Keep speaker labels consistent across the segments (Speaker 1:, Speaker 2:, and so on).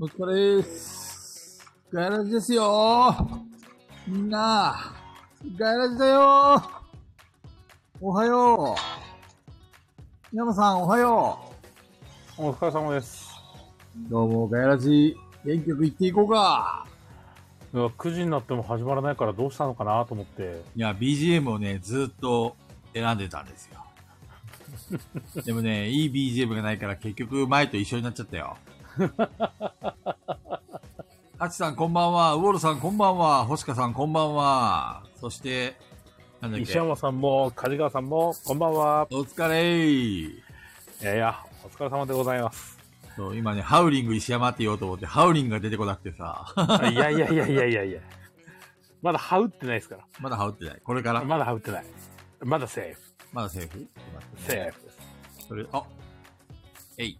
Speaker 1: お疲れです。ガヤラジですよみんな、ガヤラジだよおはよう山さん、おはよ
Speaker 2: お疲れ様です。
Speaker 1: うどうも、ガヤラジ、元気よく行っていこうか
Speaker 2: いや9時になっても始まらないからどうしたのかなと思って。
Speaker 1: いや、BGM をね、ずっと選んでたんですよ。 でもね、いい BGM がないから結局前と一緒になっちゃった よ。ハチさんこんばんは、ウォールさんこんばんは、星香さんこんばんは、そして、なんだっ
Speaker 2: 石
Speaker 1: け、
Speaker 2: 山さんも、梶川さんも、こんばんは。
Speaker 1: お疲れ
Speaker 2: いやいや、お疲れ様でございます。
Speaker 1: そう、今ね、ハウリング石山って言おうと思って、ハウリングが出てこなくてさ、
Speaker 2: いやいやいやいやいやいや。まだ羽打ってないですか。
Speaker 1: まだハウってない。これからら、
Speaker 2: まだ羽打ってない。まだセーフ。
Speaker 1: まだセーフ待って
Speaker 2: セーフです。
Speaker 1: それ、あえい。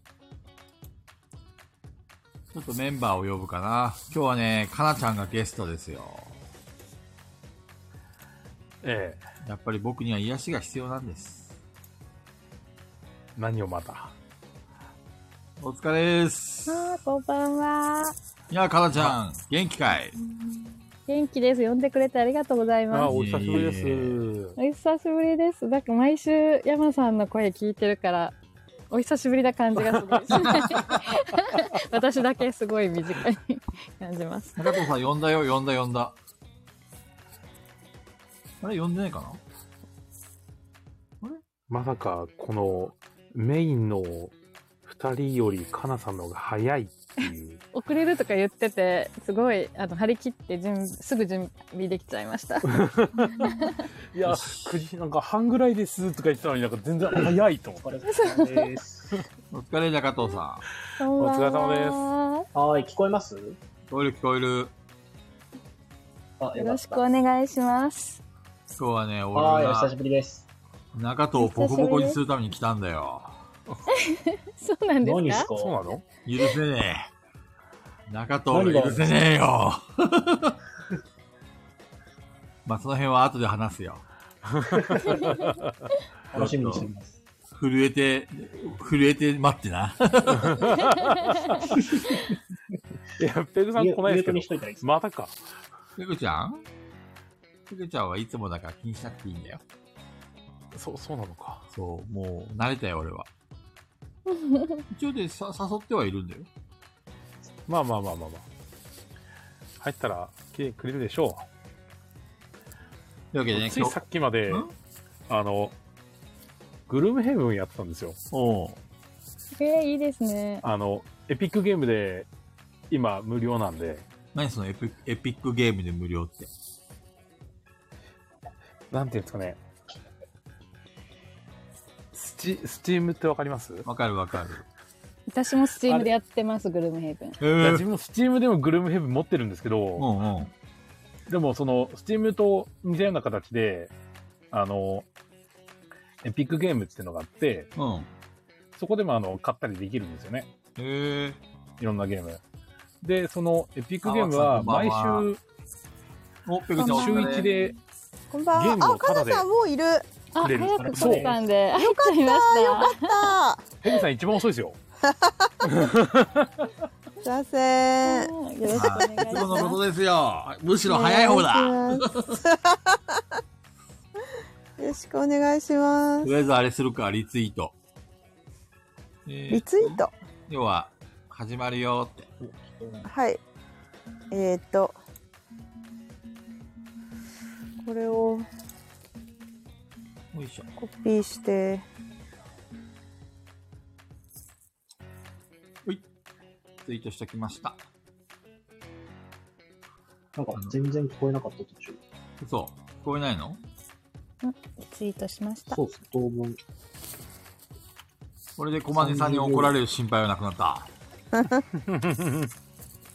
Speaker 1: ちょっとメンバーを呼ぶかな。今日はね、かなちゃんがゲストですよ。
Speaker 2: ええ
Speaker 1: やっぱり僕には癒しが必要なんです。
Speaker 2: 何をまた。
Speaker 1: お疲れです。
Speaker 3: あーこんばんは。
Speaker 1: いや、かなちゃん、元気かい
Speaker 3: 元気です。呼んでくれてありがとうござい
Speaker 2: あ、
Speaker 3: ます。
Speaker 2: お久しぶりです
Speaker 1: いえいえ。
Speaker 3: お久しぶりです。なんか毎週山さんの声聞いてるから、お久しぶりな感じがすごい しない私だけすごい短い感じます。
Speaker 1: 高藤さん呼んだよ、呼んだ呼んだ。あれ、呼んでないかな
Speaker 2: まさか、この、メインの二人より、かなさんの方が早いっていう。
Speaker 3: 遅れるとか言ってて、すごいあの張り切って準すぐ準備できちゃいました。
Speaker 2: いや、9時、なんか半ぐらいですとか言ってたのになんか全然早いと思って。
Speaker 1: お疲れ、高藤さ
Speaker 3: お
Speaker 2: 疲れ様です
Speaker 3: 様で
Speaker 4: はい、聞こえます
Speaker 1: ん。聞こえる聞こえる。
Speaker 4: あ、
Speaker 3: よろしく
Speaker 4: よか
Speaker 3: お
Speaker 4: っ
Speaker 3: 願いします。
Speaker 1: 今日はね、
Speaker 4: たはい、
Speaker 1: 俺
Speaker 4: お久
Speaker 1: が
Speaker 4: しぶりです。
Speaker 1: 中藤をボコボコにするために来たんだよ。
Speaker 3: そうなんです
Speaker 4: 何
Speaker 3: か
Speaker 4: ですか
Speaker 2: そうなの
Speaker 1: 許せねえ。中藤が許せねえよ。 まあ、その辺は後で話すよ。
Speaker 4: 楽しみにしてます。
Speaker 1: 震えて、震えて待ってな。
Speaker 2: いや、ペグさん
Speaker 4: ミュ
Speaker 2: 来ない
Speaker 4: ミ
Speaker 2: で
Speaker 4: ュー
Speaker 2: すけ
Speaker 4: ト
Speaker 2: ど
Speaker 4: にし。といたらいいです
Speaker 2: またか。
Speaker 1: ペグちゃんペグちゃんはいつもだから気にしなくていいんだよ。
Speaker 2: そう、そうなのか。
Speaker 1: そう、もう慣れたよ、俺は。一応でさ誘ってはいるんだよ。
Speaker 2: まあまあまあまあまあ。入ったら来てくれるでしょ
Speaker 1: というわけで
Speaker 2: う。
Speaker 1: ね、
Speaker 2: つい
Speaker 1: 今
Speaker 2: さ
Speaker 1: 日、
Speaker 2: っきまで
Speaker 1: ん、
Speaker 2: あの、グルームヘブンやってたんですよ。
Speaker 1: おう
Speaker 3: えー、いいですね。
Speaker 2: あの、エピックゲームで、今無料なんで、
Speaker 1: 何そのエピエピックゲームで無料って。
Speaker 2: なんていうんですかね。スチ、スチームってわかります
Speaker 1: わかるわかる。
Speaker 3: 私もスチームでやってます、グルームヘイブン。
Speaker 1: え
Speaker 2: いや
Speaker 1: ー
Speaker 2: 自、分もスチームでもグルームヘブン持ってるんですけど、
Speaker 1: うんうん。
Speaker 2: でも、その、スチームと似たような形で、あの、エピックゲームっていうのがあって、
Speaker 1: うん。
Speaker 2: そこでもあの、買ったりできるんですよね。
Speaker 1: えー、
Speaker 2: いろんなゲーム。で、その、エピックゲームは、
Speaker 1: あわ
Speaker 2: 毎
Speaker 1: かったこんばん
Speaker 2: 週、
Speaker 1: お、ペグちゃんお
Speaker 2: 週
Speaker 1: 疲れ
Speaker 2: 1で、
Speaker 5: こんば
Speaker 2: ゲー
Speaker 5: ん
Speaker 2: ム
Speaker 5: は。
Speaker 2: を
Speaker 5: あ、か
Speaker 2: タダ
Speaker 5: な
Speaker 2: で
Speaker 5: さんもういる。あ
Speaker 3: あ、
Speaker 2: くれる
Speaker 3: 早く来れたんで、入っちゃいま
Speaker 5: あ、
Speaker 3: し
Speaker 5: よかっ
Speaker 2: ヘビさん一番遅いですよ。
Speaker 5: た。すいませ
Speaker 3: た。よ
Speaker 5: ん。
Speaker 3: ろしくお願いし
Speaker 1: いつものこ
Speaker 3: ます。
Speaker 1: とですよ。むしろ早い方だ。
Speaker 5: お願いします。よろしくお願いしま
Speaker 1: と
Speaker 5: す。
Speaker 1: りあえずあれするか、リツイート。えー
Speaker 5: リツイート。
Speaker 1: 要は、始まるよって。
Speaker 5: はい。えー、っと。これを
Speaker 1: よいしょ。
Speaker 5: コピーして。
Speaker 1: ツイートしときました。
Speaker 4: なんか全然聞こえなかった途中。
Speaker 1: 嘘。聞こえないの
Speaker 3: ツイートしました。
Speaker 4: そうです、当分。
Speaker 1: これで小金さんに怒られる心配はなくなった。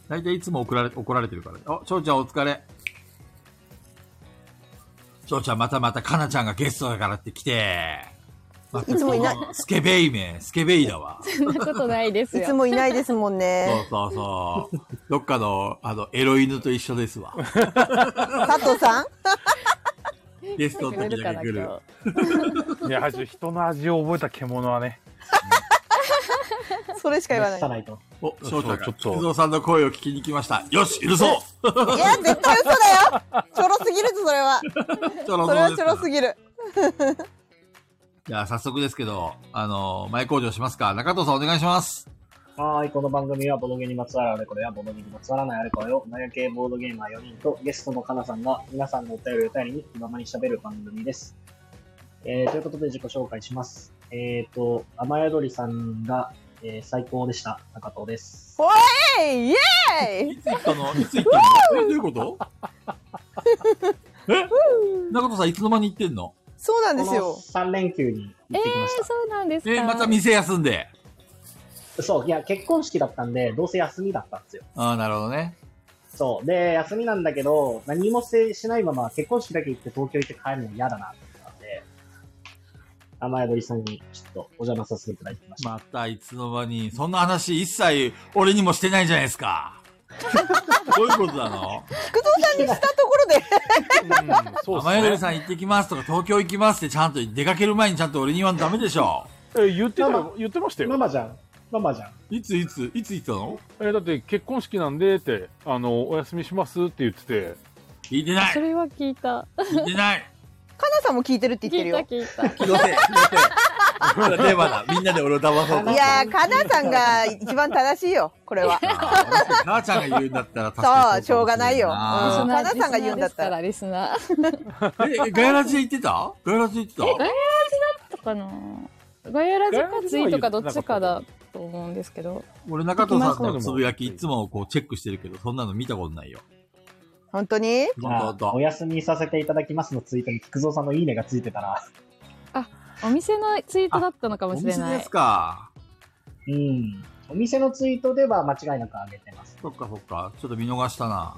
Speaker 1: 大体いつも怒られ、怒られてるから。あ、翔ちゃんお疲れ。翔ちゃんまたまたかなちゃんがゲストだからって来て。。
Speaker 5: いつもいない
Speaker 1: スケベイめ。スケベイだわ。
Speaker 3: そんなことないです
Speaker 5: いつ
Speaker 3: よ。
Speaker 5: もいないですもん
Speaker 1: そう
Speaker 5: ね。
Speaker 1: そうそう。どっかの、あの、エロ犬と一緒です わ。
Speaker 5: 佐藤さん。
Speaker 1: ゲストの時だけ来る。
Speaker 2: いや、はじ人の味を覚えた獣はね、
Speaker 5: それしか言わな
Speaker 4: さ
Speaker 5: い。
Speaker 4: ないと。
Speaker 1: お、翔太が、
Speaker 2: ち
Speaker 1: 木
Speaker 2: ょっと
Speaker 1: 造さんの声を聞きに来ました。よし、許そう
Speaker 5: いや、絶対嘘だよちょろすぎるぞ、それは。
Speaker 1: ちょろ
Speaker 5: それはちょろ
Speaker 1: そう
Speaker 5: す
Speaker 1: です
Speaker 5: ぎる。
Speaker 1: じゃあ、早速ですけど、あの、前工場しますか中藤さんお願いします。
Speaker 4: はーい、この番組はボードゲームにまつわるあれこれやボードゲームにまつわらないあれこれを、マヤ系ボードゲーマー4人とゲストのかなさんが皆さんのお便りを頼りに気ままに喋る番組です。えー、ということで自己紹介します。えっ、ー、と、雨宿りさんが、えー、最高でした。中藤です。
Speaker 5: イェイイェイ
Speaker 1: いつ行った のいつ行ったのえ、どういうこと え中藤さんいつの間に行ってんの
Speaker 5: そうなん
Speaker 4: こ
Speaker 5: で
Speaker 4: の
Speaker 5: すよ。
Speaker 4: 3連休に行ってきまし
Speaker 3: そうなんですか。
Speaker 1: え、また店休んで。
Speaker 4: た。そう、いや、結婚式だったんで、どうせ休みだったんですよ。
Speaker 1: ああ、なるほどね。
Speaker 4: そう。で、休みなんだけど、何もせしないまま結婚式だけ行って東京行って帰るの嫌だなって思ったんで、甘えどりさんにちょっとお邪魔させていただきました。
Speaker 1: またいつの間に、そんな話一切俺にもしてないじゃないです か。 どういうことなの
Speaker 5: 菊蔵さんにしたところで、
Speaker 2: うんそう
Speaker 1: 雨宿
Speaker 2: で
Speaker 1: り
Speaker 2: すね。
Speaker 1: さん行ってきますとか、東京行きますってちゃんと出かける前にちゃんと俺に言わんとダメでしょ。
Speaker 2: え言ってた
Speaker 4: ママ
Speaker 2: 言ってました
Speaker 4: マ
Speaker 2: よ。
Speaker 4: マじゃん。ママじゃん。
Speaker 1: いついつ、いつ行ったの
Speaker 2: えだって結婚式なんでって、あの、お休みしますって言ってて、
Speaker 1: 聞いてない
Speaker 3: それは聞いた。
Speaker 1: 聞いてない
Speaker 5: かなさんも聞いてるって言って
Speaker 3: 聞
Speaker 5: る
Speaker 3: いた
Speaker 5: よ。
Speaker 3: 聞いた。
Speaker 1: 気のせい、気のせい。テーマだ。みんなで俺を騙そうと
Speaker 5: いやー、かなさんが一番正しいよ、これは。
Speaker 1: あ母ちゃんが言うんだったら確か
Speaker 5: そ
Speaker 1: に
Speaker 5: うしょうがないよ
Speaker 3: リ
Speaker 1: あ
Speaker 3: ス
Speaker 5: う
Speaker 3: ナー
Speaker 5: かなさんが言うんだったら
Speaker 3: リスナーですか
Speaker 1: ーえ、ガヤラジで行ってたガヤラジで行ってた
Speaker 3: らリスナーとかのガヤラジかツイートかどっちかだと思うんですけど
Speaker 1: 俺中藤さんのつぶやきいつもこうチェックしてるけど、そんなの見たことないよ。
Speaker 5: 本当に
Speaker 4: じゃ
Speaker 1: どうぞ
Speaker 4: あ、お休みさせていただきますのツイートに菊蔵さんのいいねがついてたら、
Speaker 3: お店のツイートだったのかも
Speaker 1: お
Speaker 3: しれ
Speaker 1: 店
Speaker 3: な
Speaker 1: で
Speaker 3: い
Speaker 1: すか。
Speaker 4: うん。お店のツイートでは間違いなくあげてます。
Speaker 1: そっかそっか。ちょっと見逃したな。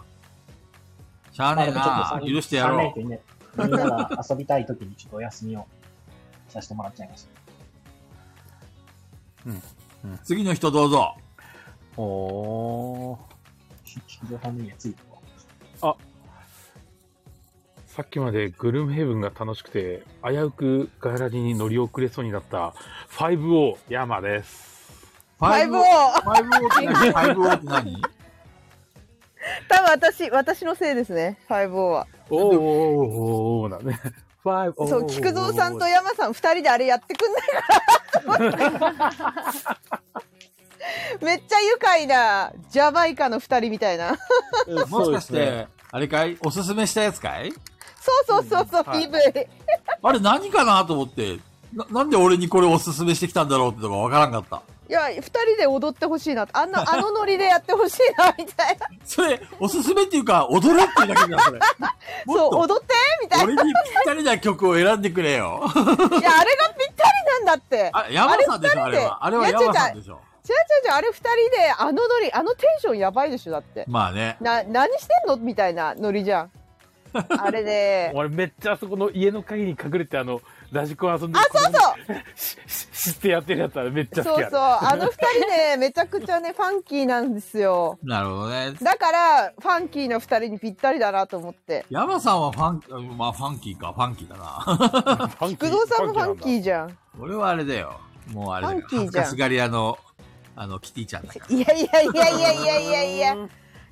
Speaker 1: しゃあねえな。許してや
Speaker 4: 3
Speaker 1: ろ
Speaker 4: 連休ね、みんなが遊びたい時にちょっとお休みをさせてもらっちゃいま した。
Speaker 1: う。次の人どうぞ。
Speaker 2: おー
Speaker 4: 菊蔵さんのいいねついてたわ
Speaker 2: さっきまでグルメヘブンが楽しくて、危うくガヤラジに乗り遅れそうになった、5O 山です。
Speaker 5: 5を
Speaker 1: ファイブオーって何ファイブオーって何
Speaker 5: 多分私、私のせいですね、5をは。
Speaker 2: おーおーおーおーだね。5O。
Speaker 5: そう、菊蔵さんと山さん二人であれやってくんないかなめっちゃ愉快な、ジャマイカの二人みたいな。
Speaker 1: もしかして、あれかいおすすめしたやつかい
Speaker 5: そうそうそうそう、
Speaker 2: はい
Speaker 5: PV。
Speaker 1: あれ何かなと思って、な、なんで俺にこれおすすめしてきたんだろうってとかわからんかった。
Speaker 5: いや、二人で踊ってほしいな。あんな、あのノリでやってほしいな、みたいな。
Speaker 1: それ、おすすめっていうか、踊れっていうだけじゃん、それ。も
Speaker 5: そ
Speaker 1: っ
Speaker 5: う、
Speaker 1: と、
Speaker 5: 踊ってみたいな。
Speaker 1: 俺にぴったりな曲を選んでくれよ。
Speaker 5: いや、あれがぴったりなんだって。
Speaker 1: あ、山さんでしょ、あ
Speaker 5: あれ二人で
Speaker 1: れは。あれはい
Speaker 5: や違う
Speaker 1: 山さんでしょ。
Speaker 5: 違う違う違う、あれ二人で、あのノリ、あのテンションやばいでしょ、だって。
Speaker 1: まあね。
Speaker 5: な、何してんのみたいなノリじゃん。あれで。
Speaker 2: 俺めっちゃあそこの家の鍵に隠れてあのラジコン遊んで
Speaker 5: あ、そうそう
Speaker 2: しししてやってるやつはめっちゃ好
Speaker 5: そ
Speaker 2: き
Speaker 5: う
Speaker 2: や
Speaker 5: そう。あの二人ね、めちゃくちゃね、ファンキーなんですよ。
Speaker 1: なるほどね。
Speaker 5: だから、ファンキーの二人にぴったりだなと思って。
Speaker 1: 山さんはファンキー、まあファンキーか、ファンキーだな。
Speaker 2: そう
Speaker 5: 工藤さんもファンキーじゃん。
Speaker 1: 俺はあれだよ。もうあれだから
Speaker 5: ファンキーじゃん
Speaker 1: 恥ずかしがり屋の、あの、キティちゃんだから。
Speaker 5: いやいやいやいやいやいやいや。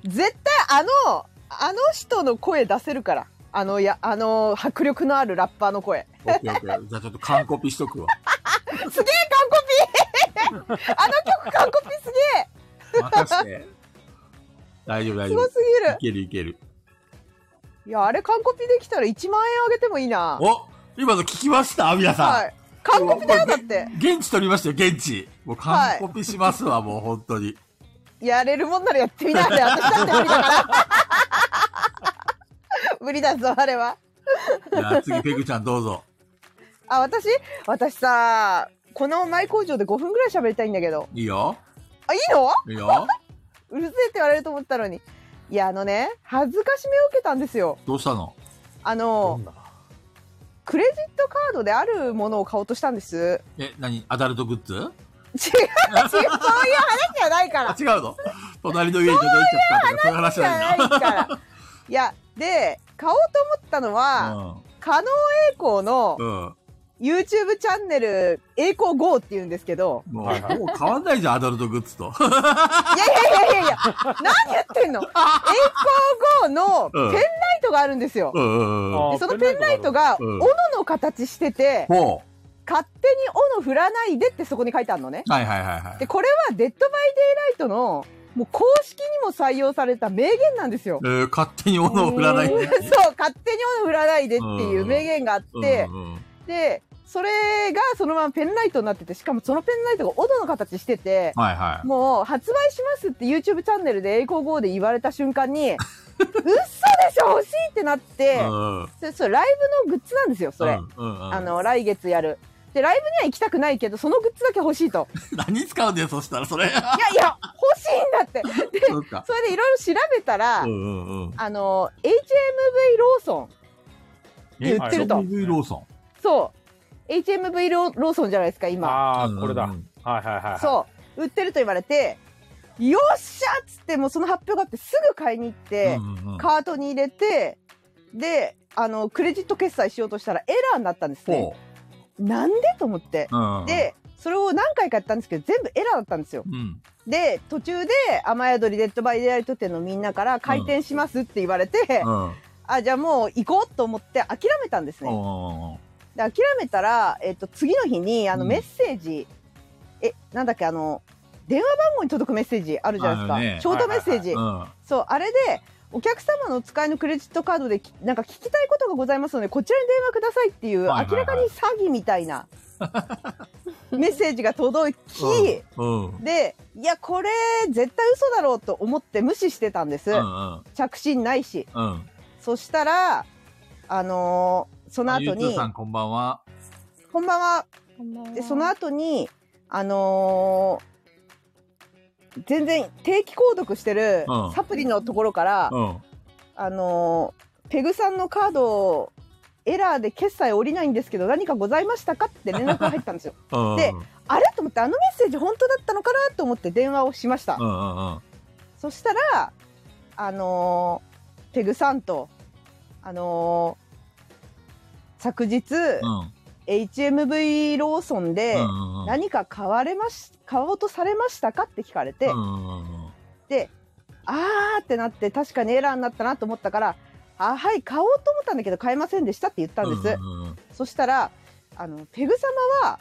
Speaker 5: 絶対あの、あの人の声出せるから。あの、や、あの、迫力のあるラッパーの声。
Speaker 1: オッケーオッケーじゃあちょっと完コピしとくわ。
Speaker 5: すげえ完コピ あの曲完コピすげえ
Speaker 1: 任して。大丈夫、大
Speaker 5: す
Speaker 1: 丈
Speaker 5: ご
Speaker 1: 夫
Speaker 5: す。ぎ
Speaker 1: いけ
Speaker 5: る
Speaker 1: るいける。
Speaker 5: いや、あれ完コピできたら1万円あげてもいいな。
Speaker 1: お今の聞きました皆さん。
Speaker 5: はい。完コピだよ、だって。
Speaker 1: 現地取りましたよ、現地。もう完コピしますわ、もう本当に。
Speaker 5: やれるもんならやってみなって、私だって無理だから。 無理だぞ、あれは。
Speaker 1: じゃあ次、ペグちゃんどうぞ。
Speaker 5: あ、私私さ、このマイ工場で5分ぐらい喋りたいんだけど。
Speaker 1: いいよ。
Speaker 5: あ、いいの
Speaker 1: いいよ。
Speaker 5: うるせえって言われると思ったのに。いや、あのね、恥ずかしめを受けたんですよ。
Speaker 1: どうしたの
Speaker 5: あ
Speaker 2: ど
Speaker 5: の
Speaker 2: ん、な
Speaker 5: クレジットカードであるものを買おうとしたんです。
Speaker 1: え、何アダルトグッズ
Speaker 5: 違う、違う、そういう話じゃないから。
Speaker 1: 違うの隣の家に届いちゃったとか、そういう話
Speaker 5: じゃ
Speaker 1: な
Speaker 5: なん
Speaker 1: だ。
Speaker 5: いから。いや、で、買おうと思ったのは、
Speaker 1: う
Speaker 5: 加納栄光の
Speaker 1: ん。うん。
Speaker 5: YouTube チャンネル、栄光 GO って言うんですけど、
Speaker 1: もう、
Speaker 2: はいはい
Speaker 1: もう変わんないじゃん、アダルトグッズと。
Speaker 5: いやいやいやいやいや、何言って んの栄光 GO のペン
Speaker 1: うん
Speaker 5: ライトがあるんですよ。
Speaker 1: うんうんうん。
Speaker 2: あ
Speaker 5: でそのペンライトが、
Speaker 1: うん
Speaker 5: 斧の形してて、
Speaker 1: ほ
Speaker 5: 勝手に斧振らないでってそこに書いてあるのね。
Speaker 1: う。はいはいはいはい
Speaker 5: で、。これはデッドバイデイライトの、もう公式にも採用された名言なんですよ。
Speaker 1: えー、勝手に斧を振らないで。
Speaker 5: そう、勝手に斧振らないでっていう名言があっ
Speaker 1: うん
Speaker 5: て、
Speaker 1: うんうん
Speaker 5: で、それがそのままペンライトになってて、しかもそのペンライトが斧の形してて、
Speaker 1: はいはい。
Speaker 5: もう発売しますって YouTube チャンネルで英語 GO で言われた瞬間に、 嘘でしょ欲しいってなって、
Speaker 1: うんうん
Speaker 5: そそうライブのグッズなんですよ、それ。
Speaker 1: うんうん
Speaker 5: あの、来月やる。で、ライブには行きたくないけど、そのグッズだけ欲しいと。
Speaker 1: 何に使うんだよ、そしたら、それ。
Speaker 5: いやいや、欲しいんだって。で、
Speaker 1: そっか。
Speaker 5: それでいろいろ調べたら、
Speaker 1: うんうんうん。
Speaker 5: あの、HMV ローソン。
Speaker 1: え
Speaker 5: 売ってると
Speaker 1: HMV ローソン。
Speaker 5: そう。HMV ロローソンじゃないですか、今。
Speaker 2: あ
Speaker 1: うんうんう
Speaker 2: あ、
Speaker 1: ん
Speaker 2: これだ。はいはいはい。
Speaker 5: そう売ってると言われてよっしゃっつってもうその発表があってすぐ買いに行って、
Speaker 1: うんうんうん
Speaker 5: カートに入れてであのクレジット決済しようとしたらエラーになったんですね
Speaker 1: ほ
Speaker 5: なんでと思って
Speaker 1: う。うんうん。
Speaker 5: でそれを何回かやったんですけど全部エラーだったんですよ
Speaker 1: うん。
Speaker 5: で途中で雨宿りデッドバイデイライト店のみんなから開店しますって言われて、
Speaker 1: うん。うん
Speaker 5: あじゃあもう行こうと思って諦めたんです
Speaker 1: う
Speaker 5: ね、
Speaker 1: んうん。
Speaker 5: で諦めたら、えっと次の日にあの
Speaker 1: うん
Speaker 5: メッセージ、えなんだっけあの電話番号に届くメッセージあるじゃないですか、
Speaker 1: あるね
Speaker 5: ショートメッセージ、
Speaker 1: うん
Speaker 5: そうあれでお客様のお使いのクレジットカードできなんか聞きたいことがございますのでこちらに電話くださいっていう、
Speaker 1: はいはいはい
Speaker 5: 明らかに詐欺みたいな メッセージが届き、
Speaker 1: うん。うん。
Speaker 5: でいやこれ絶対嘘だろうと思って無視してたんです、
Speaker 1: うん
Speaker 5: 着信ないし
Speaker 1: うん。うん。
Speaker 5: そしたらあのーその後
Speaker 1: ゆうつー
Speaker 5: に
Speaker 1: さん、こんばんは。
Speaker 5: こんばんは
Speaker 3: こんばんは
Speaker 5: でその後にあのー全然定期購読してる
Speaker 1: うん
Speaker 5: サプリのところから、
Speaker 1: うん。
Speaker 5: あのーペグさんのカードをエラーで決済降りないんですけど何かございましたかって連絡が入ったん ですよ
Speaker 1: うん。
Speaker 5: で
Speaker 1: うん
Speaker 5: あれと思ってあのメッセージ本当だったのかなと思って電話をしました、
Speaker 1: うんうん
Speaker 5: そしたらあのーペグさんとあのー昨日、
Speaker 1: うん。
Speaker 5: HMV ローソンで、
Speaker 1: うん。っ
Speaker 5: 何か買われまし買おうとされましたかって聞かれて、
Speaker 1: うんうんうん。
Speaker 5: あーってなって確かにエラーになったなと思ったからあはい買おうと思ったんだけど買えませんでしたって言ったんです、
Speaker 1: うんうんうん
Speaker 5: そしたらあのペグ様は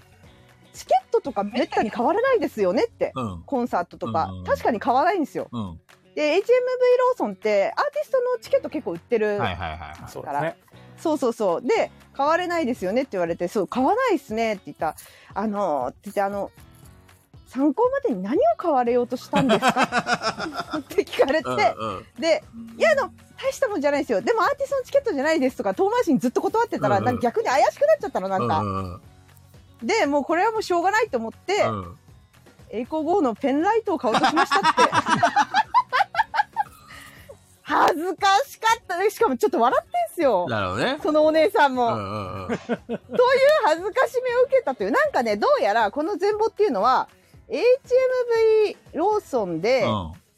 Speaker 5: チケットとかめったに買われないですよねって
Speaker 1: うん。
Speaker 5: コンサートとか、
Speaker 1: うん
Speaker 5: 確かに買わないんですよ
Speaker 1: うん。
Speaker 5: で HMV ローソンってアーティストのチケット結構売ってる、
Speaker 1: はいはいはい。
Speaker 2: そうですね。
Speaker 5: そうそうそう。で、買われないですよねって言われて、そう、買わないですねって言ったらあのー、って言って、あの、参考までに何を買われようとしたんですか って聞かれて、
Speaker 1: うんうん
Speaker 5: で、いや、あの、大したもんじゃないですよ。でもアーティストのチケットじゃないですとか、遠回しにずっと断ってたら、
Speaker 1: うんうん
Speaker 5: なんか逆に怪しくなっちゃったの、なん
Speaker 1: う
Speaker 5: か。
Speaker 1: んうん
Speaker 5: で、もうこれはもうしょうがないと思って、
Speaker 1: うんうん
Speaker 5: 栄光号のペンライトを買おうとしましたって。 恥ずかしかった。しかもちょっと笑ってんすよ。
Speaker 1: なるほどね。
Speaker 5: そのお姉さん
Speaker 1: う
Speaker 5: も。
Speaker 1: んうんうん。
Speaker 5: 恥ずかしめを受けたというなんかねどうやらこの全貌っていうのは HMV ローソンで
Speaker 1: うん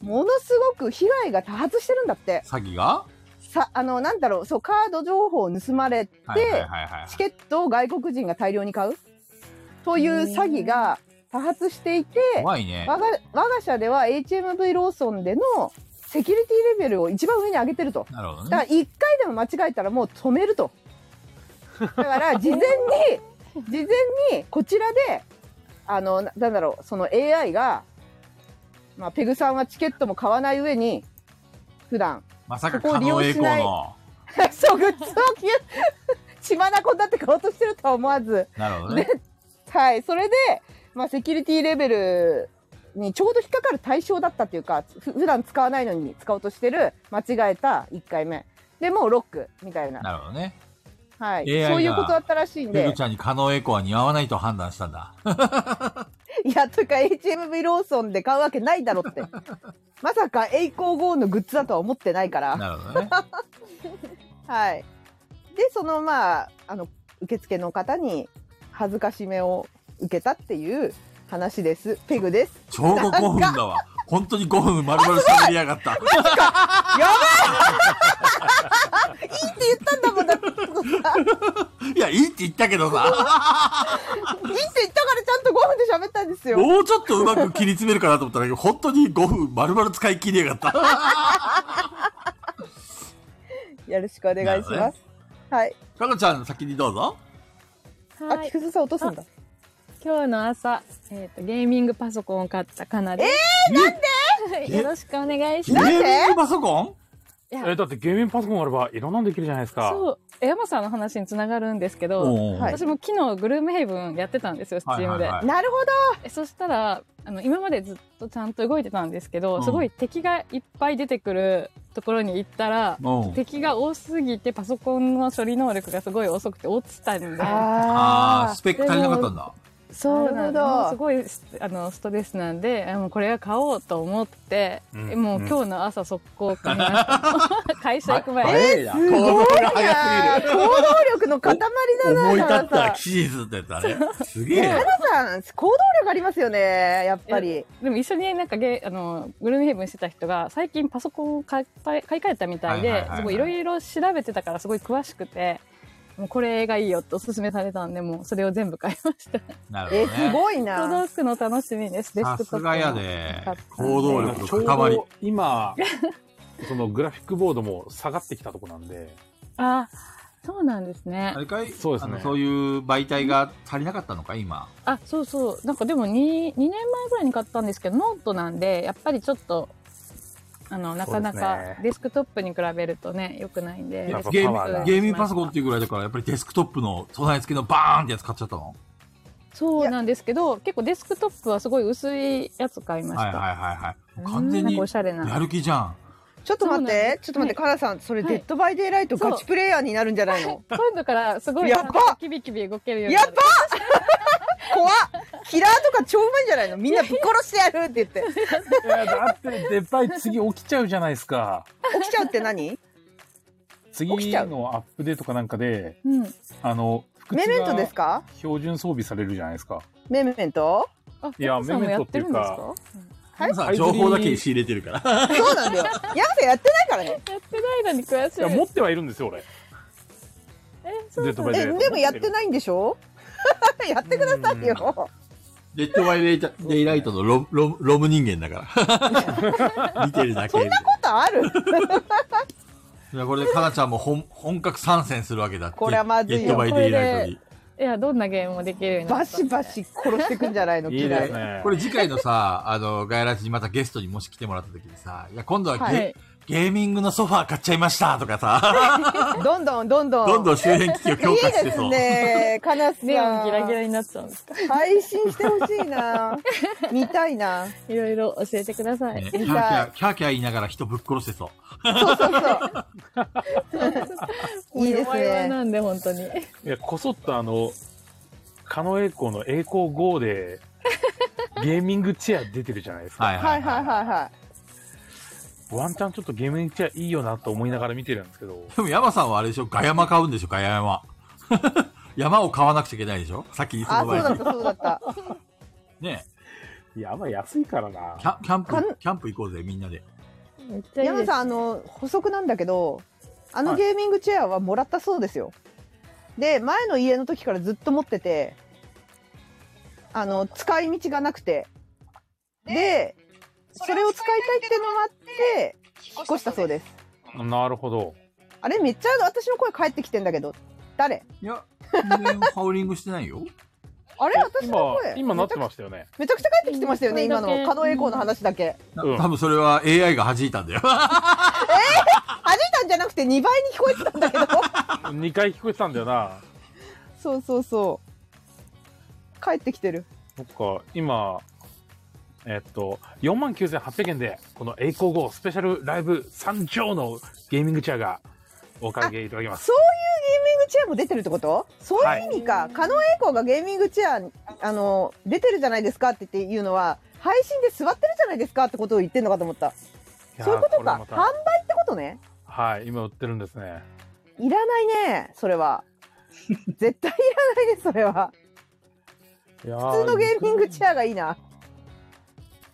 Speaker 5: ものすごく被害が多発してるんだって
Speaker 1: 詐欺が
Speaker 5: さあのなんだろうそうカード情報を盗まれて、
Speaker 1: はいはいはいはい。
Speaker 5: チケットを外国人が大量に買うという詐欺が多発していて
Speaker 1: 怖いね。
Speaker 5: 我が我が社では HMV ローソンでのセキュリティレベルを一番上に上げてると
Speaker 1: なるほど
Speaker 5: だか
Speaker 1: ね。
Speaker 5: ら1回でも間違えたらもう止めると。だから事前に、事前にこちらで、あの、ななんだろう、その AI が、まあ、ペグさんはチケットも買わない上に、普段、
Speaker 1: まさか
Speaker 5: ここを
Speaker 1: 加
Speaker 5: 利用
Speaker 1: 納栄
Speaker 5: し
Speaker 1: 光
Speaker 5: ない
Speaker 1: の。
Speaker 5: そう、グッズを消え、 血眼だって買おうとしてるとは思わず、
Speaker 1: なるほどね。
Speaker 5: はい、それで、まあ、セキュリティレベルにちょうど引っかかる対象だったというか、ふ普段使わないのに使おうとしてる、間違えた1回目。で、もうロック、みたいな。
Speaker 1: なるほどね。
Speaker 5: はい、
Speaker 1: AI
Speaker 5: そういうことだったらしいん
Speaker 1: ペグ
Speaker 5: で
Speaker 1: ち、ゃんに加納栄光は似合わないと判断したん だ。
Speaker 5: いや、というか HMV ローソンで買うわけないだろって。まさか栄光号のグッズだとは思ってないから。
Speaker 1: なるほどね。
Speaker 5: はい。で、そのまあ、あの、受付の方に恥ずかしめを受けたっていう話です。ペグです。
Speaker 1: 超過5分だわ。本当に5分丸々喋りやがった。
Speaker 5: いって言ったんだもんだって。いいって言ったか
Speaker 1: いや、いいって言ったけどさ、
Speaker 5: らちゃんと5分で喋ったんですよ。
Speaker 1: もうちょっとうまく切り詰めるかなと思ったら、本当に5分丸々使い切りやがった。
Speaker 5: よろしくお願いし
Speaker 1: なる
Speaker 5: ま
Speaker 1: ほ
Speaker 5: す。はい。
Speaker 1: かこちゃん、先にどうぞ。
Speaker 5: あ、
Speaker 3: はい
Speaker 5: 菊。蔵さん落とすんだ。
Speaker 3: 今日の朝、えっ、と、ゲーミングパソコンを買ったかなです。え
Speaker 1: え
Speaker 3: よろしくお願いし
Speaker 1: ゲ
Speaker 3: ます。
Speaker 5: なんで
Speaker 1: ームパソコン
Speaker 2: え
Speaker 3: いや
Speaker 2: ー、だってゲーミングパソコンあればいろんなんできるじゃないですか。
Speaker 3: そう、山さんの話につながるんですけど、
Speaker 1: おう
Speaker 5: はい
Speaker 3: 私も昨日グルームヘイブンやってたんですよ、スチ
Speaker 1: はい
Speaker 3: ーム
Speaker 1: はい
Speaker 3: で。
Speaker 1: はい
Speaker 5: なるほ
Speaker 3: えそしたら、あの、今までずっとちゃんと動いてたんですけど、
Speaker 1: うん
Speaker 3: すごい敵がいっぱい出てくるところに行ったら、
Speaker 1: おう
Speaker 3: 敵が多すぎてパソコンの処理能力がすごい遅くて落ちたんで
Speaker 5: ど。
Speaker 1: ああ、
Speaker 5: あ
Speaker 1: スペック足りなかったんだ。
Speaker 3: そうなん
Speaker 5: なるほど
Speaker 3: もうすごいスあのストレスなんであもうこれは買おうと思って、
Speaker 2: うん
Speaker 3: えもう今日の朝速攻買いました、 会社行く前に、
Speaker 1: 早いな。行動が
Speaker 5: あ。いや
Speaker 1: 早す
Speaker 5: ー行動力の塊だな。
Speaker 1: ぎる。思い立っ
Speaker 5: 奈良
Speaker 1: た
Speaker 5: さん
Speaker 1: ら吉日ってやつあれ。すげえな。
Speaker 5: さん、行動力ありますよね、やっぱり。
Speaker 3: でも一緒になんかゲあのグルームヘイブンしてた人が最近パソコンを買った買い替えたみたい
Speaker 1: はいはい
Speaker 3: で
Speaker 1: はいはい
Speaker 3: すごいいろいろ調べてたからすごい詳しくてもうこれがいいよっておすすめされたんでもうそれを全部買いました
Speaker 1: なる
Speaker 5: え、
Speaker 1: ほど
Speaker 5: す
Speaker 1: ね。
Speaker 5: ごいな。
Speaker 3: 届くの楽しみですデスク
Speaker 1: さ
Speaker 3: トップ
Speaker 1: すがやで
Speaker 3: 買ったん。
Speaker 1: 行動力
Speaker 2: ちょう
Speaker 1: の塊
Speaker 2: ど。 今、そのグラフィックボードも下がってきたとこなんで、
Speaker 3: あそうなんですね
Speaker 1: あれかい
Speaker 2: そうですね
Speaker 1: あのそういう媒体が足りなかったのか、今。
Speaker 3: あそうそうなんかでも 2, 2年前ぐらいに買ったんですけどノートなんでやっぱりちょっとあのなかな
Speaker 2: そうです
Speaker 3: か
Speaker 2: ね
Speaker 3: デスクトップに比べるとね良くないんで
Speaker 2: やっぱ
Speaker 1: ゲー
Speaker 2: パワー
Speaker 1: ム
Speaker 2: が
Speaker 1: ゲーミングパソコンっていうぐらいだから、やっぱりデスクトップの備え付けのバーンってやつ買っちゃったの
Speaker 3: そうなんですけど結構デスクトップはすごい薄いやつ買いました、
Speaker 1: はいはいはいはい。もう完全
Speaker 3: なん
Speaker 1: に
Speaker 3: かお
Speaker 1: や
Speaker 3: しゃれな
Speaker 1: る気じゃん。
Speaker 5: ちょっと待
Speaker 3: そうなん
Speaker 5: って
Speaker 3: で、す
Speaker 5: ちょっと待って、かなさん、それ
Speaker 3: はい
Speaker 5: デッドバイデイライトガチプレイヤーになるんじゃないの
Speaker 3: 今度からすごい
Speaker 5: やっば
Speaker 3: なんかキビキビ動けるように
Speaker 5: や
Speaker 3: な
Speaker 5: っ
Speaker 3: る
Speaker 5: ば怖っキラーとか超うまいんじゃないのみんなぶっ殺してやるって言って。
Speaker 2: いやだってでっぱい次起きちゃうじゃないですか
Speaker 5: 起きちゃうって何
Speaker 2: 次
Speaker 5: 起きちゃう
Speaker 2: のアップデートかなんかで
Speaker 3: うん
Speaker 2: あの不
Speaker 5: メメントですか
Speaker 2: 標準装備されるじゃないですか
Speaker 5: メメント
Speaker 3: あ
Speaker 2: いや
Speaker 3: ペコさん
Speaker 2: メ
Speaker 3: も
Speaker 2: メント
Speaker 3: や
Speaker 2: っ
Speaker 3: ってて
Speaker 2: い
Speaker 3: る
Speaker 2: うんか
Speaker 3: ですか
Speaker 5: はい
Speaker 1: さあ、情報だけ仕入れてるから。
Speaker 5: そうなんだよ。ヤンフェやってないからね。
Speaker 3: やってないのに詳しい
Speaker 2: いや持ってはいるんですよ俺
Speaker 3: えそうなん
Speaker 2: デッドバ
Speaker 3: だ
Speaker 2: イ
Speaker 5: え、でもやってないんでしょ やってくださいよ。
Speaker 1: デッドバイデイラデイライトのロロロム人間だ から。見てるだけ。
Speaker 5: そんなことある
Speaker 1: いやこれでかなちゃんも本本格参戦するわけだって。
Speaker 5: これはまずいよ
Speaker 1: デッドバイデイライトに。
Speaker 3: いやどんなゲームもできるようにな
Speaker 5: バ
Speaker 3: った
Speaker 5: シバシ殺してくんじゃないの
Speaker 2: い
Speaker 5: キ
Speaker 2: い
Speaker 5: ラ
Speaker 2: で
Speaker 5: ー
Speaker 2: す。ね
Speaker 1: これ次回のさ、あの、ガイラジにまたゲストにもし来てもらった時にさ、いや、今度はゲ,、
Speaker 3: はい
Speaker 1: ゲーミングのソファー買っちゃいましたとかさ、
Speaker 5: どんどんどんどん。
Speaker 1: どんどん周辺機器を強化
Speaker 5: いい
Speaker 1: し
Speaker 5: で
Speaker 1: て
Speaker 5: す
Speaker 1: そう。
Speaker 5: ね。かなさん。
Speaker 3: ネオンギラギラになっちゃうんですか
Speaker 5: 配信してほしいな。見たいな。
Speaker 3: いろいろ教えてください、
Speaker 1: ねキャーキャー、キャーキャー言いながら人ぶっ殺してそう。
Speaker 5: そうそうそう。いいです
Speaker 3: 弱々
Speaker 5: ね。
Speaker 3: なんで本当に
Speaker 2: いやこそっとあの狩野英孝の「栄光 GO」で ゲーミングチェア出てるじゃないですか、
Speaker 1: はいは
Speaker 5: はいいはいはいは
Speaker 2: ワンチャンちょっとゲーミングチェアいいよなと思いながら見てるんですけど
Speaker 1: でも山さんはあれでしょ、ガヤマ買うんでしょ、ガヤ山。 山を買わなくちゃいけないでしょ先に
Speaker 5: い。
Speaker 1: そ
Speaker 5: あ、
Speaker 1: の
Speaker 5: そう
Speaker 1: 前
Speaker 5: だっ
Speaker 1: に。
Speaker 5: たそうだった。
Speaker 1: ね
Speaker 2: いやあんま安いからな
Speaker 1: キャンキャン
Speaker 5: かん
Speaker 1: プ、キャンプ行こうぜ、みんなで。
Speaker 3: めっちゃいい
Speaker 5: 山
Speaker 3: です
Speaker 5: さん、あの、補足なんだけど、あのゲーミングチェアはもらったそうですよ。で、前の家の時からずっと持ってて、あの、使い道がなくて。で、それを使いたいってのもあって、引っ越したそうです。
Speaker 2: なるほど
Speaker 5: あれ、めっちゃ私の声返ってきてんだけど、誰
Speaker 1: いや、全然ハウリングしてないよ。
Speaker 5: あれ私の
Speaker 2: 今
Speaker 5: 声
Speaker 2: 今なって
Speaker 5: めちゃ
Speaker 2: ましたよね
Speaker 5: くめちゃくちゃ返ってきてましたよね、
Speaker 3: うん
Speaker 5: 今の
Speaker 3: これだけ
Speaker 5: 狩野英孝の話だけ。
Speaker 1: な
Speaker 2: うん
Speaker 1: 多分それは AI が弾いたんだよ。
Speaker 5: 弾いたんじゃなくて2倍に聞こえてたんだけ ど
Speaker 2: 2回聞こえてたんだよな
Speaker 5: そうそうそう帰ってきてる
Speaker 2: そっか、今、えっと、4万9800円で、この栄光号スペシャルライブ3畳のゲーミングチェアがお買い上げいただきます。
Speaker 5: そういうゲーミングチェアも出てるってことそう
Speaker 2: はい
Speaker 5: いう意味か、狩野英孝がゲーミングチェアあの出てるじゃないですかって言って言うのは配信で座ってるじゃないですかってことを言ってんのかと思った
Speaker 2: やー
Speaker 5: そういうこと
Speaker 2: れま
Speaker 5: か販
Speaker 2: た
Speaker 5: 売ってことね
Speaker 2: はい、今売ってるんですね。
Speaker 5: いらないねそ れは絶対いらないねそれはい
Speaker 2: や
Speaker 5: 普通のゲーミングチェアがいいな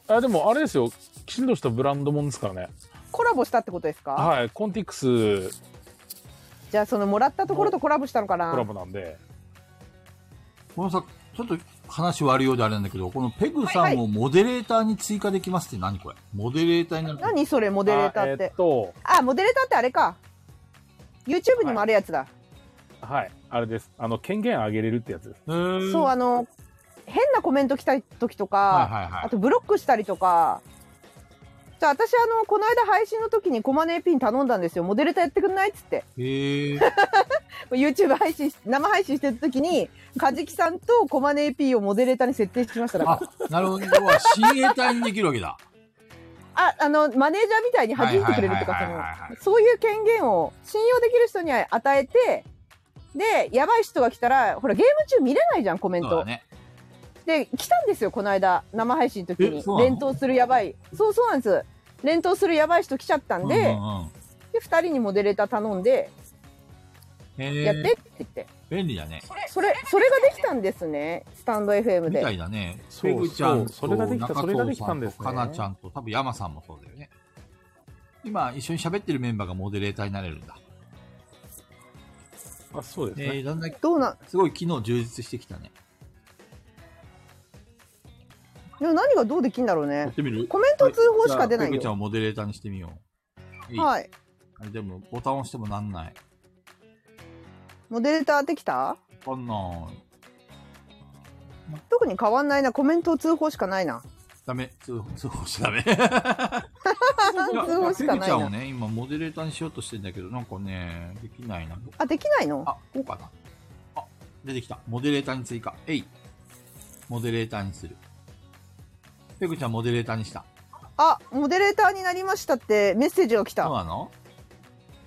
Speaker 2: ア。あ、でもあれですよ、きちんとしたブランドもんですからね。
Speaker 5: コラボしたってことですか、
Speaker 2: はい。コンティックス
Speaker 5: じゃあそのもらったところとコラボしたのかな
Speaker 2: コラボなんで。
Speaker 1: このさ、ちょっと話悪いようであれなんだけど、このペグさんをモデレーターに追加できますって何これモデレーターになる。
Speaker 5: 何それモ
Speaker 2: モ
Speaker 5: デレーターって
Speaker 2: えっと、
Speaker 5: あ,、モデレーターってあれか YouTube にもあるやつだ、
Speaker 2: はい。あれです。あの、権限上げれるってやつです。
Speaker 1: へー
Speaker 5: そうあの変なコメント来た時とか、
Speaker 1: はいはいは
Speaker 5: あ
Speaker 1: い。
Speaker 5: とブロックしたりとかじゃあ私あのこの間配信の時にコマネーピン頼んだんですよモデレーターやってくんないっつって
Speaker 1: へえ。
Speaker 5: YouTube 配信し生配信してる時にカジキさんとコマネーピンをモデレーターに設定しましただから
Speaker 1: あ、なるほど。要は、親衛隊にできるわけだ。
Speaker 5: ああのマネージャーみたいに弾いてくれると
Speaker 1: はいはいはい
Speaker 5: か
Speaker 1: はいはい
Speaker 5: そのそういう権限を信用できる人には与えてでやばい人が来たらほらゲーム中見れないじゃんコメン
Speaker 1: そうだ
Speaker 5: ト、
Speaker 1: ね。
Speaker 5: で来たんですよこの間生配信の時に
Speaker 1: えそうなの
Speaker 5: 連投するやばいそうそうなんです連投するやばい人来ちゃったんで,、
Speaker 1: うんうんうん
Speaker 5: で2人にモデレーター頼んで
Speaker 1: へ
Speaker 5: やってって
Speaker 1: え。
Speaker 5: 言って、
Speaker 1: 便利だね。
Speaker 5: それそれができたんですねスタンド FM
Speaker 1: みた
Speaker 5: で
Speaker 1: いだね。
Speaker 2: そう
Speaker 1: ペグちゃんと
Speaker 2: そうそれができた
Speaker 1: 中
Speaker 2: それがで
Speaker 1: 藤
Speaker 2: きた
Speaker 1: さ
Speaker 2: ん
Speaker 1: ん
Speaker 2: で
Speaker 1: と
Speaker 2: すね
Speaker 1: かなちゃんと、多分山さんもそうだよね。今、一緒に喋ってるメンバーがモデレーターになれるんだ。
Speaker 2: あ、そうです
Speaker 1: え
Speaker 2: ね。
Speaker 1: ー、だんだん、
Speaker 5: どうなん
Speaker 1: すごい機能充実してきたね。
Speaker 5: でも何がどうできんだろう
Speaker 1: やっ
Speaker 5: ね
Speaker 1: てみる
Speaker 5: コメント通報しか出な
Speaker 1: ペ
Speaker 5: い
Speaker 1: グちゃん
Speaker 5: よ、
Speaker 1: をモデレーターにしてみよう。えい
Speaker 5: はい
Speaker 1: あれでも、ボタン押してもなんない。
Speaker 5: モデレーターできた
Speaker 1: わかんない。
Speaker 5: 特に変わんないなコメント通報しかないな
Speaker 1: ダメ。通報、通報しちゃダメ。
Speaker 5: 通報しか
Speaker 1: ペグ
Speaker 5: な
Speaker 1: ち
Speaker 5: い
Speaker 1: ゃんを
Speaker 5: な
Speaker 1: ね、今、モデレーターにしようとしてんだけど、なんかね、できないな。
Speaker 5: あできないの
Speaker 1: あ、こうかな。あ、出てきた。モデレーターに追加。えい。モデレーターにする。ペグちゃんモデレーターにした。
Speaker 5: あモデレーターになりましたってメッセージが来
Speaker 1: そう
Speaker 5: た
Speaker 1: なの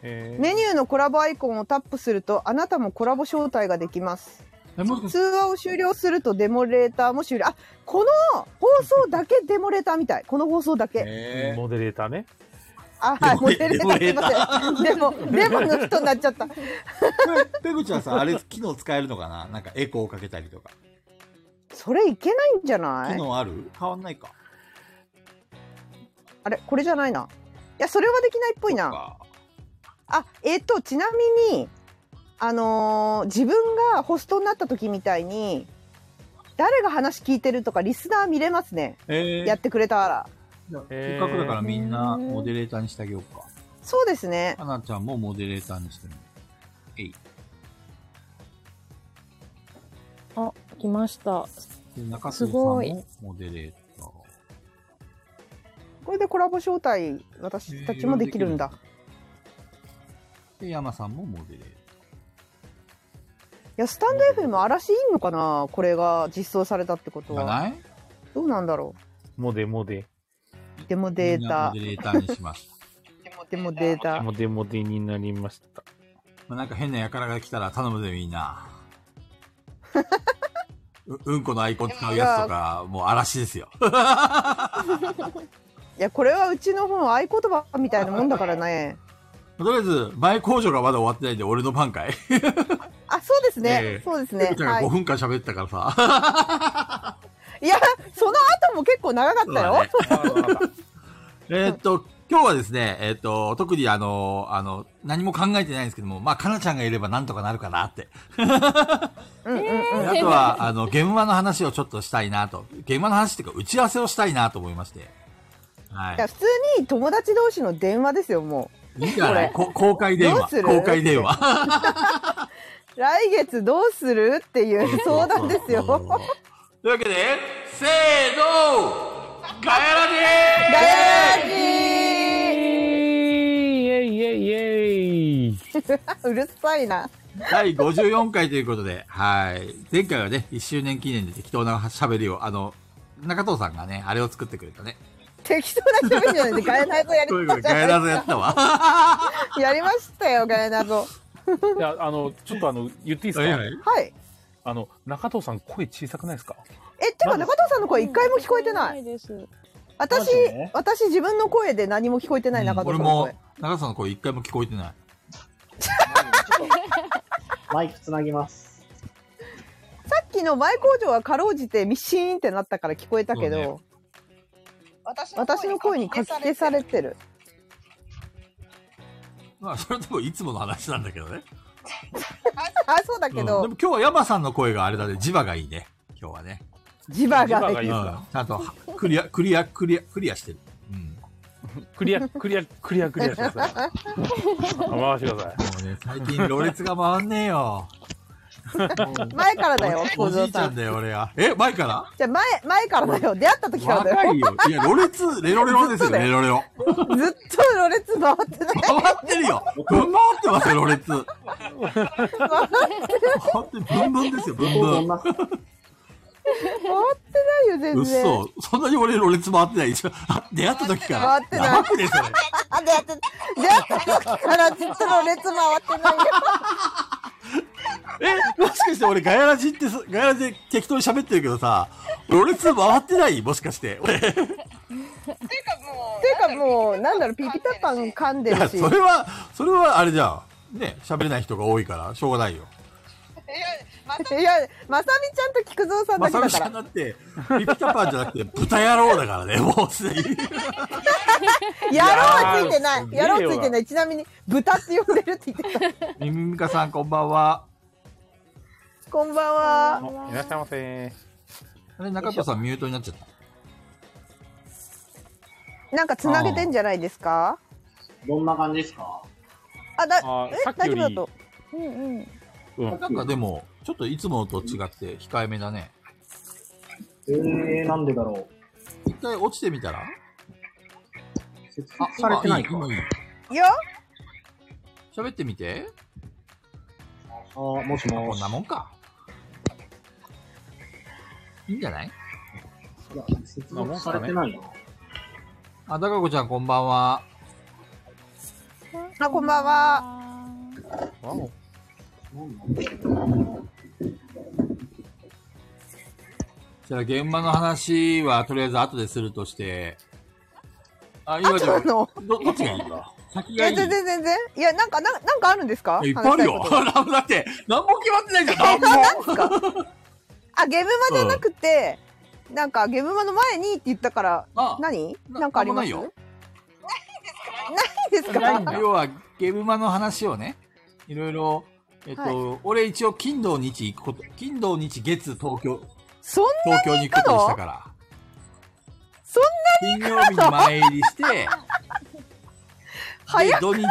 Speaker 2: えー
Speaker 5: メニューのコラボアイコンをタップするとあなたもコラボ招待ができます
Speaker 1: え、もしかし
Speaker 5: 通話を終了するとデモレーターも終了あこの放送だけデモレーターみたいこの放送だけ
Speaker 1: て、
Speaker 2: モデレーターね。
Speaker 5: あはい
Speaker 1: デモ
Speaker 5: モ
Speaker 1: レ
Speaker 5: デレーターすいませんデモデモの人になっちゃった
Speaker 1: ペグちゃん さ、あれ、機能使えるのかななんかエコーかけたりとか。
Speaker 5: それいけないんじゃな
Speaker 1: 機
Speaker 5: い
Speaker 1: 能ある変わんないか。
Speaker 5: あれこれじゃないないやそれはできないっぽいな
Speaker 1: か
Speaker 5: あえっ、とちなみにあのー自分がホストになった時みたいに誰が話聞いてるとかリスナー見れますね、
Speaker 1: え
Speaker 5: やってくれたら
Speaker 1: じゃあせ
Speaker 2: え
Speaker 1: っ
Speaker 2: ー
Speaker 1: かくだからみんなモデレーターにしてあげようか。
Speaker 5: そうですね
Speaker 1: かなちゃんもモデレーターにしてみる。
Speaker 3: あ、来ました。
Speaker 1: で中
Speaker 3: す
Speaker 1: 津さん
Speaker 3: ごい
Speaker 1: もモデレーター。
Speaker 5: これでコラボ招待私たちもできるんだ、
Speaker 1: で、山さんもモデレーター。
Speaker 5: いやスタンド FM 嵐いいのかなこれが実装されたってこと
Speaker 1: じゃ
Speaker 5: は
Speaker 1: ない
Speaker 5: どうなんだろ
Speaker 2: モデモデ。
Speaker 5: うでもデ
Speaker 1: み
Speaker 5: ー
Speaker 1: んな
Speaker 5: タ
Speaker 1: モデレーターにしました。
Speaker 5: でもデータ
Speaker 2: モデモデになりました。
Speaker 1: まあ、なんか変な輩が来たら頼むぜみんな。う、うんこのアイコン使うやつとか、もう嵐ですよ。
Speaker 5: いやこれはうちの本合言葉みたいなもんだからね
Speaker 1: とりあえず、前工場がまだ終わってないんで、俺の番かい。
Speaker 5: あそうですね、
Speaker 1: ええ
Speaker 5: そう ですね
Speaker 1: ちゃん
Speaker 5: は
Speaker 1: が
Speaker 5: い
Speaker 1: 5分間喋ったからさ。
Speaker 5: いやその後も結構長か ったよ、
Speaker 1: えーっと、今日はですね、えーっと、特にあの、あの、何も考えてないんですけども、まあ、かなちゃんがいればなんとかなるかなって。
Speaker 5: うんうんうん
Speaker 1: であとは、あの、現場の話をちょっとしたいなと。現場の話っていうか、打ち合わせをしたいなと思いまして。はい
Speaker 5: いや。普通に友達同士の電話ですよも
Speaker 1: いいんじゃないこ公開電
Speaker 5: どう
Speaker 1: 話。
Speaker 5: する
Speaker 1: 公開電 話。
Speaker 5: う来月どうするっていう相談ですよ
Speaker 1: そうそうそう。というわけで、せーのガヤラで
Speaker 5: ガヤラジ
Speaker 2: イエイイエイイエイ
Speaker 5: ー うるさいな
Speaker 1: ー第54回ということで、はい。前回はね、1周年記念で適当な喋りを、あの、中藤さんがね、あれを作ってくれたね。
Speaker 5: 適当な気分じゃないでガヤナゾやり
Speaker 1: そういう
Speaker 5: ま
Speaker 1: こと
Speaker 5: した
Speaker 1: ガヤラでやったわ。
Speaker 5: やりましたよガヤナゾ
Speaker 2: いや、あの、ちょっとあの、言っていいですか、
Speaker 5: はい
Speaker 2: あの、中藤さん声小さくないですか
Speaker 5: えてか中藤さんの声一回も聞こえてない
Speaker 3: いです。
Speaker 4: マ
Speaker 5: 私
Speaker 4: ジで
Speaker 5: 私自分の声で何も聞こえてない中
Speaker 1: 俺
Speaker 5: 藤さんの
Speaker 1: も
Speaker 5: 声、
Speaker 1: 中藤さんの声一回も聞こえてない。
Speaker 4: マイクつなぎます。
Speaker 5: さっきの前工場はかろうじてミシーンってなったから聞こえたけ
Speaker 1: そ
Speaker 5: ど私の声にかき消されてる。
Speaker 1: まあ、それでもいつもの話なんだけどね。
Speaker 5: あ、そうだけ
Speaker 1: うんで
Speaker 5: ど、
Speaker 1: も今日は山さんの声があれだね、磁場がいいね。今日はね。
Speaker 5: 磁場
Speaker 2: 磁場
Speaker 5: が
Speaker 2: がいいですか
Speaker 1: うんちゃんとはクリア、クリア、クリア、クリアしてる。うん。も
Speaker 2: クリア、クリア、クリア、クリアしてください。回してください。
Speaker 1: うね、最近、ろれつが回んねえよ。
Speaker 5: 前からだよ、
Speaker 1: お
Speaker 5: 小
Speaker 1: じ
Speaker 5: 僧
Speaker 1: いちゃ
Speaker 5: さん
Speaker 1: ん。だよ、俺は。え、前か
Speaker 5: じゃあ前、前からだよ。出会った時
Speaker 1: ら
Speaker 5: からだ
Speaker 1: 若
Speaker 5: よ。
Speaker 1: いよ。いや、ろれつ、レロレロですよ、
Speaker 5: ずっとだ
Speaker 1: レ
Speaker 5: よ
Speaker 1: ロレロ。
Speaker 5: ずっとろれつ回ってない。
Speaker 1: 回ってるよ。回ってますよ、ろれつ。回って、ブンブンですよ、ブン
Speaker 4: そん
Speaker 1: ブン。
Speaker 4: な、
Speaker 5: 回ってないよ、全然。
Speaker 1: 嘘。そんなに俺、ろれつ回ってない。 一緒あ出会った時から。
Speaker 5: 回ってない
Speaker 1: やばくね、それ。
Speaker 5: あ、出会って、出会った時からずっとろれつ回ってないよ。
Speaker 1: え、もしかして俺、ガヤラジってさ、ガヤラジで適当に喋ってるけどさ、ロレツ回ってないもしかして。俺、い
Speaker 6: ていうかもう
Speaker 5: ていうかもう、なんだろう、ピピタパン噛んで
Speaker 1: や、
Speaker 5: るし。
Speaker 1: それは、それはあれじゃん。ね、喋れない人が多いから、しょうがないよ。
Speaker 6: いやまた
Speaker 5: いや、まさみちゃんと菊蔵さん
Speaker 1: ま
Speaker 5: だ
Speaker 1: さ
Speaker 5: けだ
Speaker 1: みち
Speaker 5: か
Speaker 1: ゃん
Speaker 5: ら。
Speaker 1: だって、ピピタパンじゃなくて、豚野郎だからね、もうすでに。
Speaker 5: やろうはついてない
Speaker 2: いやーす。げえ
Speaker 5: や
Speaker 2: わ
Speaker 5: ろうついてない。ちなみに、豚って呼んでるって言ってた。
Speaker 1: ミミミカさん、こんばんは。
Speaker 5: こんばんは。
Speaker 2: いらっしゃいませ。
Speaker 1: あれ、中田さん、ミュートになっちゃった。
Speaker 5: なんか繋げてんじゃないですか
Speaker 4: どんな感じですか
Speaker 5: あ、だ、
Speaker 2: あ
Speaker 5: え
Speaker 2: さっ、き
Speaker 5: 大
Speaker 2: よ
Speaker 5: 丈
Speaker 2: り
Speaker 5: 夫だと。
Speaker 3: うんうん。
Speaker 2: うん。
Speaker 1: なんかでも、ちょっといつもと違って、控えめだね。
Speaker 4: えー、なんでだろ
Speaker 1: 一回落ちてみたら
Speaker 4: う。説
Speaker 1: あ
Speaker 4: 明、されてないか。
Speaker 1: 今いい、今いい。
Speaker 5: いや、
Speaker 1: 喋ってみて。
Speaker 4: あ、もしも
Speaker 1: こ
Speaker 4: し
Speaker 1: んな。もんか。いいんじゃない
Speaker 4: いや接続されてないな。
Speaker 1: あ、高子ちゃんこんばんは。
Speaker 5: あ、こんばんは。
Speaker 2: わお
Speaker 1: じゃあ現場の話はとりあえず後でするとして。あ、今
Speaker 5: あ、
Speaker 1: で
Speaker 5: ち
Speaker 1: も
Speaker 5: ょっ、と。
Speaker 1: ど、どっちがいいんだ先
Speaker 5: い
Speaker 1: がい
Speaker 5: や、
Speaker 1: い
Speaker 5: 全然全然。いや、なんか、なんなんかあるんですか
Speaker 1: えいっぱいあるよ
Speaker 5: 話し。たい こ
Speaker 1: だって、何も決まってないじゃん、何も。
Speaker 5: とあ、ゲームマじゃなくて、なんか、ゲームマの前にって言ったから、
Speaker 1: あ
Speaker 5: 何
Speaker 1: な
Speaker 5: なんかあります
Speaker 1: なんもないよ
Speaker 5: ないですか
Speaker 2: ないんだ
Speaker 1: 要は、ゲームマの話をね、いろいろ、えっと、俺一応、金土日行くこと、金土日月東京、
Speaker 5: そん
Speaker 1: 東京に行くことにしたから。
Speaker 5: そ
Speaker 1: んなに金曜日に前入りして、
Speaker 5: 早
Speaker 1: で土日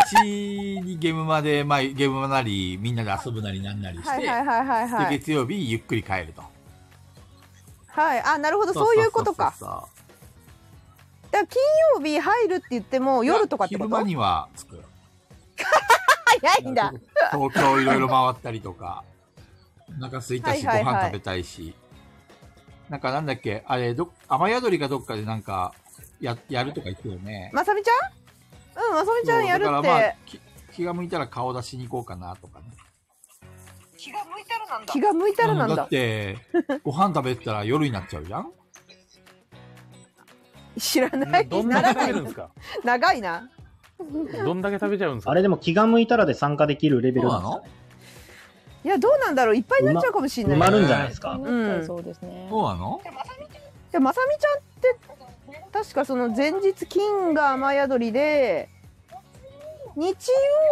Speaker 1: にゲームまで、まあ、ゲームなり、みんなで遊ぶなりなんなりして、
Speaker 5: はいはいはいはいは
Speaker 1: で
Speaker 5: い。
Speaker 1: 月曜日ゆっくり帰ると。
Speaker 5: はい、あ、なるほど、そういうことか。
Speaker 1: そうそうそう
Speaker 5: だから金曜日入るって言っても、
Speaker 1: そう
Speaker 5: 夜とかってこ
Speaker 1: 昼
Speaker 5: と
Speaker 1: 間
Speaker 5: 早
Speaker 1: には着くよ。
Speaker 5: いんだ。
Speaker 1: 東京いろいろ回ったりとか、 お腹空いたし、ご
Speaker 5: はいはいはい
Speaker 1: 飯食べたいし。なんかなんだっけ、あれ、ど、雨宿りかどっかでなんか、や、やるとか言ってるよね。
Speaker 5: まさみちゃんうん、まさみちゃんやる
Speaker 1: そうだ
Speaker 5: っ
Speaker 1: からまあ
Speaker 5: て。、
Speaker 1: き気が向いたら顔出しに行こうかなとかね。
Speaker 6: 気が向いたらなんだ
Speaker 5: 気が向いたらなん
Speaker 1: うんだ
Speaker 5: だ
Speaker 1: っ。て、 ご飯食べてたら夜になっちゃうじゃん
Speaker 5: 知らない。
Speaker 2: どん
Speaker 5: な
Speaker 2: だ
Speaker 5: ら
Speaker 2: け
Speaker 5: な
Speaker 2: 食べる。
Speaker 5: い
Speaker 2: んですか
Speaker 5: 長いな。
Speaker 2: どんだけ食べちゃうんですか
Speaker 4: あれでも気が向いたらで参加できるレベ
Speaker 1: そう
Speaker 4: ル
Speaker 1: な
Speaker 4: なんです
Speaker 1: の
Speaker 4: かね
Speaker 5: いや、どうなんだろう。いっぱいになっちゃうかもしれ
Speaker 4: 埋
Speaker 5: な
Speaker 4: ま
Speaker 5: い。
Speaker 4: るんじゃないですか。
Speaker 5: うん
Speaker 3: そうですね。
Speaker 1: そうなの
Speaker 6: でまさみちゃん
Speaker 5: で、まさみちゃんって、確かその前日金が雨宿りで、日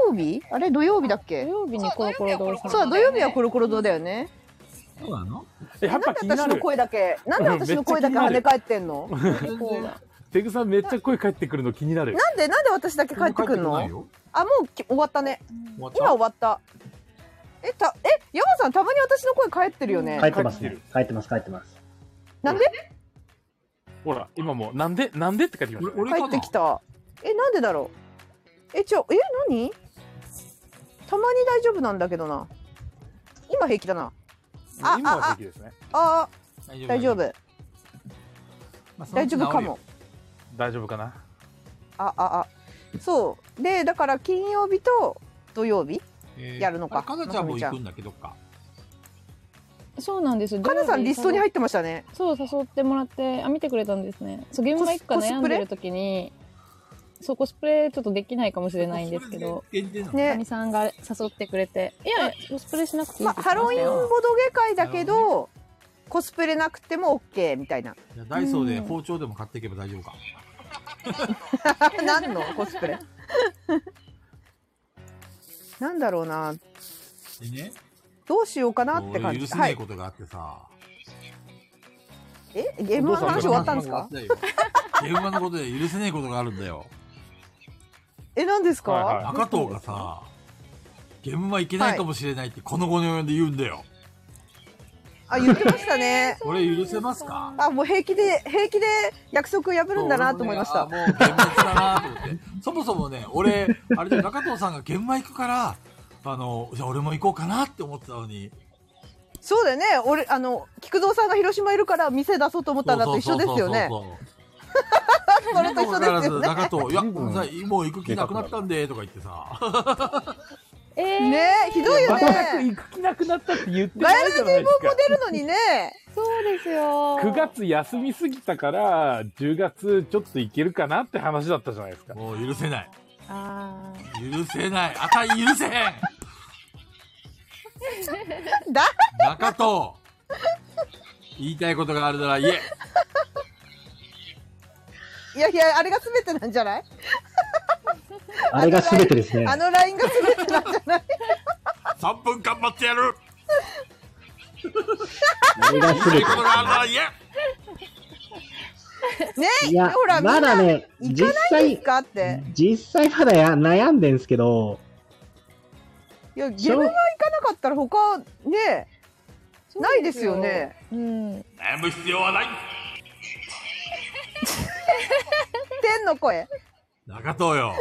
Speaker 5: 曜日あれ土曜日だっ
Speaker 3: 土
Speaker 5: け
Speaker 3: 曜日にコロコロ堂さん。
Speaker 5: そう、土曜日はコロコロ堂だよね。
Speaker 1: そうなの
Speaker 2: え
Speaker 5: な
Speaker 2: や
Speaker 5: ん
Speaker 2: っ
Speaker 5: で
Speaker 2: ぱ気にな
Speaker 5: 私の
Speaker 2: る。
Speaker 5: 声だけ、なんで私の声だけ跳ね返ってんのな
Speaker 3: そうだ。
Speaker 2: ペグさんめっちゃ声返ってくるの気になる。
Speaker 5: んで、なんで私だけ帰ってくんの
Speaker 1: 帰ってこないよ
Speaker 5: あ、もうき終わったね。
Speaker 1: 終わっ
Speaker 5: 今
Speaker 1: た
Speaker 5: 終わった。え、た、え、山さんたまに私の声返ってるよね。
Speaker 4: 帰ってますね。帰ってます、帰ってます。
Speaker 5: なんで
Speaker 2: ほら、今もう、なんで、なんでって書いてきましたね。
Speaker 1: 俺
Speaker 5: 帰
Speaker 1: か
Speaker 5: って
Speaker 1: な
Speaker 5: きた。え、なんでだろう。え、ちょ、え、何たまに大丈夫なんだけどな。今平気だな。あ
Speaker 2: 今は平気ですね。
Speaker 5: あ
Speaker 1: 大
Speaker 5: ー、大丈夫。
Speaker 1: まあそのう
Speaker 5: 大
Speaker 1: ち
Speaker 5: 丈夫かも。
Speaker 2: 大丈夫かな。
Speaker 5: あ、あ、あ。そう。で、だから金曜日と土曜日
Speaker 1: 治るよ。
Speaker 5: やるのか
Speaker 1: えーあかなちゃんも行くんだけどか。
Speaker 3: そうなんですよ。
Speaker 5: かなさんリストに入ってましたね。
Speaker 3: そう誘ってもらってあ見てくれたんですねそう現場一家
Speaker 5: コス
Speaker 3: 悩んでる時にそうコスプレちょっとできないかもしれないんですけど
Speaker 1: 限定なの。
Speaker 3: かみ
Speaker 5: ね。
Speaker 3: さんが誘ってくれていやコスプレしなくていい
Speaker 5: まあ、ハロウィンボ
Speaker 3: ン
Speaker 5: ドゲ会だけど、コスプレなくても OK みたいな
Speaker 1: じゃあダイソーで包丁でも買っていけば大丈夫か。
Speaker 5: 何のコスプレ なんだろうな
Speaker 1: でね、
Speaker 5: どうしようかなって感
Speaker 1: 俺許
Speaker 5: じ
Speaker 1: せ
Speaker 5: は
Speaker 1: ない
Speaker 5: い
Speaker 1: ことがあってさ。
Speaker 5: えゲームの話終わったんですか
Speaker 1: 現場のことで許せないことがあるんだよ。
Speaker 5: え何ですか、
Speaker 2: はいはい
Speaker 1: 赤党がさ、現場行けないかもしれないってこの後ので言うんだよ。
Speaker 5: あ言ってましたね
Speaker 1: これ許せますか
Speaker 5: あもう平気で平気で約束破るんだなと思いました、
Speaker 1: そう俺もねあもう現場だなと思って。そもそもね、俺、あれで中藤さんが現場行くから、あの、じゃあ俺も行こうかなって思ってたのに。
Speaker 5: そうだよね俺あの菊蔵さんが広島いるから店出そうと思ったんだと一緒ですよね
Speaker 1: そうそうそうそう
Speaker 5: それと一緒ですよね
Speaker 1: 中藤、いや、ごめんなさい、もう行く気なくなったんで、とか言ってさ。
Speaker 3: えー、
Speaker 5: ねえひどいよね
Speaker 2: 全く行く気なくなったって言って
Speaker 5: ガ
Speaker 2: な
Speaker 5: ヤ
Speaker 2: い
Speaker 5: ラジ
Speaker 2: じゃ
Speaker 5: 本
Speaker 2: ないですか
Speaker 5: も出るのにね
Speaker 3: そうですよ。
Speaker 2: 9月休みすぎたから10月ちょっといけるかなって話だったじゃないですか
Speaker 1: もう許せない。
Speaker 3: ああ。
Speaker 1: 許せない。あたい許せへん
Speaker 5: だ
Speaker 1: 中藤言いたいことがあるなら言え。
Speaker 5: いやいやあれが全てなんじゃない
Speaker 4: あれが全てですね。
Speaker 5: あのラインが全てなんじゃない
Speaker 1: 3分頑張ってやる
Speaker 4: あれが全
Speaker 1: 言いたい
Speaker 4: て。
Speaker 1: ことがあるなら言え
Speaker 5: ね
Speaker 4: いや
Speaker 5: ほら、みん
Speaker 4: ま
Speaker 5: な
Speaker 4: だね、
Speaker 5: 行
Speaker 4: 実
Speaker 5: かない
Speaker 4: 際
Speaker 5: です、かって
Speaker 4: 実際まだや悩んでんすけど、
Speaker 5: いや自
Speaker 4: しょう
Speaker 5: 分が行かなかったら他ねないですよね。
Speaker 3: うん。
Speaker 1: 悩む必要はない
Speaker 5: 天の声
Speaker 1: 中藤よ。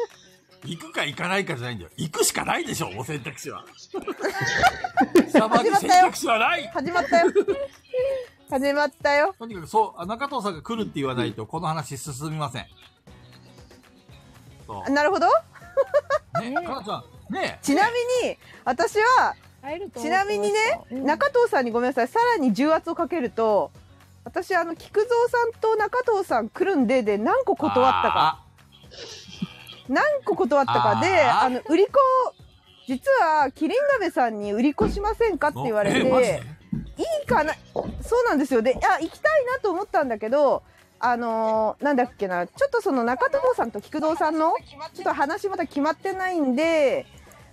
Speaker 1: 行くか行かないかじゃないんだよ。行くしかないでしょ、お選択肢 は。貴様に選択肢はない
Speaker 5: 始まったよ始まったよ
Speaker 1: とにかくそうあ、中藤さんが来るって言わないと、この話進みません。そ
Speaker 5: あなるほど
Speaker 1: う。ね、かなちゃん、ね
Speaker 5: ちなみに私は
Speaker 3: 会えると
Speaker 5: ちなみにね、中藤さんにごめんなさいさらに重圧をかけると私あの菊蔵さんと中藤さん来るんでで何個断ったか
Speaker 1: あ
Speaker 5: 何個断ったかで
Speaker 1: あー
Speaker 5: あの売り子実はキリン鍋さんに売り子しませんかって
Speaker 1: ー
Speaker 5: 言われて。
Speaker 1: えマジで
Speaker 5: いいかなそうなんですよであ行きたいなと思ったんだけどあのーなんだっけなちょっとその中友さんと菊蔵さんのちょっと話まだ決まってないんで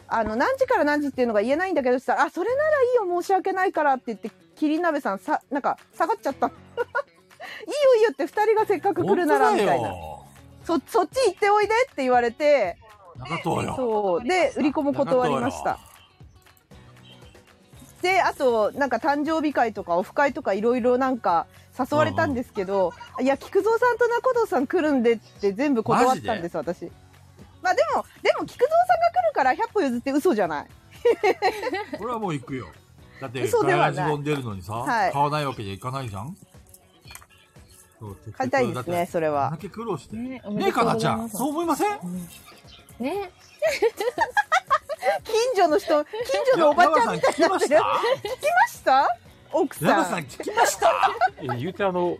Speaker 5: あの何時から何時っていうのが言えないんだけどそしたら「あそれならいいよ申し訳ないから」って言ってキリン鍋さんさなんか下がっちゃった いいよいいよって2人がせっかく来るならみたいな
Speaker 1: 本
Speaker 5: そそっち行っておいでって言われて
Speaker 1: 当だよ中藤よ。
Speaker 5: そうで売り子も断りましたであとなんか誕生日会とかオフ会とかいろいろなんか誘われたんですけど、いや菊蔵さんと中藤さん来るんでって全部断ったんです私まあでもでも菊蔵さんが来るから100歩譲って嘘じゃない
Speaker 1: 中藤よ。これはもう行くよ。だって、
Speaker 5: 嘘で
Speaker 1: ガ
Speaker 5: は
Speaker 1: ヤ
Speaker 5: ない
Speaker 1: ラジ本出るのにさ、
Speaker 5: はい
Speaker 1: 買わないわけにはいかないじゃんそう
Speaker 5: 買いたいですね
Speaker 1: だって
Speaker 5: それは
Speaker 1: あんだけ苦労して。ね
Speaker 3: ねおめ
Speaker 1: え、
Speaker 3: でと
Speaker 1: か
Speaker 3: うござ
Speaker 1: ないちゃん、
Speaker 3: ます
Speaker 1: そう思いません
Speaker 3: ね。
Speaker 5: 近所の人近所のおばちゃん
Speaker 1: や
Speaker 5: みたいになってる
Speaker 1: 山
Speaker 5: 聞きました奥
Speaker 1: 山
Speaker 5: さ
Speaker 1: さん
Speaker 5: ん
Speaker 1: 聞きました
Speaker 2: え言うてあの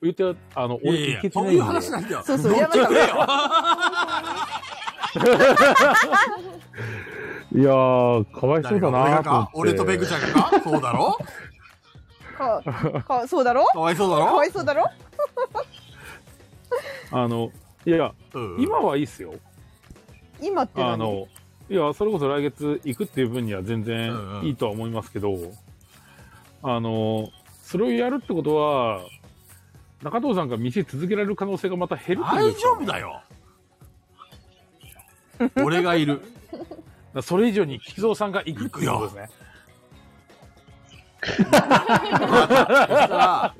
Speaker 2: 言うてあの
Speaker 1: いや
Speaker 2: 俺
Speaker 1: いや
Speaker 2: 聞けて
Speaker 1: そ
Speaker 2: な
Speaker 1: う
Speaker 2: いん
Speaker 1: い
Speaker 2: で
Speaker 1: う話なんだよ。
Speaker 5: そうそう
Speaker 1: 乗っ
Speaker 5: 山
Speaker 1: て
Speaker 5: さん
Speaker 1: くれよ。
Speaker 2: いやーかわいそう
Speaker 1: 誰が
Speaker 2: だな
Speaker 1: 俺
Speaker 2: と思っ
Speaker 1: か
Speaker 2: て
Speaker 1: 俺とペグちゃんがかそうだろ
Speaker 5: かかそうだろ
Speaker 1: かわいそうだ
Speaker 5: か
Speaker 1: ろ
Speaker 5: わいそうだろ
Speaker 2: あのいや
Speaker 1: うん
Speaker 2: 今はいいっすよ
Speaker 5: 今って
Speaker 2: あ
Speaker 5: 何
Speaker 2: のいやそれこそ来月行くっていう分には全然
Speaker 1: うんうん
Speaker 2: いいとは思いますけど、あのそれをやるってことは中藤さんが店続けられる可能性がまた減るってこと
Speaker 1: 大
Speaker 2: です
Speaker 1: 丈
Speaker 2: よ
Speaker 1: 夫だよ。俺がいる。
Speaker 2: だからそれ以上に菊蔵さんが行くっていうことですね
Speaker 1: そしたら、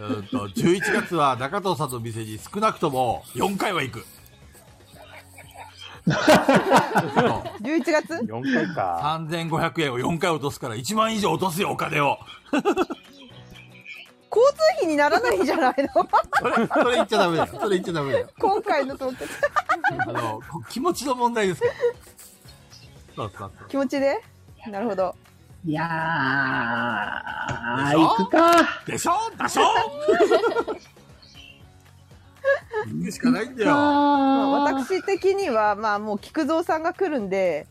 Speaker 1: うんと、11月は中藤さんの店に少なくとも4回は行く。
Speaker 5: 11月
Speaker 2: 4回か
Speaker 1: 3500円を4回落とすから1万以上落とすよ、お金を。
Speaker 5: 交通費にならないんじゃないの
Speaker 1: それ、それ言っちゃダメだよ。それ言っちゃダメだよ。
Speaker 5: 今回のトーク
Speaker 1: あの、こ気持ちの問題ですから。そうそうそう。
Speaker 5: 気持ちでなるほど
Speaker 4: いやー、あ
Speaker 1: でしょ
Speaker 4: ー行くか。
Speaker 1: でしょでしょ行くしかないんだよ。
Speaker 5: まあ私的にはまあもう菊蔵さんが来るんで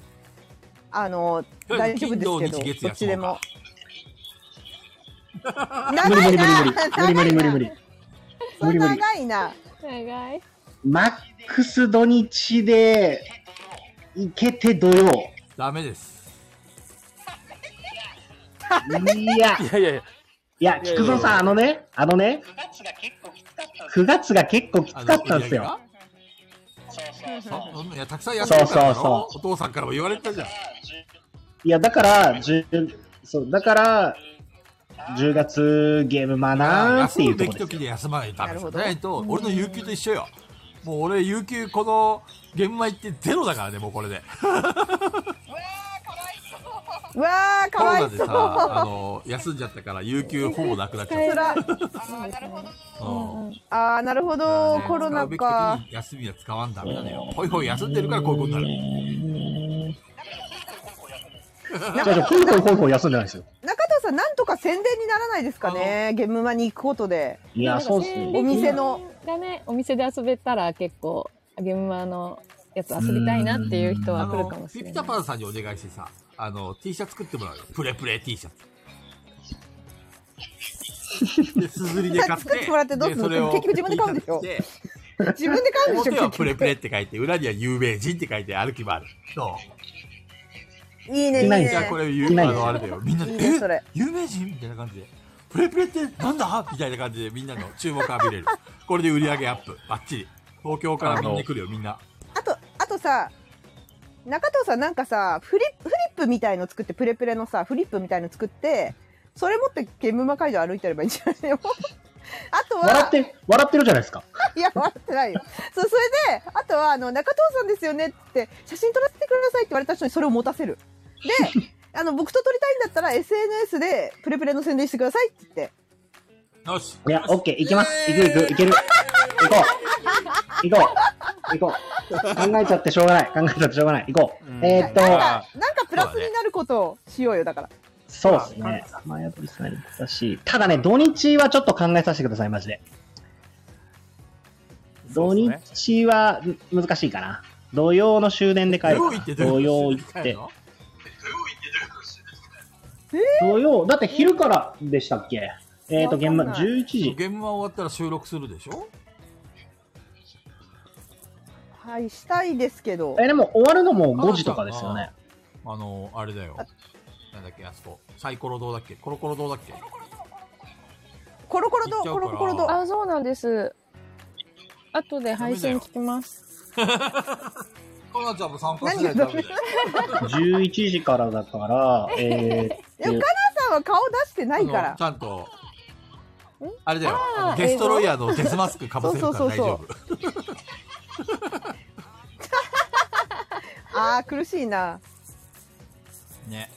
Speaker 5: あの
Speaker 1: とりあえ
Speaker 5: 大
Speaker 1: ず
Speaker 5: 丈夫です
Speaker 1: 金
Speaker 5: け
Speaker 1: 土日
Speaker 5: ど
Speaker 1: 月
Speaker 5: どっちでも
Speaker 4: 無
Speaker 5: 長
Speaker 4: 理
Speaker 5: い
Speaker 4: 無
Speaker 5: な
Speaker 4: 理無理無理無理無理無理無
Speaker 5: 長いな
Speaker 4: 理
Speaker 5: それ
Speaker 4: 無理無理
Speaker 5: 長いな。
Speaker 3: 長い。
Speaker 4: マックス土日で行けて土曜
Speaker 1: ダメです。
Speaker 4: いや
Speaker 2: いやいやいや、
Speaker 4: いや菊蔵さんあのねあのね
Speaker 7: 月が結構きつかったん
Speaker 4: 9月が結構きつかったんですよ。
Speaker 7: そうそう
Speaker 1: あそんないや、たくさんやってるからだろ
Speaker 4: そうそう
Speaker 1: お父さんからも言われたじゃん。
Speaker 4: いやだから10そうだから10月ゲームマナーっ
Speaker 1: 休
Speaker 4: ていう
Speaker 1: む
Speaker 4: と
Speaker 1: べ
Speaker 4: こ
Speaker 1: き
Speaker 4: ろです
Speaker 1: 時
Speaker 4: よ
Speaker 1: で休まないとダメです
Speaker 8: なるほ
Speaker 1: よ
Speaker 8: ど
Speaker 1: ないと、俺の有給と一緒よ。もう俺、有給この、現場行ってゼロだからね、もうこれで。
Speaker 7: うわーかわいそう
Speaker 5: うわー、かわい
Speaker 1: コロナで
Speaker 5: そ
Speaker 1: さ、あ
Speaker 5: う。
Speaker 1: の、休んじゃったから、有給ほぼなくなっちゃった。
Speaker 5: つら
Speaker 7: あーなるほど
Speaker 1: うん
Speaker 5: あー、なるほど、コロナか。。
Speaker 1: 休みは使わんダメなのよ。ほいほい休んでるからこういうことになる。
Speaker 4: じゃあじゃあほいほいほいほい休んでないですよ
Speaker 5: 中藤さん、なんとか宣伝にならないですかね、ゲームマに行くことで。
Speaker 4: いやそうですね
Speaker 5: お店の。
Speaker 3: がね、お店で遊べたら結構、ゲームマのやつ遊びたいなっていう人
Speaker 1: あ
Speaker 3: は来る
Speaker 1: の
Speaker 3: かも、し
Speaker 1: ピ
Speaker 3: れ
Speaker 1: ピ
Speaker 3: な
Speaker 1: タ
Speaker 3: い。
Speaker 1: パンさんにお願いしてさ、あの、T シャツ作ってもらうよ。プレプレ T シャツ。で、すずりで買って。
Speaker 5: 作ってもらってどうする
Speaker 1: でそれを
Speaker 5: 結局自分で買うんでしょ
Speaker 1: T シャツ着て
Speaker 5: 自分で買うんで
Speaker 1: 表
Speaker 5: しょ
Speaker 1: は、プレプレって書いて、裏には有名人って書いて歩き回る。そ
Speaker 5: いいね、いいう
Speaker 1: う。じゃあ
Speaker 5: ね
Speaker 1: こ。れ、有
Speaker 4: い
Speaker 1: あ
Speaker 4: ない
Speaker 1: の、あれだよ。みんな、
Speaker 5: いいね、そ
Speaker 1: え
Speaker 5: れ。
Speaker 1: 有名人みたいな感じで。プレプレってなんだみたいな感じでみんなの注目浴びれる。これで売り上げアップ。バッチリ。東京からみんな来るよ、みんな。
Speaker 5: あと、あとさ、中藤さんなんかさ、フリフリップみたいの作って、プレプレのさ、フリップみたいの作って、それ持ってゲームマ会場歩いてればいいんじゃないの あとは、
Speaker 4: 笑って笑ってるじゃないですか
Speaker 5: いや、笑ってないよ。そう、それで、あとは、あの、中藤さんですよねって、写真撮らせてくださいって言われた人にそれを持たせる。 で、あの、僕と撮りたいんだったら SNS でプレプレの宣伝してくださいって言って。
Speaker 1: よし。
Speaker 4: いや、オッケー、いけます。いけるいける、いける。行こう。行こう。行こう。考えちゃってしょうがない。考えちゃってしょうがない。行こう。
Speaker 2: うん
Speaker 4: えーっと、
Speaker 5: なん
Speaker 2: あ
Speaker 5: か、なんかプラスになることをしようよ、だから。
Speaker 4: そうですね。雨宿りされたし、ただね、土日はちょっと考えさせてください、マジで。
Speaker 2: そ
Speaker 4: 土
Speaker 2: うですね
Speaker 4: 日はん難しいかな。土曜の終電で帰る
Speaker 1: 土曜行ってど
Speaker 4: か。
Speaker 1: う
Speaker 4: 土
Speaker 1: いう
Speaker 4: 曜
Speaker 1: こ
Speaker 4: 行
Speaker 1: と
Speaker 4: って。
Speaker 5: え
Speaker 4: 土曜、だって昼からでしたっけえーっと、
Speaker 5: わか
Speaker 4: 現
Speaker 5: んない
Speaker 4: 場11時。
Speaker 1: 現場終わったら収録するでしょ
Speaker 5: はい、したいですけど
Speaker 4: え、。でも終わるのも5時とかですよね。
Speaker 1: あの、あれだよ。なんだっけ、あそこ。サイコロ堂だっけコロコロ堂だっけ
Speaker 5: コロコロと、
Speaker 1: 行っちゃう
Speaker 5: コ
Speaker 1: から
Speaker 5: ロコロと。
Speaker 3: あ、そうなんです。後で配信聞きます。
Speaker 1: コロナちゃんも参加しないとダメだよ。
Speaker 4: 11時からだから、えーっ
Speaker 5: いや、
Speaker 4: と
Speaker 5: かなさんは顔出してないか
Speaker 1: あの
Speaker 5: ら
Speaker 1: ち。ゃんと。あれだよ。
Speaker 3: あー
Speaker 1: あのゲストロイヤーのデスマスクかぶせるから
Speaker 5: そうそ
Speaker 1: 大
Speaker 5: うそう
Speaker 1: 丈
Speaker 5: そ
Speaker 1: 夫。
Speaker 5: あー、苦しいな。
Speaker 1: ね。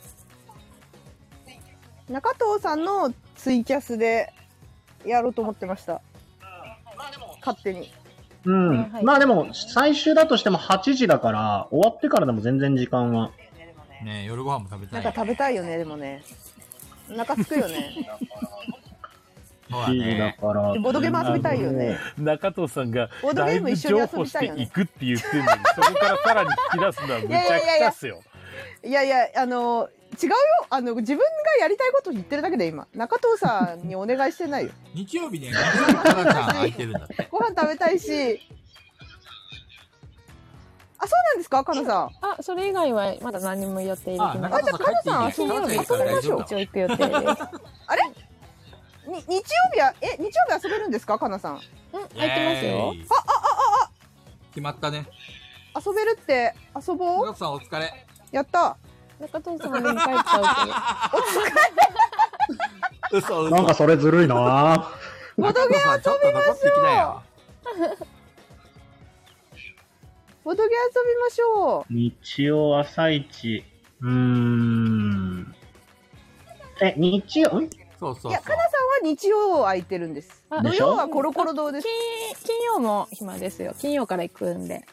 Speaker 5: 中藤さんのツイキャスでやろうと思ってました。勝手に。
Speaker 4: うん
Speaker 3: はい
Speaker 4: まあでも、最終だとしても8時だから、終わってからでも全然時間は。
Speaker 1: ね夜ご飯も食べた。
Speaker 5: ないんか食べたいよね、でもね。お腹すくよね。
Speaker 1: そうだ
Speaker 4: 8時だ
Speaker 1: ね。
Speaker 4: から。
Speaker 5: ボードゲーム遊びたいよね。
Speaker 2: 中藤さんが
Speaker 5: ボードゲ
Speaker 2: だい
Speaker 5: ーム
Speaker 2: ぶ
Speaker 5: 一緒
Speaker 2: 譲
Speaker 5: に遊
Speaker 2: 歩
Speaker 5: び
Speaker 2: したて
Speaker 5: いよね
Speaker 2: いくって言ってるのに、そこからさらに引き出すのはむちゃくちゃっすよ。
Speaker 5: いやいや、あの、違うよ。あの、自分がやりたいこと言ってるだけで今。中藤さんにお願いしてないよ。
Speaker 1: 日曜日ね、かなちゃん空いてるんだって。
Speaker 5: ご飯食べたいし。あ、そうなんですかかなさん。
Speaker 3: あ、それ以外はまだ何も予定でき
Speaker 1: あ
Speaker 3: ま
Speaker 1: 中
Speaker 3: せん。
Speaker 1: 田さん帰っていいね。
Speaker 5: じゃ
Speaker 1: かな
Speaker 5: あ
Speaker 1: ちゃんいいから大丈夫
Speaker 3: 一応 行く予定です。
Speaker 5: あれに日曜日は、え、日曜日遊べるんですかかなさん。
Speaker 3: うん、空いてますよ。
Speaker 1: イエーイ決まったね。
Speaker 5: 遊べるって、遊ぼ
Speaker 1: お
Speaker 5: う
Speaker 1: 父さんお疲れ。
Speaker 5: やった。
Speaker 3: 中藤さんに帰ったわけ
Speaker 1: 嘘嘘。
Speaker 4: なんかそれずるいな
Speaker 5: ボドゲ
Speaker 1: ちょっと残ってきなよ。
Speaker 5: ボドゲ遊びましょう。
Speaker 4: 日曜朝一。うーん。え、日曜、ん
Speaker 1: そうそうそう。
Speaker 5: いや、かなさんは日曜空いてるんです。
Speaker 3: あ
Speaker 4: で
Speaker 5: 土
Speaker 4: しょ
Speaker 5: 曜はコロコロ堂です。
Speaker 3: 金金曜も暇ですよ金曜から行くんで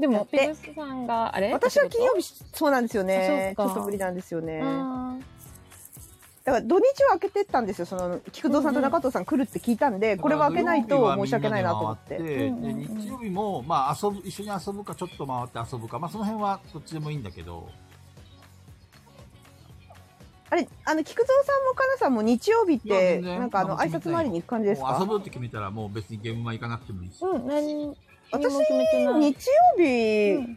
Speaker 3: でも
Speaker 5: だ
Speaker 3: ペ
Speaker 5: っ
Speaker 3: ルスさんがあれ
Speaker 5: 私は金曜日、そうなんですよね。ち
Speaker 3: あそう
Speaker 5: ょ
Speaker 3: か
Speaker 5: っと無理なんですよね。
Speaker 3: あ
Speaker 5: だから土日は開けてったんですよ。その、菊蔵さんと中藤さん来るって聞いたんで、これは開けないと申し訳ないなと思っ
Speaker 1: 土
Speaker 5: て。
Speaker 1: 曜日は
Speaker 3: うん
Speaker 1: みんな
Speaker 3: うん
Speaker 1: で回って
Speaker 3: うん
Speaker 1: で日曜日も、まあ、遊ぶ、一緒に遊ぶか、ちょっと回って遊ぶか、まあ、その辺はどっちでもいいんだけど、
Speaker 5: あれ、あの、菊蔵さんもかなさんも日曜日っ
Speaker 1: いや
Speaker 5: て、
Speaker 1: 全然
Speaker 5: なんかあの、
Speaker 1: あの
Speaker 5: 挨拶回りに行く感じです
Speaker 1: もう遊
Speaker 5: か
Speaker 1: ぶって決めたらもう別に現場行かなくてもいいし。
Speaker 3: うん、何にも
Speaker 5: 私
Speaker 3: 決めてない。
Speaker 5: 日曜日、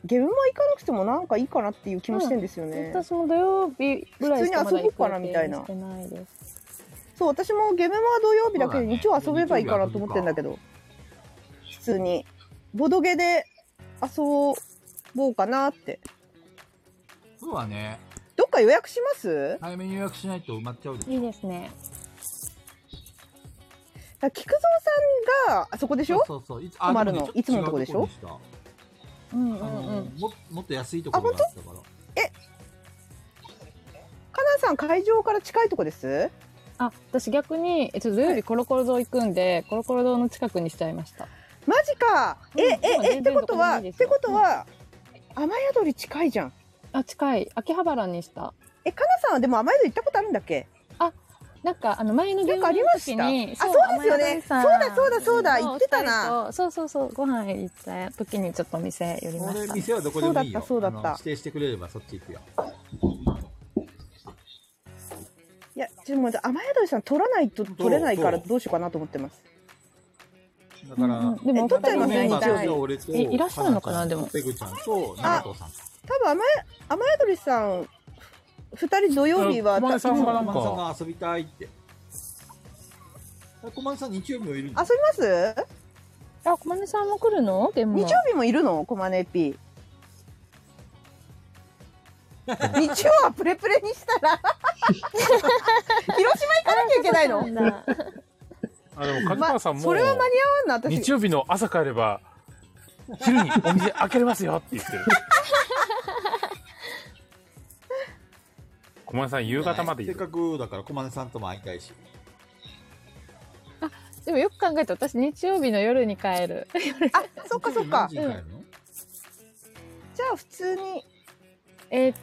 Speaker 5: ゲームも行かなくてもなんかいいかなっていう気もしてんですよね。
Speaker 3: 私も土曜日ぐらいしかまだ行く予定にしてないです。
Speaker 5: そう、私もゲームは土曜日だけ
Speaker 1: そう
Speaker 5: で
Speaker 1: だね
Speaker 5: 日曜遊べばいいかなと思ってんだけど、普通に、ボドゲで遊ぼうかなって。
Speaker 1: そうはね、
Speaker 5: どっか予約します
Speaker 1: 早めに予約しないと埋まっちゃうでしょ
Speaker 3: いいですね。
Speaker 5: だから菊蔵さんがあそこでしょ
Speaker 1: そうそうそう。いつ
Speaker 5: 泊まるの
Speaker 1: でもねちょっ
Speaker 5: いつものとこでしょ
Speaker 1: 違うとこに
Speaker 3: うんう
Speaker 1: したあ
Speaker 3: ん
Speaker 1: の
Speaker 3: うん。
Speaker 1: ももっと安いところがあったから。
Speaker 5: かなさん会場から近いとこです
Speaker 3: あ、私逆に、えちょっと土曜日コロコロ堂行くんで、コロコロ堂の近くにしちゃいました。
Speaker 5: マジかえ、
Speaker 3: うん
Speaker 5: え、
Speaker 3: まあ
Speaker 5: え、ってこと
Speaker 3: 全然どこでもいい
Speaker 5: は、っ
Speaker 3: です
Speaker 5: て
Speaker 3: よ
Speaker 5: ことは、雨宿り近いじゃん。
Speaker 3: あ、近い。秋葉原にした。
Speaker 5: え、かなさんはでも雨宿り行ったことあるんだっけ
Speaker 3: なんかあの前のゲームの時に
Speaker 5: なんかありましたあそうですよねそうだそうだそうだ言ってたな
Speaker 3: なそうそうそうご飯行った時にちょっとお店寄りま
Speaker 1: 俺
Speaker 3: した
Speaker 1: 店はどこでもいいよ。
Speaker 5: そうだったそ
Speaker 1: あ
Speaker 5: うだった
Speaker 1: の指定してくれればそっち行くよ。
Speaker 5: いや、ちょっと待って、雨宿りさん取らないと取れないから
Speaker 1: そう
Speaker 5: どうしようかなと思ってます。
Speaker 1: だから、
Speaker 3: うんうんでも
Speaker 5: え撮ってますね
Speaker 1: メンバー
Speaker 5: 一応
Speaker 1: 俺と
Speaker 3: えいらっしゃるのかな
Speaker 1: 花ちゃん
Speaker 3: でも
Speaker 1: ペグちゃんと長藤さん。
Speaker 5: 多分雨、雨宿りさん、二人土曜日は、
Speaker 2: 小
Speaker 5: た
Speaker 2: 金さんがな
Speaker 1: 小
Speaker 2: ん
Speaker 1: 松さん
Speaker 2: か、
Speaker 1: が遊びたいって。小松さん日曜日もいるんだ
Speaker 5: 遊びます
Speaker 3: あ小金さんも来るのゲーム
Speaker 5: 日
Speaker 3: の
Speaker 5: 曜日もいるのコマネ P 日曜はプレプレにしたら 広島行かなきゃいけな いの
Speaker 3: なんだ
Speaker 2: あ、でも、梶川さんも、
Speaker 5: それは間に合わんな私
Speaker 2: 日曜日の朝帰れば、昼にお店開けれますよって言ってる。小前さん、夕方までい
Speaker 1: せっ
Speaker 2: る。
Speaker 1: かくだから小松さんとも会いたいし。
Speaker 3: でもよく考えたら私日曜日の夜に帰る
Speaker 5: あそっかそっか
Speaker 1: 日曜日何時に帰るの
Speaker 5: じゃあ普通に
Speaker 3: えーっ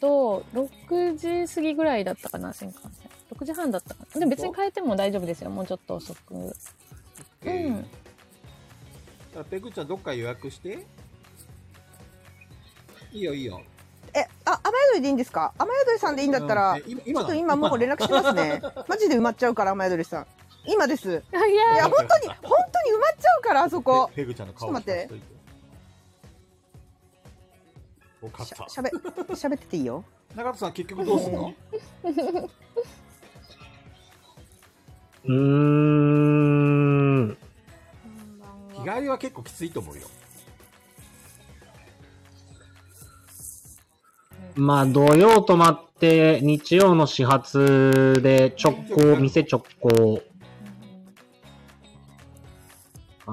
Speaker 3: と6時過ぎぐらいだったかな新幹線6時半だったかなでも別に変えても大丈夫ですよもうちょっと遅く
Speaker 1: う
Speaker 3: うん
Speaker 1: ん。だからペグちゃんどっか予約して。いいよいいよ。
Speaker 5: えあ雨宿りでいいんですか雨宿りさんでいいんだった
Speaker 1: う
Speaker 5: ら
Speaker 1: んえ
Speaker 5: ち
Speaker 1: 今今な
Speaker 5: ょっと
Speaker 1: の
Speaker 5: 今もう連絡しますねマジで埋まっちゃうから雨宿りさん今です
Speaker 3: あいや
Speaker 5: いや本当に本当に埋まっちゃうからあそこ
Speaker 1: ペペグちゃんの顔
Speaker 5: ちょっと待って
Speaker 1: て。おかっ
Speaker 5: しゃ
Speaker 1: た。
Speaker 5: しゃべしゃべってていいよ
Speaker 1: 中田さん結局どうすんの？
Speaker 4: うーん。
Speaker 1: 日帰りは結構きついと思うよ。
Speaker 4: まあ、土曜泊まって、日曜の始発で直行、店直行。か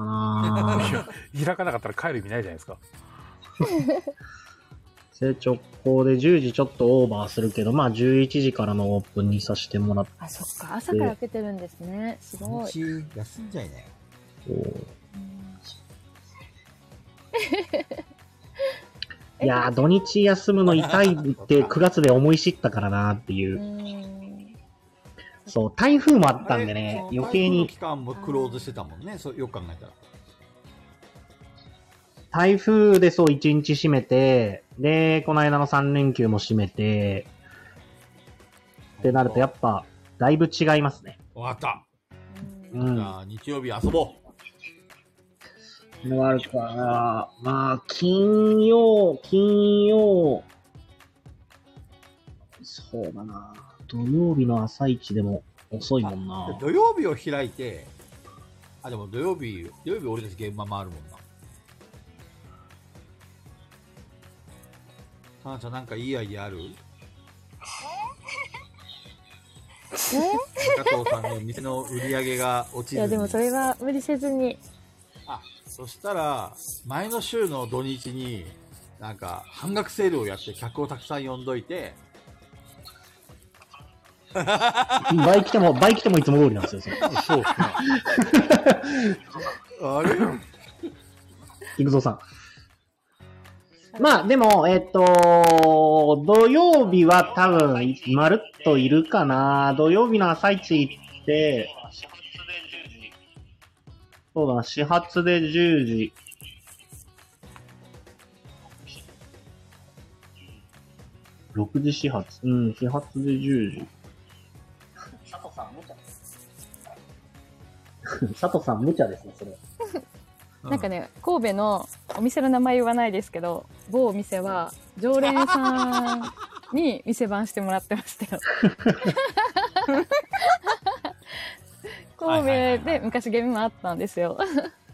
Speaker 4: なぁ。
Speaker 2: 開かなかったら帰る意味ないじゃないですか。
Speaker 4: 店直行で10時ちょっとオーバーするけど、まあ11時からのオープンにさせてもらって、
Speaker 3: あそっか朝から開けてるんですねす
Speaker 1: 土
Speaker 3: ごい
Speaker 1: 日休んじゃいなよ。
Speaker 4: いやー土日休むの痛いって9月で思い知ったからなーっていうう。
Speaker 3: ん
Speaker 4: そう、台風もあったんでね
Speaker 1: あ、れ
Speaker 4: 余計
Speaker 1: その台風の
Speaker 4: に
Speaker 1: 期間もクローズしてたもんね。そうよく考えたら。
Speaker 4: 台風でそう1日閉めて、で、この間の3連休も閉めて、ってなるとやっぱ、だいぶ違いますね。
Speaker 1: 終わった。
Speaker 4: う
Speaker 1: じ
Speaker 4: ん。
Speaker 1: ゃあ日曜日遊ぼう。
Speaker 4: もあるから、まあ、金曜、金曜、そうだな。土曜日の朝一でも遅いもんな。
Speaker 1: 土曜日を開いて、あでも土曜日土曜日俺たち現場回るもんな。かなちゃんなんかいいアイディアある？中藤さんの店の売り上げが落ちず
Speaker 3: い
Speaker 1: に
Speaker 3: やでもそれは無理せずに
Speaker 1: あそしたら前の週の土日になんか半額セールをやって客をたくさん呼んどいて
Speaker 4: 倍来ても、倍来てもいつも通りなんですよ。それ
Speaker 1: そうあれ
Speaker 4: 行くぞさん。まあ、でも、えっ、と、土曜日は多分、まるっといるかな。土曜日の朝一行って、そうだな、始発で10時。 6時始発。うん、始発で10時。
Speaker 7: 佐藤さん、無茶です。
Speaker 4: 佐藤さん、無茶ですね、それ。
Speaker 3: なんかね、神戸のお店の名前言わないですけど、某お店は常連さんに店番してもらってましたよ。
Speaker 2: はいはいはい
Speaker 3: 神戸
Speaker 2: はい
Speaker 3: で昔ゲームもあったんですよ。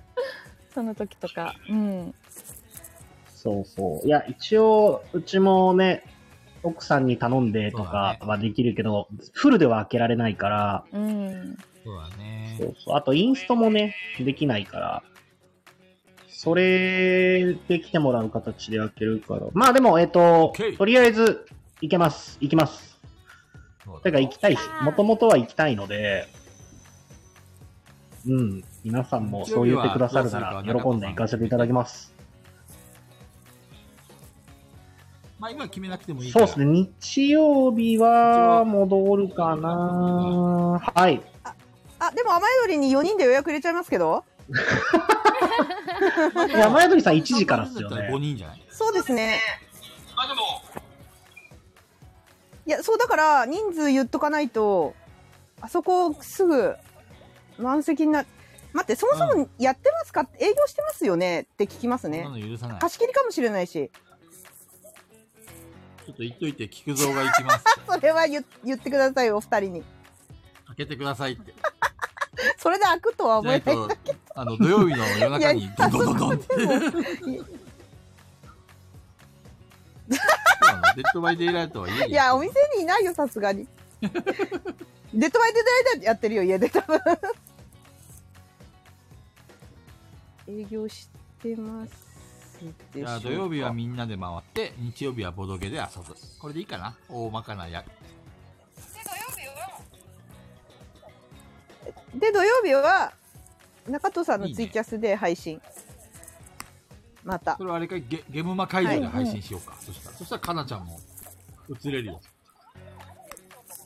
Speaker 3: その時とか。うん。
Speaker 4: そうそう。いや、一応、うちもね、奥さんに頼んでとかはできるけど、フルでは開けられないから、
Speaker 3: うん。
Speaker 1: そうだ
Speaker 4: そ
Speaker 1: ね。
Speaker 4: うそう。あと、インストもね、できないから、それで来てもらう形で開けるから。まあでも、えっ、と
Speaker 1: OK、
Speaker 4: とりあえず、行けます。行きます。
Speaker 1: そう
Speaker 4: て
Speaker 1: だ
Speaker 4: か行きたいし、もともとは行きたいので、うん、皆さんもそう言ってくださるなら、喜んで行かせていただきます。
Speaker 1: まあ今決めなくてもいいか
Speaker 4: そう
Speaker 1: ら。
Speaker 4: ですね、日曜日は戻るかなはい。
Speaker 5: あ、でも雨宿りに4人で予約入れちゃいますけど。
Speaker 4: いや、前鳥さん1時からっすよ
Speaker 1: 5
Speaker 4: ね。
Speaker 1: 人じゃない
Speaker 5: そうですね。
Speaker 7: まあでも、
Speaker 5: いや、そうだから、人数言っとかないと、あそこすぐ満席にな、待って、そもそもやってますか、営業してますよねって聞きます
Speaker 1: そん
Speaker 5: ね
Speaker 1: な。の許さない。
Speaker 5: 貸し切りかもしれないし。
Speaker 1: ちょっと言っといて、菊蔵が行きます。
Speaker 5: それは言言ってください、お二人に。
Speaker 1: 開けてくださいって。
Speaker 5: それで開くとは
Speaker 1: じ
Speaker 5: 思
Speaker 1: ゃな
Speaker 5: え
Speaker 1: い
Speaker 5: ない。
Speaker 1: と、あの、土曜日の夜中
Speaker 5: い
Speaker 1: に ド
Speaker 5: や、
Speaker 1: ンドンドンドンって。そうなのデッドバイデイライトは家に
Speaker 5: いや、お店にいないよ、さす がに。デッドバイデデライトやってるよ、家で多分。営業してますで
Speaker 1: じ
Speaker 5: しょう
Speaker 1: ゃ
Speaker 5: か
Speaker 1: あ土曜日はみんなで回って、日曜日はボドゲで遊ぶ。これでいいかな大まかなや。
Speaker 7: で、土曜日は、
Speaker 5: で、土曜日は、中藤さんのツイキャスで配信。また
Speaker 1: そ。れはあれかいゲ、ゲムマ会場で配信しようか。そしたら、そしたらかなちゃんも映れるよ。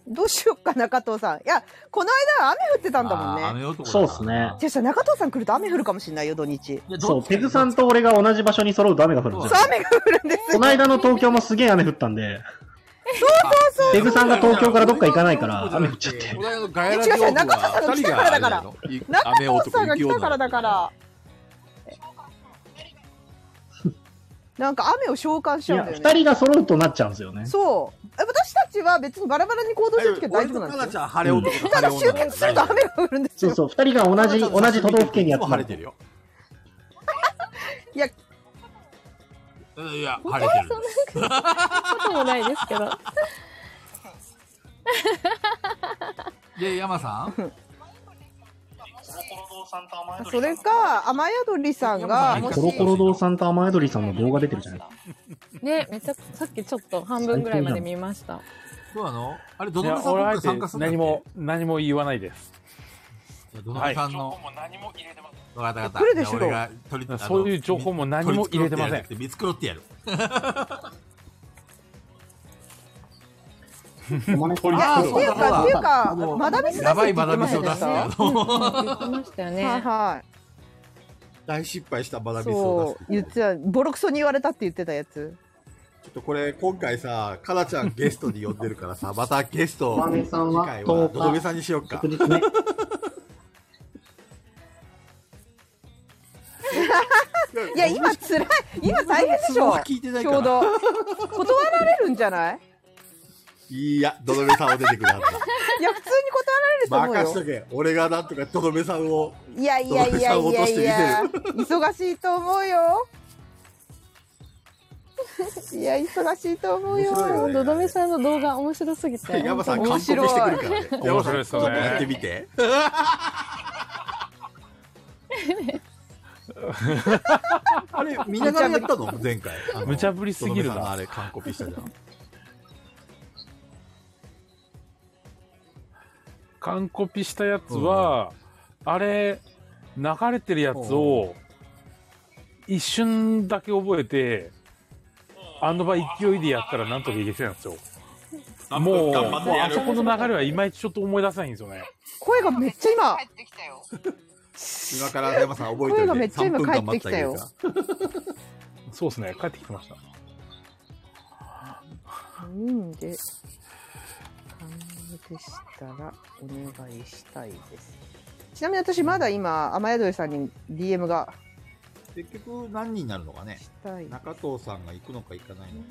Speaker 5: どうしよっか、中藤さん。いや、この間雨降ってたんだもん
Speaker 1: あー
Speaker 5: ね。
Speaker 1: 雨男だな
Speaker 4: そうっすね
Speaker 5: じゃあさ、中藤さん来ると雨降るかもしれないよ、土日。
Speaker 1: いやど
Speaker 4: そ
Speaker 1: っ
Speaker 4: う、
Speaker 1: ち
Speaker 4: ペグさんと俺が同じ場所に揃うと雨が降るんです
Speaker 5: そ
Speaker 4: よ
Speaker 5: う、。雨が降るんです
Speaker 4: この間の東京もすげえ雨降ったんで、ペグさんが東京からどっか行かないから雨降っちゃって
Speaker 1: この間のガヤラジオ
Speaker 5: 違う違う中田さんが来たからだから
Speaker 1: 二人があれ
Speaker 5: 中
Speaker 1: だ
Speaker 5: 藤さんが来たからだか。
Speaker 1: 雨男雪女
Speaker 5: ら。なんか雨を召喚し
Speaker 4: い
Speaker 5: ちゃう
Speaker 4: や、
Speaker 5: んだよ
Speaker 4: 二
Speaker 5: ね。
Speaker 4: 人が揃うとなっちゃうんですよね。
Speaker 5: そう。え私たちは別にバラバラに行動してるけど大丈
Speaker 1: 俺と
Speaker 5: 夫な
Speaker 1: か
Speaker 5: んで
Speaker 1: な
Speaker 5: す
Speaker 1: ち
Speaker 5: よ。
Speaker 1: ゃん晴れ男と晴れ
Speaker 5: ただ
Speaker 1: 女
Speaker 5: 集
Speaker 1: だから
Speaker 5: 結すると雨が降るんです
Speaker 4: そ
Speaker 5: よ
Speaker 4: う。そう、二人が同じ、同じ都道府県にやって
Speaker 1: 晴れてるよ。
Speaker 5: いや
Speaker 1: うんいや、晴れてるんです。
Speaker 3: こともないですけど。
Speaker 1: で、山さん
Speaker 7: コロコロ堂さんと甘え
Speaker 5: それか、雨宿りさんが、もし
Speaker 4: コロコロ堂さんと雨宿りさんの動画出てるじゃないですか。
Speaker 3: ね、めちゃくさっきちょっと半分ぐらいまで見ました。
Speaker 1: そうなのあれ、ど
Speaker 2: い
Speaker 1: の
Speaker 2: や、
Speaker 1: さん
Speaker 2: 俺はあ
Speaker 1: ど
Speaker 2: え
Speaker 1: っか
Speaker 2: て
Speaker 1: 参加するんだっけ
Speaker 2: 何も、何も言わないです。
Speaker 1: いやどのぶさん
Speaker 7: 情
Speaker 1: の、
Speaker 7: 報も何も入れてます。
Speaker 1: わかったわかった。
Speaker 5: 来るでし
Speaker 1: じゃ
Speaker 5: ょ
Speaker 1: あ俺が取りあの
Speaker 2: そういう情報も何も入れてません
Speaker 1: 取り繕ってやる
Speaker 5: いや、っていうか、っていうか、マダミス
Speaker 1: 見繕ってやる。
Speaker 5: 出せ
Speaker 1: やばい
Speaker 5: って言
Speaker 1: マ
Speaker 5: っ
Speaker 1: ダ
Speaker 5: て
Speaker 1: ミ
Speaker 5: ま
Speaker 1: ス
Speaker 5: し
Speaker 1: を
Speaker 5: た
Speaker 1: 出すって
Speaker 5: よ
Speaker 1: や
Speaker 5: ね
Speaker 1: る。
Speaker 3: 言ってましたよね。
Speaker 5: はいは
Speaker 1: 大失敗したマダ
Speaker 5: い。
Speaker 1: ミスを
Speaker 5: そ
Speaker 1: 出
Speaker 5: う、言ってた、ボロクソに言われたって言ってたやつ。
Speaker 1: す。ちょっとこれ、今回さ、カナちゃんゲストに呼んでるから さ、またゲスト、次
Speaker 4: さん
Speaker 1: 回は、ド
Speaker 4: 10日
Speaker 1: ドベさんにしよっか。
Speaker 4: 日ね。
Speaker 5: いや、今辛い、今大変でし
Speaker 1: そこ
Speaker 5: ょ
Speaker 1: は聞いてない
Speaker 5: ち
Speaker 1: か
Speaker 5: ょう
Speaker 1: ら。
Speaker 5: ど。断られるんじゃない。
Speaker 1: いや、ドドベさんを出てくるは ずだ。
Speaker 5: いや、普通に断られると思う
Speaker 1: 任し
Speaker 5: よ
Speaker 1: と。け。俺がなんとかドドベさんを。
Speaker 5: いやいやいやいやいや
Speaker 1: ど
Speaker 5: 忙しいと思うよいや忙しいと思うよ
Speaker 1: 面白いよね
Speaker 3: ドドメさんの動画面白すぎて。
Speaker 1: 山さん完
Speaker 5: 面
Speaker 1: コピしてく
Speaker 5: 白
Speaker 1: る
Speaker 5: い
Speaker 1: からね。山さん、
Speaker 2: 面白いです
Speaker 1: ちょ
Speaker 2: よ
Speaker 1: っ
Speaker 2: ね
Speaker 1: とやってみ て。あれ、見ながらやったの前回。あの
Speaker 2: 無茶ぶりすぎる
Speaker 1: その
Speaker 2: な
Speaker 1: さんのあれ、完コピしたじゃん。
Speaker 2: 完コピしたやつは、あれ、流れてるやつを、一瞬だけ覚えて、あの場勢いでやったらなんとかいけてたんですよ。もう、もうあそこの流れはいまいちちょっと思い出せないんですよね。
Speaker 5: 声がめっちゃ今
Speaker 7: 帰ってきたよ。
Speaker 1: 今から山さん覚えて
Speaker 5: 声
Speaker 1: る
Speaker 5: がめっちゃ今帰ってきたよ
Speaker 2: そうですね、帰ってきてました。
Speaker 5: う人で完了でしたらお願いしたいです。ちなみに私まだ今、雨宿りさんに DM が
Speaker 1: 結局何人になるのかね
Speaker 5: したい。
Speaker 1: 中藤さんが行くのか行かないのか。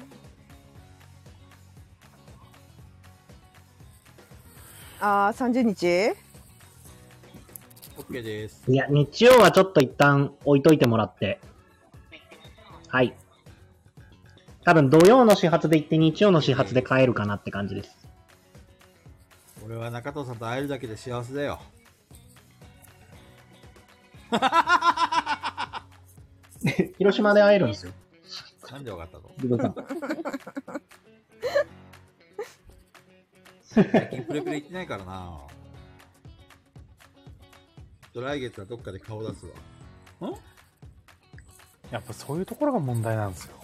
Speaker 5: あー、30日
Speaker 1: OK です。
Speaker 4: いや、日曜はちょっと一旦置いといてもらって。はい。多分土曜の始発で行って日曜の始発で帰るかなって感じです。
Speaker 1: 俺は中藤さんと会えるだけで幸せだよ。
Speaker 4: 広島で会えるんですよ。
Speaker 1: なんでわかったの
Speaker 4: リドさん。
Speaker 1: 最近プレプレ行ってないからな。ちょっと来月はどっかで顔出すわ。
Speaker 2: やっぱそういうところが問題なんですよ。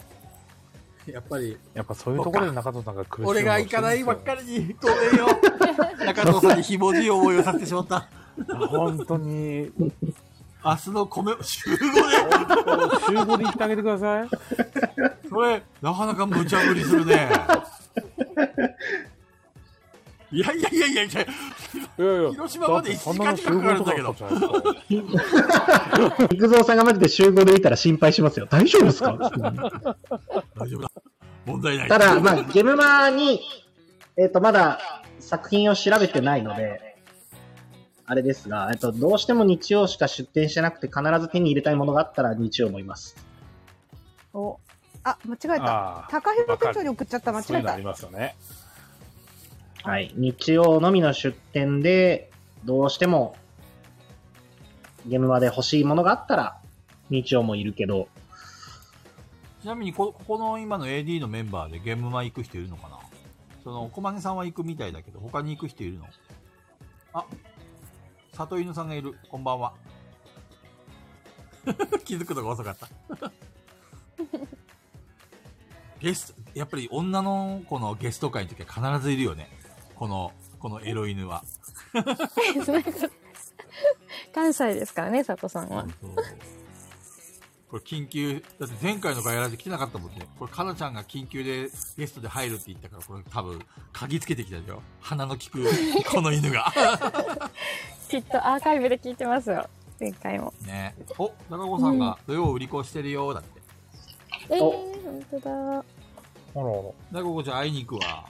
Speaker 1: やっぱり、
Speaker 2: やっぱそういうところで中藤さんが苦しい思をして
Speaker 1: 俺
Speaker 2: るんですよ。
Speaker 1: が行かないばっかりに、ごめんよ。 中藤さんにひもじい思いをさせてしまった。
Speaker 2: あ本当に。
Speaker 1: 明日の米、集合
Speaker 2: 週5で行ってあげてください。
Speaker 1: で、それ、なかなか無茶ぶりする ね。いやいやいやいやいや、
Speaker 2: いやい や
Speaker 1: 広島まで1時間近くかかるんだけど
Speaker 2: ってそんなの集合とか だったじゃないですか
Speaker 4: 陸蔵さんがマジで集合でいたら心配しますよ。大丈夫ですか
Speaker 1: 大丈夫だ。問題ない。
Speaker 4: ただ、まあ、ゲムマに、えっ、と、まだ作品を調べてないので、あれですが、えっ、と、どうしても日曜しか出店してなくて必ず手に入れたいものがあったら日曜もいます。
Speaker 5: おあ、間違えた。
Speaker 2: あ
Speaker 5: 高広課長に送っちゃった、
Speaker 2: あ、
Speaker 5: 間違
Speaker 2: そうい
Speaker 5: え
Speaker 2: うの
Speaker 5: た
Speaker 2: あり。ますよね。
Speaker 4: はい。日曜のみの出店で、どうしても、ゲームまで欲しいものがあったら、日曜もいるけど、
Speaker 1: ちなみにこ、ここの今の AD のメンバーでゲームマ行く人いるのかなその、小金さんは行くみたいだけど、他に行く人いるのあ、里犬さんがいる。こんばんは。 気づくのが遅かった。 ゲスト、やっぱり女の子のゲスト会の時は必ずいるよね。この、このエロ犬は。
Speaker 3: なんか 関西ですからね、佐藤さんは。
Speaker 1: そうこれ緊急、だって前回のガヤラジ来てなかったもんね。これ、かなちゃんが緊急でゲストで入るって言ったから、これ多分、鍵つけてきたでしょ鼻の利く、この犬 が。
Speaker 3: きっとアーカイブで聞いてますよ、前回も。
Speaker 1: ねお、中子さんが土曜売り子してるよ、だって。
Speaker 3: えー、本当だ。
Speaker 2: あらあら。
Speaker 1: 中子ちゃん会いに行くわ。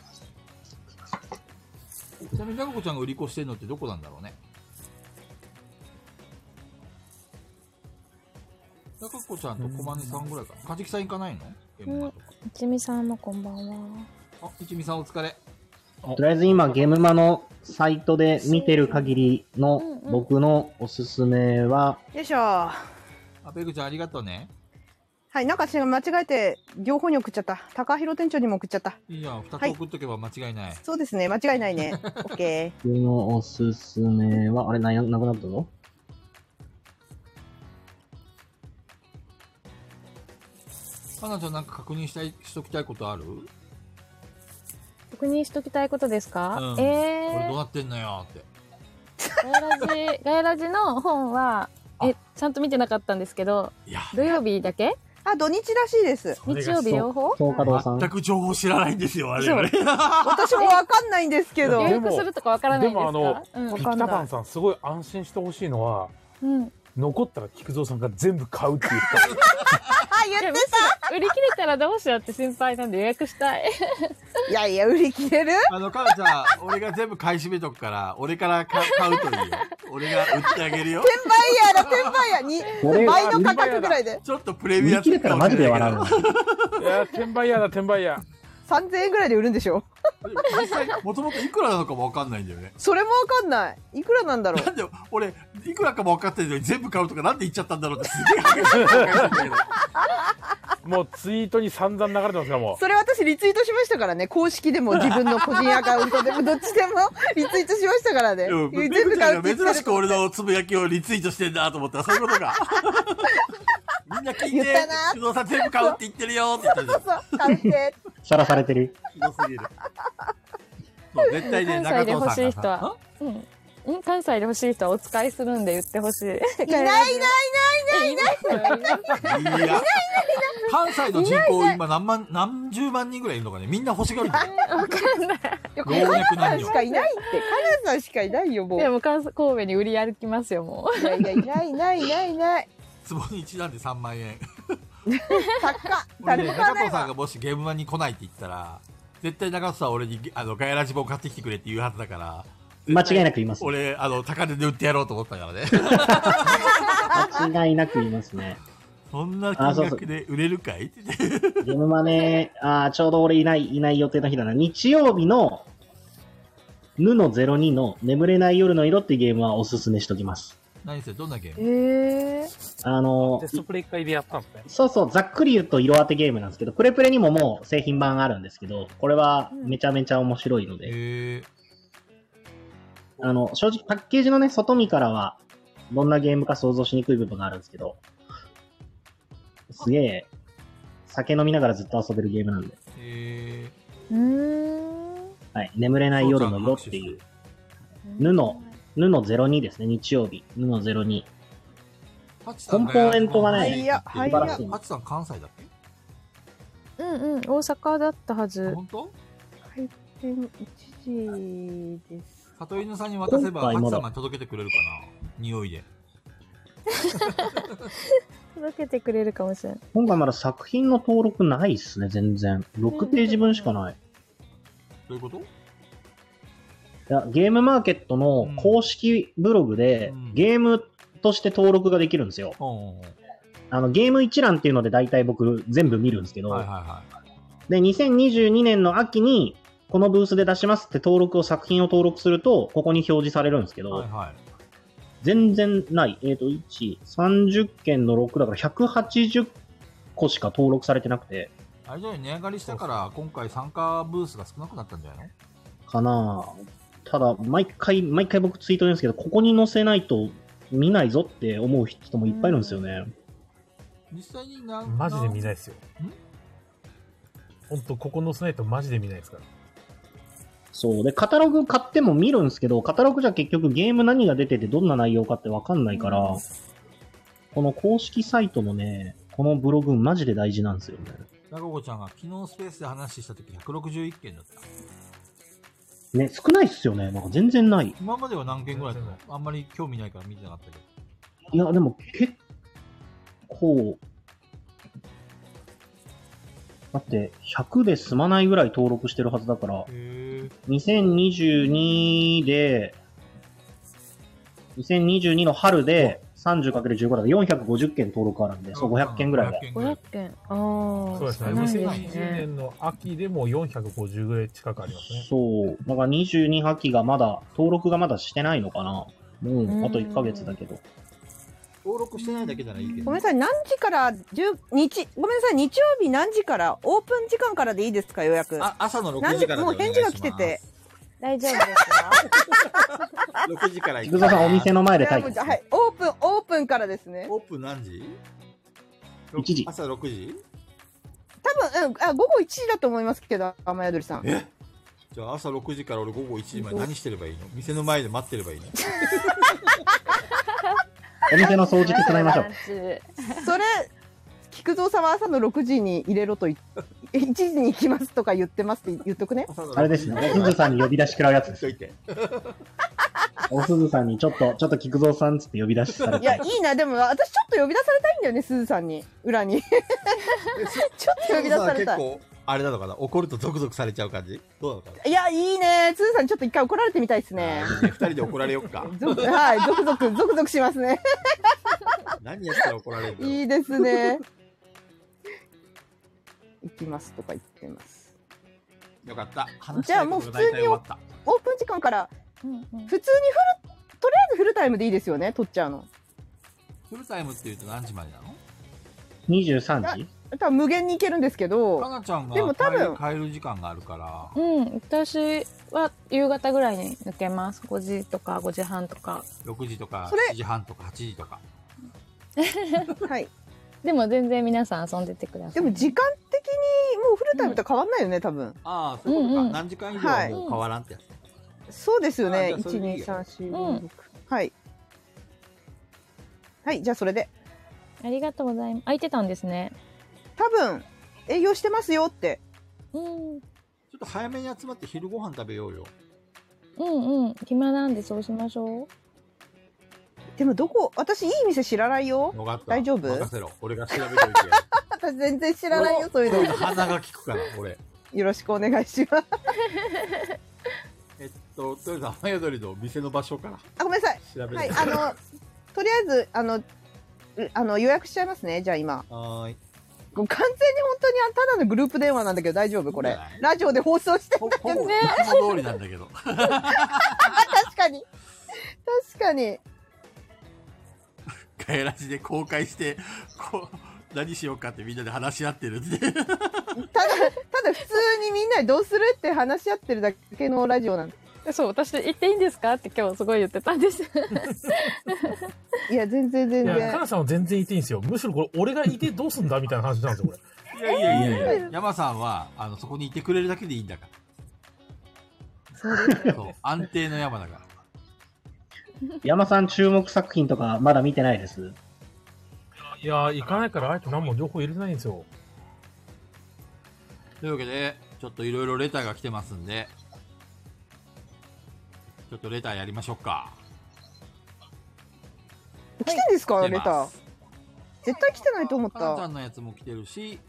Speaker 1: ちなみに中子ちゃんが売り子してるのってどこなんだろうね。中子ちゃんと小金さんぐらいかな。かじきさん行かないの M1 とか
Speaker 3: いちみさんもこんばんは。
Speaker 1: あ、一味さんお疲れ。
Speaker 4: とりあえず今、ゲームマのサイトで見てる限りの
Speaker 3: うんうん
Speaker 4: 僕のおすすめは、
Speaker 5: よいしょ。は
Speaker 1: あ、ペグちゃんありがとうね。
Speaker 5: い、なんか違う間違えて、両方に送っちゃった。高広店長にも送っちゃった。
Speaker 1: いいじゃん。二つ
Speaker 5: はい
Speaker 1: 送っとけば間違いない。
Speaker 5: そうですね、間違いないね。オッケ
Speaker 4: 僕のおすすめは、あれ、なやなくなったぞ。
Speaker 1: かなちゃんなんか確認したい、しときたいことある
Speaker 3: 確認しときたいことですか、
Speaker 1: うんこれ
Speaker 3: え
Speaker 1: どうなってんのよって。
Speaker 3: ー、ガヤラジ、ガヤラジの本は、え、ちゃんと見てなかったんですけど、
Speaker 1: いや、
Speaker 3: 土曜日だけ
Speaker 5: ー。あ、土日らしいです。
Speaker 3: 日曜日両方
Speaker 4: 東華堂さん。
Speaker 1: 全く情報知らないんですよ、あれ。
Speaker 3: そう
Speaker 1: あれ
Speaker 5: 私もわかんないんですけ
Speaker 2: い
Speaker 5: ど
Speaker 3: 予
Speaker 2: や。
Speaker 3: 約するとかわからないです
Speaker 2: で
Speaker 3: か
Speaker 2: も
Speaker 3: うん
Speaker 2: ピッタパンさん、すごい安心してほしいのは、
Speaker 3: うん。
Speaker 2: 残ったら菊蔵さんが全部買うって言っ
Speaker 5: あ、言っ
Speaker 3: いや
Speaker 5: て
Speaker 3: むしろ売り切れたらどうしようって心配なんで予約したい。
Speaker 5: いやいや、売り切れる
Speaker 1: あの、かなちゃん、俺が全部買い占めとくから、俺からか買うといいよ。俺が売ってあげる よ。
Speaker 5: 転売ヤーだ、転売ヤーに。
Speaker 4: これ
Speaker 5: 倍の
Speaker 4: は
Speaker 5: 価格ぐらいで。
Speaker 1: ちょっとプレ
Speaker 4: 売
Speaker 1: ミ
Speaker 4: り
Speaker 1: ア
Speaker 4: 切れたらマジで笑う
Speaker 1: う
Speaker 4: の。
Speaker 2: た。いやー、転売屋だ、転売屋。
Speaker 5: 3000円ぐらいで売るんでしょ
Speaker 1: 実際、もともといくらなのかもわかんないんだよね。
Speaker 5: それもわかんない。いくらなんだろう
Speaker 1: な。んで、俺、いくらかも分かってるのに全部買うとかなんで言っちゃったんだろうってすげえ恥ずかしい考えたんだけど。
Speaker 2: もうツイートに散々流れてますから、も
Speaker 5: それ私リツイートしましたからね。公式でも自分の個人アカウントでもどっちでもリツイートしましたからね。
Speaker 1: うん
Speaker 5: 全
Speaker 1: ペグちゃんが
Speaker 5: って言ってる
Speaker 1: 珍しく俺のつぶやきをリツイートしてんだと思ったら、そういうことか。みんな聞い
Speaker 5: 言ってたな、
Speaker 1: 不動産全部買うって言ってるよって言ったじゃん。
Speaker 5: そう、買って。
Speaker 4: さらされ てる。
Speaker 1: ひどすぎる。そう絶対ね、
Speaker 3: 関西
Speaker 1: 中
Speaker 3: で欲
Speaker 1: 藤さん
Speaker 3: しい
Speaker 1: が
Speaker 3: 人は
Speaker 1: さ、
Speaker 3: うん、ん関西で欲しい人はお使いするんで言ってほしい。い
Speaker 5: いないいないいない
Speaker 3: いない。
Speaker 1: んいや、関西の人口今何万、何十万人ぐらいいるのかね。みんな欲しがるんだよ。
Speaker 5: や
Speaker 1: 老若
Speaker 5: カナさ
Speaker 1: 男
Speaker 5: んし
Speaker 1: 女。
Speaker 5: かいないってカナさんしかいないよもう い
Speaker 3: でも関神戸に売り歩きますよも
Speaker 5: やいやいないいないいないいない
Speaker 1: 坪に一段で3万円。
Speaker 5: 高っ
Speaker 1: 俺
Speaker 5: 誰
Speaker 1: ね
Speaker 5: も
Speaker 1: 中
Speaker 5: 買わな
Speaker 1: 藤
Speaker 5: い
Speaker 1: さん
Speaker 5: わ
Speaker 1: がもしゲームマンに来ないって言ったら、絶対中藤さんは俺に、あの、ガヤラジボン買ってきてくれって言うはずだから、
Speaker 4: 間違いなく言います。
Speaker 1: 俺、あの、高値で売ってやろうと思ったか らね。
Speaker 4: 間違いなく言いますね。
Speaker 1: そんな金額で売れるかいって言って。
Speaker 4: ゲームマネー、あーちょうど俺いない、いない予定の日だな。日曜日の、ぬの02の眠れない夜の色っていうゲームはおすすめしときます。
Speaker 1: 何せどんなゲーム
Speaker 5: え
Speaker 4: あの
Speaker 2: テ、ストプレイ会でやったんですね。
Speaker 4: そうそう、ざっくり言うと色当てゲームなんですけど、プレプレにももう製品版あるんですけど、これはめちゃめちゃ面白いので、
Speaker 1: へえ。
Speaker 4: あの、正直パッケージのね、外見からは、どんなゲームか想像しにくい部分があるんですけど、すげえ、酒飲みながらずっと遊べるゲームなんで、
Speaker 1: へえ。
Speaker 3: ううーん
Speaker 4: はい、眠れない夜の色っていう、布、布02ですね、日曜日、布02。
Speaker 1: コン
Speaker 4: コンポーネントがね
Speaker 5: いやは
Speaker 4: 素晴らしい。
Speaker 1: ハチさん関西だっけ
Speaker 3: うんうん大阪だったはず
Speaker 1: 本当
Speaker 5: 1時です
Speaker 1: 里犬さんに渡せば、ハ
Speaker 4: 今回
Speaker 1: チ
Speaker 4: ま
Speaker 1: さ
Speaker 4: だ
Speaker 1: んまで届けてくれるかな匂いで。
Speaker 3: 届けてくれるかもしれない
Speaker 4: 今回まだ作品の登録ないっすね、全然。6ページ分しかない。
Speaker 1: どういうこと
Speaker 4: いや、ゲームマーケットの公式ブログで、
Speaker 1: うん
Speaker 4: ゲームとして登録ができるんですよ。
Speaker 1: うんうんうん。
Speaker 4: あの、ゲーム一覧っていうので大体僕全部見るんですけど、
Speaker 1: はいはいはい。
Speaker 4: で、2022年の秋に、このブースで出しますって登録を、作品を登録すると、ここに表示されるんですけど、
Speaker 1: はいはい。
Speaker 4: 全然ない。えっ、と、1、30件の6だから180個しか登録されてなくて、
Speaker 1: あれじゃない値上がりしたから、今回参加ブースが少なくなったんじゃないの
Speaker 4: かなぁただ、毎回、毎回僕ツイート言うんですけど、ここに載せないと見ないぞって思う人もいっぱいいるんですよね。
Speaker 1: 実際にな。
Speaker 9: マジで見ないいですよ。ほんと、ここ載せないとマジで見ないですから。
Speaker 4: そう。で、カタログ買っても見るんですけど、カタログじゃ結局ゲーム何が出ててどんな内容かってわかんないから、この公式サイトのね、このブログマジで大事なんですよね。
Speaker 1: 中子ちゃんが昨日スペースで話した時161件だった。
Speaker 4: ね、少ないっすよね。なんか全然ない。
Speaker 1: 今までは何件ぐらいだったのあんまり興味ないから見てなかったけど。
Speaker 4: いや、でも結構、だって100で済まないぐらい登録してるはずだから、
Speaker 1: へえ。
Speaker 4: 2022で、2022の春で 30×15 だと450件登録あるんで、そう500件ぐらい
Speaker 1: 500
Speaker 4: が。
Speaker 1: 件ぐら
Speaker 3: 500
Speaker 1: い。
Speaker 3: 件ああ
Speaker 9: そうですね。
Speaker 1: 少ないですね
Speaker 9: 2020年の秋でも450ぐらい近くありますね。
Speaker 4: そう。だから22波期がまだ、登録がまだしてないのかな。も
Speaker 3: うん
Speaker 4: う、あと1ヶ月だけど。
Speaker 1: 登録してないだけならいいけ
Speaker 5: ご
Speaker 1: ど
Speaker 5: めん。なさい何時から10日ごめんなさい日曜日何時からオープン時間からでいいですか予約
Speaker 1: あ、朝の6
Speaker 5: 何
Speaker 1: 時
Speaker 5: 時
Speaker 1: からでお
Speaker 5: も
Speaker 1: 願
Speaker 5: う
Speaker 1: い
Speaker 5: 返事が来てて
Speaker 1: し
Speaker 3: 大丈夫ですか
Speaker 1: ます。6時から行
Speaker 4: 菊蔵さん、お店
Speaker 1: の。
Speaker 4: の前で
Speaker 5: いや
Speaker 4: 待
Speaker 5: もう
Speaker 4: 機
Speaker 5: じゃあはいオープンオープンからですね
Speaker 1: オープン何時
Speaker 4: 1時
Speaker 1: 朝6時
Speaker 5: 多分、うん、あ午後1時だと思いますけど雨宿りさん
Speaker 1: えじゃあ朝6時から俺午後1時まで何してればいいの店の前で待ってればいいの
Speaker 4: お店の掃除機繋いましょう。
Speaker 5: それ菊蔵さんは朝の6時に入れろと言っ1時に行きますとか言ってますって言っとくね
Speaker 1: 朝の6時
Speaker 4: あれですね、おすずさんに呼び出し食らうやつ
Speaker 1: 言
Speaker 4: で
Speaker 1: っと
Speaker 4: す。
Speaker 1: いて。
Speaker 4: おすずさんにちょっと、ちょっと菊蔵さんっつって呼び出しされ
Speaker 5: いやい
Speaker 4: て。
Speaker 5: いなでも私ちょっと呼び出されたいんだよねすずさんに裏にちょっと呼び出された
Speaker 1: 結
Speaker 5: い
Speaker 1: 構、あれなのかな怒るとゾクゾクされちゃう感じどうなのかない
Speaker 5: やいいねすずさんにちょっと一回怒られてみたいですね
Speaker 1: あーいいね二人で怒られよっか。
Speaker 5: ゾクはい、ゾクゾク、ゾクゾクしますね。
Speaker 1: 何やったら怒られるんだろう
Speaker 5: いいですね。行きますとか言ってます。
Speaker 1: よかった。話
Speaker 5: じゃあもう普通に
Speaker 1: 大体終わった。
Speaker 5: オープン時間から、
Speaker 3: うんうん
Speaker 5: 普通にフル、とりあえずフルタイムでいいですよね、取っちゃうの。
Speaker 1: フルタイムって言うと何時までなの
Speaker 4: 23時
Speaker 5: 多分無限に行けるんですけ
Speaker 1: か
Speaker 5: ど、
Speaker 1: なちゃんが
Speaker 5: でも多分
Speaker 1: 帰る帰る時間があるから、
Speaker 3: うん、私は夕方ぐらいに抜けます。5時とか5時半とか。
Speaker 1: 6時とか
Speaker 5: それ
Speaker 1: 7時半とか8時とか。
Speaker 5: はい。
Speaker 3: でも全然皆さん遊んでてくださ
Speaker 5: で
Speaker 3: い。
Speaker 5: も時間的にもうフルタイムと変わんないよね、多分。
Speaker 1: ああ、そういうことか。
Speaker 3: うんうん
Speaker 1: 何時間以上はもう変わらんってやつね。
Speaker 5: そうですよ
Speaker 1: あじ
Speaker 5: ね
Speaker 1: ゃ、あそれ
Speaker 5: 1、
Speaker 1: でいい
Speaker 5: 2、
Speaker 1: よ
Speaker 3: う
Speaker 5: 3、4、
Speaker 3: ん
Speaker 5: 5、6。はい。はい、じゃあそれで。
Speaker 3: ありがとうございます。空いてたんですね。
Speaker 5: 多分営業してますよって
Speaker 3: うん。
Speaker 1: ちょっと早めに集まって昼ご飯食べようよ。
Speaker 3: うんうん。暇なんでそうしましょ
Speaker 5: でもどこ私いい店知らないよ
Speaker 1: 分かった。
Speaker 5: 大丈夫
Speaker 1: 任せろ。俺が調べとい てやる。
Speaker 5: 私全然知らないよそういう
Speaker 1: そういう
Speaker 5: の
Speaker 1: の鼻が利くから、俺。
Speaker 5: よろしくお願いします
Speaker 1: えっと、とりあえず雨宿りの店の場所から
Speaker 5: あごめんなさい
Speaker 1: 調べて。
Speaker 5: はいあのとりあえずあのうあの予約しちゃいますねじゃあ今
Speaker 1: はーい。
Speaker 5: 完全に本当にあただのグループ電話なんだけど大丈夫こ
Speaker 1: いい
Speaker 5: れ
Speaker 1: んじゃない
Speaker 5: ラジオで放 送して
Speaker 1: ほほぼ、いつも通りなんだけど。
Speaker 5: 確かに確かに
Speaker 1: ガヤラジで公開して、こう、何しようかってみんなで話し合ってるんで。
Speaker 5: ただただ普通にみんなでどうするって話し合ってるだけのラジオなんで
Speaker 3: う。そう、私、行っていいんですかって今日すごい言ってたんです。
Speaker 5: いや全然全
Speaker 9: いや、カ
Speaker 5: 然
Speaker 9: ナさんは全然いていいんですよ。むしろこれ、俺がいてどうすんだみたいな話なんですよ、これ。
Speaker 1: いやいやいやいや、山さんは、あの、そこにいてくれるだけでいいんだか
Speaker 3: そうです
Speaker 1: ら。そう、安定の山だから。
Speaker 4: 山さん注目作品とかまだ見てないです。
Speaker 9: いやー、行かないから、あえて何も情報入れてないんですよ。
Speaker 1: というわけで、ちょっといろいろレターが来てますんで、ちょっとレターやりましょうか。
Speaker 5: 来てんですか
Speaker 1: 来
Speaker 5: レ
Speaker 1: て
Speaker 5: タ
Speaker 1: ま
Speaker 5: ー
Speaker 1: す。
Speaker 5: 絶対来てないと思っ
Speaker 1: かなちゃ
Speaker 5: た
Speaker 1: んのやつも来てるし、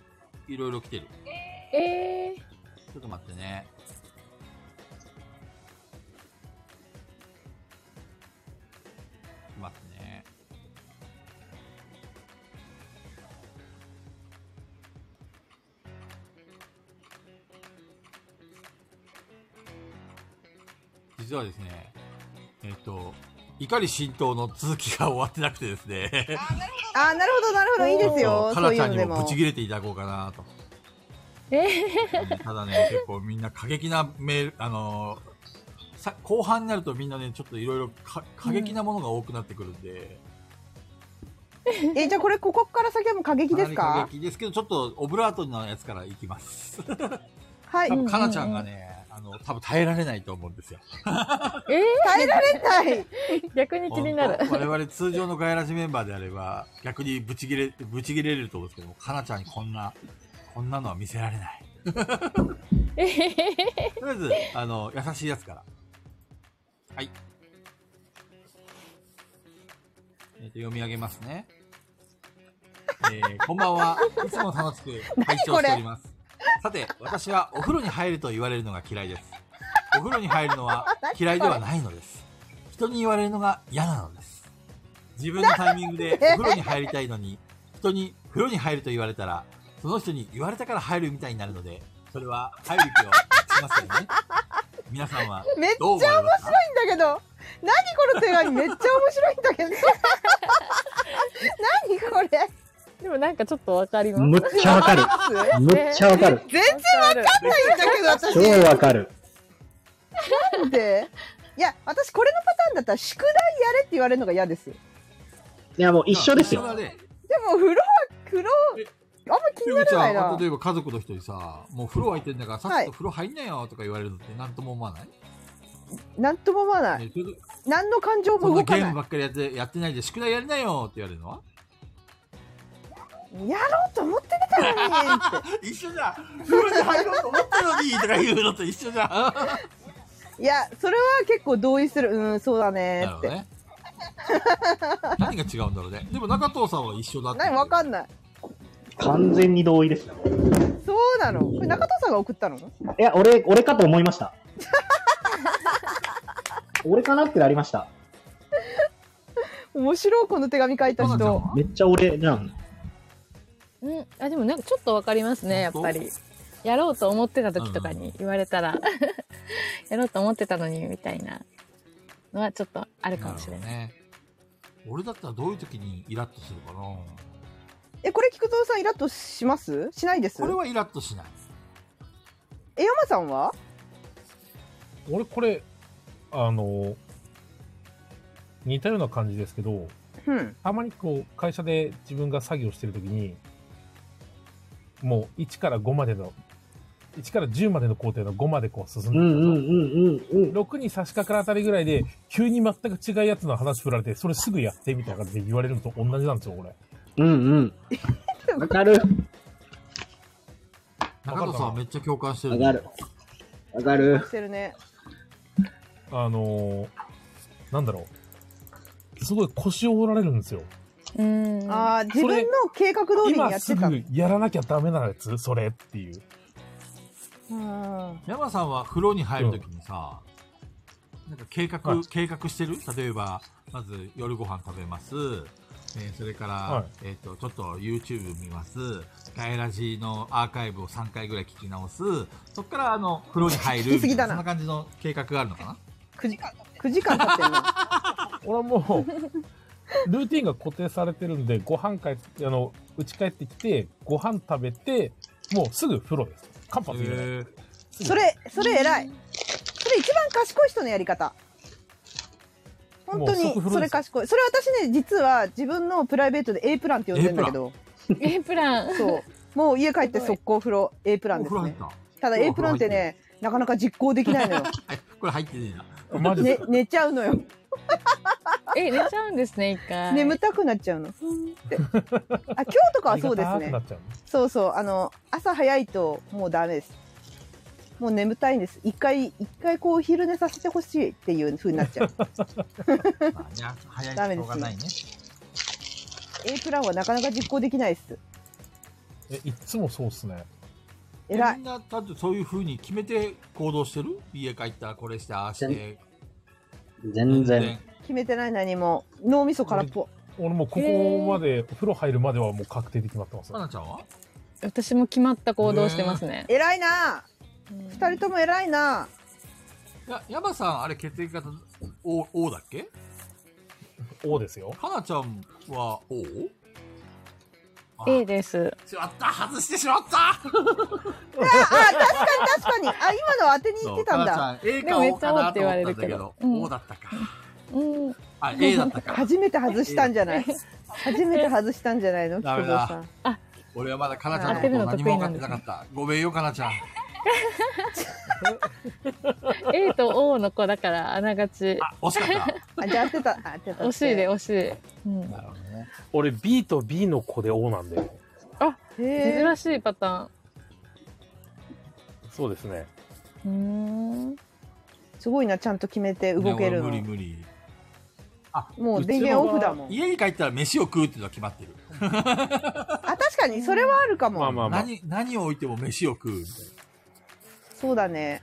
Speaker 1: いろいろ来てる。
Speaker 3: え
Speaker 1: ちょっと待ってね。ちょっと待ってね。実はですね、えっと、怒り浸透の続きが終わってなくてですね、
Speaker 5: あなるほどなるほどいいですよ
Speaker 1: か
Speaker 5: そ
Speaker 1: な
Speaker 5: うい
Speaker 1: ち
Speaker 5: う
Speaker 1: ゃん
Speaker 5: の
Speaker 1: に
Speaker 5: で
Speaker 1: もブ
Speaker 5: も
Speaker 1: チ切れていただこうかなと。
Speaker 3: ー、え
Speaker 1: うんただね、 結構みんな過激なメール、あのーさ、後半になるとみんなね、ちょっといろいろか過激なものが多くなってくるんで、
Speaker 5: えじゃあこれここから先はもう過激です
Speaker 1: なり
Speaker 5: か
Speaker 1: 過激ですけど、ちょっとオブラートのやつからいきます。
Speaker 5: は
Speaker 1: 多
Speaker 5: い耐
Speaker 1: 分、かなちゃんがね、あの、多分耐えられないと思うんですよ。
Speaker 3: ー、え
Speaker 5: えられない
Speaker 3: ー、逆に気になる。
Speaker 1: 本当我々通常のガヤラジメンバーであれば、逆にブチ切れ、ブチ切れれると思うんですけども、かなちゃんにこんな、こんなのは見せられない。
Speaker 3: えー
Speaker 1: とりあえず、あの、優しいやつから。はい。えっ、と、読み上げますね。えー、こんばんは。いつも楽しく拝聴しております。さて、私はお風呂に入ると言われるのが嫌いです。お風呂に入るのは嫌いではないのです。人に言われるのが嫌なのです。自分のタイミングでお風呂に入りたいのに、人に風呂に入ると言われたら、その人に言われたから入るみたいになるので、それは入る気をしますよね。皆さんは
Speaker 5: めっちゃ
Speaker 1: どう
Speaker 5: 面
Speaker 1: 思われ
Speaker 5: 白いん
Speaker 1: ますか
Speaker 5: だけど何この手紙めっちゃ面白いんだけど 何これ
Speaker 3: でもなんかちょっとわかります。
Speaker 4: むっちゃわ かる。むっちゃわかる。
Speaker 5: 全然わかんないんだけど私
Speaker 4: 超わかる。
Speaker 5: なんでいや私これのパターンだったら宿題やれって言われるのが嫌ですで
Speaker 4: いや、もう一緒ですよ
Speaker 1: そ。れはね
Speaker 5: も風呂は風呂あんま気
Speaker 1: ゆ
Speaker 5: に
Speaker 1: う
Speaker 5: な
Speaker 1: ちゃ
Speaker 5: らなんい
Speaker 1: は
Speaker 5: な
Speaker 1: 例えば家族の人にさ、もう風呂空いてんだから、さっ
Speaker 5: は
Speaker 1: さ
Speaker 5: い
Speaker 1: と風呂入んなよとか言われるのってなんとも思わない、
Speaker 5: なんとも思わない
Speaker 1: ねそれと
Speaker 5: 何の感情
Speaker 1: そ
Speaker 5: も
Speaker 1: んな
Speaker 5: 動
Speaker 1: ゲ
Speaker 5: か
Speaker 1: ー
Speaker 5: ない
Speaker 1: ムばっかりやってやってないで宿題やりなよって言われるのは
Speaker 5: やろうと思ってたのにっ
Speaker 1: 一緒じゃん風呂に入ろうと思ったのにとか言うのと一緒じゃん
Speaker 5: ていやそれは結構同意するうんそうだね
Speaker 1: なる
Speaker 5: ーっ
Speaker 1: ほ
Speaker 5: て、
Speaker 1: どね。何が違うんだろうね。でも中藤さんは一緒だって。
Speaker 5: 何わかんない
Speaker 4: 完全に同意ですよ。
Speaker 5: そうなのこれ中藤さんが送ったの
Speaker 4: いや、俺、俺かと思いま した。俺かなってなりました。
Speaker 5: 面白いこの手紙書いた
Speaker 1: かなちゃん
Speaker 5: 人
Speaker 1: は
Speaker 4: めっちゃ俺じゃん。
Speaker 3: うん、あでもなんかちょっとわかりますねやっぱりやろうと思ってた時とかに言われたら、 やろうと思ってたのにみたいなのはちょっとあるか
Speaker 1: な
Speaker 3: も
Speaker 1: る
Speaker 3: し
Speaker 1: ほ
Speaker 3: れ
Speaker 1: ど
Speaker 3: ない、
Speaker 1: ね。俺だったらどういう時にイラッとするかな。
Speaker 5: えこれ菊蔵さんイラッとしますしないです
Speaker 1: これはイラッとしない。
Speaker 5: え山さんは
Speaker 9: 俺、これ、あの、似たような感じですけど、
Speaker 5: うん
Speaker 9: たまにこう、会社で自分が作業してるときに、もう1から5までの、1から10までの工程の5までこう進ん
Speaker 4: う
Speaker 9: でい
Speaker 4: ん
Speaker 9: く
Speaker 4: うん
Speaker 9: と
Speaker 4: うんうんうん。
Speaker 9: 6に差し掛かるあたりぐらいで、急に全く違うやつの話振られて、それすぐやってみたいな感じで言われるのと同じなんですよ、これ。
Speaker 4: うんうん。わかる。
Speaker 1: 中
Speaker 9: わ
Speaker 1: 野
Speaker 9: か
Speaker 1: さん
Speaker 9: る
Speaker 1: めっちゃ共感してる。
Speaker 4: 上がる。上がる。
Speaker 5: してるね。
Speaker 9: かなあのー、なんだろう。すごい腰を折られるんですよ。
Speaker 3: うん。
Speaker 5: ああ、自分の計画通りに
Speaker 9: 今
Speaker 5: やって
Speaker 9: す
Speaker 5: た。
Speaker 9: ぐやらなきゃダメなやつそれっていう。
Speaker 5: うん
Speaker 1: 山さんは風呂に入るときにさ、なんか計画、
Speaker 9: はい
Speaker 1: 計画してる例えば、まず夜ご飯食べます。えーそれから、
Speaker 9: は
Speaker 1: えっ、と、ちょっと YouTube 見ます。ガエラジのアーカイブを3回ぐらい聞き直す。そっから、あの、風呂に入る
Speaker 5: 聞きすぎだな
Speaker 1: みたいそんな感じの計画があるのかな
Speaker 5: 9時間経ってるな。
Speaker 9: 俺はもう、 ルーティンが固定されてるんで、ご飯帰って、あの、家帰ってきて、ご飯食べて、もうすぐ風呂です。間髪入れない。
Speaker 1: へー
Speaker 9: すぐ
Speaker 5: それ、それ偉い。それ一番賢い人のやり方。本
Speaker 9: も
Speaker 5: 当
Speaker 9: う
Speaker 5: に
Speaker 9: 即風呂です
Speaker 5: それ賢い。それ私ね、実は自分のプライベートで A プランって呼んでんだけど、
Speaker 3: え、プラン。
Speaker 5: そう。もう家帰って速攻風呂 A プラン
Speaker 1: お
Speaker 5: で
Speaker 1: 風呂入
Speaker 5: す
Speaker 1: っ
Speaker 5: ね。
Speaker 1: た。
Speaker 5: ただ A プランってね、なかなか実行できないのよ。
Speaker 1: えこれ入ってねえな。
Speaker 9: マジで
Speaker 5: ね
Speaker 9: すか、
Speaker 5: 寝ちゃうのよ。
Speaker 3: え、寝ちゃうんですね、一回。
Speaker 5: 眠たくなっちゃうの。ってあ、今日 とかはそうです
Speaker 9: ありがたくな
Speaker 5: ね。
Speaker 9: っちゃう
Speaker 5: そうそう。あの、朝早いともうダメです。もう眠たいんです。一回、一回こうお昼寝させてほしいっていう風になっちゃう。
Speaker 1: まあね、早い
Speaker 5: ダメ
Speaker 1: とし
Speaker 5: です
Speaker 1: ょうがないね。
Speaker 5: A プランはなかなか実行できないです。
Speaker 9: え、いっつもそうっすね。
Speaker 5: えら
Speaker 1: み
Speaker 5: い。
Speaker 1: んな、だってそういう風に決めて行動してる家帰ったらこれして、ああして。
Speaker 4: 全然。。
Speaker 5: 決めてない何も。脳みそ空っぽ。
Speaker 9: 俺もうここまで、お風呂入るまではもう確定で決まってます。
Speaker 1: まなちゃんは
Speaker 3: 私も決まった行動してますね。
Speaker 5: えらいな
Speaker 3: 二
Speaker 5: 二人ともえらいない
Speaker 1: や、ヤマさん、あれ血液型、O、O だっけ
Speaker 9: 王ですよ。
Speaker 1: かなちゃんは O? あ
Speaker 3: A です。
Speaker 1: しまった外してしまった
Speaker 5: あ、あ、確かに確かに。あ、今のは当てに行ってたんだ。
Speaker 1: だ。A か O かなと思ったんだけ
Speaker 3: でもめっちゃ O って言われるけ
Speaker 1: ど
Speaker 3: ど、
Speaker 1: O だったか。
Speaker 3: うん。
Speaker 1: あ、A だったか。
Speaker 5: 初めて外したんじゃない初めて外したんじゃないの
Speaker 1: ダ
Speaker 5: 菊
Speaker 1: メ
Speaker 5: 蔵
Speaker 1: だ
Speaker 5: さん。
Speaker 1: 俺はまだかなちゃんのことを何も分かってなかった。ごめんよ、かなちゃん。
Speaker 3: A と O の子だから、あながち。
Speaker 1: あ、惜しかった。
Speaker 5: あ、じゃあ当てた。あ当てた。
Speaker 3: 惜しいで、。惜しい。うん。
Speaker 1: なるほどね。
Speaker 2: 俺 B と B の子で O なんだよ。
Speaker 5: へー
Speaker 3: 珍しいパタ
Speaker 2: そうですね。
Speaker 3: ーン。うーん。
Speaker 5: すごいな、ちゃんと決めて動ける
Speaker 1: 無
Speaker 5: の
Speaker 1: 理。無理。あ、
Speaker 5: もう電源オフだもん。
Speaker 1: 家に帰ったら飯を食うっていうのは決まってる。
Speaker 5: あ、確かに、それはあるか
Speaker 2: まあ
Speaker 5: も。
Speaker 2: まあまあ。
Speaker 1: 何、何を置いても飯を食うみたいな。
Speaker 5: そうだね。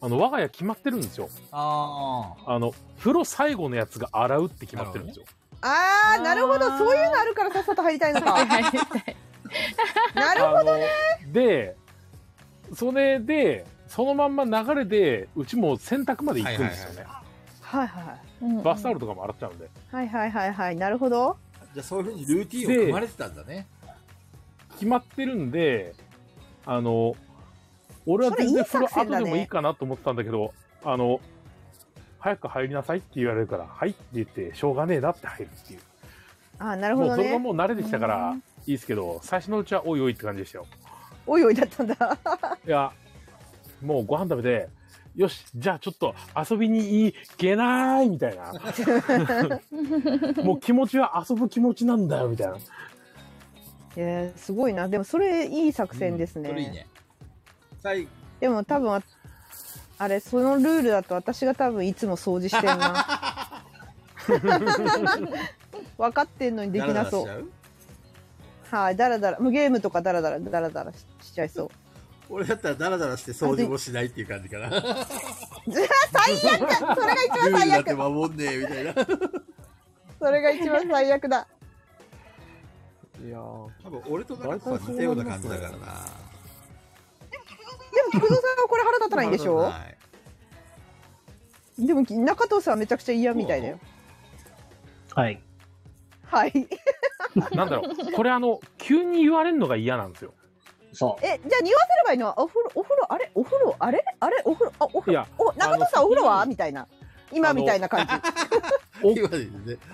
Speaker 2: あの、我が家決まってるんですよ。
Speaker 1: あ
Speaker 2: あの、風呂最後のやつが洗うって決まってるんですよ。
Speaker 5: あ
Speaker 3: あ
Speaker 5: ー、
Speaker 3: ー
Speaker 5: なるほど。そういうのあるからさっさと入りたいのか。
Speaker 3: はいはい。
Speaker 5: なるほど。
Speaker 2: あの、で、それで、そのまんま流れで、うちも洗濯まで行くんですよ
Speaker 1: は
Speaker 2: ね。
Speaker 1: いはいは
Speaker 5: はいは
Speaker 3: うんうん
Speaker 2: バスタオルとかも洗っちゃうんで。
Speaker 5: い。はいはいはいはい。なるほど。
Speaker 1: あ。じゃあそういうふうにルーティンを組まれてたんだね。
Speaker 2: 決まってるんで、あの、俺は全然
Speaker 5: そ
Speaker 2: 風
Speaker 5: れい
Speaker 2: 呂
Speaker 5: い作戦だ
Speaker 2: 後
Speaker 5: ね
Speaker 2: でもいいかなと思ってたんだけど、あの、早く入りなさいって言われるから、はいって言って、しょうがねえなって入るっていう。
Speaker 5: あー、なるほ
Speaker 2: もう
Speaker 5: ど
Speaker 2: それが
Speaker 5: ね。
Speaker 2: もう慣れてきたから、いいですけど、最初のうちはおいおいって感じでしたよ。
Speaker 5: おいおいだったんだ。
Speaker 2: いや、もうご飯食べて、よし、じゃあちょっと遊びに行けないみたい な。もう気持ちは遊ぶ気持ちなんだよ、みたいな。
Speaker 5: えー、すごいな。でもそれいい作戦ですね。
Speaker 1: うんそれいいね。最後
Speaker 5: でも多分ああれそのルールだと私が多分いつも掃除してんな。分かってんのにできなそう。
Speaker 1: う
Speaker 5: はい、だらだら、もうゲームとかだらだらだらだらししちゃいそう。
Speaker 1: 俺だったらダラダラして掃除もしないっていう感じかな。 ル
Speaker 5: 最悪だ。それが一番
Speaker 1: ール
Speaker 5: 最
Speaker 1: だって
Speaker 5: 悪。
Speaker 1: 守んねえみたいな。
Speaker 5: それが一番最悪だ。
Speaker 10: いやー
Speaker 1: 多分俺と中野さん似たような感じだからな。
Speaker 5: でも菊蔵さんはこれ腹立たないん でしょ。
Speaker 1: はい
Speaker 5: でも中藤さんはめちゃくちゃ嫌みたいだよ。
Speaker 4: はい。
Speaker 5: はい。
Speaker 2: なんだろう。これあの、急に言われるのが嫌なんですよ。
Speaker 4: そ
Speaker 5: え、じゃあ匂わせればいいのはお風呂、お風呂、あれお風呂、あれあれお風呂、あ、お風
Speaker 2: い
Speaker 5: 呂
Speaker 2: や、
Speaker 5: お、中野さ
Speaker 2: あ
Speaker 5: ん
Speaker 2: の
Speaker 5: お風呂はみたいな。今みたいな感じ。
Speaker 1: 今でね、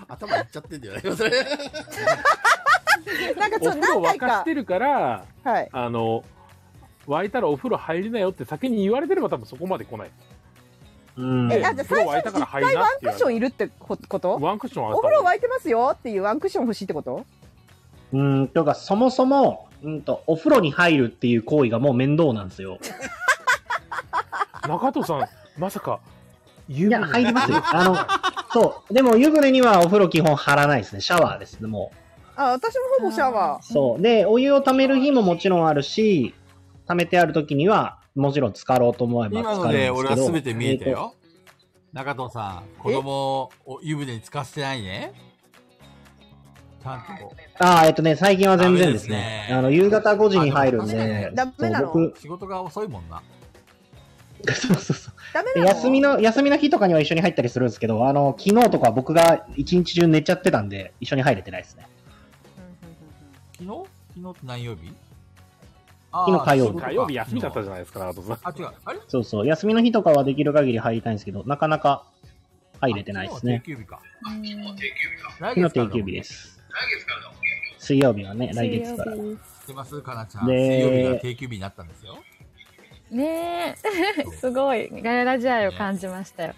Speaker 1: 頭いっちゃってんだよね。それ
Speaker 5: なんかち
Speaker 2: お
Speaker 5: ょっ
Speaker 2: 風呂
Speaker 5: と何
Speaker 2: 沸
Speaker 5: 回
Speaker 2: かし
Speaker 5: か
Speaker 2: て。るから、
Speaker 5: はい。
Speaker 2: あの、沸いたらお風呂入りなよって先に言われてれば多分そこまで来ない。
Speaker 4: う。うん。
Speaker 5: え、
Speaker 2: で
Speaker 5: あ、じゃあ最
Speaker 2: 風呂沸いた
Speaker 5: 初
Speaker 2: か
Speaker 5: に
Speaker 2: ら入
Speaker 5: 一
Speaker 2: り
Speaker 5: 回
Speaker 2: な
Speaker 5: ワ
Speaker 2: っ
Speaker 5: ン
Speaker 2: て
Speaker 5: ク
Speaker 2: 言われる
Speaker 5: ッションいるってここと
Speaker 2: ワンクッションあった
Speaker 5: お風呂沸いてますよっていうワンクッション欲しいってこと
Speaker 4: うん、というか、そもそも、うんと、お風呂に入るっていう行為がもう面倒なんですよ。
Speaker 2: 中藤さん、まさか、
Speaker 4: いや、入りますよ。あの、そう。でも湯船にはお風呂基本張らないですね。シャワーですね、も
Speaker 5: あ、私もほぼシャワ
Speaker 4: う。そう。で、お湯を溜める日ももちろんあるし、溜めてある時には、もちろん浸かろうと思えば
Speaker 1: 今
Speaker 4: 浸
Speaker 1: の
Speaker 4: かるんですけど。
Speaker 1: で俺は全て見えた
Speaker 4: と。
Speaker 1: よ。中藤さん、子供を湯船に浸かせてないね。ちゃんと。
Speaker 4: ああ、えっとね、最近は全然ですね。
Speaker 1: ダメですね
Speaker 4: あの、夕方5時に入るん
Speaker 5: あで
Speaker 4: で
Speaker 5: も、ダメなの
Speaker 4: そう
Speaker 1: 仕事が遅いもんな。
Speaker 4: 僕 そうそうそう。
Speaker 5: ダメ
Speaker 4: で
Speaker 5: なの
Speaker 4: 休みの、休みの日とかには一緒に入ったりするんですけど、あの、昨日とか僕が一日中寝ちゃってたんで、一緒に入れてないですね。
Speaker 1: 昨日昨日って何曜日
Speaker 4: 昨日火曜日
Speaker 2: 火曜日休みだったじゃないですか、中藤さん。
Speaker 1: あ、違う。あれ
Speaker 4: そうそう。休みの日とかはできる限り入りたいんですけど、なかなか入れてないですね。
Speaker 1: 昨日は定休日か。
Speaker 3: うん
Speaker 1: 来
Speaker 4: 昨
Speaker 1: 月
Speaker 4: 日
Speaker 1: から
Speaker 4: 定
Speaker 1: だもん
Speaker 4: 休日です。水曜日はね、来月から。
Speaker 3: 水曜
Speaker 1: 知ってますかなちゃん。
Speaker 4: で
Speaker 1: 水曜日が定休日になったんです よ。
Speaker 3: 日ねえ、すごい。ガヤラジ愛を感じましたよ。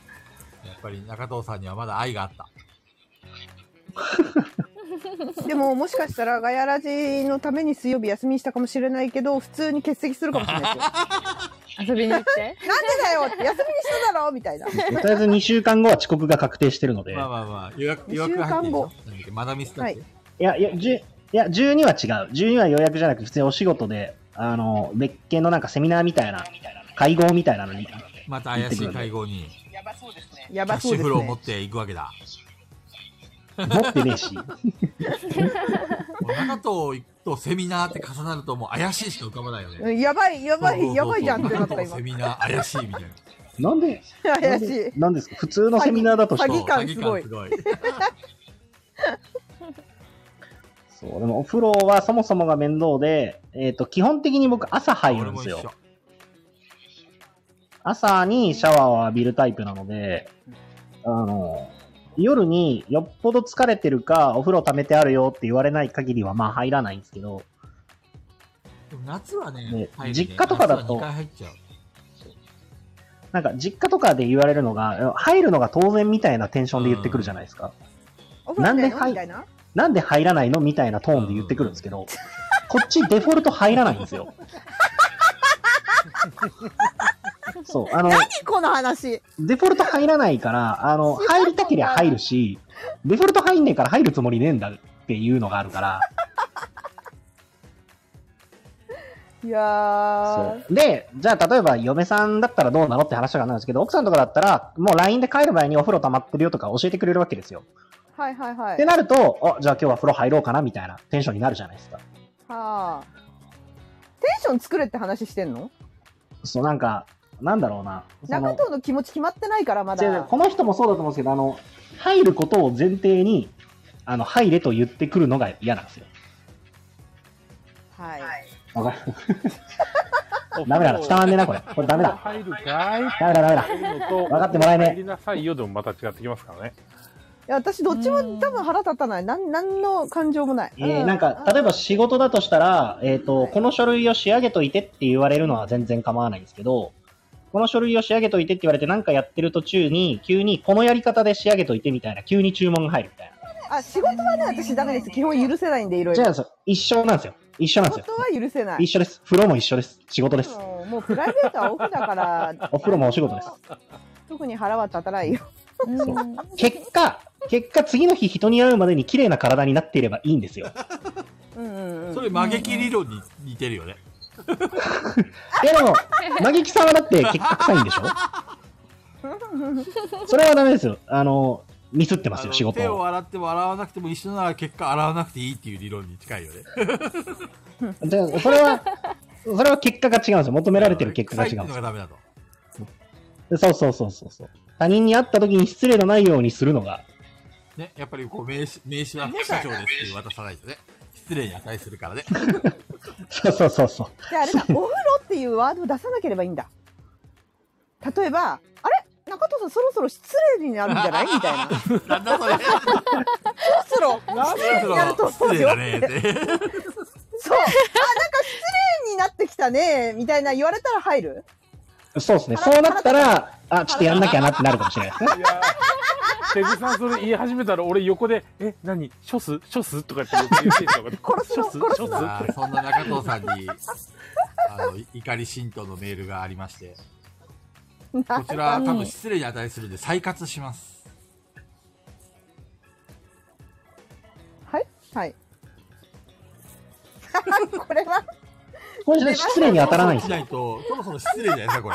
Speaker 1: やっぱり中藤さんにはまだ愛があった。
Speaker 5: でももしかしたらガヤラジのために水曜日休みにしたかもしれないけど普通に欠席するかもしれないですよ
Speaker 3: 遊びに行って。
Speaker 5: なんでだよって休みにしただろみたいな
Speaker 4: とりあえず2週間後は遅刻が確定してるので、
Speaker 1: まあまあまあ、予約、予約が入ってるでしょなんだっけまだミスだっけ、
Speaker 5: はい
Speaker 4: いや、いや、じゅいや12は違う。12は予約じゃなくて、普通にお仕事で、あの、別件のなんかセミナーみたいな、会合みたいなのに、
Speaker 1: また怪しい会合に、
Speaker 5: や
Speaker 1: キャ
Speaker 5: ば
Speaker 1: ッ
Speaker 5: そう
Speaker 1: シュ
Speaker 5: です
Speaker 1: フローを持
Speaker 5: ね
Speaker 1: っていくわけだ。
Speaker 4: 持ってねえ し。
Speaker 1: もう中藤とセミナーって重なるともう怪しいしか浮かばないよ
Speaker 5: う
Speaker 1: ね。
Speaker 5: んやばいやば
Speaker 1: そうそうそう
Speaker 5: いやばいじゃんってなった
Speaker 1: 中藤
Speaker 5: 今
Speaker 1: セミナー怪しいみたいな。
Speaker 4: なんで、な
Speaker 5: 怪
Speaker 4: ん
Speaker 5: しい
Speaker 4: でなんですか普通のセミナーだとして
Speaker 5: 詐欺感すごい
Speaker 1: そう詐欺感
Speaker 4: そう、でもお風呂はそもそもが面倒で、えっ、と、基本的に僕朝入
Speaker 1: 俺
Speaker 4: るんで
Speaker 1: も
Speaker 4: す
Speaker 1: 一
Speaker 4: よ
Speaker 1: 緒。。
Speaker 4: 朝にシャワーを浴びるタイプなので、あの、夜によっぽど疲れてるか、お風呂溜めてあるよって言われない限りは、まあ入らないんですけど、
Speaker 1: でも夏は
Speaker 4: ね
Speaker 1: ね、入るね
Speaker 4: 実家とかだと
Speaker 1: 夏は二回入っちゃう。
Speaker 4: なんか実家とかで言われるのが、入るのが当然みたいなテンションで言ってくるじゃないですか。
Speaker 5: お風呂みたい
Speaker 4: なんでは
Speaker 5: ないみたいな
Speaker 4: なんで入らないのみたいなトーンで言ってくるんですけど、こっちデフォルト入らないんですよ。そう、あの、
Speaker 5: この話
Speaker 4: デフォルト入らないから、あの、入りたけりゃ入るし、デフォルト入んねえから入るつもりねえんだっていうのがあるから、
Speaker 5: いや
Speaker 4: そうで、じゃあ例えば嫁さんだったらどうなのって話がなんですけど、奥さんとかだったら、もう LINE で帰る前にお風呂溜まってるよとか教えてくれるわけですよ。
Speaker 5: ーはいはいは
Speaker 4: っ
Speaker 5: い
Speaker 4: てなると、あ、じゃあ今日は風呂入ろうかなみたいなテンションになるじゃないですか。
Speaker 5: はあテンション作れって話してんの
Speaker 4: そう、なんか、なんだろうな。そ
Speaker 5: 中
Speaker 4: の
Speaker 5: 藤の気持ち決まってないからま
Speaker 4: 違う違う
Speaker 5: だ
Speaker 4: この人もそうだと思うんですけど、あの、入ることを前提に、あの、入れと言ってくるのが嫌なんですよ。
Speaker 5: はい
Speaker 4: わかるダメだな、伝わんねえな、これ。これダメだ。
Speaker 2: 入るかいっ
Speaker 4: ダメだ、ダメだ
Speaker 2: て。いうのと、
Speaker 4: 分かってもらえねえ
Speaker 2: 入りなさいよでもまた違ってきますからね。
Speaker 5: いや私どっちも多分腹立たないなんなんの感情もない
Speaker 4: えーなんか、例えば仕事だとしたら、えっ、と、この書類を仕上げといてって言われるのは全然構わないんですけど、この書類を仕上げといてって言われてなんかやってる途中に、急にこのやり方で仕上げといてみたいな、急に注文が入るみたいな。
Speaker 5: あ仕事はね私ダメです基本許せないんでいろい
Speaker 4: じ
Speaker 5: ろ
Speaker 4: ゃ
Speaker 5: 仕
Speaker 4: あそう、一緒なんですよ。一緒なんですよ
Speaker 5: 事。は許せな
Speaker 4: 一
Speaker 5: い
Speaker 4: 緒です。風呂も一緒です。仕事です。
Speaker 5: もうもうプライベートはオフだから
Speaker 4: お風呂もお仕事です。
Speaker 5: 特に腹は立たないよ
Speaker 3: うん
Speaker 4: 結果、結果、次の日人に会うまでに綺麗な体になっていればいいん ですよ。
Speaker 5: うんうんうん
Speaker 1: それ、魔劇理論に似てるよね。
Speaker 4: いやでも、嘆きさんはだって結果臭いんで しょそれはダメですよ。あの、ミスってます
Speaker 1: あ
Speaker 4: よ、
Speaker 1: の
Speaker 4: 仕事
Speaker 1: 手を
Speaker 4: を。
Speaker 1: 洗っても洗わなくても一緒なら結果洗わなくていいっていう理論に近いよね。
Speaker 4: じゃあそれは、それは結果が違うんですよ。求められてる結果が違
Speaker 1: 臭
Speaker 4: う
Speaker 1: い
Speaker 4: ん
Speaker 1: って
Speaker 4: で
Speaker 1: の
Speaker 4: す
Speaker 1: がダメだと。
Speaker 4: よ。そうそうそうそうそう。他人に会った時に失礼のないようにするのが、
Speaker 1: ね、やっぱりこう名刺、名刺は副社長ですって渡さないとね。失礼に値するからね。
Speaker 4: そうそうそうそう。
Speaker 5: じゃああれだお風呂っていうワードを出さなければいいんだ例えばあれ中藤さんそろそろ失礼になるんじゃないみ たいなそ
Speaker 1: なんだそれ。
Speaker 5: ろそろ
Speaker 1: なんだ そ
Speaker 5: になると
Speaker 1: れ。
Speaker 5: 思
Speaker 1: 失
Speaker 5: う
Speaker 1: 礼
Speaker 5: よ
Speaker 1: だねって。
Speaker 5: そうあなんか失礼になってきたねみたいな言われたら入る
Speaker 4: そうですね。そうなったら、あ、ちょっとやんなきゃなってなるかもしれないですね。
Speaker 2: いやペグさんそれ言い始めたら俺横で、え、何ショスショスとかって言ってるのか
Speaker 5: 殺すの
Speaker 2: ショス
Speaker 5: 殺
Speaker 2: ショス
Speaker 1: あーそんな中藤さんに、あの、怒り浸透のメールがありまして、こちら多分失礼に値するんで再活します。
Speaker 5: はいはい。 これは
Speaker 4: これ失礼に当たらないんです
Speaker 1: し
Speaker 4: よ。
Speaker 1: ないと、そろそろ失礼じゃないですか、こ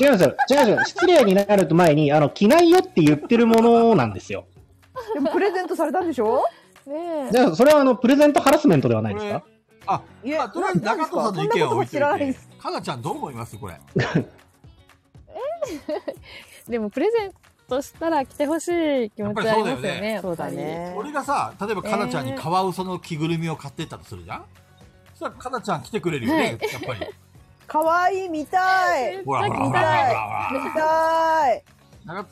Speaker 1: れ。
Speaker 4: 違うんですよ。違うんですよ。失礼になると前に、あの、着ないよって言ってるものなんですよ。
Speaker 5: でもプレゼントされたんでしょ
Speaker 3: ね
Speaker 4: じゃあ、それはあの、プレゼントハラスメントではないですか
Speaker 1: これあ、
Speaker 5: い
Speaker 1: まあ、とりあえず中藤さんの意見は置いと
Speaker 5: そんなこと知らないいで
Speaker 1: て
Speaker 5: す。
Speaker 1: かなちゃんどう思いますこれ。
Speaker 3: え。でもプレゼントしたら来てほしい気持ちありますよね。
Speaker 1: や
Speaker 3: やっぱり。
Speaker 1: 俺がさ、例えばかなちゃんにカワウソの着ぐるみを買ってったとするじゃんそしたらかなちゃん来てくれるよね、やっぱり。
Speaker 5: 可愛い見たい
Speaker 1: ほらほらほらほらほら
Speaker 5: 見たい。
Speaker 1: 中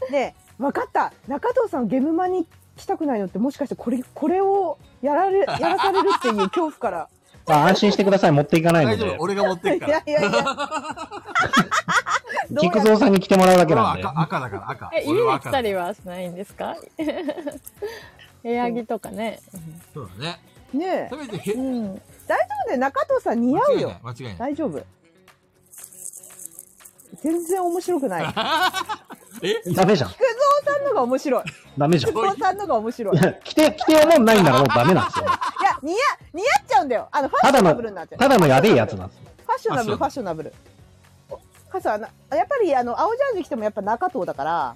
Speaker 1: 藤
Speaker 5: ねえ、わかった。中藤さんゲームマに来たくないのってもしかしてこれこれをや られやらされるっていう恐怖から。
Speaker 4: まあ安心してください。持っていかないの
Speaker 1: 大丈
Speaker 4: で
Speaker 1: 夫、。俺が持って
Speaker 5: い
Speaker 1: くから
Speaker 5: や。いや いや。どうや
Speaker 4: 菊蔵さんに着てもらうだけ
Speaker 1: 俺
Speaker 4: な
Speaker 1: は
Speaker 4: んで。
Speaker 1: 赤赤だから赤。
Speaker 3: え、家
Speaker 1: 俺は
Speaker 3: に
Speaker 1: 赤だ
Speaker 3: 来た
Speaker 1: から
Speaker 3: りはしないんですか 部屋着とかね。
Speaker 1: そうだね。
Speaker 5: ねえ
Speaker 1: せ、めてへ、
Speaker 3: うん。
Speaker 5: 大丈夫ね。中藤さん似合
Speaker 1: 間
Speaker 5: う
Speaker 1: 違い
Speaker 5: よ
Speaker 1: ない。、間違いない。
Speaker 5: 大丈夫。全然面白くない。 菊
Speaker 1: え
Speaker 4: ダメじゃん。
Speaker 5: 蔵さんのが面白い。
Speaker 4: ダメじゃ ん
Speaker 5: 菊。蔵さんのが面白い。
Speaker 4: い
Speaker 5: いや、
Speaker 4: や着て、着てはもうないんだからもうダメなんですよ。
Speaker 5: 似合似合っちゃうんだよ。あのファッ
Speaker 4: た
Speaker 5: シ
Speaker 4: だ
Speaker 5: ョナ
Speaker 4: の、
Speaker 5: ブルになっちゃう。
Speaker 4: ただのやべえやつなんですよ。
Speaker 5: ファッショナブル、ファッショナブル。かさ、なやっぱり、あの、青ジャージ着てもやっぱ中藤だから、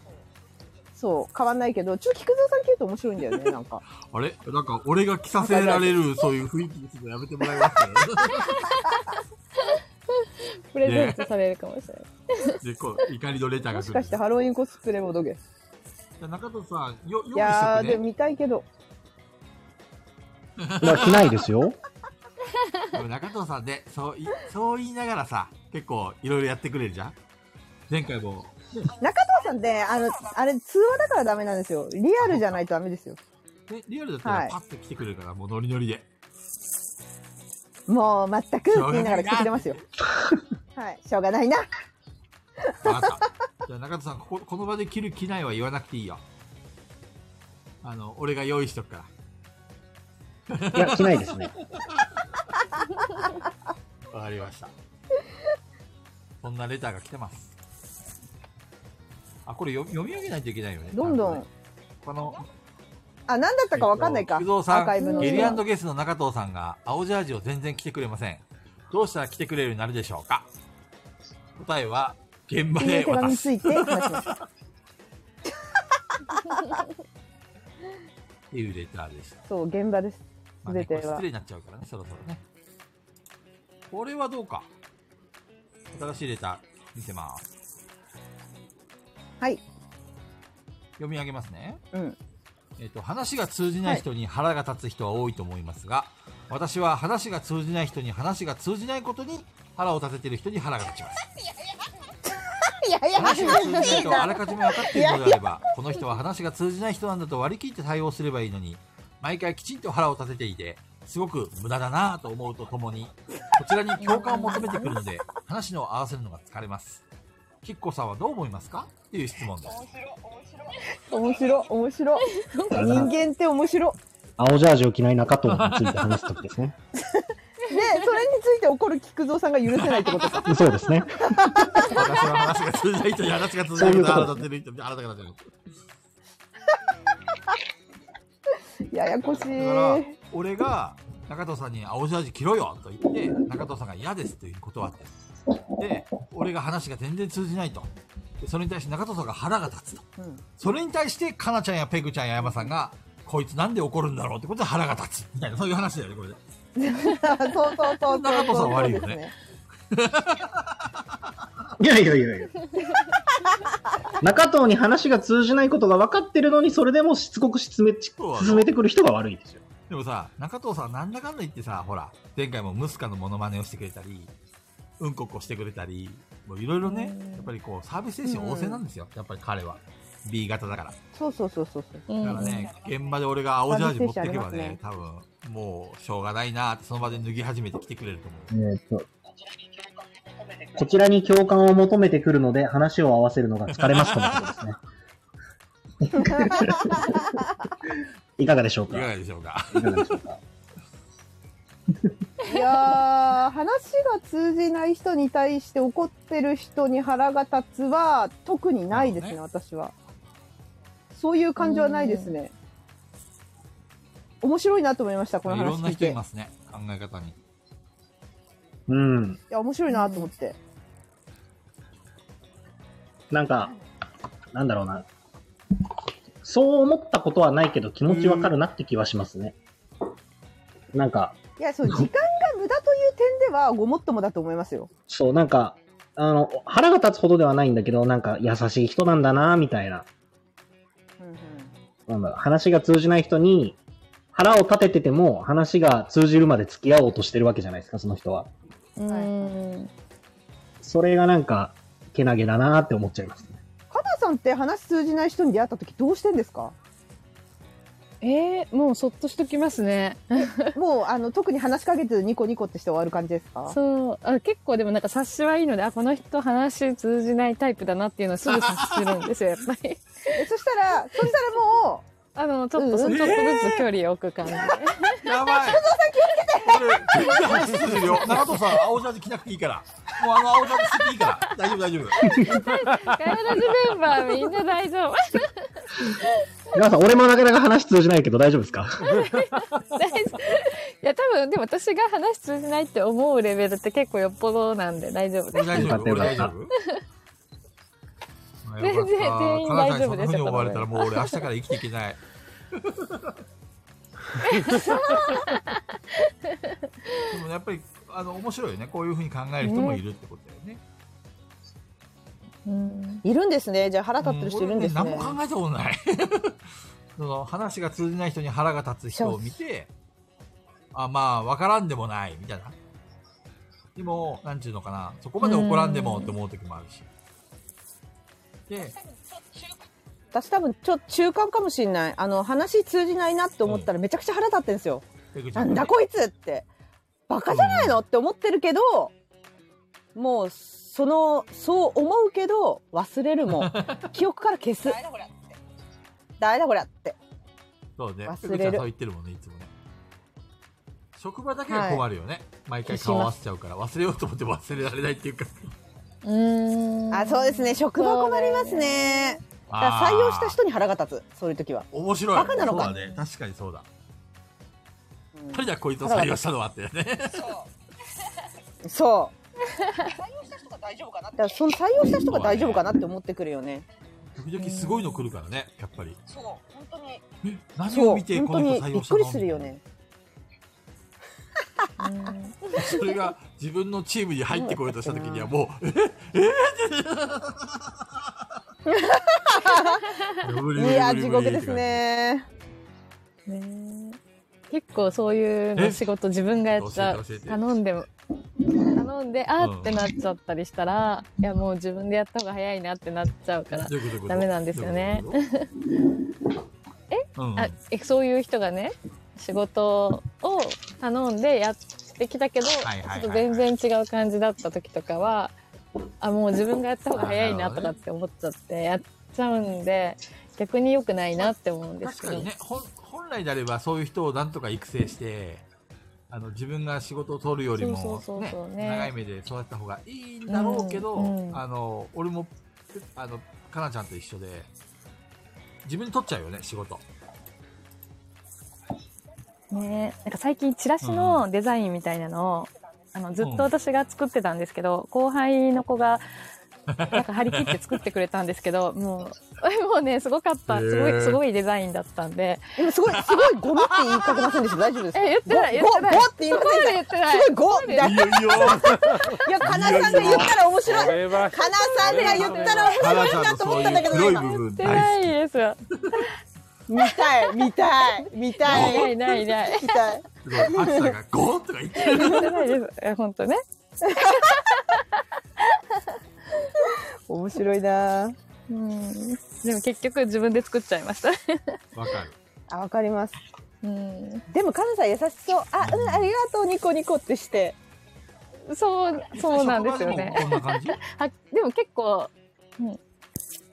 Speaker 5: そう、変わんないけど、ちょっと菊蔵さん着ると面白いんだ よね、なんか。
Speaker 1: あれなんか俺が着させられる、そういう雰囲気ちょっとやめてもらいますか
Speaker 3: プレゼントされるかもしれない。
Speaker 1: で、こう、怒りのレター
Speaker 5: も
Speaker 1: が来
Speaker 5: し
Speaker 1: る。
Speaker 5: かしてハロウィンコスプレもどげ。
Speaker 1: じゃあ中藤さん、よ、用
Speaker 5: い
Speaker 1: 意し
Speaker 5: や
Speaker 1: とく
Speaker 5: ー、でも
Speaker 1: ね。
Speaker 5: 見たいけど。
Speaker 4: まあ着ないですよ。
Speaker 1: でも中藤さんで、そうい、そう言いながらさ、結構いろいろやってくれるじゃん前回も、
Speaker 5: 中藤さんって、あの、あれ、通話だからダメなんですよ。リアルじゃないとダメですよ。
Speaker 1: ね、リアルだった
Speaker 5: は
Speaker 1: ら
Speaker 5: い
Speaker 1: パッと来てくれるから、もうノリノリで。
Speaker 5: もう、全く、
Speaker 1: しょうがないな
Speaker 5: 言いながら来てくれま すよ。はい、しょうがないな。
Speaker 1: わかった。 じゃあ中田さん、ここ、この場で着る着ないは言わなくていいよ。あの、俺が用意しとくから。
Speaker 4: いや、着ないですね。
Speaker 1: わかりました。そんなレターが来てます。あ、これ読読み上げないといけないよね。
Speaker 5: どんど
Speaker 1: ちゃ
Speaker 5: ん
Speaker 1: とね。。この、
Speaker 5: あ、何だったかわかんないか。
Speaker 1: えっと菊蔵さん
Speaker 5: アーカイブの。
Speaker 1: ゲリゲスの中藤さんが青ジャージを全然着てくれません。どうしたら着てくれるようになるでしょうか答えは、現場
Speaker 5: ってい
Speaker 1: で
Speaker 5: う手紙
Speaker 1: 渡
Speaker 5: に
Speaker 1: す
Speaker 5: ついて話します。
Speaker 1: っていうレターでした。
Speaker 5: そう、現場です。
Speaker 1: まあね、こ
Speaker 5: 全
Speaker 1: れ
Speaker 5: ては
Speaker 1: 失礼になっちゃうからね、そろそろね。これはどうか。新しいレター見せます。
Speaker 5: はい。
Speaker 1: 読み上げますね。
Speaker 5: うん。
Speaker 1: えっ、と、話が通じない人に腹が立つ人は多いと思いますが、私は話が通じない人に話が通じないことに腹を立ててる人に腹が立ちます。
Speaker 5: いやいや、
Speaker 1: 話が通じない人はあらかじめ分かっているのであれば、この人は話が通じない人なんだと割り切って対応すればいいのに、毎回きちんと腹を立てていて、すごく無駄だなぁと思うとともに、こちらに共感を求めてくるので、話の合わせるのが疲れます。きっこさんはどう思いますかっていう質問です。
Speaker 5: 面白、面白。人間って面白。
Speaker 4: 青ジャージを着ない中藤について話すときですね。
Speaker 5: で、それについて怒る菊蔵さんが許せないってことか。
Speaker 4: そうですね。
Speaker 1: 私は話が通じない人に話が通じない人に腹が立てる人に腹が立てる人。
Speaker 5: ややこしい。
Speaker 1: だから、俺が中藤さんに青ジャージ着ろよと言って、中藤さんが嫌ですという断って。で、俺が話が全然通じないと。でそれに対して中藤さんが腹が立つと。
Speaker 5: うん
Speaker 1: それに対して、かなちゃんやペグちゃんや山さんが、こいつなんで怒るんだろうってことで腹が立つ。みたいな、そういう話だよね、これで。
Speaker 5: そうそうそうそう。
Speaker 1: 中藤さん悪いよね
Speaker 5: そうです。
Speaker 4: いやいやいやいや。中藤に話が通じないことが分かってるのに、それでもしつこく進め進めてくる人が悪いですよ。
Speaker 1: でもさ、中藤さんなんだかんだ言ってさ、ほら、前回もムスカのモノマネをしてくれたり、うんこっこしてくれたり、もういろいろね、やっぱりこう、サービス精神旺盛なんですよ。やっぱり彼は。B 型だから。
Speaker 5: そうそうそうそう。
Speaker 3: うん
Speaker 1: だからね、現場で俺が青ジャージ持ってけばね、
Speaker 5: サービス精神あり
Speaker 1: 多分、もう、しょうがないなって、その場で脱ぎ始めて来てくれると思う。
Speaker 4: こちらに共感を求めてくるので、話を合わせるのが疲れますとのことですね。いかがでしょう
Speaker 1: いか
Speaker 4: か
Speaker 1: がでしょうか。
Speaker 4: いかがでしょうか
Speaker 5: いやー話が通じない人に対して怒ってる人に腹が立つは特にないですね
Speaker 1: なる
Speaker 5: 私はそういう感情はないですね面白いなと思いましたこの
Speaker 1: いろ
Speaker 5: 話
Speaker 1: ん
Speaker 5: 聞
Speaker 1: ない人
Speaker 5: てい
Speaker 1: いますね。考え方に。
Speaker 4: うん。
Speaker 5: や面白いなと思って
Speaker 4: なんか、なんだろうな。そう思ったことはないけど気持ちわかるなって気はしますね。なんか、
Speaker 5: いやそう時間が無駄という点ではごもっともだと思いますよ
Speaker 4: そう、なんか、あの、腹が立つほどではないんだけど、なんか優しい人なんだな、みたいな。なんだろう話が通じない人に腹を立ててても話が通じるまで付き合おうとしてるわけじゃないですか、その人は。
Speaker 3: うーん。
Speaker 4: それがなんか、けなげだなーって思っちゃいますね。
Speaker 5: カナさんって話通じない人に出会った時どうしてんです か
Speaker 3: えー、もうそっとしときますね。
Speaker 5: もうあの特に話しかけてニコニコってして終わる感じですか
Speaker 3: そうあ結構でもなんか察しはいいのであこの人話通じないタイプだなっていうのはすぐ察するんですよやっぱり
Speaker 5: えそしたらそしたらも
Speaker 3: あのちょっとそ、
Speaker 5: うん
Speaker 3: ちょっとずつ距離を置く 感じで
Speaker 1: やばい。修造さん気をつけて。するよ。長藤さん、青ジャージ着なくていいから。もうあの青ジャージ着ていいから。大丈夫、大丈夫。
Speaker 3: ガヤラジメンバーみんな大丈夫
Speaker 4: 皆さん、俺もなかなか話通じないけど大丈夫ですか
Speaker 3: 大丈夫いや多分でも私が話通じないって思うレベルって結構よっぽどなんで大丈夫で
Speaker 1: 俺大
Speaker 3: す
Speaker 1: 丈夫。俺大丈夫。
Speaker 3: 全然全員
Speaker 1: かな
Speaker 3: 大丈
Speaker 1: さんにそ
Speaker 3: 夫
Speaker 1: んな
Speaker 3: ですよ
Speaker 1: 風に思われたらもう俺明日から生きていけ ない。でもやっぱりあの面白いよね。こういう風に考える人もいるってことだよね。
Speaker 3: うん
Speaker 5: ういるんですねじゃあ腹立ってる人いるんですね,、
Speaker 1: 俺何も考えたことない。 その話が通じない人に腹が立つ人を見て、あ、まあ、わからんでもない、みたいな。でも、なんちゅうのかな、そこまで怒らんでもって思う時もあるし。で、
Speaker 5: 私多分ちょっと中間かもしれないあの話通じないなって思ったらめちゃくちゃ腹立ってんですよ、
Speaker 1: ペグちゃ
Speaker 5: なんんだこいつってバカじゃないのって思ってるけどもうそのそう思うけど忘れるも ん記憶から消す
Speaker 7: 誰だこれって
Speaker 5: 誰だこれって
Speaker 1: そうね。ペ
Speaker 5: 忘れ
Speaker 1: グ
Speaker 5: る
Speaker 1: ちゃんそう言ってるもんね、いつもね。職場だけが困るよね。毎回顔合わせちゃうから、忘れようと思っても忘れられないっていうか。
Speaker 3: うん
Speaker 5: あそうですね職場困りますね だから採用した人に腹が立つそういう時は
Speaker 1: 面白い。
Speaker 5: バカなのか
Speaker 1: そうだね。確かにそうだ。
Speaker 5: うん
Speaker 1: 誰だこいつを採用したのはってね。
Speaker 7: そう
Speaker 5: そ
Speaker 7: 採用した人が大丈夫かなって
Speaker 5: うだからその採用した人が大丈夫かなって思ってくるよね
Speaker 1: 時々すごいの来るからね、やっぱり。
Speaker 7: そう本当に
Speaker 1: え何
Speaker 5: そ
Speaker 1: を
Speaker 5: う
Speaker 1: 見て
Speaker 5: 本
Speaker 1: こ
Speaker 5: 当
Speaker 1: の人
Speaker 5: に
Speaker 1: 採
Speaker 5: び
Speaker 1: 用
Speaker 5: っ
Speaker 1: した
Speaker 5: く
Speaker 1: の
Speaker 5: りするよね
Speaker 1: それが自分のチームに入ってこようとした時にはもう、ええ
Speaker 5: い
Speaker 1: ええ
Speaker 5: や地獄です。ね
Speaker 3: ね結構そういうの仕事自分がやっちゃ
Speaker 1: 教
Speaker 3: う
Speaker 1: えて教えて
Speaker 3: 頼んでも頼んであ
Speaker 1: うん
Speaker 3: ーってなっちゃったりしたら、いやもう自分でやった方が早いなってなっちゃうから
Speaker 1: どういうことどういうこと
Speaker 3: ダメなんですよね
Speaker 1: どういうことどういうこと
Speaker 3: あえそういう人がね仕事を頼んでやってきたけど、
Speaker 1: はいはいはい
Speaker 3: ちょっと全然違う感じだった時とかはあもう自分がやった方が早い
Speaker 1: あ
Speaker 3: な
Speaker 1: な
Speaker 3: と
Speaker 1: るほど
Speaker 3: か
Speaker 1: ね
Speaker 3: って思っちゃってやっちゃうんで逆に良くないなって思うん
Speaker 1: うん
Speaker 3: です
Speaker 1: 確か
Speaker 3: けど、
Speaker 1: にね、本本来であればそういう人をなんとか育成して、あの自分が仕事を取るよりも
Speaker 3: そうそうそうそう
Speaker 1: ね
Speaker 3: ね
Speaker 1: 長い目で育った方がいいんだろうけど、
Speaker 3: うんうん
Speaker 1: あの俺もあのかなちゃんと一緒で自分で取っちゃうよね仕事。
Speaker 3: ねなんか最近チラシのデザインみたいなのを、あのずっと私が作ってたんですけど、後輩の子がなんか張り切って作ってくれたんですけどもう もうねすごかったすご
Speaker 1: へー
Speaker 3: いすごいデザインだったんで
Speaker 5: 今すごいすごいゴミって言いかけませんでした大丈夫ですか
Speaker 3: え言ってない言
Speaker 5: ゴ
Speaker 3: ってない
Speaker 5: ゴゴって言いませんでし
Speaker 3: 言ってない
Speaker 5: たすごいゴみたい
Speaker 1: い
Speaker 5: な
Speaker 1: よいいよ。
Speaker 5: いやかなさんが言ったら面白い
Speaker 2: これは
Speaker 5: かなさんが言ったら面
Speaker 1: か
Speaker 5: 白
Speaker 1: ないちゃん
Speaker 5: な
Speaker 1: の
Speaker 5: と
Speaker 1: そう
Speaker 5: 思っ
Speaker 1: い
Speaker 5: たんだけ
Speaker 1: う黒い
Speaker 5: ど
Speaker 1: 部分
Speaker 3: 言ってな
Speaker 1: 大好
Speaker 3: い
Speaker 1: き。
Speaker 3: ですよ
Speaker 5: 今見たい見たい見た
Speaker 3: ないいないない
Speaker 5: 見たい
Speaker 1: すごい。暑さがゴーッとか言ってる。
Speaker 3: 言ってないですえ本当ね
Speaker 5: 面白いな
Speaker 3: うんでも結局自分で作っちゃいました
Speaker 1: わかる。
Speaker 5: あわかります
Speaker 3: うん
Speaker 5: でもかなさん優しそうあうんありがとうニコニコってして
Speaker 3: そうそうなんですよね
Speaker 1: 職場でもこんな感じ。
Speaker 3: はでも結構、うん、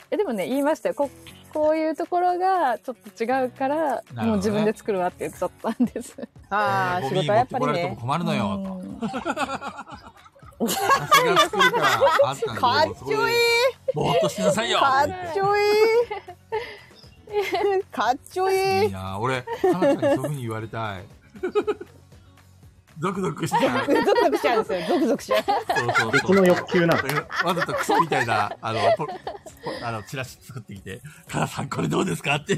Speaker 3: えでもね言いましたよここういうところがちょっと違うから、
Speaker 1: ほどね
Speaker 3: もう自分で作るわって言っちゃったんです。
Speaker 5: ああ、
Speaker 1: ゴ
Speaker 5: 仕
Speaker 1: ミ
Speaker 5: 事
Speaker 1: 持
Speaker 5: はやっ
Speaker 1: って
Speaker 5: ぱり
Speaker 1: こられても
Speaker 5: ね。
Speaker 1: 困るのよ、と。
Speaker 3: うん
Speaker 1: 私が作るから、あったんだ
Speaker 11: か
Speaker 1: よ
Speaker 11: っちょいい
Speaker 1: ぼーっとしなさいよ。
Speaker 11: かっちょいいかっちょい
Speaker 1: い
Speaker 11: い
Speaker 1: いな俺、かなちゃんにそういうふうに言われたい。ゾクゾクしちゃう。
Speaker 5: ゾクゾクしちゃうんですよ。ゾクゾクしちゃう。
Speaker 1: そうそう
Speaker 4: 別の欲求なの。
Speaker 1: わざとクソみたいな、あの、ポポあの、チラシ作ってきて、かなさんこれどうですかって、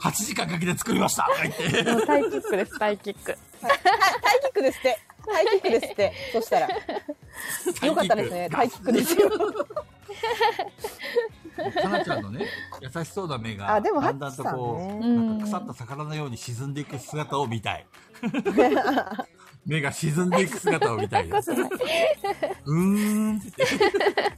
Speaker 1: 8時間かけて作りましたとか言って。
Speaker 3: もうタイキックです、タイキック。
Speaker 5: タイキックですって。タイキックですって。そしたら。よかったですね。タイキックですよ。
Speaker 1: かなちゃんのね、優しそうな目が、
Speaker 5: あ、でも、ハ
Speaker 1: だんだん
Speaker 5: ッチ
Speaker 1: と
Speaker 5: さん
Speaker 1: こ
Speaker 5: ね。
Speaker 1: う、
Speaker 3: うん
Speaker 1: 腐った魚のように沈んでいく姿を見た い。目が沈んでいく姿を見 たいです。うーんって言って。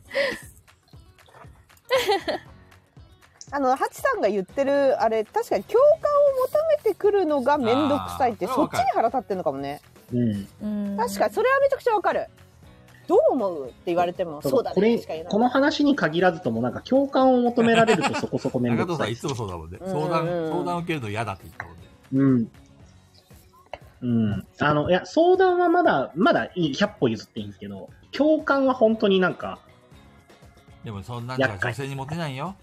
Speaker 5: あの、ハチさんが言ってる、あれ、確かに共感を求めてくるのがめんどくさいって、
Speaker 1: あー
Speaker 5: そっちに腹立ってんのかもね。
Speaker 4: うん。
Speaker 5: 確かに、それはめちゃくちゃわかる。どう思うって言われても、そうだ
Speaker 4: こ
Speaker 5: ね。
Speaker 4: れ、
Speaker 5: しか言えない
Speaker 4: この話に限らずともなんか共感を求められると そこそこめん
Speaker 1: 中
Speaker 4: ど
Speaker 1: 藤さ
Speaker 4: くさ
Speaker 1: ん
Speaker 4: い
Speaker 1: い。つもそうだもんね。
Speaker 5: うん
Speaker 1: 相談、相談受けるの嫌だって言ったもんね。
Speaker 4: うん。うん。あの、いや、相談はまだ、まだいい、100歩譲っていいんですけど、共感は本当になんか、
Speaker 1: でもそんなんじゃ
Speaker 4: 厄介
Speaker 1: 女性にモテないよ。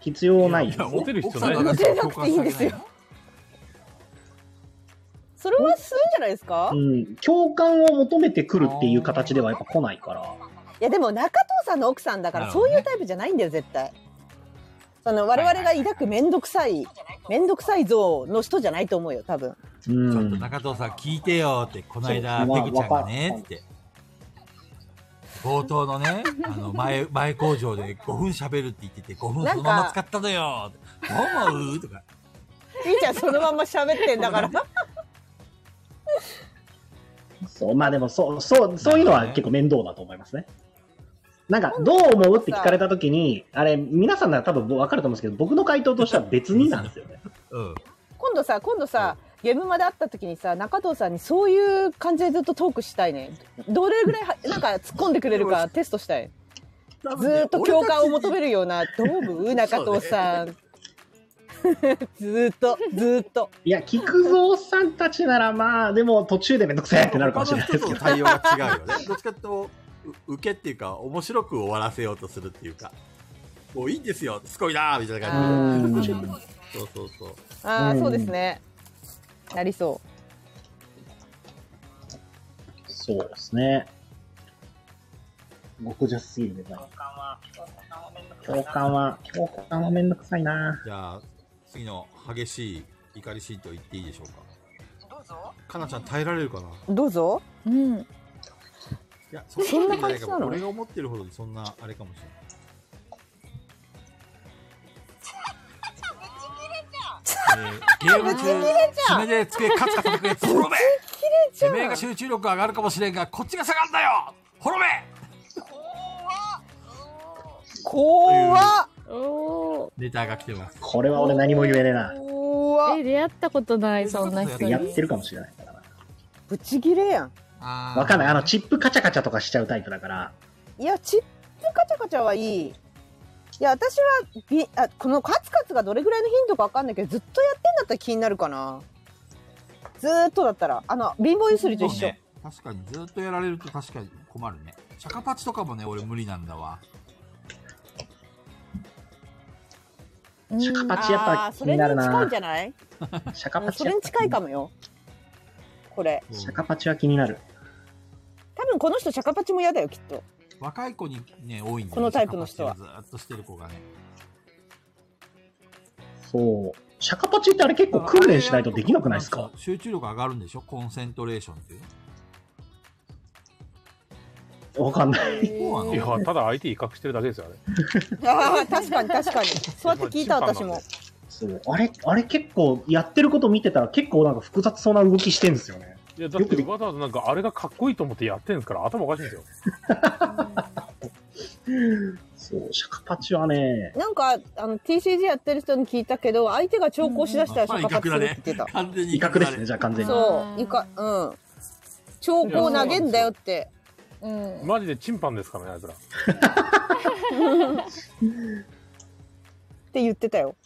Speaker 4: 必要ないです
Speaker 1: や
Speaker 4: ね。
Speaker 2: モテる必要
Speaker 1: 奥さん
Speaker 2: ない
Speaker 1: の話は共感してあげ
Speaker 5: モテなくていいんです
Speaker 1: ない
Speaker 5: よ
Speaker 1: の
Speaker 5: それはするんじゃないですか
Speaker 4: うん。共感を求めてくるっていう形ではやっぱ来ないから。
Speaker 5: いやでも中藤さんの奥さんだから
Speaker 1: なるほ
Speaker 5: そ
Speaker 1: ど
Speaker 5: う
Speaker 1: ね
Speaker 5: いうタイプじゃないんだよ絶対その我々が抱く面倒くさい面倒くさい像の人じゃないと思うよ多 分
Speaker 4: う
Speaker 1: ちょっと
Speaker 4: ん。
Speaker 1: 中藤さん聞いてよって、この間、
Speaker 4: そう
Speaker 1: ペグちゃんがね
Speaker 4: わ、
Speaker 1: って。冒頭のね、あの、前、前工場で5分喋るって言ってて、5分そのまま使ったのよってどう思うとか。
Speaker 5: みーちゃんそのまんま喋ってんだから
Speaker 4: そう、まあでもそう、そう、そういうのは結構面倒だと思いますね。なんか、どう思うって聞かれたときに、あれ、皆さんなら多分分かると思うんですけど、僕の回答としては別になんですよね。
Speaker 1: うん。
Speaker 5: 今度さ今度さゲームまで会った時にさ中藤さんにそういう感じでずっとトークしたいねどれぐらいはなんか突っ込んでくれるかテストしたいずーっと共感を求め
Speaker 1: る。
Speaker 5: るようなどう思う中藤さん ずーっとずーっと
Speaker 4: いや、菊蔵さんたちならまあ、でも途中でめんどくせえってなるかもしれないです
Speaker 1: 他
Speaker 4: け
Speaker 1: の人
Speaker 4: ど
Speaker 1: と。の対応が違うよ ね。どっちかっていうと、う受けっていうか、面白く終わらせようとするっていうか、もういいんですよ、すごいなーみたいな
Speaker 5: う
Speaker 1: 感
Speaker 4: うん
Speaker 1: じで。そうそうそう。
Speaker 5: ああ
Speaker 4: うん
Speaker 5: そうですねなりそう
Speaker 4: そうですね。極上すぎるデザイン。共感は、共感はめんどくさいな。
Speaker 1: じゃあ、次の激しい怒りシーント言っていいでしょうか。
Speaker 12: どうぞ。
Speaker 1: かなちゃん耐えられるかな
Speaker 5: どうぞ。
Speaker 3: うん。
Speaker 1: いや、そんなことないかも俺が思ってるほどそんなあれかもしれない。えーゲーム中、爪で机カツカツ叩くやつ、滅べてめえが集中力上がるかもしれんが、こっちが下がるんだよ滅べ
Speaker 5: 怖っ。
Speaker 3: おー。
Speaker 1: レターが来てます。
Speaker 4: これは俺何も言えねえな。
Speaker 5: 怖っ。
Speaker 3: え、出会ったことない、そんな人
Speaker 4: やっ
Speaker 3: に。
Speaker 4: てるかもしれないからな。
Speaker 5: ぶち切れやん。
Speaker 1: あ
Speaker 4: わかんない。あの、チップカチャカチャとかしちゃうタイプだから。
Speaker 5: いや、チップカチャカチャはいい。いや、私は、び、あ、このカツカツがどれぐらいの頻度かわかんないけど、ずっとやってんだったら気になるかな。ずーっとだったら、あの、貧乏ゆすりと一緒。
Speaker 1: ね。確かに、ずっとやられると確かに困るね。シャカパチとかもね、俺無理なんだわ。
Speaker 3: うん
Speaker 4: シャカパチやっ
Speaker 5: あ
Speaker 4: ぱ
Speaker 5: ー
Speaker 4: 気
Speaker 5: そ
Speaker 4: に
Speaker 5: れに
Speaker 4: なる
Speaker 5: 近い
Speaker 4: なん
Speaker 5: じ。ゃない
Speaker 4: シャカ
Speaker 5: うん
Speaker 4: パ
Speaker 5: そ
Speaker 4: チ。
Speaker 5: れに近いかもよ。これ。
Speaker 4: シャカパチは気になる。
Speaker 5: 多分この人、シャカパチも嫌だよ、きっと。
Speaker 1: 若い子にね、多いんだよね
Speaker 5: このタイプの人は
Speaker 1: シャカパチをずっとしてる子がね。
Speaker 4: そう。シャカパチってあれ結構訓練しないとできなくないですか
Speaker 1: 集中力上がるんでしょコンセントレーションっていうの。
Speaker 4: わかんない。
Speaker 1: そう
Speaker 2: い
Speaker 1: なの
Speaker 2: や、ただ相手威嚇してるだけですよ、あれ。
Speaker 5: ああ、確かに確かに。そうやって聞いた、私も。
Speaker 4: そう。あれ、あれ結構やってること見てたら結構なんか複雑そうな動きしてんですよね。
Speaker 2: いや、だってわざわざなんかあれがかっこいいと思ってやってるんですから、頭おかしいんですよ。
Speaker 4: そう。シャカパチはね、
Speaker 5: なんかあの TCG やってる人に聞いたけど相手が調校しだしたら
Speaker 1: うん
Speaker 5: シャカパチするって言ってた、
Speaker 1: 完全に
Speaker 4: 威嚇ですね、じゃあ完全に。
Speaker 5: そういかうん兆候投げんだよって
Speaker 3: うん。
Speaker 2: マジでチンパンですからね、あいつら。
Speaker 5: て言ってたよ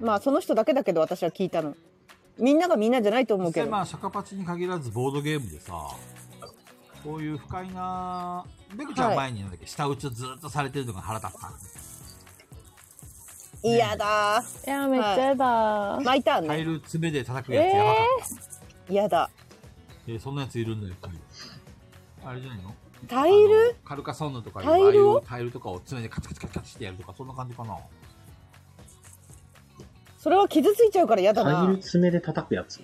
Speaker 5: まあその人だけだけど私は聞いたのみんながみんなじゃないと思う
Speaker 1: 実
Speaker 5: け
Speaker 1: 際
Speaker 5: ど、
Speaker 1: まあ、シャカパチに限らずボードゲームでさ、こういう不快な、ベクちゃん前になんだっけ、下打ちをずっとされてるのが腹立った。
Speaker 5: 嫌だ
Speaker 3: いや、めっちゃやだ。
Speaker 5: 巻いたん
Speaker 1: タ
Speaker 5: ね
Speaker 1: イル爪で叩くやつやばかった。
Speaker 5: 嫌だ
Speaker 1: えーそんなやついるんだよ、やっぱりあれじゃないの
Speaker 5: タイル
Speaker 1: あのカルカソンヌとかいう
Speaker 5: タイル
Speaker 1: ああ
Speaker 5: を
Speaker 1: いうタイルとかを爪でカチカチカチカチってやるとか、そんな感じかな。
Speaker 5: それは傷ついちゃうから嫌だ
Speaker 4: タイ
Speaker 5: な
Speaker 4: ル爪で叩くやつ。
Speaker 5: い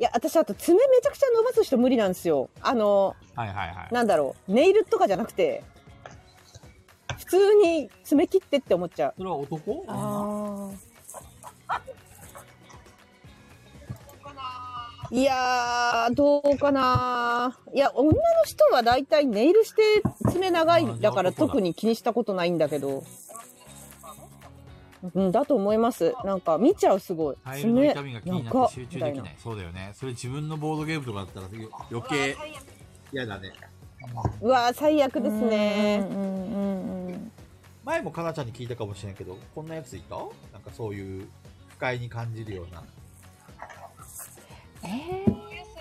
Speaker 5: や私あと爪めちゃくちゃ伸ばす人無理なんですよあの
Speaker 1: はいはいはい。
Speaker 5: なんだろうネイルとかじゃなくて普通に爪切ってって思っちゃう
Speaker 1: それは男女
Speaker 3: あ
Speaker 5: いやーどうかないや女の人は大体ネイルして爪長いんだから
Speaker 1: あーじゃあ男だ
Speaker 5: 特に気にしたことないんだけどうんだと思いますなんか見ちゃうすごい
Speaker 1: タイルの
Speaker 5: 爪
Speaker 1: 痛みが気になって集中でき
Speaker 5: 長っみ
Speaker 1: な
Speaker 5: た
Speaker 1: い。そうだよね。それ自分のボードゲームとかだったら余計嫌だね。
Speaker 5: うわー最悪
Speaker 3: ー
Speaker 5: ですね
Speaker 3: うんうんうんうん。
Speaker 1: 前もかなちゃんに聞いたかもしれないけど、こんなやついたなんかそういう不快に感じるような。
Speaker 3: え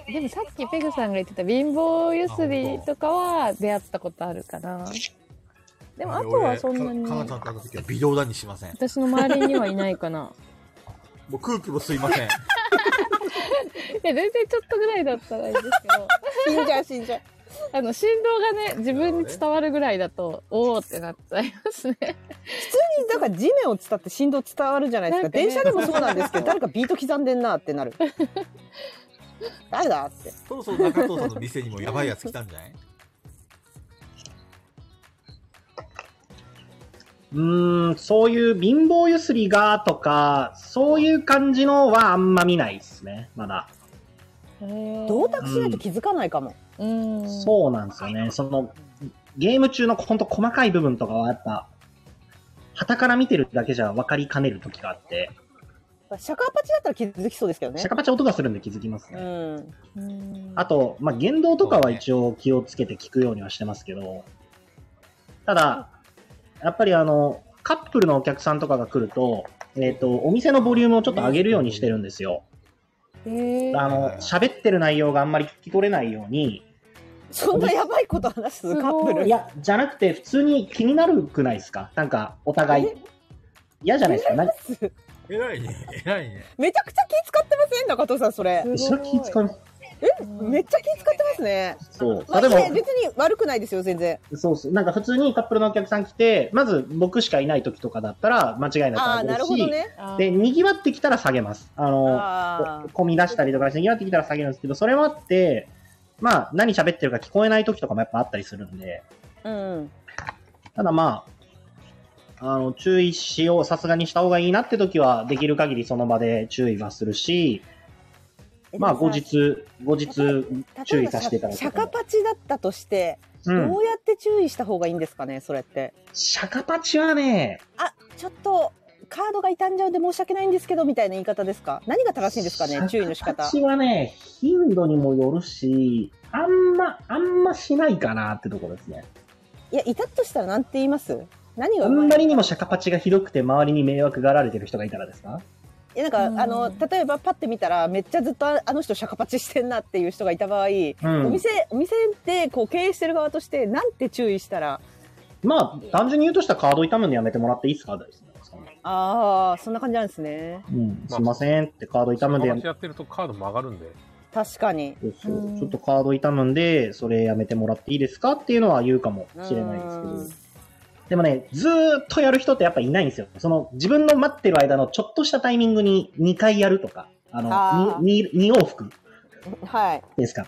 Speaker 3: ー、でもさっきペグさんが言ってた貧乏ゆすりとかは出会ったことあるかな。でもあとはそんなに
Speaker 1: かかなちゃんと会った時は微動だにしません。
Speaker 3: 私の周りにはいないか な。
Speaker 1: もう空気も吸いません。
Speaker 3: いや全然ちょっとぐらいだったらいいですけど、
Speaker 5: 死んじゃう死んじゃう
Speaker 3: あの振動がね自分に伝わるぐらいだとおおってなっちゃいますね。
Speaker 5: だから地面を伝って振動伝わるじゃないですか
Speaker 3: なんかね
Speaker 5: 電車でもそうなんですけど誰かビート刻んでんなってなる誰だって
Speaker 1: そろそろ中藤さんの店にもやばいやつ来たんじゃないう
Speaker 4: ーん、そういう貧乏ゆすりがとか、そういう感じのはあんま見ないですね、まだ。
Speaker 5: 同卓しないと気づかないかも、
Speaker 3: うん。
Speaker 4: そうなんですよね。その、ゲーム中のほんと細かい部分とかはやっぱ、旗から見てるだけじゃ分かりかねる時があって、
Speaker 5: シャカパチだったら気づきそうですけどね
Speaker 4: シャカパチ音がするんで気づきます
Speaker 5: う
Speaker 4: ね。
Speaker 5: ん
Speaker 3: うん。
Speaker 4: あと、まあ、言動とかは一応気をつけて聞くようにはしてますけど、ただ、やっぱりあの、カップルのお客さんとかが来ると、えっ、と、お店のボリュームをちょっと上げるようにしてるんですよ。
Speaker 3: えー、
Speaker 4: あの、喋ってる内容があんまり聞き取れないように、
Speaker 5: そんなやばいこと話す
Speaker 3: すごい
Speaker 5: カップル
Speaker 4: いや、じゃなくて、普通に気になるくないですかなんか、お互い
Speaker 5: え。
Speaker 4: 嫌じゃないですか何
Speaker 1: 偉いね。偉いね。
Speaker 5: めちゃくちゃ気使ってません中藤さんそれ
Speaker 4: それは気使います。
Speaker 5: めっちゃ気使ってますね、
Speaker 4: そう。
Speaker 5: まあ、
Speaker 4: あ、で
Speaker 5: いや
Speaker 4: も、
Speaker 5: 別に悪くないですよ全然
Speaker 4: そうそう。なんか普通にカップルのお客さん来て、まず僕しかいない時とかだったら、間違いなく
Speaker 5: ああ
Speaker 4: あげ
Speaker 5: な
Speaker 4: る
Speaker 5: るほど
Speaker 4: し、
Speaker 5: ね
Speaker 3: あー
Speaker 4: で、賑わってきたら下げます。あの、
Speaker 5: ああ
Speaker 4: 込み出したりとかして、賑わってきたら下げるんですけど、それもあって、まあ、何喋ってるか聞こえない時とかもやっぱあったりするんで、
Speaker 5: うん
Speaker 4: ただまあ、あの、注意しよう、さすがにした方がいいなって時は、できる限りその場で注意はするし、まあ、後日、後日、注意させていただく
Speaker 5: シャカパチだったとして、
Speaker 4: うん
Speaker 5: ど。うやって注意した方がいいんですかねそれって
Speaker 4: シャカパチはね、
Speaker 5: あちょっとカードが傷んじゃうんで申し訳ないんですけどみたいな言い方ですか何が正しいんですかね注意の仕
Speaker 4: シャカ
Speaker 5: 方
Speaker 4: パチはね、頻度にもよるし、あんま、あんましないかなってところですね。
Speaker 5: いやいたとしたらなんて言います何が
Speaker 4: あ
Speaker 5: うまい
Speaker 4: んまりにもシャカパチがひどくて、周りに迷惑がられてる人がいたらですか
Speaker 5: いやなんか、
Speaker 3: うん
Speaker 5: あの例えばパッて見たらめっちゃずっとああの人シャカパチしてんなっていう人がいた場
Speaker 4: う
Speaker 5: 合、お
Speaker 4: ん。
Speaker 5: 店お店ってこう経営してる側としてなんて注意したら
Speaker 4: まあ、単純に言うとしたらカード痛むのやめてもらっていいですかですね
Speaker 5: ああそんな感じなんですね
Speaker 4: うん。すいませんってカード痛むんでや
Speaker 2: 友
Speaker 4: め
Speaker 2: 達やってるとカード曲がるんで。
Speaker 5: 確かに
Speaker 4: そうそう
Speaker 3: うん
Speaker 4: ちょっとカード痛むんで、それやめてもらっていいですかっていうのは言うかもしれないですけ
Speaker 5: う
Speaker 4: ど
Speaker 5: ん。
Speaker 4: でもね、ずーっとやる人ってやっぱいないんですよ。その自分の待ってる間のちょっとしたタイミングに2回やるとか、あ
Speaker 5: あ
Speaker 4: の、
Speaker 5: ー
Speaker 4: に 2, 往復
Speaker 5: はい
Speaker 4: ですか。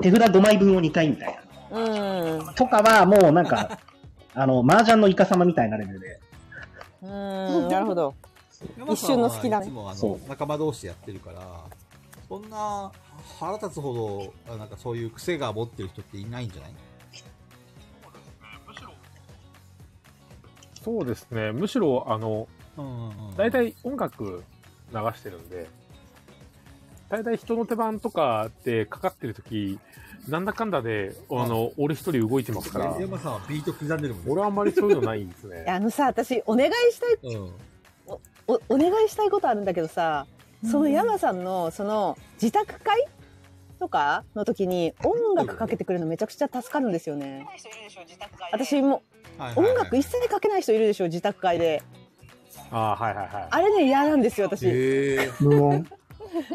Speaker 4: 手札5枚分を2回みたい
Speaker 5: うん
Speaker 4: な。とかはもうなんか、あの、麻雀のイカ様みたいなレベルで。
Speaker 5: うんなるほど一瞬の隙だね
Speaker 1: いつもあ
Speaker 4: そ
Speaker 1: の
Speaker 4: う
Speaker 1: 仲間同士やってるから、そんな腹立つほど、あなんかそういう癖が持ってる人っていないんじゃない
Speaker 2: そうですね。むしろ、あの、
Speaker 1: うんうんうん
Speaker 2: 大体音楽流してるんで、大体人の手番とかってかかってる時、なんだかんだで、あの、俺一人動いてますから、
Speaker 1: 山さんはビート刻んでるもんね。
Speaker 2: 俺はあんまりそういうのないんですね。
Speaker 5: あのさ、私、お願いしたい、
Speaker 1: うん。
Speaker 5: お、お願いしたいことあるんだけどさ、その山さんの、その、自宅会とかの時に音楽かけてくれるのめちゃくちゃ助かるんですよね。
Speaker 7: ない人いるでしょ自宅会で
Speaker 5: 私も
Speaker 1: はいはいはい
Speaker 5: 音楽一切かけない人いるでしょ、自宅会で。
Speaker 2: ああー、はいはいはい。
Speaker 5: あれね、嫌なんですよ、私。
Speaker 1: へえ。
Speaker 4: 無音。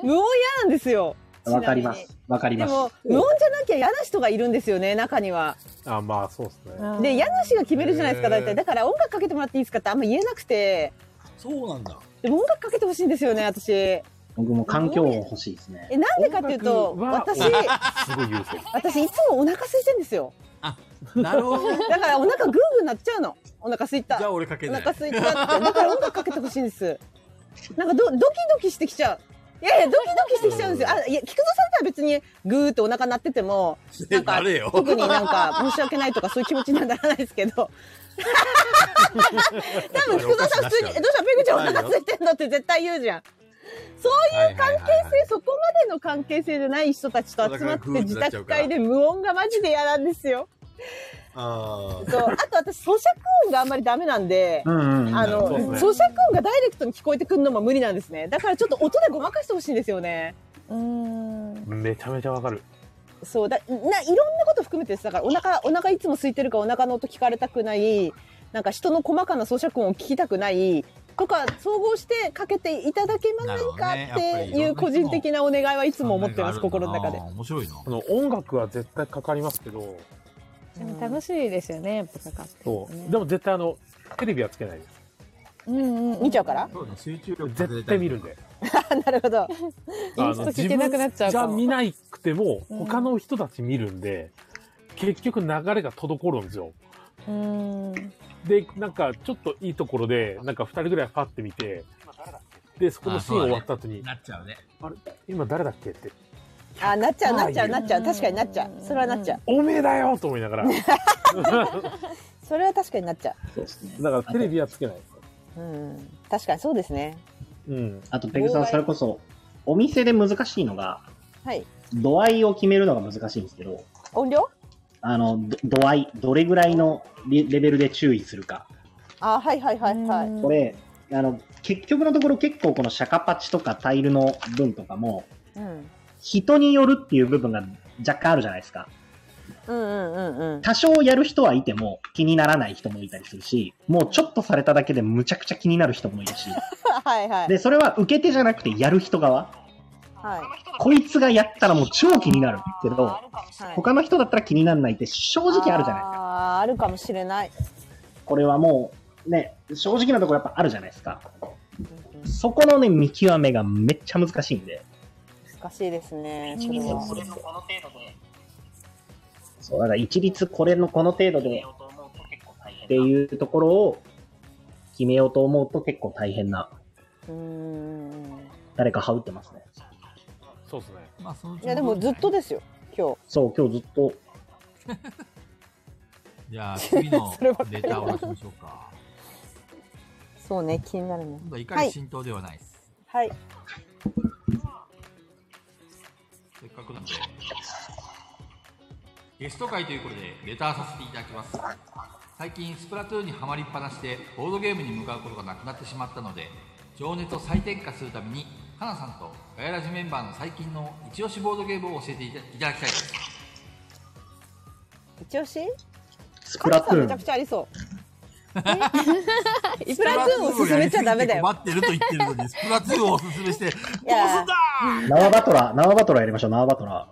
Speaker 5: 無音嫌なんですよ。
Speaker 4: わかります。わかり
Speaker 5: で
Speaker 4: ます。
Speaker 5: も、無音じゃなきゃ嫌な人がいるんですよね、中には。
Speaker 2: あまあ、そうですね。
Speaker 5: で、
Speaker 3: や
Speaker 5: 家主が決めるじゃないですか、
Speaker 1: へー
Speaker 5: 大体。だから音楽かけてもらっていいですかってあんま言えなくて。
Speaker 1: そうなんだ。
Speaker 5: でも音楽かけてほしいんですよね、私。え、
Speaker 4: 僕も環境音欲しいですね。
Speaker 5: なんでかっていうと、
Speaker 2: 音楽は
Speaker 5: 私、
Speaker 2: すごい優勢。
Speaker 5: 私いつもお腹空いてんですよ。
Speaker 1: なるほど。
Speaker 5: だからお腹グーグーなっちゃうの。お腹空いた
Speaker 1: じゃ。あ俺かけ
Speaker 5: お
Speaker 1: ない
Speaker 5: 腹。空いたって。だから音楽かけてほしいんです。なんかど、ドキドキしてきちゃう。いやいや、ドキドキしてきちゃうんですよ。あ、いや、菊蔵さんとは別にグーってお腹鳴ってて も、なんか
Speaker 1: あれよ。
Speaker 5: 特になんか申し訳ないとかそういう気持ちにはならないですけ ど。多分菊蔵さん普通に、えどうしたペグちゃんお腹空いてんのって絶対言うじゃん。そういう関
Speaker 1: はい
Speaker 5: 係性、
Speaker 1: はいはい
Speaker 5: そこまでの関係性じゃない人たちと集まって自宅会で無音がマジで嫌なんですよ。
Speaker 1: あ
Speaker 5: とあと私咀嚼音があんまりダメなんで、
Speaker 4: うんうん。
Speaker 5: あの、
Speaker 1: そうで
Speaker 5: 咀
Speaker 1: す
Speaker 5: 嚼音がダイレクトに聞こえてくるのも無理なんですね。だからちょっと音でごまかしてほしいんですよね。
Speaker 3: うーん。
Speaker 2: めちゃめちゃわかる。
Speaker 5: そうだないろんなこと含めてですだからお腹お腹いつも空いてるからお腹の音聞かれたくないなんか人の細かな咀嚼音を聞きたくないとか総合してかけていただけませんか、
Speaker 1: なるほどねやっぱり
Speaker 5: って
Speaker 1: い
Speaker 5: い
Speaker 1: ろんな人の
Speaker 5: う個人的なお願いはい
Speaker 1: い
Speaker 5: つも思ってます心の中で。
Speaker 1: 面白いな。
Speaker 2: あの、音楽は絶対かかりますけど、
Speaker 3: でも楽しいですよね、やっぱかかってる
Speaker 2: そ
Speaker 3: とね
Speaker 2: う。でも絶対あの、テレビはつけないです。
Speaker 3: うんうん。
Speaker 5: 見ちゃうから
Speaker 1: そうね、集中力
Speaker 2: 絶対見るんで。
Speaker 5: あなるほど
Speaker 3: インスト聞けなくなっちゃう
Speaker 2: じゃ
Speaker 3: かも。
Speaker 2: 見なくても、
Speaker 3: うん
Speaker 2: 他の人たち見るんで、結局流れが滞るんですよ。
Speaker 3: うーん。
Speaker 2: で、なんか、ちょっといいところで、なんか二人ぐらいパッて見て、で、そこのシーン終わった後に、
Speaker 1: なっちゃうね。
Speaker 2: 今誰だっけって、
Speaker 5: あなっちゃうなっちゃ
Speaker 2: う
Speaker 5: うんなっちゃう確かになっちゃうそれはなっちゃう
Speaker 2: おめえだよと思いながら、だか
Speaker 5: それは確かになっちゃ
Speaker 4: そうですね。
Speaker 2: らテレビはつけないです。
Speaker 5: ううん確かにそうですね
Speaker 2: うん。
Speaker 4: あと、ペグさん、それこそ、お店で難しいのが、
Speaker 5: はい
Speaker 4: 度合いを決めるのが難しいんですけど、
Speaker 5: 音量
Speaker 4: あの、ど度合い、どれぐらいのレレベルで注意するか。
Speaker 5: あはいはいはいはい
Speaker 4: これ、あの、結局のところ結構このシャカパチとかタイルの分とかも、
Speaker 5: うん
Speaker 4: 人によるっていう部分が若干あるじゃないですか。
Speaker 5: うんうんうんうん
Speaker 4: 多少やる人はいても気にならない人もいたりするし、もうちょっとされただけでむちゃくちゃ気になる人もいるし、
Speaker 5: はいはい
Speaker 4: で、それは受け手じゃなくてやる人側。
Speaker 5: はい
Speaker 4: こいつがやったらもう超気になるけど
Speaker 7: あ、るかもしれない
Speaker 4: 他の人だったら気にならないって正直あるじゃないですか。
Speaker 5: あーあるかもしれない。
Speaker 4: これはもう、ね、正直なところやっぱあるじゃないですか。そこのね、見極めがめっちゃ難しいんで。
Speaker 5: 難しいですね。そ
Speaker 7: 君
Speaker 5: れ
Speaker 7: と
Speaker 5: は
Speaker 7: 俺のこの程度で
Speaker 4: そう、だから一律これのこの程度
Speaker 7: 決め
Speaker 4: で
Speaker 7: ようと思うと結構大変だ
Speaker 4: っていうところを決めようと思うと結構大変な、
Speaker 5: うーん。
Speaker 4: 誰か羽織ってますね。
Speaker 2: そうですね。
Speaker 1: まあ、そのうち
Speaker 5: いやでもずっとですよ。今
Speaker 4: そう、今日ずっと、
Speaker 1: じゃあ、次の
Speaker 5: そればっかり
Speaker 1: データを出しましょうか。
Speaker 5: 日。そうね気になるね。
Speaker 1: 今度は怒り浸透ではないです。
Speaker 5: はい。
Speaker 1: せっかくなんで。ゲスト会ということで、レターさせていただきます。最近、スプラトゥーンにはまりっぱなしで、ボードゲームに向かうことがなくなってしまったので、情熱を再転化するために、かなさんとガヤラジメンバーの最近の一押しボードゲームを教えていただきたいです。
Speaker 5: 一押し？
Speaker 4: スプ
Speaker 5: カナ
Speaker 4: ラ
Speaker 5: さ
Speaker 4: ト
Speaker 5: ん
Speaker 4: ゥ
Speaker 5: めち
Speaker 4: ー
Speaker 5: ゃ
Speaker 4: ン
Speaker 5: く。ちゃありそう。え スプラトゥーンを勧めちゃダメだよ。
Speaker 1: 困ってると言ってるのに、スプラトゥーンをおすすめして、どうすん
Speaker 5: いや
Speaker 1: だ
Speaker 4: 縄バトラ、縄バトラやりましょう、縄バトラ。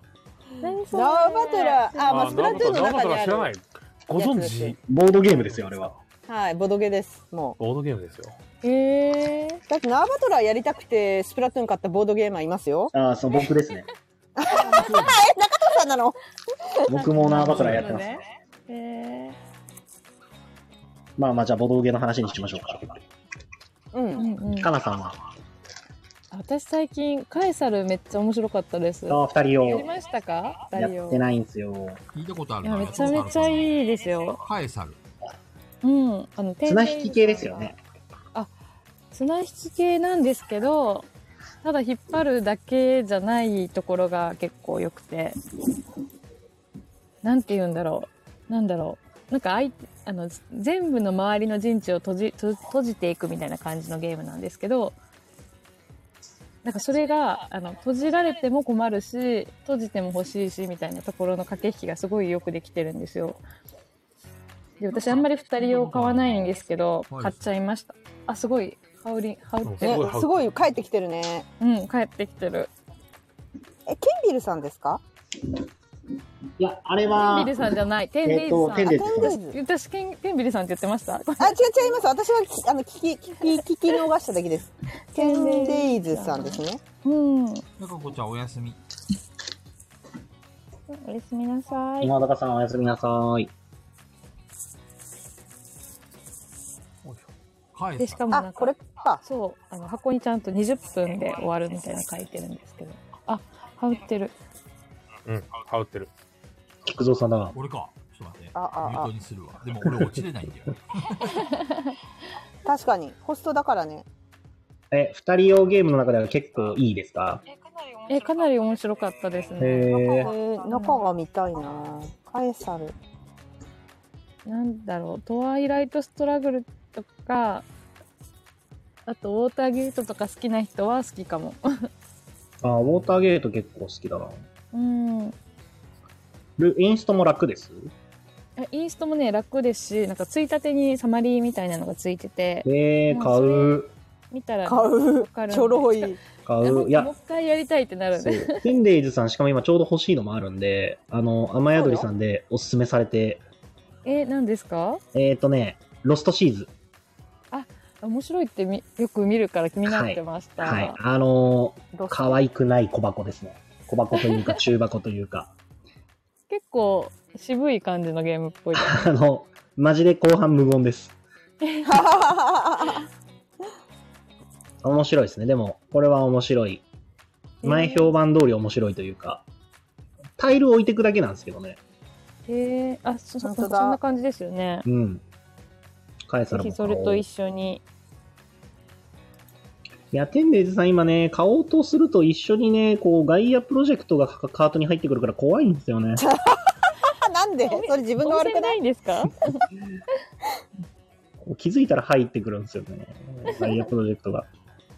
Speaker 3: 何それ
Speaker 5: ラーバトラーあまあスプラトゥーンの中に
Speaker 2: 生
Speaker 5: あ
Speaker 2: 知らない
Speaker 5: る。。
Speaker 2: ご存
Speaker 5: やつです
Speaker 2: 知
Speaker 5: ね
Speaker 4: ボードゲームですよ、あれは。
Speaker 5: はいボドゲです。も
Speaker 2: ボードゲームですよ。
Speaker 3: え
Speaker 5: う。だってナーバトラーやりたくてスプラトゥーン買ったボードゲーマーいますよ。
Speaker 4: ああ、そう、僕ですね。
Speaker 5: え中藤さんなの？
Speaker 4: 僕も縄バトラやってます。
Speaker 3: ー、え
Speaker 4: まあまあ、じゃあ、ボードゲーの話にしましょうか。
Speaker 3: ー、
Speaker 5: うん。
Speaker 3: うんうん
Speaker 4: かなさんは、
Speaker 3: 私最近カエサルめっちゃ面白かったです。や
Speaker 4: ああ、二人
Speaker 3: り
Speaker 4: を
Speaker 3: ましたか？ダ
Speaker 4: や
Speaker 3: リオ
Speaker 4: っ。てないんですよ。
Speaker 1: 聞いたことあ
Speaker 3: い
Speaker 1: る
Speaker 3: や
Speaker 1: な。
Speaker 3: めちゃめちゃ
Speaker 1: い。
Speaker 3: いいですよ。
Speaker 1: カエサル。
Speaker 3: うん、あの天然
Speaker 4: 綱引き系ですよね。
Speaker 3: 砂引き系なんですけどただ引っ張るだけじゃないところが結構良くて。なんて言うんだろう。なんだろう。なんか相手、あの、全部の周りの陣地を閉じ、と閉じていくみたいな感じのゲームなんですけど、なんかそれが、あの、閉じられても困るし、閉じても欲しいし、みたいなところの駆け引きがすごいよくできてるんですよ。で、私あんまり二人用買わないんですけど、
Speaker 1: はい
Speaker 3: 買っちゃいました。あ、すごい、羽織、羽織って
Speaker 9: す
Speaker 3: る
Speaker 5: ね
Speaker 9: ごい、
Speaker 5: すごい帰ってきてるね。
Speaker 3: うん、帰ってきてる。
Speaker 5: え、ケンビルさんですか
Speaker 4: いや、あれ
Speaker 3: テン
Speaker 4: は
Speaker 3: ビ、リさんじゃない、テンビ
Speaker 4: え
Speaker 3: リ
Speaker 4: っ
Speaker 3: さ
Speaker 4: と、
Speaker 3: ん。
Speaker 4: テンデイズ
Speaker 5: あ
Speaker 4: さん
Speaker 5: テンデイズ
Speaker 3: 私ケン、テンビリさんって言ってました。
Speaker 5: あ、違う違います。私はき、あの、聞き、聞き、聞き逃しただけです。ケンデイズさんですね。
Speaker 3: うん。お
Speaker 1: なかこちゃんおやすみ。
Speaker 3: やすみなさい。
Speaker 4: 今高さんおやすみなさーい。
Speaker 1: 返
Speaker 3: で、
Speaker 1: す
Speaker 3: し
Speaker 1: か
Speaker 3: かもな
Speaker 5: あ、
Speaker 3: ん
Speaker 5: こ
Speaker 3: か
Speaker 5: れ、か。
Speaker 3: そう、あの、箱にちゃんと20分で終わるみたいなの書いてるんですけど。あ、羽織ってる。
Speaker 2: うん、羽織ってる。
Speaker 4: 菊蔵さんだな。
Speaker 1: 俺か。ちょっと待って。
Speaker 5: あああ
Speaker 1: ミュートにするわ。でも俺落ちれないんだよ。
Speaker 5: 確かに。ホストだからね。
Speaker 4: え、二人用ゲームの中では結構いいですか
Speaker 3: え、かなり面白かったです
Speaker 4: へ
Speaker 3: ね。
Speaker 5: え
Speaker 4: ー。
Speaker 5: ー、中が見たいな。カエサル。
Speaker 3: なんだろう、トワイライトストラグルとか、あと、ウォーターゲートとか好きな人は好きかも。
Speaker 4: あ、ウォーターゲート結構好きだな。
Speaker 3: うん。
Speaker 4: ルインストも楽です
Speaker 3: あインストもね、楽ですし、なんか、ついたてにサマリーみたいなのがついてて、
Speaker 4: え
Speaker 3: う
Speaker 4: ー、
Speaker 3: ん
Speaker 4: 買う、
Speaker 3: 見たら、
Speaker 5: 買う。
Speaker 3: かる
Speaker 5: ちょろい。
Speaker 4: 買
Speaker 3: あ
Speaker 4: う。いや
Speaker 3: もう、一回やりたいってなるん
Speaker 4: そ
Speaker 3: で。
Speaker 4: う。テンデイズさん、しかも今ちょうど欲しいのもあるんで、あの、雨宿りさんでおすすめされて、
Speaker 3: え、何ですか
Speaker 4: えーとね、ロストシーズ。
Speaker 3: 面白いってみよく見るから気になってました。
Speaker 4: はい。あの
Speaker 5: どう
Speaker 4: ー、
Speaker 5: ぞ
Speaker 4: 可愛くない小箱ですね。小箱というか、中箱というか。
Speaker 3: 結構渋い感じのゲームっぽ いです。
Speaker 4: あの、マジで後半無言です。面白いですね。でも、これは面白い。前評判通り面白いというか、タイルを置いていくだけなんですけどね。
Speaker 3: へえ、あ、そそ
Speaker 5: 本当
Speaker 3: そん
Speaker 5: だ
Speaker 3: な感じですよね。
Speaker 4: うん。カエサ
Speaker 3: ぜ
Speaker 4: ル
Speaker 3: ひ
Speaker 4: も買
Speaker 3: そ
Speaker 4: おう
Speaker 3: れと一緒に。
Speaker 4: いや、テンデイズさん今ね、買おうとすると一緒にね、こう、ガイアプロジェクトがカカートに入ってくるから怖いんですよね。
Speaker 5: なんでそれ自分が
Speaker 3: 温
Speaker 5: 悪く
Speaker 3: 泉
Speaker 5: な
Speaker 3: ないいんですか
Speaker 4: こう気づいたら入ってくるんですよ ね。ガイアプロジェクトが。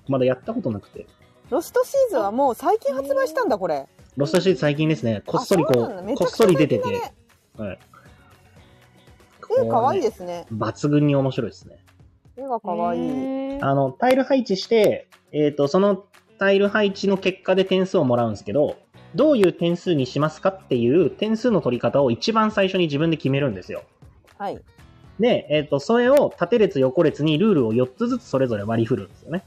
Speaker 4: まだやったことなくて。
Speaker 5: ロストシーズンはもう最近発売したんだ、これ。
Speaker 4: ロストシーズ最近ですね、こっそり
Speaker 5: あ
Speaker 4: こ
Speaker 5: そうなんだ
Speaker 4: う、
Speaker 5: めち
Speaker 4: こ
Speaker 5: ゃ
Speaker 4: っ
Speaker 5: くちゃ
Speaker 4: そり出て
Speaker 5: 最
Speaker 4: て
Speaker 5: 近だ。
Speaker 4: はい。
Speaker 5: 絵可愛い
Speaker 4: こ
Speaker 5: ですね。
Speaker 4: うね抜群に面白いですね。
Speaker 5: 絵が 可愛い。
Speaker 3: へえ
Speaker 4: あの、タイル配置して、えっ、と、そのタイル配置の結果で点数をもらうんですけど、どういう点数にしますかっていう点数の取り方を一番最初に自分で決めるんですよ。
Speaker 5: はい。
Speaker 4: で、えっ、と、それを縦列横列にルールを4つずつそれぞれ割り振るんですよね。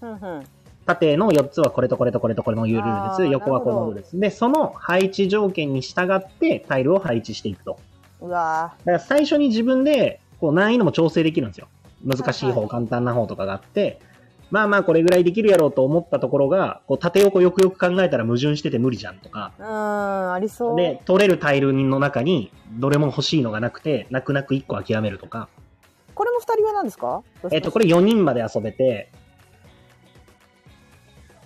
Speaker 5: ふんふん。
Speaker 4: 縦の4つはこれとこれとこれとこれのルールで
Speaker 5: あ
Speaker 4: す。
Speaker 5: ー
Speaker 4: 横はこのルールです。で、その配置条件に従ってタイルを配置していくと。
Speaker 5: うわ
Speaker 4: だから最初に自分でこう難易度も調整できるんですよ。難しい
Speaker 5: はいは
Speaker 4: 方、
Speaker 5: い
Speaker 4: 簡単な方とかがあって、まあまあこれぐらいできるやろうと思ったところが、こう縦横よくよく考えたら矛盾してて無理じゃんとか、
Speaker 5: ーうーん、ありそう。
Speaker 4: で、取れるタイルの中にどれも欲しいのがなくて、泣く泣く1個諦めるとか、
Speaker 5: これも二人目なんですか
Speaker 4: えっと、これ4人まで遊べて、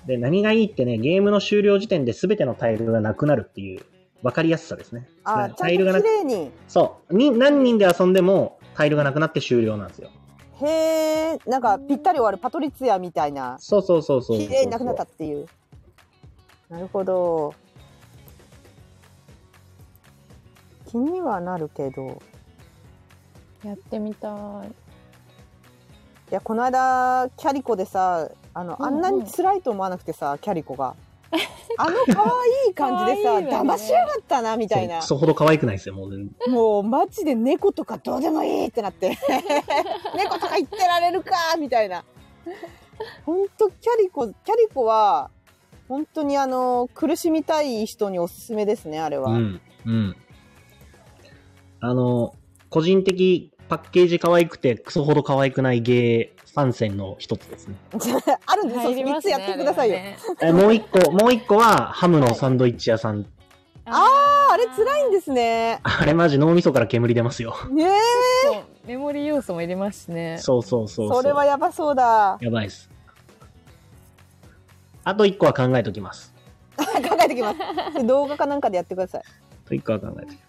Speaker 4: で、何がいいってね、ゲームの終了時点で全てのタイルがなくなるっていう、分かりやすさですね。
Speaker 5: あ、ちゃ
Speaker 4: タ
Speaker 5: ん
Speaker 4: イル
Speaker 5: と
Speaker 4: がな
Speaker 5: 綺
Speaker 4: く、
Speaker 5: 麗に。
Speaker 4: そう、に何人で遊んでもタイルがなくなって終了なんですよ。
Speaker 5: へえ、なんかぴったり終わるパトリツィアみたいな。
Speaker 4: そうそうそうそう。
Speaker 5: 綺麗になくなったっていう。なるほど。気にはなるけど。
Speaker 3: やってみたい。
Speaker 5: いや、この間、キャリコでさ、あの、
Speaker 3: うんうん
Speaker 5: あんなに辛いと思わなくてさ、キャリコ が。あの可愛い感じでさ、
Speaker 3: 可愛いわね
Speaker 5: 騙しやがったな、みたいな
Speaker 4: ク。ソほど可愛くないですよ、もう全然。
Speaker 5: もう、マジで猫とかどうでもいいって なって。猫とか言ってられるかみたいな。ほんと、キャリコ、キャリコは、本当にあの、苦しみたい人におすすめですね、あれは。
Speaker 4: うん。うん。あの、個人的パッケージ可愛くてクソほど可愛くない芸参戦の一つ ですね。
Speaker 5: あるんで、 そう、
Speaker 3: 入り
Speaker 5: 3
Speaker 3: ます
Speaker 5: つ
Speaker 3: ね
Speaker 5: やってくださいよ。
Speaker 3: あれはね
Speaker 4: えもう一個、もう一個はハムのサンドイッチ屋さん。
Speaker 5: あー、あれ辛いんですね。
Speaker 4: あれマジ脳みそから煙出ます よ。
Speaker 5: ねえ、
Speaker 3: そうメモリー要素も入れますしね。
Speaker 4: そうそうそう
Speaker 5: それはやばそうだ。
Speaker 4: やばいです。あと1個は考えときます。
Speaker 5: 考えてきます。動画かなんかでやってください。
Speaker 4: あと1個は考えときます。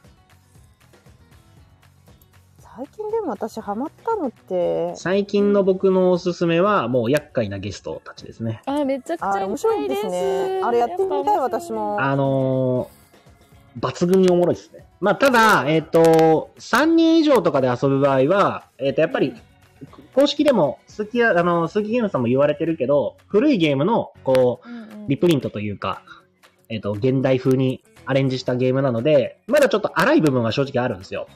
Speaker 5: 最近でも私ハマったのって、
Speaker 4: 最近の僕のおすすめは、もう厄介なゲストたちですね。
Speaker 3: あ、めちゃくち
Speaker 5: あれ
Speaker 3: ゃ
Speaker 5: 面白いですね。あれやってみたい私。も。
Speaker 4: あのー抜群におもろいですね。まあ、ただ、えっ、と、3人以上とかで遊ぶ場合は、えっ、と、やっぱり、公式でも、鈴木や、あの、鈴木ゲームさんも言われてるけど、古いゲームの、こう、リプリントというか、えっ、と、現代風にアレンジしたゲームなので、まだちょっと荒い部分は正直あるんですよ。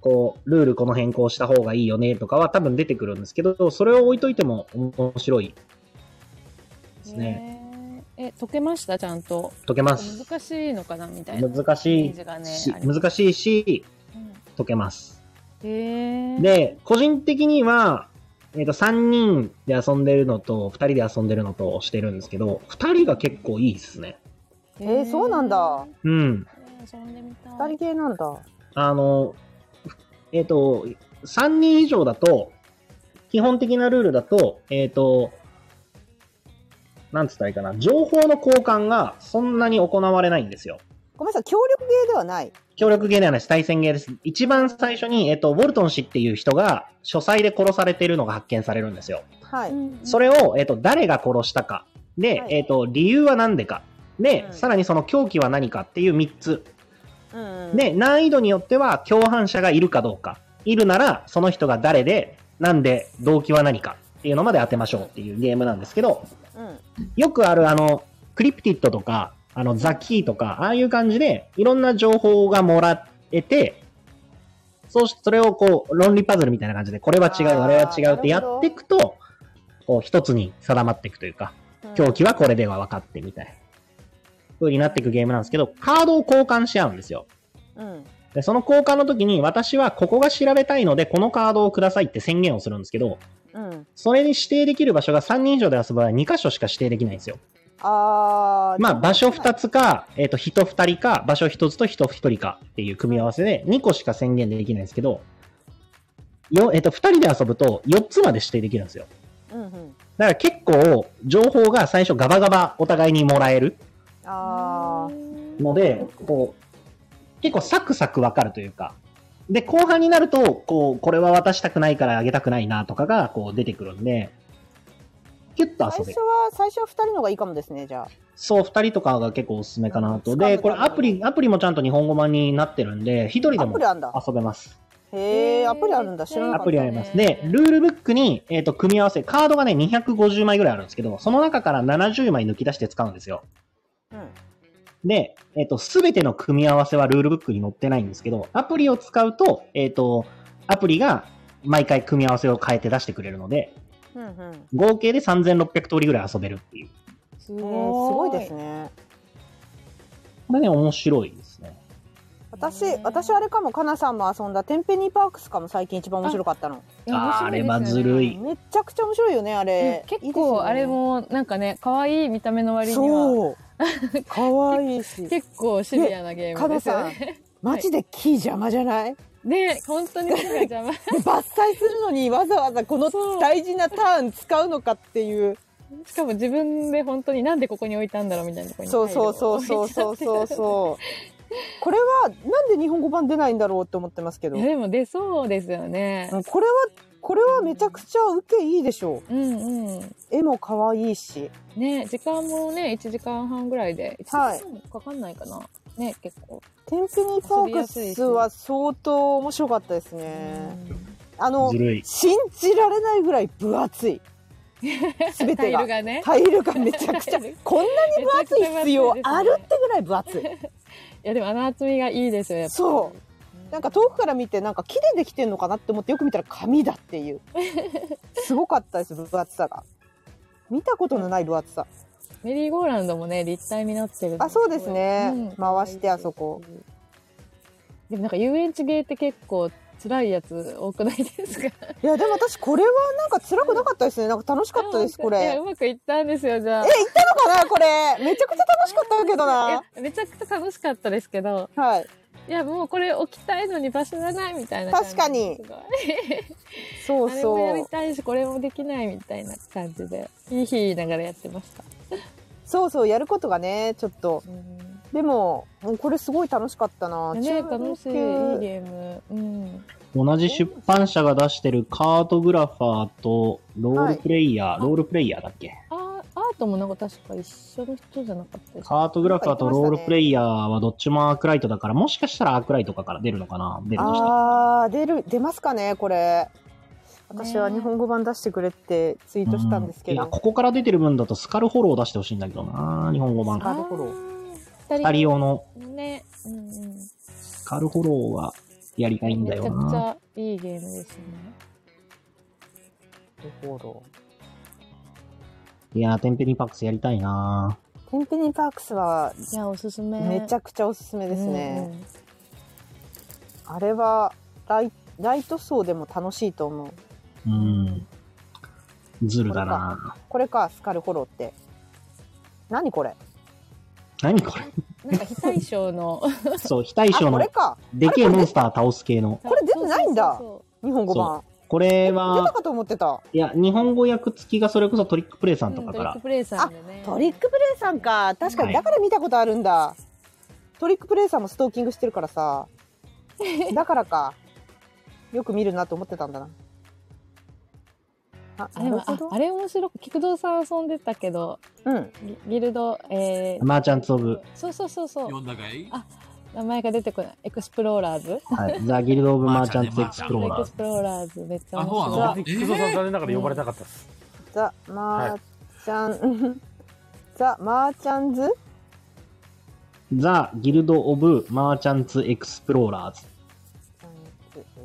Speaker 4: こう、ルールこの変更した方がいいよねとかは多分出てくるんですけど、それを置いといても面白いですね。
Speaker 3: ね。え、解けましたちゃんと。
Speaker 4: 解けます。
Speaker 3: 難しいのかなみたいな。
Speaker 4: 難し
Speaker 3: イメー
Speaker 4: い
Speaker 3: ジがね
Speaker 4: し、
Speaker 3: あります
Speaker 4: 難しいし、解けます。
Speaker 3: へえ。
Speaker 4: で、個人的には、えっ、と、3人で遊んでるのと、2人で遊んでるのとしてるんですけど、2人が結構いいですね。
Speaker 5: えーそうなんだ。
Speaker 4: うん。
Speaker 3: 遊んでみた
Speaker 5: 二
Speaker 3: い
Speaker 5: 人。系なんだ。
Speaker 4: あの、えっ、と、3人以上だと、基本的なルールだと、えっ、と、なんつったらいいかな、情報の交換がそんなに行われないんですよ。
Speaker 5: ごめんなさい、協力ゲーではない。
Speaker 4: 協力ゲーではないです。対戦ゲーです。一番最初に、えっ、と、ウォルトン氏っていう人が、書斎で殺されてるのが発見されるんですよ。
Speaker 5: はい。
Speaker 4: それを、えっ、と、誰が殺したか。で、
Speaker 5: はい
Speaker 4: えっ、と、理由は何でか。で、
Speaker 5: うん
Speaker 4: さらにその狂気は何かっていう3つ
Speaker 5: うんうん。
Speaker 4: で、難易度によっては共犯者がいるかどうか。いるなら、その人が誰で、なんで、動機は何かっていうのまで当てましょうっていうゲームなんですけど、
Speaker 5: うん。
Speaker 4: よくあるあの、クリプティットとか、あの、ザキーとか、ああいう感じで、いろんな情報がもらえて、そうし、それをこう、論理パズルみたいな感じで、これは違う、
Speaker 5: あー
Speaker 4: あれは違うってや
Speaker 5: なるほど
Speaker 4: っていくと、こう、一つに定まっていくというか、狂気はこれでは分かってみたいな、風になっていくゲームなんですけど、カードを交換し合うんですよ。
Speaker 5: うん。
Speaker 4: で、その交換の時に、私はここが調べたいので、このカードをくださいって宣言をするんですけど、
Speaker 5: うん。
Speaker 4: それに指定できる場所が3人以上で遊ぶ場合は2箇所しか指定できないんですよ。
Speaker 5: あー。
Speaker 4: まあ、場所
Speaker 5: はい
Speaker 4: 2つか、えっ、と、人2人か、場所1つと人1人かっていう組み合わせで、2個しか宣言できないんですけど、よえっ、と、2人で遊ぶと4つまで指定できるんですよ。
Speaker 5: うんうん。
Speaker 4: だから結構、情報が最初ガバガバお互いにもらえる
Speaker 5: あー。
Speaker 4: ので、こう、結構サクサクわかるというか、で、後半になると、こう、これは渡したくないからあげたくないなとかが、こう出てくるんで、キュッと
Speaker 5: 最
Speaker 4: 遊べ
Speaker 5: 初
Speaker 4: る。
Speaker 5: は、最初は二人の方がいいかもですね、じゃ
Speaker 4: そう、二人とかが結構おすすめかなと。
Speaker 5: うん掴む
Speaker 4: で、これアプリ、アプリもちゃんと日本語版になってるんで、一人
Speaker 5: あ。
Speaker 4: で
Speaker 5: ア
Speaker 4: も
Speaker 5: プリあるんだ。
Speaker 4: 遊べます。
Speaker 5: へえ、アプリあるんだ。知らなか
Speaker 4: ア
Speaker 5: った。
Speaker 4: プリあります。で、ルールブックに、えっ、と、組み合わせ、カードがね、250枚ぐらいあるんですけど、その中から70枚抜き出して使うんですよ。
Speaker 5: うん。
Speaker 4: で、えっ、と、すべての組み合わせはルールブックに載ってないんですけど、アプリを使うと、えっ、と、アプリが毎回組み合わせを変えて出してくれるので、
Speaker 5: うんうん。
Speaker 4: 合計で3600通りぐらい遊べるっていう。
Speaker 3: す
Speaker 5: えーすごいです
Speaker 3: ね。
Speaker 5: ね。
Speaker 4: これね、面白いですね。
Speaker 5: 私
Speaker 3: ね、
Speaker 5: 私あれかも、かなさんも遊んだ、テンペニーパークスかも最近一番面白かったの。
Speaker 3: いや面白いですよね
Speaker 4: あれはずるい
Speaker 5: めちゃくちゃ面白いよね、あれ
Speaker 3: うん。結構あれもなんかね可愛い見た目の
Speaker 5: い
Speaker 3: 割
Speaker 5: いです
Speaker 3: に
Speaker 5: よ
Speaker 3: は
Speaker 5: ね。そう。可愛 いし。
Speaker 3: 結構シビアなゲー
Speaker 5: か
Speaker 3: ムで
Speaker 5: な
Speaker 3: すよ
Speaker 5: さん
Speaker 3: ね。、
Speaker 5: マジで木邪魔じゃないで
Speaker 3: ね本当に手が邪魔。
Speaker 5: 伐採するの にわざわざこの大事なターン使うのかっていう。
Speaker 3: しかも自分で本当になんでここに置いたんだろうみたいなところに。
Speaker 5: そうそうそうそうそうそうそう。これは、なんで日本語版出ないんだろうって思ってますけど。
Speaker 3: いやでも出そうですよね
Speaker 5: う。んこれは、これはめちゃくちゃ受けいいでしょ
Speaker 3: うんうん。
Speaker 5: う。絵も可愛いし。
Speaker 3: ね時間もね1時間半ぐらいで。
Speaker 5: は
Speaker 3: 1
Speaker 5: い
Speaker 3: 時間かかんないかな。ね結構。
Speaker 5: テンペニーパークスは相当面白かったですね。あの
Speaker 4: ず、るい。
Speaker 5: 信じられないぐらい分 厚い。すべ
Speaker 3: タ
Speaker 5: て
Speaker 3: イ
Speaker 5: が
Speaker 3: ル。がね。
Speaker 5: タイルがめちゃくちゃ
Speaker 3: タイル、
Speaker 5: こんなに分厚い
Speaker 3: めちゃくちゃ分厚いですね
Speaker 5: 必要あるってぐらい 分厚い。
Speaker 3: いやでもあの厚みがいいですよやっぱり。
Speaker 5: そう。なんか遠くから見て、なんか木でできてんのかなって思ってよく見たら紙だっていう。すごかったです、分厚さが。見たことのない分厚さ。
Speaker 3: メリーゴーランドもね立体になってる
Speaker 5: あ、そうですね。回してあそ
Speaker 3: こ
Speaker 5: こ。
Speaker 3: でもなんか遊園地ゲーって結構辛いやつ多くないですか
Speaker 5: いや、でも私これはなんか辛くなかったですね。なんか楽しかったです、こ
Speaker 3: い
Speaker 5: れ
Speaker 3: や。うまくいったんですよじゃあ
Speaker 5: え、行ったのかなこれ。めちゃくちゃ楽しかったけどな。
Speaker 3: いやめちゃくちゃ楽しかったですけど
Speaker 5: はい。
Speaker 3: いやもうこれ置きたいのに場所がないみたいな
Speaker 5: 確かに
Speaker 3: すごい
Speaker 5: そう
Speaker 3: あれもや
Speaker 5: そ
Speaker 3: り
Speaker 5: う。
Speaker 3: たいしこれもできないみたいな感じでいい日言いながらやってました
Speaker 5: そうそう、やることがね、ちょっと。
Speaker 3: うん
Speaker 5: でも、もうこれすごい楽しかったな。
Speaker 3: ね
Speaker 5: 中
Speaker 3: 楽しいいいゲ
Speaker 5: 学
Speaker 3: ームうん
Speaker 4: 同じ出版社が出してるカートグラファーとロールプレイヤー、ロールプレイヤーだっけ
Speaker 3: あアートもなんか確か一緒の人じゃなかったですか
Speaker 4: カートグラファーとロールプレイヤーはどっちもアークライトだから、もしかしたらアークライトかから出るのかな出るとしたら。
Speaker 5: あー、出る、出ますかね、これ。私は
Speaker 3: ね
Speaker 5: 日本語版出してくれってツイートしたんですけ
Speaker 4: うんいや、
Speaker 5: ど。
Speaker 4: ここから出てる分だとスカルフォローを出してほしいんだけどな、日本語版。
Speaker 5: あどころ
Speaker 3: 二
Speaker 4: 二人
Speaker 3: 人
Speaker 4: 用の
Speaker 3: ねうんうんめち
Speaker 4: スカルフォローがやりたいんだ
Speaker 3: ゃ
Speaker 4: よ
Speaker 3: くち
Speaker 4: な。
Speaker 3: ゃいいゲームですね
Speaker 4: いやー、テンペニパックスやりたいな。
Speaker 5: テンペニパークスはい
Speaker 3: やおすすめ
Speaker 5: めちゃくちゃおすすめ
Speaker 3: ゃ
Speaker 5: ですね。あれはライ、ライト層でも楽しいと思
Speaker 4: う
Speaker 5: う。
Speaker 4: ん。ズルだな。
Speaker 5: これか、スカルフォローって。何これ
Speaker 4: 何これ
Speaker 3: なんか非対称の
Speaker 4: そう、非対
Speaker 5: あ、
Speaker 4: 称
Speaker 5: こ
Speaker 4: の
Speaker 5: れか。
Speaker 4: でけえモンスター倒す系の。
Speaker 5: これ出てないん
Speaker 3: そうそ
Speaker 5: だ
Speaker 3: うそう
Speaker 5: 日本語版。
Speaker 4: これ
Speaker 5: 出た
Speaker 4: は、
Speaker 5: かと思ってた。
Speaker 4: いや、日本語訳付きがそれこそトリックプレイさんと
Speaker 3: そううん
Speaker 4: か
Speaker 3: ト
Speaker 4: か
Speaker 3: リッ
Speaker 4: ら
Speaker 3: ク。プレイさんでね
Speaker 5: トリックプレイさんか確か
Speaker 4: は
Speaker 5: に
Speaker 4: い
Speaker 5: だから見たことあるんだ、トリックプレイさんもストーキングしてるからさだからかよく見るなと思ってたんだなあ
Speaker 3: あ
Speaker 5: な
Speaker 3: で
Speaker 5: る
Speaker 3: も
Speaker 5: ほ
Speaker 3: あ
Speaker 5: ど
Speaker 3: あれ面白く菊堂さん遊んでたけど
Speaker 5: うん
Speaker 3: ギギルドえー
Speaker 4: マーチャンツオブ、
Speaker 3: そうそうそうそう
Speaker 1: 読んだかい
Speaker 3: あ名前が出てこないエクスプローラーズ
Speaker 4: はい、ザ・ギルド・オブ・マーチャンツ・エクスプロー
Speaker 3: エ
Speaker 4: ラ
Speaker 3: ク
Speaker 4: ー
Speaker 3: ス。プローラーズめっちゃ
Speaker 1: あそうなの
Speaker 3: 面
Speaker 1: あ
Speaker 3: 白
Speaker 1: え
Speaker 3: い
Speaker 1: ー
Speaker 2: 菊蔵さん残念ながら呼ばれなかったです。
Speaker 5: ザ・マーチャン、 ザ・マーチャンズ
Speaker 4: ザ・ギルド・オブ・マーチャンツ・エクスプローラーズ。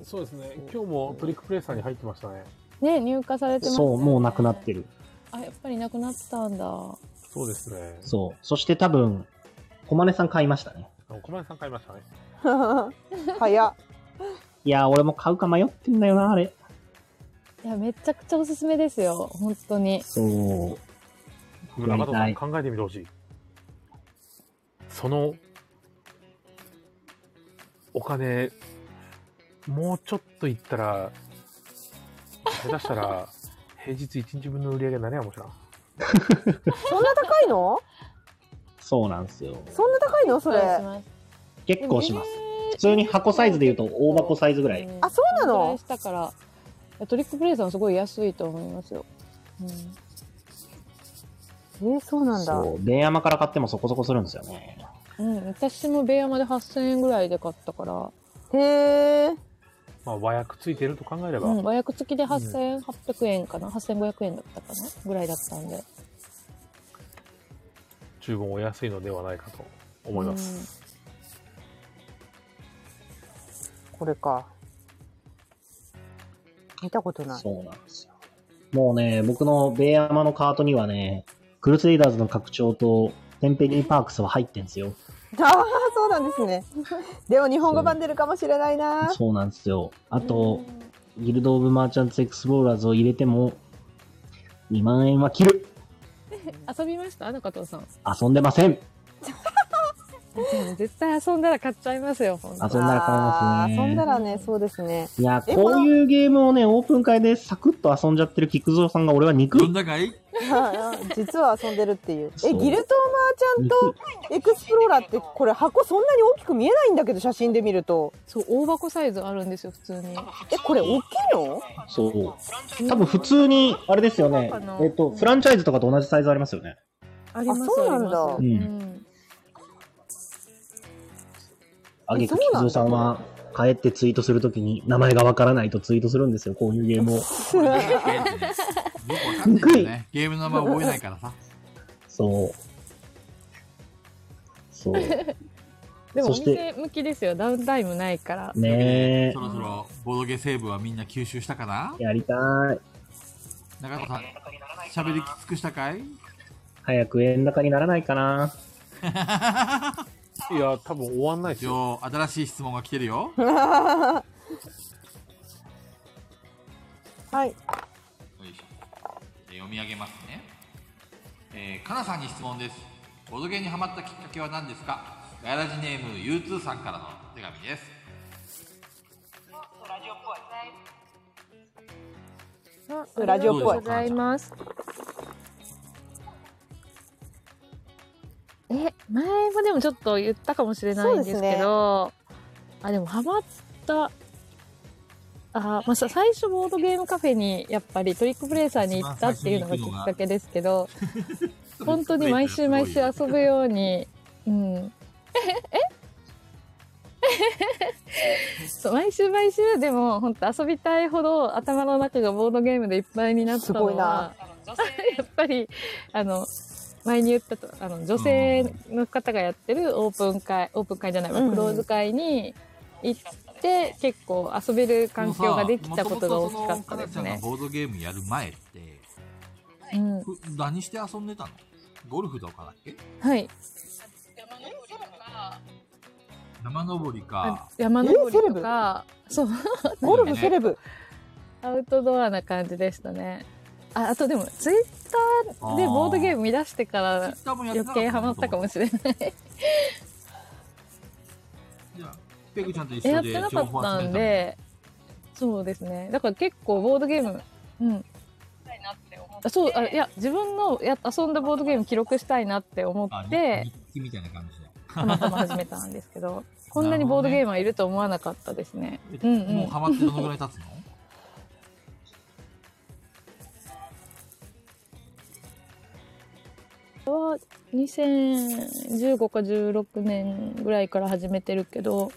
Speaker 2: そうですね。今日もトリックプレイさんに入ってましたね。
Speaker 3: ね入荷されてます
Speaker 4: そう、もうなくなって
Speaker 3: る
Speaker 4: る。
Speaker 3: あやっぱりなくなってたんだ
Speaker 2: そうですね。
Speaker 4: そう。そして多分、小金さん買いましたね。
Speaker 2: あ小林さん買いましたね。
Speaker 5: 早っ
Speaker 4: いやー、俺も買うか迷ってんだよな、あれ。
Speaker 3: いやめちゃくちゃおすすめですよ本当に
Speaker 4: そう。やり
Speaker 2: 中田
Speaker 4: た
Speaker 2: さん
Speaker 4: い
Speaker 2: 考えてみてほしい。その、お金、もうちょっといったら、下手した ら、平日1日分の売り上げになれやもしな。
Speaker 5: そんな高いの
Speaker 4: そうなんですよ。
Speaker 5: そんな高いのそれ
Speaker 3: お願いします
Speaker 4: 結構します。普通に箱サイズで言うと大箱サイズぐらい。
Speaker 3: ん
Speaker 5: あそうなの
Speaker 3: こぐらいしたからいやトリックプレイさんすごい安いと思いますよ、うん、
Speaker 5: えー、そうなんだ
Speaker 4: そう。電山から買ってもそこそこするんですよね。
Speaker 3: うん、私もベアまで8000円ぐらいで買ったから、
Speaker 5: へえ
Speaker 2: まあ、和訳ついてると考えれば、
Speaker 3: うん、和訳付きで8800円かな、8500円だったかなぐらいだったんで
Speaker 2: 注文お安いのではないかと思います。
Speaker 5: これか見たことない
Speaker 4: そうなんですよ。もうね、僕のベイヤマのカートにはね、クルセイダーズの拡張とテンペニーパークスは入ってんですよ。
Speaker 5: ああ、そうなんですね。でも日本語版出るかもしれないな。
Speaker 4: そうなんですよ。あと、ギルド・オブ・マーチャンツ・エクスプローラーズを入れても、2万円は切る
Speaker 3: 遊びました中藤さん
Speaker 4: 遊んでません
Speaker 3: 絶対遊んだら買っちゃいますよほんと
Speaker 4: 遊んだら買えますね。
Speaker 5: あー遊んだらね、そうですね。
Speaker 4: いや、
Speaker 5: え
Speaker 4: こういうゲームをね、オープン会でサクッと遊んじゃってる菊蔵さんが俺は憎
Speaker 1: 読ん
Speaker 4: い。
Speaker 1: だかい
Speaker 5: 実は遊んでるっていう。
Speaker 4: そ
Speaker 5: え、
Speaker 4: う
Speaker 5: ギルトマーちゃんとエクスプローラーって、これ箱そんなに大きく見えないんだけど、写真で見ると。
Speaker 3: そう大箱サイズあるんですよ普通に
Speaker 5: え、これ大きいの
Speaker 4: そう。多分普通に、あれですよね
Speaker 3: そうかな。
Speaker 4: えっと、フランチャイズとかと同じサイズありますよね。
Speaker 3: あり
Speaker 5: ますそうなんだ
Speaker 3: あります
Speaker 4: あげく
Speaker 5: そう
Speaker 4: 菊
Speaker 5: な
Speaker 4: 蔵
Speaker 5: んだ
Speaker 4: さんは、帰ってツイートするときに、名前がわからないとツイートするんですよ、こういうゲームを。
Speaker 1: よ くわかんないよね。ゲームの名前覚えないからさ。
Speaker 4: そう。そう。
Speaker 3: でもお
Speaker 4: そして
Speaker 3: 店向きですよダウンタイムないから
Speaker 4: ねえ
Speaker 1: そ。ろそろボードゲセーブはみんな吸収したかな
Speaker 4: やりたい。
Speaker 1: 中田さん、喋りきつくしたかい
Speaker 4: 早く円高にならないかな。
Speaker 2: いや、多分終わんないで
Speaker 1: 一
Speaker 2: すよ。
Speaker 1: 応、新しい質問が来てるよ。
Speaker 5: はい。
Speaker 1: よいしょえー読み上げますね、えーかなさんに質問ですボドゲにハマったきっかけは何ですか
Speaker 13: ガヤラジネーム U2 さんからの手紙です
Speaker 14: ラジオっぽい。
Speaker 3: あラジオっぽい。ございます。え、前もでもちょっと言ったかもしれないんですけど、あ、でもハマった、あ、まあ、さ最初ボードゲームカフェにやっぱりトリックプレイサーに行ったっていうのがきっかけですけ ど、本当に毎週毎週遊ぶように、うん。えええそう毎週毎週でも本当遊びたいほど頭の中がボードゲームでいっぱいになったのは
Speaker 1: すごいな
Speaker 14: あの女性
Speaker 3: やっぱりあの前に言ったとあの女性の方がやってるオープン会オープン会じゃないわ、
Speaker 1: うん
Speaker 3: クローズ会に行って結構遊べる環境ができたことが大きかったです
Speaker 13: もともとそのカナちゃんが
Speaker 3: ね。
Speaker 13: ボードゲームやる前って
Speaker 3: うん、
Speaker 13: ふ何して遊んでたのゴルフとかだっけ
Speaker 3: はい
Speaker 14: 山登りとか、
Speaker 13: 山登りか
Speaker 3: あ山登りとかそう
Speaker 1: ゴルフセレブ。
Speaker 3: アウトドアな感じでしたね。ああとでもツイッターでボードゲーム見出してから
Speaker 13: ツイッターもやって
Speaker 3: 余
Speaker 13: なかった
Speaker 3: 計ハマったかもしれない。
Speaker 13: じゃあペグちゃんと一
Speaker 3: や
Speaker 13: 緒
Speaker 3: っ
Speaker 13: で
Speaker 3: てなか
Speaker 13: 情報
Speaker 3: った
Speaker 13: 集
Speaker 3: ん
Speaker 13: め
Speaker 3: で、そうですね。だから結構ボードゲーム、うん。
Speaker 14: したいなって思って。
Speaker 3: あそう、あいや、自分のや遊んだボードゲーム記録したいなって思
Speaker 13: たのあ
Speaker 3: って
Speaker 13: 日、日記みたいな感じで
Speaker 3: たまたま始めたんですけ ど、こんなにボードゲームはいると思わなかったですね。うんう。
Speaker 13: もうんハマってどのぐらい経つの
Speaker 3: 2015か16年ぐらいから始めてるけど、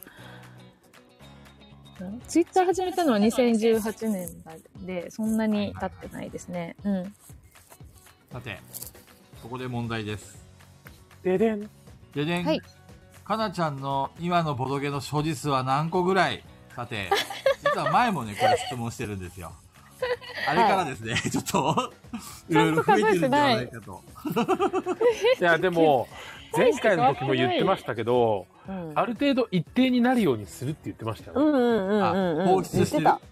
Speaker 3: ツイッター始めたのは2018年で、そんなに経ってないですね。うん。
Speaker 13: さてここで問題です
Speaker 2: ででん。
Speaker 13: ででん、
Speaker 3: はい
Speaker 13: かなちゃんの今のボドゲの所持数は何個ぐらいさて実は前もねこれ質問してるんですよあれからですね、 ちょっといろいろ増えてるんじゃないかと
Speaker 2: いや、でも、前回の時も言ってましたけど、
Speaker 1: うん
Speaker 2: ある程度一定になるようにするって言ってました
Speaker 1: う
Speaker 2: よね。
Speaker 1: んうんうんうんうん。
Speaker 13: あ放出してる
Speaker 1: 言って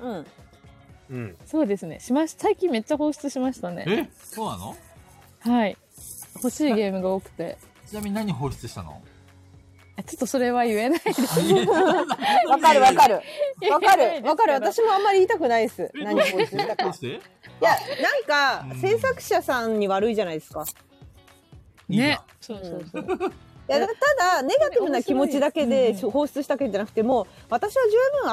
Speaker 1: た。うん。
Speaker 2: うん。
Speaker 3: そうですね。しまし、最近めっちゃ放出しましたね。
Speaker 13: えそうなの
Speaker 3: はい。欲しいゲームが多くて。
Speaker 13: ちなみに何放出したの
Speaker 3: あちょっとそれは言えない。
Speaker 1: わかるわかる。 わか
Speaker 3: 言えないですけ
Speaker 1: る。
Speaker 3: ど
Speaker 1: わかる。私もあんまり言いたくないです。何を言ってた
Speaker 13: どう
Speaker 1: か
Speaker 13: し。て
Speaker 5: いや、なんか、制作者さんに悪いじゃないですか。
Speaker 3: ね。そうそうそう。
Speaker 5: いやただネガティブな気持ちだけで放出したわけじゃなくても私は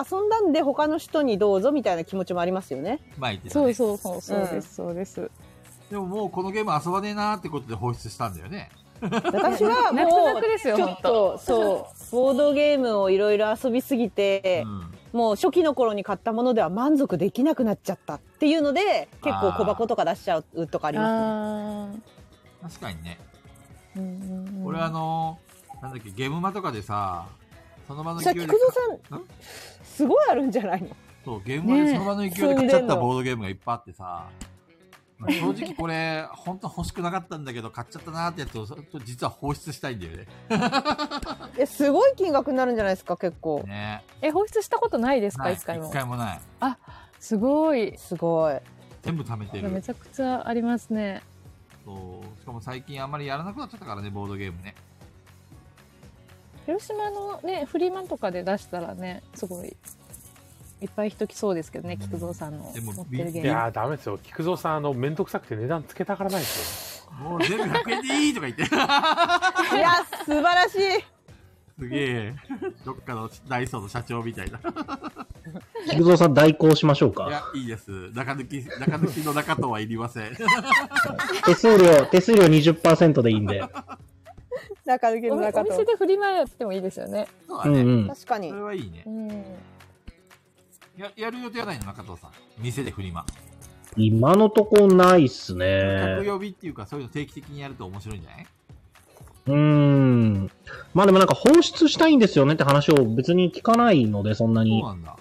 Speaker 5: 十分遊んだんで他の人にどうぞみたいな気持ちもあります よね。
Speaker 13: まあ言ってた
Speaker 3: そう
Speaker 13: ね
Speaker 3: そうそうそうです、そうです。
Speaker 13: でももうこのゲーム遊ばねえなーってことで放出したんだよね
Speaker 5: 私は
Speaker 3: 泣く
Speaker 5: も
Speaker 3: 泣く
Speaker 5: う
Speaker 3: ですよ、
Speaker 5: ちょ
Speaker 3: ほん
Speaker 5: っ
Speaker 3: と。
Speaker 5: とそうボードゲームをいろいろ遊びすぎて、
Speaker 13: うん
Speaker 5: もう初期の頃に買ったものでは満足できなくなっちゃったっていうので結構小箱とか出しちゃうとかありま
Speaker 3: あ
Speaker 13: 確かにね
Speaker 3: ーうんうんうん
Speaker 13: 俺あのーなんだっけゲームマとかでさその場の
Speaker 5: すね。さ
Speaker 13: 勢
Speaker 5: っ
Speaker 13: い
Speaker 5: き
Speaker 13: で
Speaker 5: 久保さん
Speaker 13: ん
Speaker 5: すごいあるんじゃないの
Speaker 13: そう、ゲームマで
Speaker 3: ねえ
Speaker 13: その場の勢いで買っちゃったボードゲームがいっぱいあってさ、まあ正直これ、本当欲しくなかったんだけど、買っちゃったなーってやつを、それと実は放出したいんだよね。
Speaker 5: えすごい金額になるんじゃないですか結構
Speaker 13: ね
Speaker 3: え、放出したことないですか、
Speaker 13: ない
Speaker 3: 一回も
Speaker 13: 一。回もない。
Speaker 3: すごい。
Speaker 5: すごい。
Speaker 13: 全部貯めて
Speaker 3: め
Speaker 13: る。
Speaker 3: ちゃくちゃありますね。
Speaker 13: そう。しかも最近あんまりやらなくなっちゃったからね、ボードゲームね。
Speaker 3: 広島のね、フリーマンとかで出したらね、すごい、いっぱい人来そうですけどね、菊蔵さんの
Speaker 13: でも
Speaker 3: 持ってるゲ
Speaker 2: い
Speaker 3: ーム。
Speaker 2: やー、ダメですよ。菊蔵さん、あの、面倒くさくて値段つけたからないです
Speaker 13: もう全部100円でいいとか言って。
Speaker 5: いや素晴らしい。
Speaker 13: すげえ。どっかのダイソーの社長みたいな。
Speaker 4: 菊蔵さん代行しましょう
Speaker 13: い
Speaker 4: か。
Speaker 13: や、いいです。中抜き、中抜きの中とはいりません。
Speaker 4: 手数料、手数料20%でいいんで。
Speaker 5: 中抜け
Speaker 3: お
Speaker 5: の中
Speaker 3: お
Speaker 5: と
Speaker 3: 店。で振り回ってもいいですよね。
Speaker 13: そうだ
Speaker 4: うんう
Speaker 13: ね。
Speaker 4: ん。
Speaker 5: 確か
Speaker 13: そ
Speaker 5: に
Speaker 13: れ。はいいね
Speaker 3: う。ん。
Speaker 13: や、やる予定はないの、中藤さん。店で振りま。
Speaker 4: 今のとこないっすね
Speaker 13: 客。呼びっていうか、そういうの定期的にやると面白いんじゃないう
Speaker 4: ーん。まあでもなんか放出したいんですよねって話を別に聞かないので、そんな
Speaker 13: そう
Speaker 4: に。
Speaker 13: なんだ。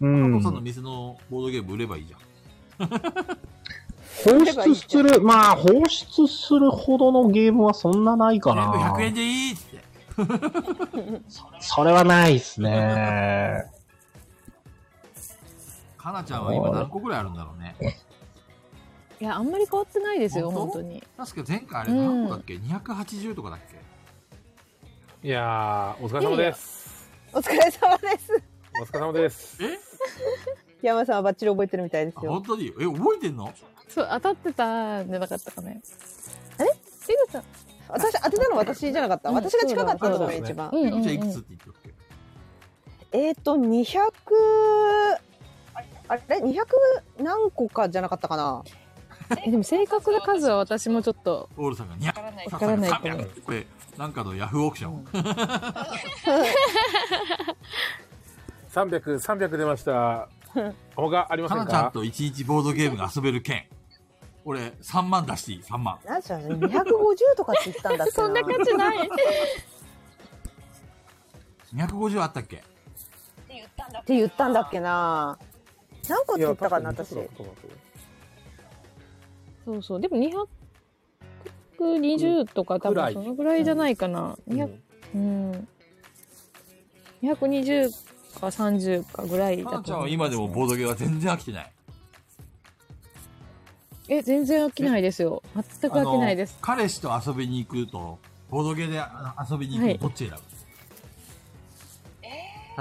Speaker 4: う
Speaker 13: 加
Speaker 4: ん。
Speaker 13: 藤さん
Speaker 4: 放
Speaker 13: の店のボードゲーム売ればいいじゃん。
Speaker 4: 出する、まあ放出するほどのゲームはそんなないか
Speaker 13: 全部
Speaker 4: な
Speaker 13: 100。円でいいっつって。
Speaker 4: それはないっす ね。
Speaker 13: かなちゃんは今何個ぐらいあるんだろうね。
Speaker 3: いや、あんまり変わってないですよ、
Speaker 13: 本
Speaker 3: 本
Speaker 13: 当
Speaker 3: 当に。
Speaker 13: 確か前回あれ何個だっけ ?280 とかだっけ
Speaker 2: いやー、お疲れ様です。
Speaker 5: お疲れ様です。
Speaker 2: お疲れ様です。
Speaker 5: 山さんはバッチリ覚えてるみたいですよ。
Speaker 13: 本当にえ、覚えてんの
Speaker 3: そう、当たってたんじゃなかったかね。
Speaker 5: え
Speaker 3: 井口さん。
Speaker 5: 私、当てたの私じゃなかった。
Speaker 3: うん
Speaker 5: 私が近かったの
Speaker 3: そう
Speaker 5: が
Speaker 3: だ
Speaker 5: 一番。
Speaker 3: うんうんうん
Speaker 13: じゃあいくつって言っておく
Speaker 5: えっ、と、200、あれ ?200 何個かじゃなかったかな
Speaker 3: えでも正確な数は私もちょっと。
Speaker 13: オールさんが200。
Speaker 15: からない
Speaker 3: わからないかも
Speaker 13: 300これ、なんかのヤフーオークション。
Speaker 2: 300、300出ま した。他ありま
Speaker 13: か
Speaker 2: せ
Speaker 13: なんちゃん
Speaker 2: か
Speaker 13: と一日ボードゲームが遊べる券。俺、3万出していい ?3 万。
Speaker 5: 何しろ250とかって言ったんだって な。
Speaker 3: そんな価値ない。
Speaker 13: 250あったっけ
Speaker 15: て言ったんだ
Speaker 5: って言ったんだっけな何個って言ったかな私
Speaker 3: そうそう。でも220とか多
Speaker 2: くら
Speaker 3: 分
Speaker 2: い
Speaker 3: そのぐらいじゃないかな。200うん。220か30かぐらい
Speaker 13: かな
Speaker 3: だ
Speaker 13: ち
Speaker 3: と
Speaker 13: ゃん
Speaker 3: 思
Speaker 13: はい今
Speaker 3: ま
Speaker 13: です
Speaker 3: ね
Speaker 13: もボードゲームは全然飽きてない。
Speaker 3: え、全然飽きないですよ。全く飽きないで
Speaker 13: あ
Speaker 3: す
Speaker 13: の。彼氏と遊びに行くと、ボードゲーであの遊びに
Speaker 3: は
Speaker 13: 行
Speaker 3: い
Speaker 13: くどっち選ぶ、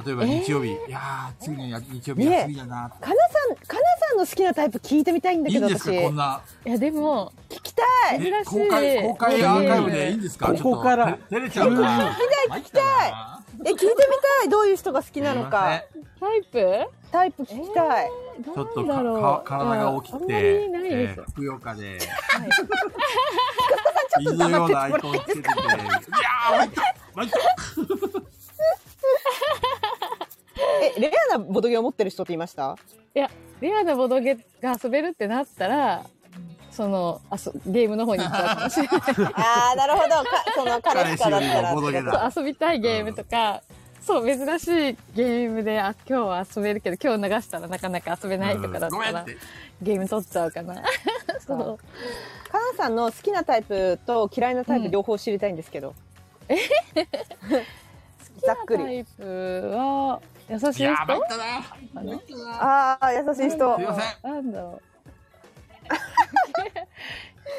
Speaker 13: 例えば日曜日、いやー、次のや日曜日休みだな、
Speaker 5: かなさんかなさんの好きなタイプ聞いてみたいんだ
Speaker 13: いい
Speaker 5: け
Speaker 13: ん
Speaker 5: ど
Speaker 13: ですか
Speaker 5: 私
Speaker 13: こんな、
Speaker 3: いや、でも、
Speaker 5: 聞きたい
Speaker 13: ね
Speaker 3: 珍しい
Speaker 13: 公開、公開アーカイブでいいんですか
Speaker 2: ここから
Speaker 13: ちょっとて照れちゃうな。聞きたい。
Speaker 5: え聞いてみたいどういう人が好きなの か
Speaker 13: すいま
Speaker 3: タイプ
Speaker 5: タイプ聞きたい、
Speaker 13: せんちょっと
Speaker 3: な
Speaker 13: か
Speaker 3: んだろう
Speaker 13: か体が大きくて、
Speaker 3: あんまりないです
Speaker 13: えーふくよかで、
Speaker 3: い
Speaker 13: 水のようなアイコンつけてて、いやー、参った参った
Speaker 5: えレアなボドゲを持ってる人って言いました
Speaker 3: いや、レアなボドゲが遊べるってなったら、その、あそゲームの方に行っちゃうかもしれな
Speaker 5: ああなるほどかその
Speaker 13: 彼氏よりもボードゲーだ
Speaker 3: い。。そう遊びたいゲームとか、そう、珍しいゲームで、あ、今日は遊べるけど、今日流したらなかなか遊べないとかだっ
Speaker 13: ごめ
Speaker 3: た
Speaker 13: んっ
Speaker 3: ら
Speaker 13: て、。
Speaker 3: ゲーム取っちゃうかな。そう。
Speaker 5: かなさんの好きなタイプと嫌いなタイプ両方知りたいんですけど、 ざっく
Speaker 3: タ
Speaker 5: り
Speaker 3: イプは、優しい
Speaker 13: い
Speaker 3: 人
Speaker 13: やー、参ったな。
Speaker 5: ああ優しい人
Speaker 13: すいません。
Speaker 3: なんだろ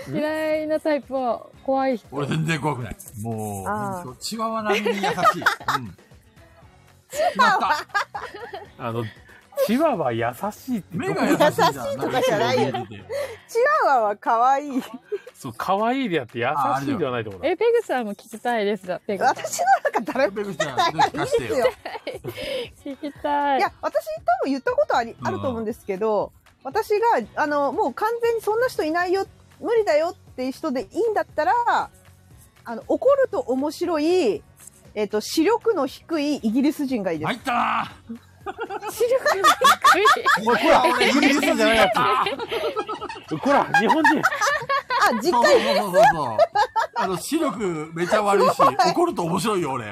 Speaker 3: う。嫌いなタイプは、怖い人。
Speaker 13: 俺全然怖くない。もう
Speaker 5: あー
Speaker 13: ほんと、チワワ 並みに優しい。うん。決まった。
Speaker 2: あの、チワワ優しいってどこ
Speaker 13: 目が優しいんだ。優しい
Speaker 5: とかじゃないよ チワワは可愛い
Speaker 2: そう、可愛いであって優しいではないと思うな。
Speaker 3: え、ペグさんも聞きたいです。ペグさん。
Speaker 5: 私の中誰も
Speaker 13: ペグちゃん、聞かしてよ。
Speaker 3: 聞きたい。
Speaker 5: いや、私多分言ったことあり、
Speaker 13: ん
Speaker 5: あると思うんですけど、私が、あの、もう完全にそんな人いないよ、無理だよっていう人でいいんだったら、あの、怒ると面白い、えっ、と、視力の低いイギリス人がいいです。
Speaker 13: 参ったな。
Speaker 3: 視力が低い。
Speaker 13: これは俺、イギリス人じゃないやつ。
Speaker 2: こら、日本人。
Speaker 5: あ、実
Speaker 13: そう
Speaker 5: 家
Speaker 13: そうそうそうそう。あの、視力めちゃ悪 いし、怒ると面白いよ、俺。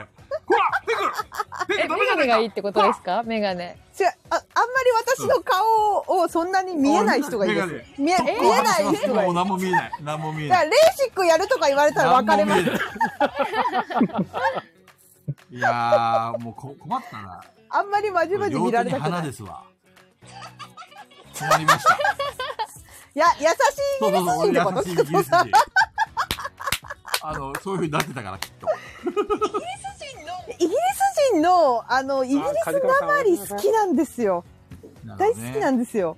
Speaker 13: ほら、ペグ
Speaker 3: え、
Speaker 13: ペグダ
Speaker 3: メ
Speaker 13: メじ
Speaker 3: ガ
Speaker 13: ゃな
Speaker 3: ネ
Speaker 13: い
Speaker 3: が
Speaker 13: か
Speaker 3: いいってことですかメガネ。
Speaker 5: 違うあ、あんまり私の顔をそんなに見えない人がいいです
Speaker 13: メガネ。
Speaker 5: 見え、見えない人がい
Speaker 13: もう
Speaker 5: い。だ
Speaker 13: 何も見えない。何も見え
Speaker 5: か
Speaker 13: な
Speaker 5: ら、
Speaker 13: い。
Speaker 5: レーシックやるとか言われたら別れます。
Speaker 13: 何も見えない。いやー、もうこ困ったな。
Speaker 5: あんまり真面目に見られ
Speaker 13: 両手
Speaker 5: たく
Speaker 13: に
Speaker 5: な
Speaker 13: 花
Speaker 5: い。
Speaker 13: ですわ。困りま した。
Speaker 5: いや、優しい
Speaker 13: そ
Speaker 5: イギリ
Speaker 13: うそう
Speaker 5: ス
Speaker 13: そう、
Speaker 5: 人ってこと
Speaker 13: 優しいイギリス人。 あの、そういう風になってたから、きっと。
Speaker 5: イギリス人の、あの、イギリスなまり好きなんですよ。大好きなんですよ。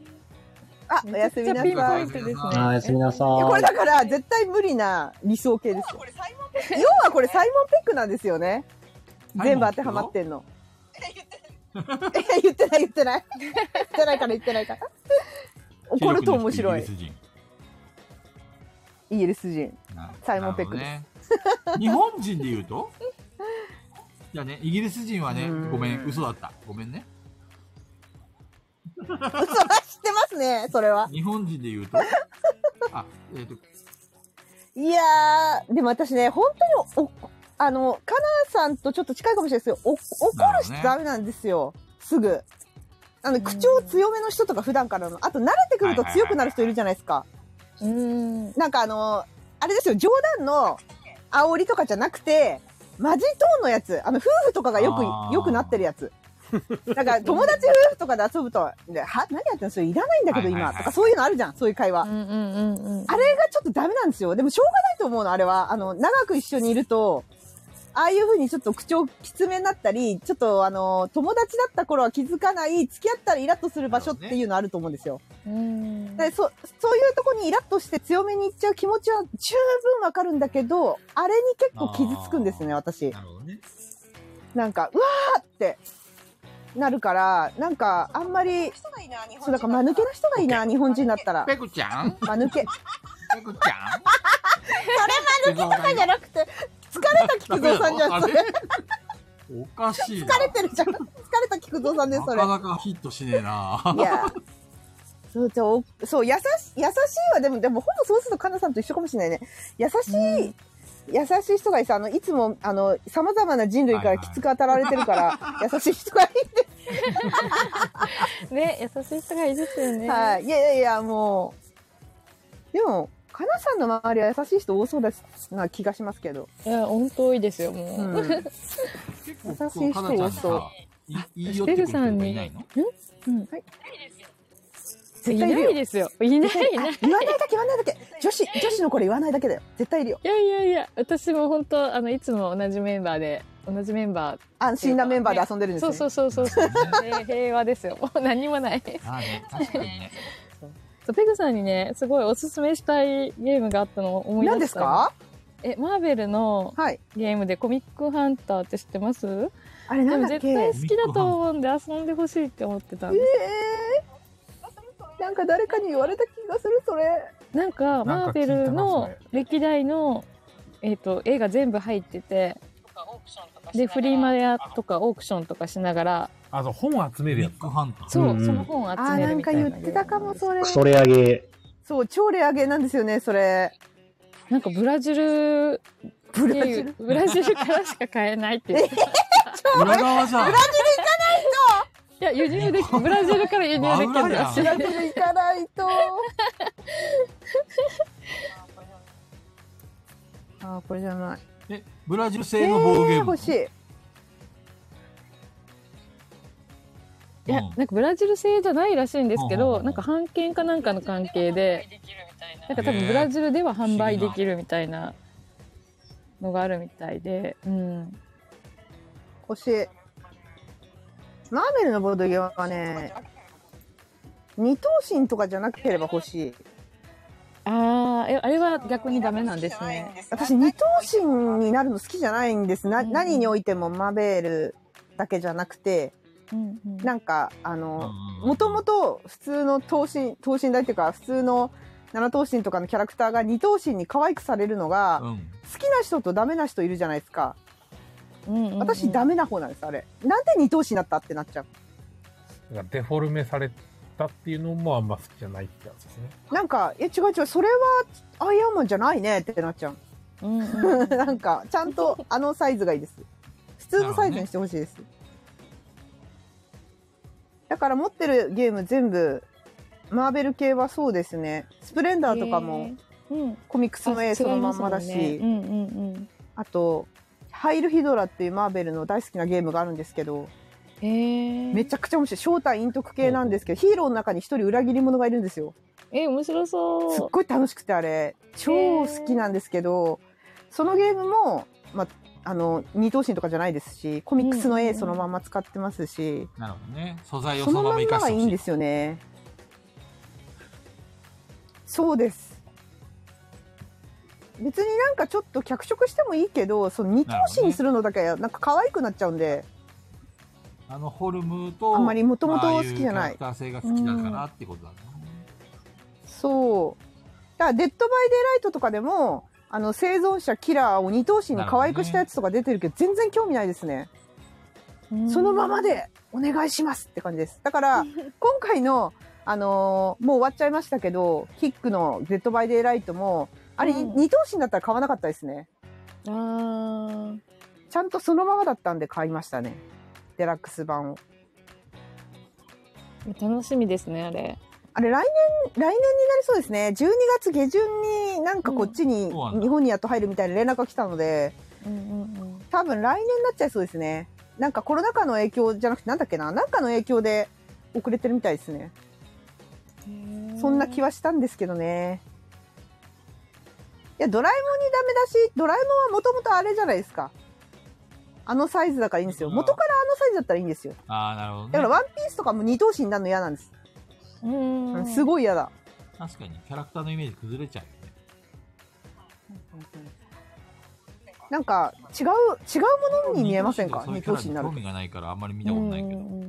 Speaker 5: あ、おやすみなさ
Speaker 3: めちゃ
Speaker 5: い。
Speaker 3: ピンポイントですね。
Speaker 4: あーおやすみなさ
Speaker 5: いやこれ
Speaker 4: い。
Speaker 5: だから、絶対無理な理想形ですよ。要はこれサイモン・ペックなんですよね。全部当てはまってんの。え言ってない言ってない。言ってないから言ってないから。怒ると面白い
Speaker 13: イギ。リス人
Speaker 5: イギリス人。 サイモンペックです
Speaker 13: ね。日本人で言うとじゃあね、イギリス人はね、ごめん、嘘だった。ごめんね。
Speaker 5: それは知ってますね、それは。
Speaker 13: 日本人で言うとあ、えっ、と、
Speaker 5: いやー、でも私ね、本当にお、あの、カナさんとちょっと近いかもしれないですけど、お怒る人ダメなんですよ。すぐ。あの、口調強めの人とか普段からの。あと、慣れてくると強くなる人いるじゃないですか。
Speaker 3: うーん。
Speaker 5: なんかあの、あれですよ、冗談の煽りとかじゃなくて、マジトーンのやつ。あの、夫婦とかがよ
Speaker 13: あー
Speaker 5: く、よくなってるや つ。だから、友達夫婦とかで遊ぶと、では、何やってんのそれいらないんだけど
Speaker 13: はいはい
Speaker 5: 今。
Speaker 13: はい
Speaker 5: とか、そういうのあるじゃん、そういう会話。
Speaker 3: うんうんうんうん。
Speaker 5: あれがちょっとダメなんですよ。でもしょうがないと思うの、あれは。あの、長く一緒にいると、ああいうふうにちょっと口調きつめになったり、ちょっとあの、友達だった頃は気づかない、付き合ったらイラッとする場所っていうのあると思うんですよ。だからそそういうとこにイラッとして強めにいっちゃう気持ちは十分わかるんだけど、あれに結構傷つくんですね、私。なんか、うわーってなるから、なんかあんまり、そう、だから間抜けな人がいいな、日本人だったら。
Speaker 1: ペグちゃん
Speaker 5: 間抜け。
Speaker 1: ペグちゃん
Speaker 5: それ間抜けとか じゃなくて、疲れた菊蔵さんじゃん、それ。
Speaker 1: おかしいな
Speaker 5: 疲れてるじゃん。疲れた菊蔵さんで、
Speaker 1: な
Speaker 5: それ
Speaker 1: か。なかヒットしねえない
Speaker 5: や。そう、じゃあおそう、優し、優しいはでも、でも、ほぼそうすると、かなさんと一緒かもしれないね。優しい、優しい人がいさ、あの、いつも、あの、様々な人類からきつく当たられてるから、 優しい人がいいんです。
Speaker 3: ね、優しい人がいいですよね。
Speaker 5: はい。いやいやいや、もう。でも、かなさんの周りは優しい人多そうですな気がしますけど。
Speaker 3: いや、本当多いですよ、もう。
Speaker 5: うん優しい人多そう。
Speaker 1: 言い寄ってくる人がいないの
Speaker 3: うんはい。い
Speaker 5: 絶対いるよ
Speaker 3: ないですよ。いないいない。
Speaker 5: 言わないだけ言わないだけ。女子、女子のこれ言わないだけだよ。絶対いるよ。
Speaker 3: いやいやいや、私も本当、あの、いつも同じメンバーで、同じメンバー。
Speaker 5: 安心なメンバーで遊んでるんです
Speaker 3: そ
Speaker 5: ね。
Speaker 3: うそうそうそう。平平和ですよ。 もう何もない。
Speaker 1: ああね、確かにね。
Speaker 3: そうペグさんにね、すごいおすすめしたいゲームがあったのを思い出した。
Speaker 5: 何ですか
Speaker 3: え、マーベルの
Speaker 5: はい。
Speaker 3: ゲームでコミックハンターって知ってます
Speaker 5: あれな
Speaker 3: で
Speaker 5: ん
Speaker 3: も
Speaker 5: だっ
Speaker 3: 絶
Speaker 5: け
Speaker 3: 対
Speaker 5: え
Speaker 3: 好きだと思うんで遊んでほしいって思ってたんで
Speaker 5: ー、なんか誰かに言われた気がする、それ。
Speaker 3: す。なんか、
Speaker 9: な
Speaker 3: マ
Speaker 9: ん
Speaker 3: ー
Speaker 9: か聞
Speaker 3: ベ
Speaker 9: いたな
Speaker 3: ルの歴代の、えっ、と、絵が全部入ってて、で、フリマ屋とかオークションとかしながら、
Speaker 9: あの、本集める
Speaker 1: ビ
Speaker 9: や
Speaker 1: ッグハンター。
Speaker 3: そう、
Speaker 13: うんうん
Speaker 3: その本を
Speaker 5: あ
Speaker 3: 集
Speaker 5: ー、
Speaker 3: め
Speaker 5: な
Speaker 3: る
Speaker 5: ん
Speaker 3: みた
Speaker 5: か
Speaker 3: いな
Speaker 5: 言ってたかも、それ
Speaker 13: ク。ソレアゲ
Speaker 5: そう、超レアゲーなんですよね、それ。
Speaker 3: なんかブラジル
Speaker 5: ブ
Speaker 3: って
Speaker 5: ラ
Speaker 3: い
Speaker 5: ジル。
Speaker 3: う、ブラジルからしか買えないっていう。
Speaker 1: 裏側じゃん。
Speaker 3: いや、輸入でき、ブラジルから輸入できるらし
Speaker 1: 真
Speaker 3: い
Speaker 5: ブ。ラジル行かないと。 あー、これじゃない。
Speaker 1: え、ブラジル製のボードゲーム。
Speaker 5: 欲しい。
Speaker 3: いや
Speaker 1: うん、
Speaker 3: なんかブラジル製じゃないらしいんですけ
Speaker 1: うんうん
Speaker 3: ど、
Speaker 1: うん
Speaker 3: なんか版権かなんかの関係で、なんか多
Speaker 1: へ
Speaker 3: 分
Speaker 1: ー
Speaker 3: ブラジルでは販売できるみたいなのがあるみたいで、うん。
Speaker 5: 欲しい。マーベルのボードゲームはね、二等身とかじゃなければ欲しい。
Speaker 3: ああ、え、あれは逆にダメなんですね。
Speaker 5: 私二等身になるの好きじゃないんです。な、
Speaker 3: うん
Speaker 5: 何においてもマーベルだけじゃなくて、
Speaker 3: うんうん。
Speaker 5: なんか、あ
Speaker 1: うん
Speaker 5: の、
Speaker 1: うんうん
Speaker 5: もともと普通の等身、等身大っていうか、普通の七等身とかのキャラクターが二等身に可愛くされるのが、
Speaker 1: うん。
Speaker 5: 好きな人とダメな人いるじゃないですか。
Speaker 3: うんうんうん
Speaker 5: 私ダメな方なんです、あれ。なんで二等身になったってなっちゃう。
Speaker 9: つ。なんかデフォルメされたっていうのもあんま好きじゃないってやつです ね。
Speaker 5: なんか、いや違う違う、それはアイアンマンじゃないねってなっちゃう。
Speaker 3: うんうんうん
Speaker 5: なんか、ちゃ んとあのサイズがいいです。普通のサイズにしてほしいです。だから持ってるゲーム全部、マーベル系はそうですね。スプレンダーとかも、
Speaker 3: へー、うん。
Speaker 5: コミックスの絵そのまんまだし、
Speaker 3: あ違いすもんねうんうんうん。
Speaker 5: あと、ハイルヒドラっていうマーベルの大好きなゲームがあるんですけど、
Speaker 3: へえ。
Speaker 5: めちゃくちゃ面白い。正体隠匿系なんですけど、ヒーローの中に一人裏切り者がいるんですよ。
Speaker 3: え、面白
Speaker 5: すっ
Speaker 3: そ
Speaker 5: ごい楽しくてあれ超好きなんですけどそのゲームも、まあ、あの二等身とかじゃないですしコミックスの
Speaker 3: うんう
Speaker 5: 絵
Speaker 3: んうん
Speaker 5: そのまま使ってますし、
Speaker 1: なるほどね。素材をそ
Speaker 5: その
Speaker 1: のま
Speaker 5: ま
Speaker 1: ま
Speaker 5: ん
Speaker 1: 生
Speaker 5: ま
Speaker 1: かし
Speaker 5: が
Speaker 1: て
Speaker 5: い
Speaker 1: ほ
Speaker 5: い
Speaker 1: し
Speaker 5: ん
Speaker 1: い
Speaker 5: で。すよねそうです別になんかちょっと脚色してもいいけどその二等身にするのだけはなんか可愛くなっちゃうんで、
Speaker 1: あの、ホルムと、
Speaker 5: あんまり元々
Speaker 1: ああう
Speaker 5: 好きじゃない
Speaker 1: キャラクター性が好きだからってことだね。
Speaker 5: そうだから「デッド・バイ・デイライト」とかでもあの生存者キラーを二等身に可愛くしたやつとか出てるけど全然興味ないですね
Speaker 3: う。
Speaker 5: そのままでお願いしますって感じです。だから、今回の、あのーもう終わっちゃいましたけど、キックの Z バイデイライトも、あれ、
Speaker 3: うん
Speaker 5: 二等身だったら買わなかったですね。
Speaker 3: うん。ああ。
Speaker 5: ちゃんとそのままだったんで買いましたね。デラックス版を。
Speaker 3: 楽しみですね、あれ。
Speaker 5: あれ、来年、来年になりそうですね。12月下旬になんかこっちに、
Speaker 1: んそうなんだ
Speaker 5: 日本にやっと入るみたいな連絡が来たので、
Speaker 3: うんうん
Speaker 5: 多分来年になっちゃいそうですね。なんかコロナ禍の影響じゃなくて、なんだっけな、なんかの影響で遅れてるみたいですね。
Speaker 3: うん。へー
Speaker 5: そんな気はしたんですけどね。いや、ドラえもんにダメだし、ドラえもんはもともとあれじゃないですか。あのサイズだからいいんですよ。元からあのサイズだったらいいんですよ。
Speaker 13: ああ、なるほど、ね。
Speaker 5: だからワンピースとかも二等身になるの嫌なんです。うんすごい嫌だ。
Speaker 13: 確かにキャラクターのイメージ崩れちゃうよね。
Speaker 5: なんか違う、違うものに見えませんか
Speaker 13: そうい
Speaker 5: 二
Speaker 13: うキャ
Speaker 5: 等
Speaker 13: ラ
Speaker 5: 身になる
Speaker 13: に興
Speaker 5: と。
Speaker 13: 味がないからあんまり見たことないけど。うん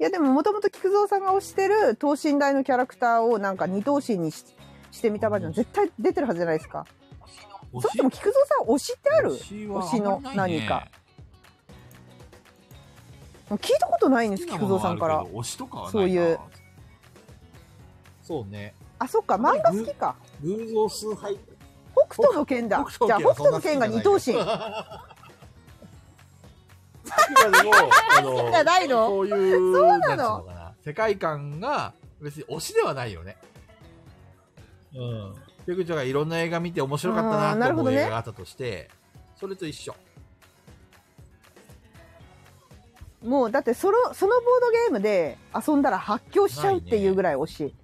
Speaker 5: いやでももともと菊蔵さんが推してる等身大のキャラクターをなんか二等身にししてみたバージョン絶対出てるはずじゃないですか。
Speaker 13: 推
Speaker 5: そもそも菊蔵さん推しってある推しの何か。。もう聞いたことないんです、
Speaker 13: 好きな
Speaker 5: 菊
Speaker 13: もの
Speaker 5: 蔵
Speaker 13: は
Speaker 5: さん
Speaker 13: ある
Speaker 5: か
Speaker 13: けど
Speaker 5: ら。
Speaker 13: 推しとかはないな
Speaker 5: そういう。
Speaker 13: そうね。
Speaker 5: あ、そっか、漫画好きか。
Speaker 13: 偶像崇拝。
Speaker 5: 北斗の剣だ。じゃあ北斗の剣が二等身。じ
Speaker 13: 今 でも、あの
Speaker 5: ゃないの
Speaker 13: そういう、
Speaker 5: そうなの
Speaker 13: んつうかな世界観が別に推しではないよね。うん。ペグちゃんがいろんな映画見て面白かった
Speaker 5: あー
Speaker 13: な
Speaker 5: な
Speaker 13: と
Speaker 5: るほ
Speaker 13: 思
Speaker 5: ど
Speaker 13: う
Speaker 5: ね
Speaker 13: 映画があったとして、それと一緒。
Speaker 5: もうだってその、そのボードゲームで遊んだら発狂しちゃうっていうぐらい推し。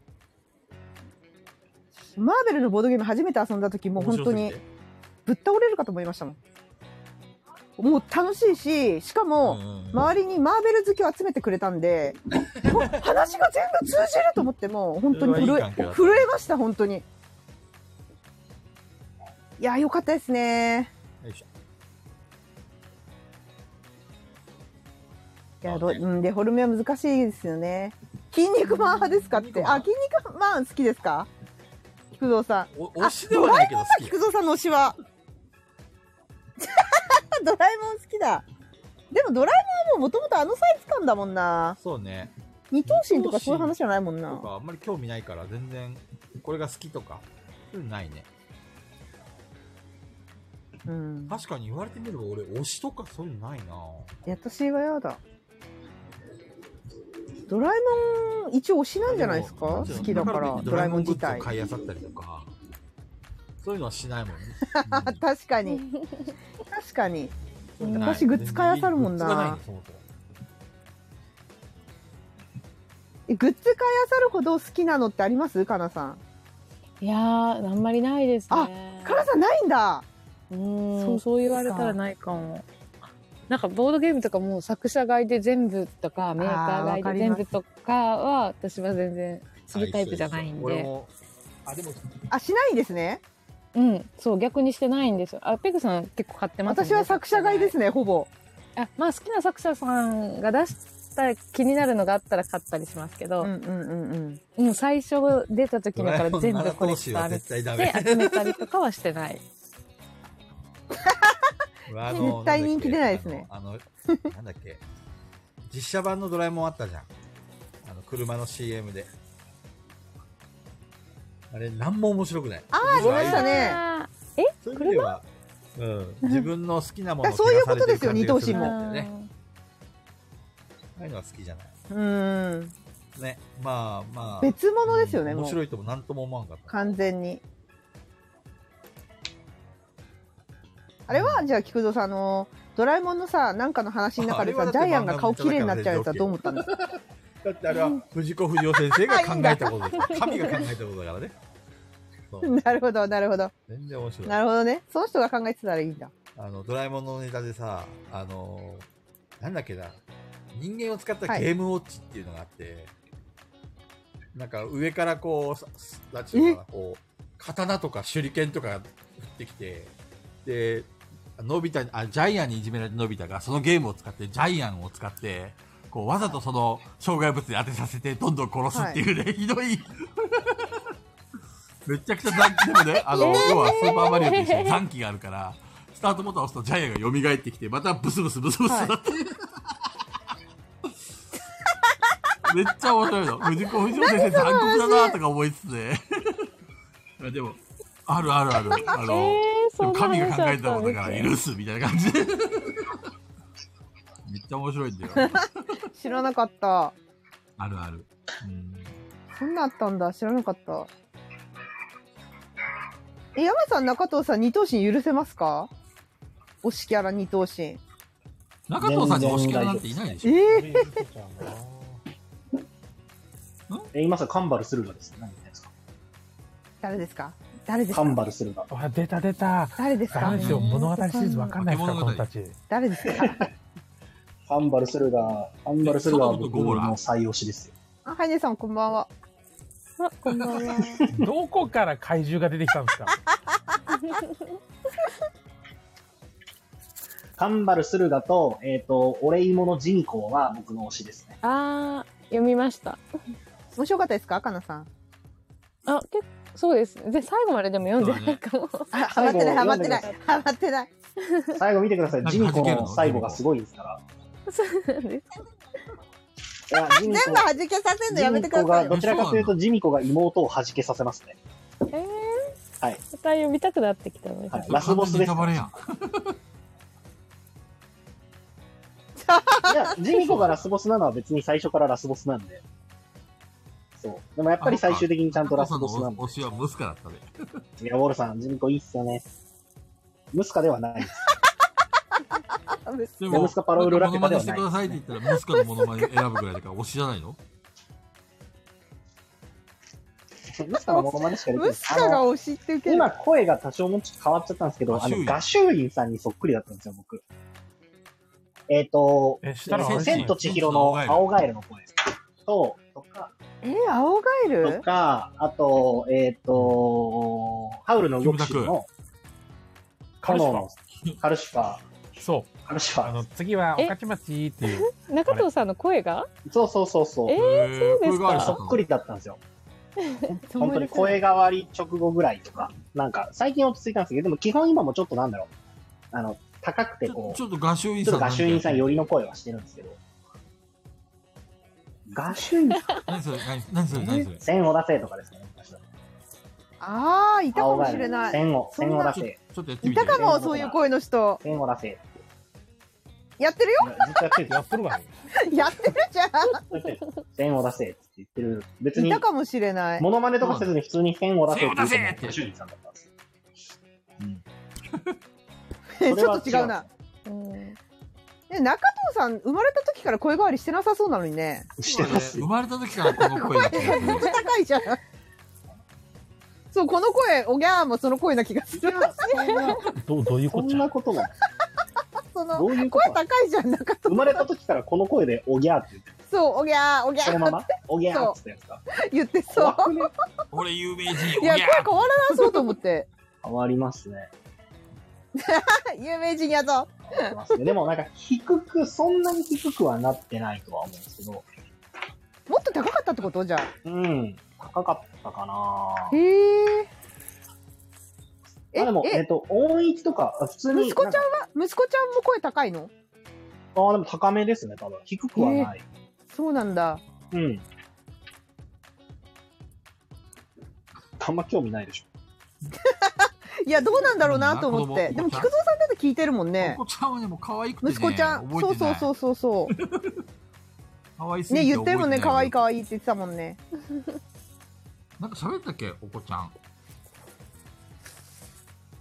Speaker 5: マーベルのボードゲーム初めて遊んだ時もう本当
Speaker 13: 面
Speaker 5: に
Speaker 13: 白すぎて
Speaker 5: ぶっ倒れるかと思いましたもん。もう楽しいし、しかも周りにマーベル好きを集めてくれたんで、もう話が全部通じると思ってもう本当に震
Speaker 13: それはいい環境だ
Speaker 5: え、
Speaker 13: った
Speaker 5: 震えました本当に。いや、良かったですね。
Speaker 13: よいしょ
Speaker 5: いや、どうん、デフォルメは難しいですよね。筋肉マン派ですかって。あ、筋肉マン好きですか菊蔵さん。
Speaker 13: お推しではないけど好きよ
Speaker 5: 菊蔵さんの推しは。 ドラえもん好きだ。でもドラえもんはもう元々あのサイズ感だもんな。
Speaker 13: そうね。
Speaker 5: 二等身とかそういう話じゃないもん
Speaker 13: と
Speaker 5: な。
Speaker 13: かあんまり興味ないから全然、これが好きとか、そういうのないね。
Speaker 5: うん。
Speaker 13: 確かに言われてみれば俺、推しとかそういうのないなぁ。
Speaker 5: いや私はやだ。ドラえもん一応推しなんじゃないですか好きだから、ドラえもん自体
Speaker 13: ド。ラえもんグッズを買い漁ったりとか、そういうのはしないもんね。
Speaker 5: 確かに。確かに。
Speaker 13: ない
Speaker 5: 私グッズ買い漁るもん
Speaker 13: グッズがない
Speaker 5: な
Speaker 13: の。そもそも
Speaker 5: えグッズ買い漁るほど好きなのってありますかなさん。
Speaker 3: いやー、あんまりないですね。
Speaker 5: かなさんないんだ。
Speaker 3: うーん、そう言われたらないかも。なんかボードゲームとかも作者買いで全部とか、メーカー買いで全部とかは、私は全然するタイプじゃないん
Speaker 13: 俺
Speaker 3: で。
Speaker 13: もあ、でも、
Speaker 5: あ、しないんですね。
Speaker 3: うん、そう、逆にしてないんですよ。あ、ペグさん結構買ってますよね
Speaker 5: 私は作者買いですね、ほぼ。
Speaker 3: あ、まあ好きな作者さんが出した気になるのがあったら買ったりしますけど、
Speaker 5: うんうんうんうん。
Speaker 3: もう最初出た時のから全部これ
Speaker 13: ドラえもんの七頭身は絶対ダメ
Speaker 3: で集めたりとかはしてない。
Speaker 13: 俺あの
Speaker 5: 絶対人気出ないですね。
Speaker 13: あの、あのなんだっけ。実写版のドラえもんあったじゃん。あの、車の CM で。あれ、なんも面白くない。
Speaker 5: ああ、ありましたね。
Speaker 3: あ
Speaker 13: そういう意味では、うん、自分の好きなものを
Speaker 5: だからそういうこと
Speaker 13: 手がされてる感じが
Speaker 5: ですよ
Speaker 13: るん
Speaker 3: ー
Speaker 13: だよね。ああいうのは好きじゃない。
Speaker 5: うーん。
Speaker 13: ね。まあまあ。
Speaker 5: 別物ですよね、
Speaker 13: 面
Speaker 5: も
Speaker 13: 白
Speaker 5: う。
Speaker 13: いとも何とも思わんかった。
Speaker 5: 完全に。あれは、じゃあ、菊蔵さん、あの、ドラえもんのさ、なんかの話の中で
Speaker 13: ああれ
Speaker 5: さ、
Speaker 13: は
Speaker 5: ジ
Speaker 13: だっ
Speaker 5: ャ
Speaker 13: て
Speaker 5: イアンが顔綺麗になっちゃうやつはどう思ったんですか
Speaker 13: だってあれは藤子不二雄先生が考えたことです。神が考えたことだからね。そう
Speaker 5: なるほど、なるほど。
Speaker 13: 全然面白い。
Speaker 5: なるほどね。その人が考えてたらいいんだ。
Speaker 13: あの、ドラえもんのネタでさ、あのーなんだっけな、人間を使ったゲームウォッチっていうのがあって、なんか上からこうさ、すなんていうのかな、こう、刀とか手裏剣とか降ってきて、で、のび太に、あ、ジャイアンにいじめられたのび太が、そのゲームを使って、ジャイアンを使って、こう、わざとその、障害物に当てさせて、どんどん殺すっていうね、 ひどい。めちゃくちゃ残機でもね、あの、要はスーパーマリオと一緒に残機があるから、スタートボタンを押すとジャイアンが蘇ってきて、またブスブスブスブスだって。めっちゃ面白いの。藤子不二雄先生残酷だなとか思いつつね。でも、あるあるある。あの、
Speaker 3: えーそんな話
Speaker 13: 神が考えたことだ
Speaker 3: あ
Speaker 13: か
Speaker 3: ったんで
Speaker 13: ら
Speaker 3: すね
Speaker 13: 許すみたいな感じで。めっちゃ面白いんだよ。
Speaker 5: 知らなかった。
Speaker 13: あるある。うん
Speaker 5: そんなあったんだ。知らなかった。え、山さん、中藤さん、二等身許せますか推しキャラ二等身。
Speaker 13: 中藤さんに推しキャラなんていないでしょ
Speaker 5: ええ
Speaker 4: え、今さ、カンバルするがですね。何言ってんですか
Speaker 5: 誰ですか誰です
Speaker 4: カン
Speaker 5: か
Speaker 4: バルするが。
Speaker 2: あ、出た出た。
Speaker 5: 誰ですか
Speaker 2: ダメですよ。物語シリーズわかんないですから、
Speaker 13: 化
Speaker 2: この
Speaker 13: け物語
Speaker 2: たち。
Speaker 5: 誰ですか
Speaker 4: カンバルするが、カンバルするがは
Speaker 13: え
Speaker 4: 僕
Speaker 13: そうなの
Speaker 4: の最推しですよ。
Speaker 5: あハイネさんこんばんは。
Speaker 3: あ、こんばんは。
Speaker 2: どこから怪獣が出てきたんですか
Speaker 4: カンバルするがと、えっ、と、お礼物人口は僕の推しですね。
Speaker 3: あー、読みました。
Speaker 5: 面白かったですかかなさん。
Speaker 3: あ、結構、そうです。で、最後まででも読んでないかも。
Speaker 5: あハマってないハ
Speaker 4: 最後
Speaker 5: マってないハマってない。
Speaker 4: 最後見てください。
Speaker 13: なんか
Speaker 4: 人口
Speaker 13: 弾ける
Speaker 4: の
Speaker 13: の
Speaker 4: 最後がすごいですか
Speaker 3: そうなんです。
Speaker 4: ら。いや、ジ
Speaker 5: 全
Speaker 4: ミ
Speaker 5: 部
Speaker 4: コ
Speaker 5: 弾けさせんのやめてくだ
Speaker 4: ジミコ
Speaker 5: さ
Speaker 4: が、
Speaker 5: いよ。
Speaker 4: どちらかというとジミコが妹を弾けさせますね。
Speaker 3: えー、
Speaker 4: はい
Speaker 3: また読みたくなってきたの
Speaker 4: はいラスボスです
Speaker 13: ネタバレやん。
Speaker 4: いや、ジミコがラスボスなのは別に最初からラスボスなんで。そう。でもやっぱり最終的にちゃんとラスボスなんで。
Speaker 13: 推しはムスカだったね。
Speaker 4: いや、ウォルさん、ジミコいいっすよね。ムスカではない です。
Speaker 13: で
Speaker 4: モノスカパロウルラピュタではない
Speaker 13: モノマネしてくださいって言ったら、ムスカのモノマネ選ぶぐらいだから推しじゃないの
Speaker 4: ムスカのモノマネしかできない
Speaker 5: ムスカが推しって受ける。
Speaker 4: 今、声が多少もちょっと変わっちゃったんですけど、
Speaker 13: ガ
Speaker 4: あ
Speaker 13: シュウイ
Speaker 4: の、
Speaker 13: ン
Speaker 4: ガシュウインさんにそっくりだったんですよ、僕。えっ、と、
Speaker 2: え、したら
Speaker 13: あれ
Speaker 4: 千と千尋の青ガエルの声です。と、とか、
Speaker 5: えー、青ガエ
Speaker 4: と
Speaker 5: ル
Speaker 4: か、あと、えっ、と、ハウルの動きの、カノンのカルシファー、
Speaker 2: そう。
Speaker 4: カルシフ
Speaker 2: あ
Speaker 4: ァー。
Speaker 2: の、次は、おかちまちっていう。
Speaker 3: 中藤さんの声が
Speaker 4: そうそうそうそう。
Speaker 3: え
Speaker 13: えー、
Speaker 3: そうですか
Speaker 13: これがある
Speaker 4: そっくりだったんですよ。本当に声変わり直後ぐらいとか、なんか、最近落ち着いたんですけど、でも基本今もちょっとなんだろう。あの、高くて
Speaker 13: ちょ
Speaker 4: こう
Speaker 13: ち、ょっと画集員
Speaker 4: ち
Speaker 13: さ
Speaker 4: ょ
Speaker 13: ん
Speaker 4: っとガシュインさん
Speaker 13: よ
Speaker 4: 寄りの声はしてるんですけど。ガシュイン
Speaker 13: 何それ何何それ何それ
Speaker 4: 線を出せとかですね。
Speaker 5: ああ、いたかもしれない。
Speaker 4: 線を、
Speaker 5: そん
Speaker 4: 線
Speaker 5: な
Speaker 4: を出
Speaker 13: ちょ
Speaker 4: せ。
Speaker 13: ちょっとやって
Speaker 5: い
Speaker 13: みて
Speaker 5: たかも、そういう声の人。
Speaker 4: 線を出せ。
Speaker 5: やってるよ
Speaker 4: ずっとやってる
Speaker 2: やっとるわね。
Speaker 5: やってるじゃん
Speaker 4: ずっとやってる線を出せって言ってる。別。
Speaker 5: い
Speaker 4: に
Speaker 5: た、かもしれない。
Speaker 4: モノマネとかせずに普通に線を出せって言って
Speaker 13: 線を出せって
Speaker 4: もガシュインさんだったんですよ。
Speaker 5: ち
Speaker 4: れ
Speaker 5: ょ
Speaker 4: は
Speaker 5: っと違うな。
Speaker 3: うん。
Speaker 5: ね中藤さん、生まれた時から声変わりしてなさそうなのにね。
Speaker 4: してます
Speaker 13: 生
Speaker 4: よ。
Speaker 13: まれた時からこの声だったよね
Speaker 5: 高いじゃん。そう、この声、おぎゃーもその声な気がする。
Speaker 2: どう、どういう
Speaker 4: そ
Speaker 2: こっ
Speaker 4: ん
Speaker 2: ちゃ
Speaker 4: なことが、
Speaker 5: その
Speaker 4: どういうこ
Speaker 5: 声
Speaker 4: と
Speaker 5: 高いじゃん、中
Speaker 4: 生
Speaker 5: 藤。
Speaker 4: まれた時からこの声でおぎゃーって言って、
Speaker 5: そう、おぎゃー、おぎゃ
Speaker 4: そのま
Speaker 5: ー
Speaker 4: ま、おぎゃーって言ってた。
Speaker 5: 言ってそ
Speaker 4: 怖。
Speaker 5: う
Speaker 4: くね
Speaker 13: 俺有名人
Speaker 5: いや、声
Speaker 13: おぎゃ
Speaker 5: 変わらなそうと思って。
Speaker 4: 変わりますね。
Speaker 5: あ有名人やぞ。
Speaker 4: 変わってますねでもなんか低く、そんなに低くはなってないとは思うんですけど、
Speaker 5: もっと高かったってことじゃあ。
Speaker 4: うん、高かったかな
Speaker 5: へえ。え
Speaker 4: あでも、、え
Speaker 5: え
Speaker 4: っ、、と、音域とか、あ普通に。
Speaker 5: 息子ちゃん
Speaker 4: なんか
Speaker 5: は、息子ちゃんも声高いの
Speaker 4: ああ、でも高めですね、多分。低くはない。
Speaker 5: そうなんだ。
Speaker 4: うん。あんま興味ないでし
Speaker 5: いや、どうなんだろうなと思って。
Speaker 13: うん
Speaker 5: でも、菊蔵さんだと聞いてるもんね。
Speaker 13: 息子ちゃんはねもう可愛くてね
Speaker 5: 息子ちゃん、
Speaker 13: 覚え
Speaker 5: そう
Speaker 13: て
Speaker 5: そ
Speaker 13: な
Speaker 5: う
Speaker 13: い
Speaker 5: そうそうそう。
Speaker 13: 可愛すぎ
Speaker 5: ね、
Speaker 13: て
Speaker 5: 言ってるもんね、可愛い可
Speaker 13: い
Speaker 5: 愛いって言ってたもんね。
Speaker 13: なんか喋ったっけお子ちゃん
Speaker 4: ょ。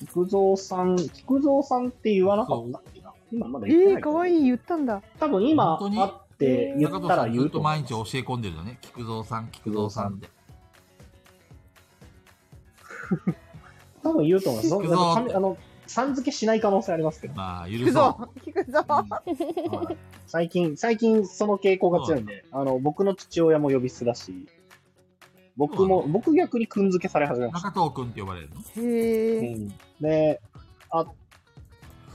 Speaker 4: 菊蔵さん、菊蔵さんって言わなかったっけな。今まだ
Speaker 5: え
Speaker 4: 言ってない
Speaker 5: ー、
Speaker 4: けど。
Speaker 5: 可愛い言ったんだ。
Speaker 4: 多分今、
Speaker 13: 本当に
Speaker 4: 会って言
Speaker 13: 中
Speaker 4: っ
Speaker 13: 藤
Speaker 4: た
Speaker 13: さ
Speaker 4: ら
Speaker 13: ん
Speaker 4: 言
Speaker 13: ずっ
Speaker 4: うと
Speaker 13: と
Speaker 4: 思う。
Speaker 13: 毎日教え込んでるよね菊蔵さん菊蔵さんって
Speaker 4: 多分言うと思いますそん
Speaker 13: 菊蔵
Speaker 4: な。あの、さん付けしない可能性ありますけど。
Speaker 13: まあ許
Speaker 5: 聞く
Speaker 13: そ
Speaker 5: ぞ、聞くぞ。
Speaker 4: うんはい最近、最近その傾向が強いんで、あの、僕の父親も呼び捨てだし、僕も、僕逆にくんづけされ始め
Speaker 13: う
Speaker 4: まし
Speaker 13: 中藤くんって呼ばれるの
Speaker 4: た。う
Speaker 5: へえ。
Speaker 4: ん、で、あ、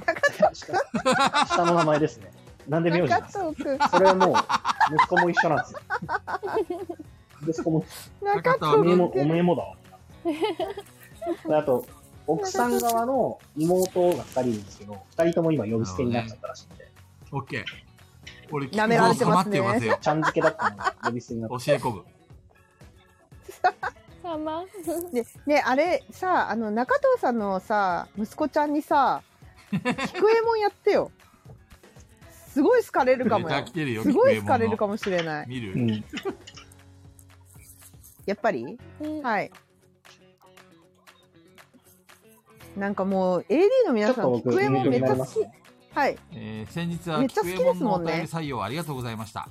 Speaker 4: 下下の名前ですね。なんで名字なんですか
Speaker 5: 中藤くん。
Speaker 4: それはもう、息子も一緒なんですよ。息子も、
Speaker 5: 中
Speaker 4: お
Speaker 5: 藤
Speaker 4: めえも、
Speaker 5: く
Speaker 4: お
Speaker 5: ん。
Speaker 4: めえもだわで。あと、奥さん側の妹が二人いるんですけど、二人とも今呼び捨てになっちゃったらしいんで、
Speaker 13: オッケー俺菊
Speaker 5: 舐めら
Speaker 13: 蔵
Speaker 5: れて
Speaker 13: 様
Speaker 5: ま
Speaker 13: っ
Speaker 5: す
Speaker 13: て
Speaker 5: ね
Speaker 13: 呼ばせよ
Speaker 4: ちゃん付けだったのが呼び捨てになっ
Speaker 13: 教
Speaker 4: た。
Speaker 13: え込む
Speaker 3: さま。
Speaker 5: ね、ね、あれ、さ、あの、中藤さんのさ、息子ちゃんにさ、菊右衛門やってよ。すごい好かれるかも
Speaker 13: レ
Speaker 5: よ
Speaker 13: ター来。てるよ
Speaker 5: すごい
Speaker 13: 菊
Speaker 5: 好か
Speaker 13: 右衛門の
Speaker 5: れるかもしれない。
Speaker 13: 見
Speaker 4: う
Speaker 13: る
Speaker 4: ん。
Speaker 5: やっぱり
Speaker 3: うん
Speaker 5: はい。なんかもう
Speaker 4: ち
Speaker 5: AD の
Speaker 4: ょ
Speaker 5: 皆
Speaker 4: っ
Speaker 5: さ
Speaker 4: と
Speaker 5: ん、
Speaker 4: 僕、
Speaker 5: 菊右衛門めっち
Speaker 4: 勉強にな
Speaker 5: ゃ
Speaker 4: りま
Speaker 5: 好
Speaker 4: す
Speaker 5: き
Speaker 4: ね。
Speaker 5: はい。
Speaker 13: えー先日は
Speaker 5: めっちゃ好き
Speaker 13: 菊右衛
Speaker 5: です
Speaker 13: 門の
Speaker 5: も
Speaker 13: お
Speaker 5: ん
Speaker 13: 便
Speaker 5: ね
Speaker 13: り採用ありがとうございました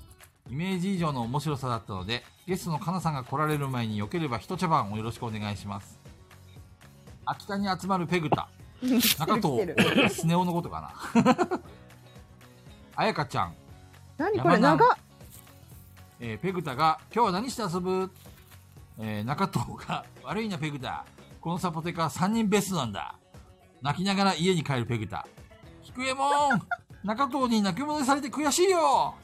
Speaker 13: イメージ以上の面白さだったので、ゲストのかなさんが来られる前によければ一茶番をよろしくお願いします。秋田に集まるペグタ、中 藤、スネ夫のことかな。 あやかちゃん、
Speaker 5: 何これ
Speaker 13: 山
Speaker 5: 長
Speaker 13: 田
Speaker 5: っ
Speaker 13: えーペグタが、今日は何して遊ぶえー中藤が、 悪いなペグタ。このサポテカ3人ベストなんだ。泣きながら家に帰るペグタ。菊右 衛門中藤に泣き戻されて悔しいよ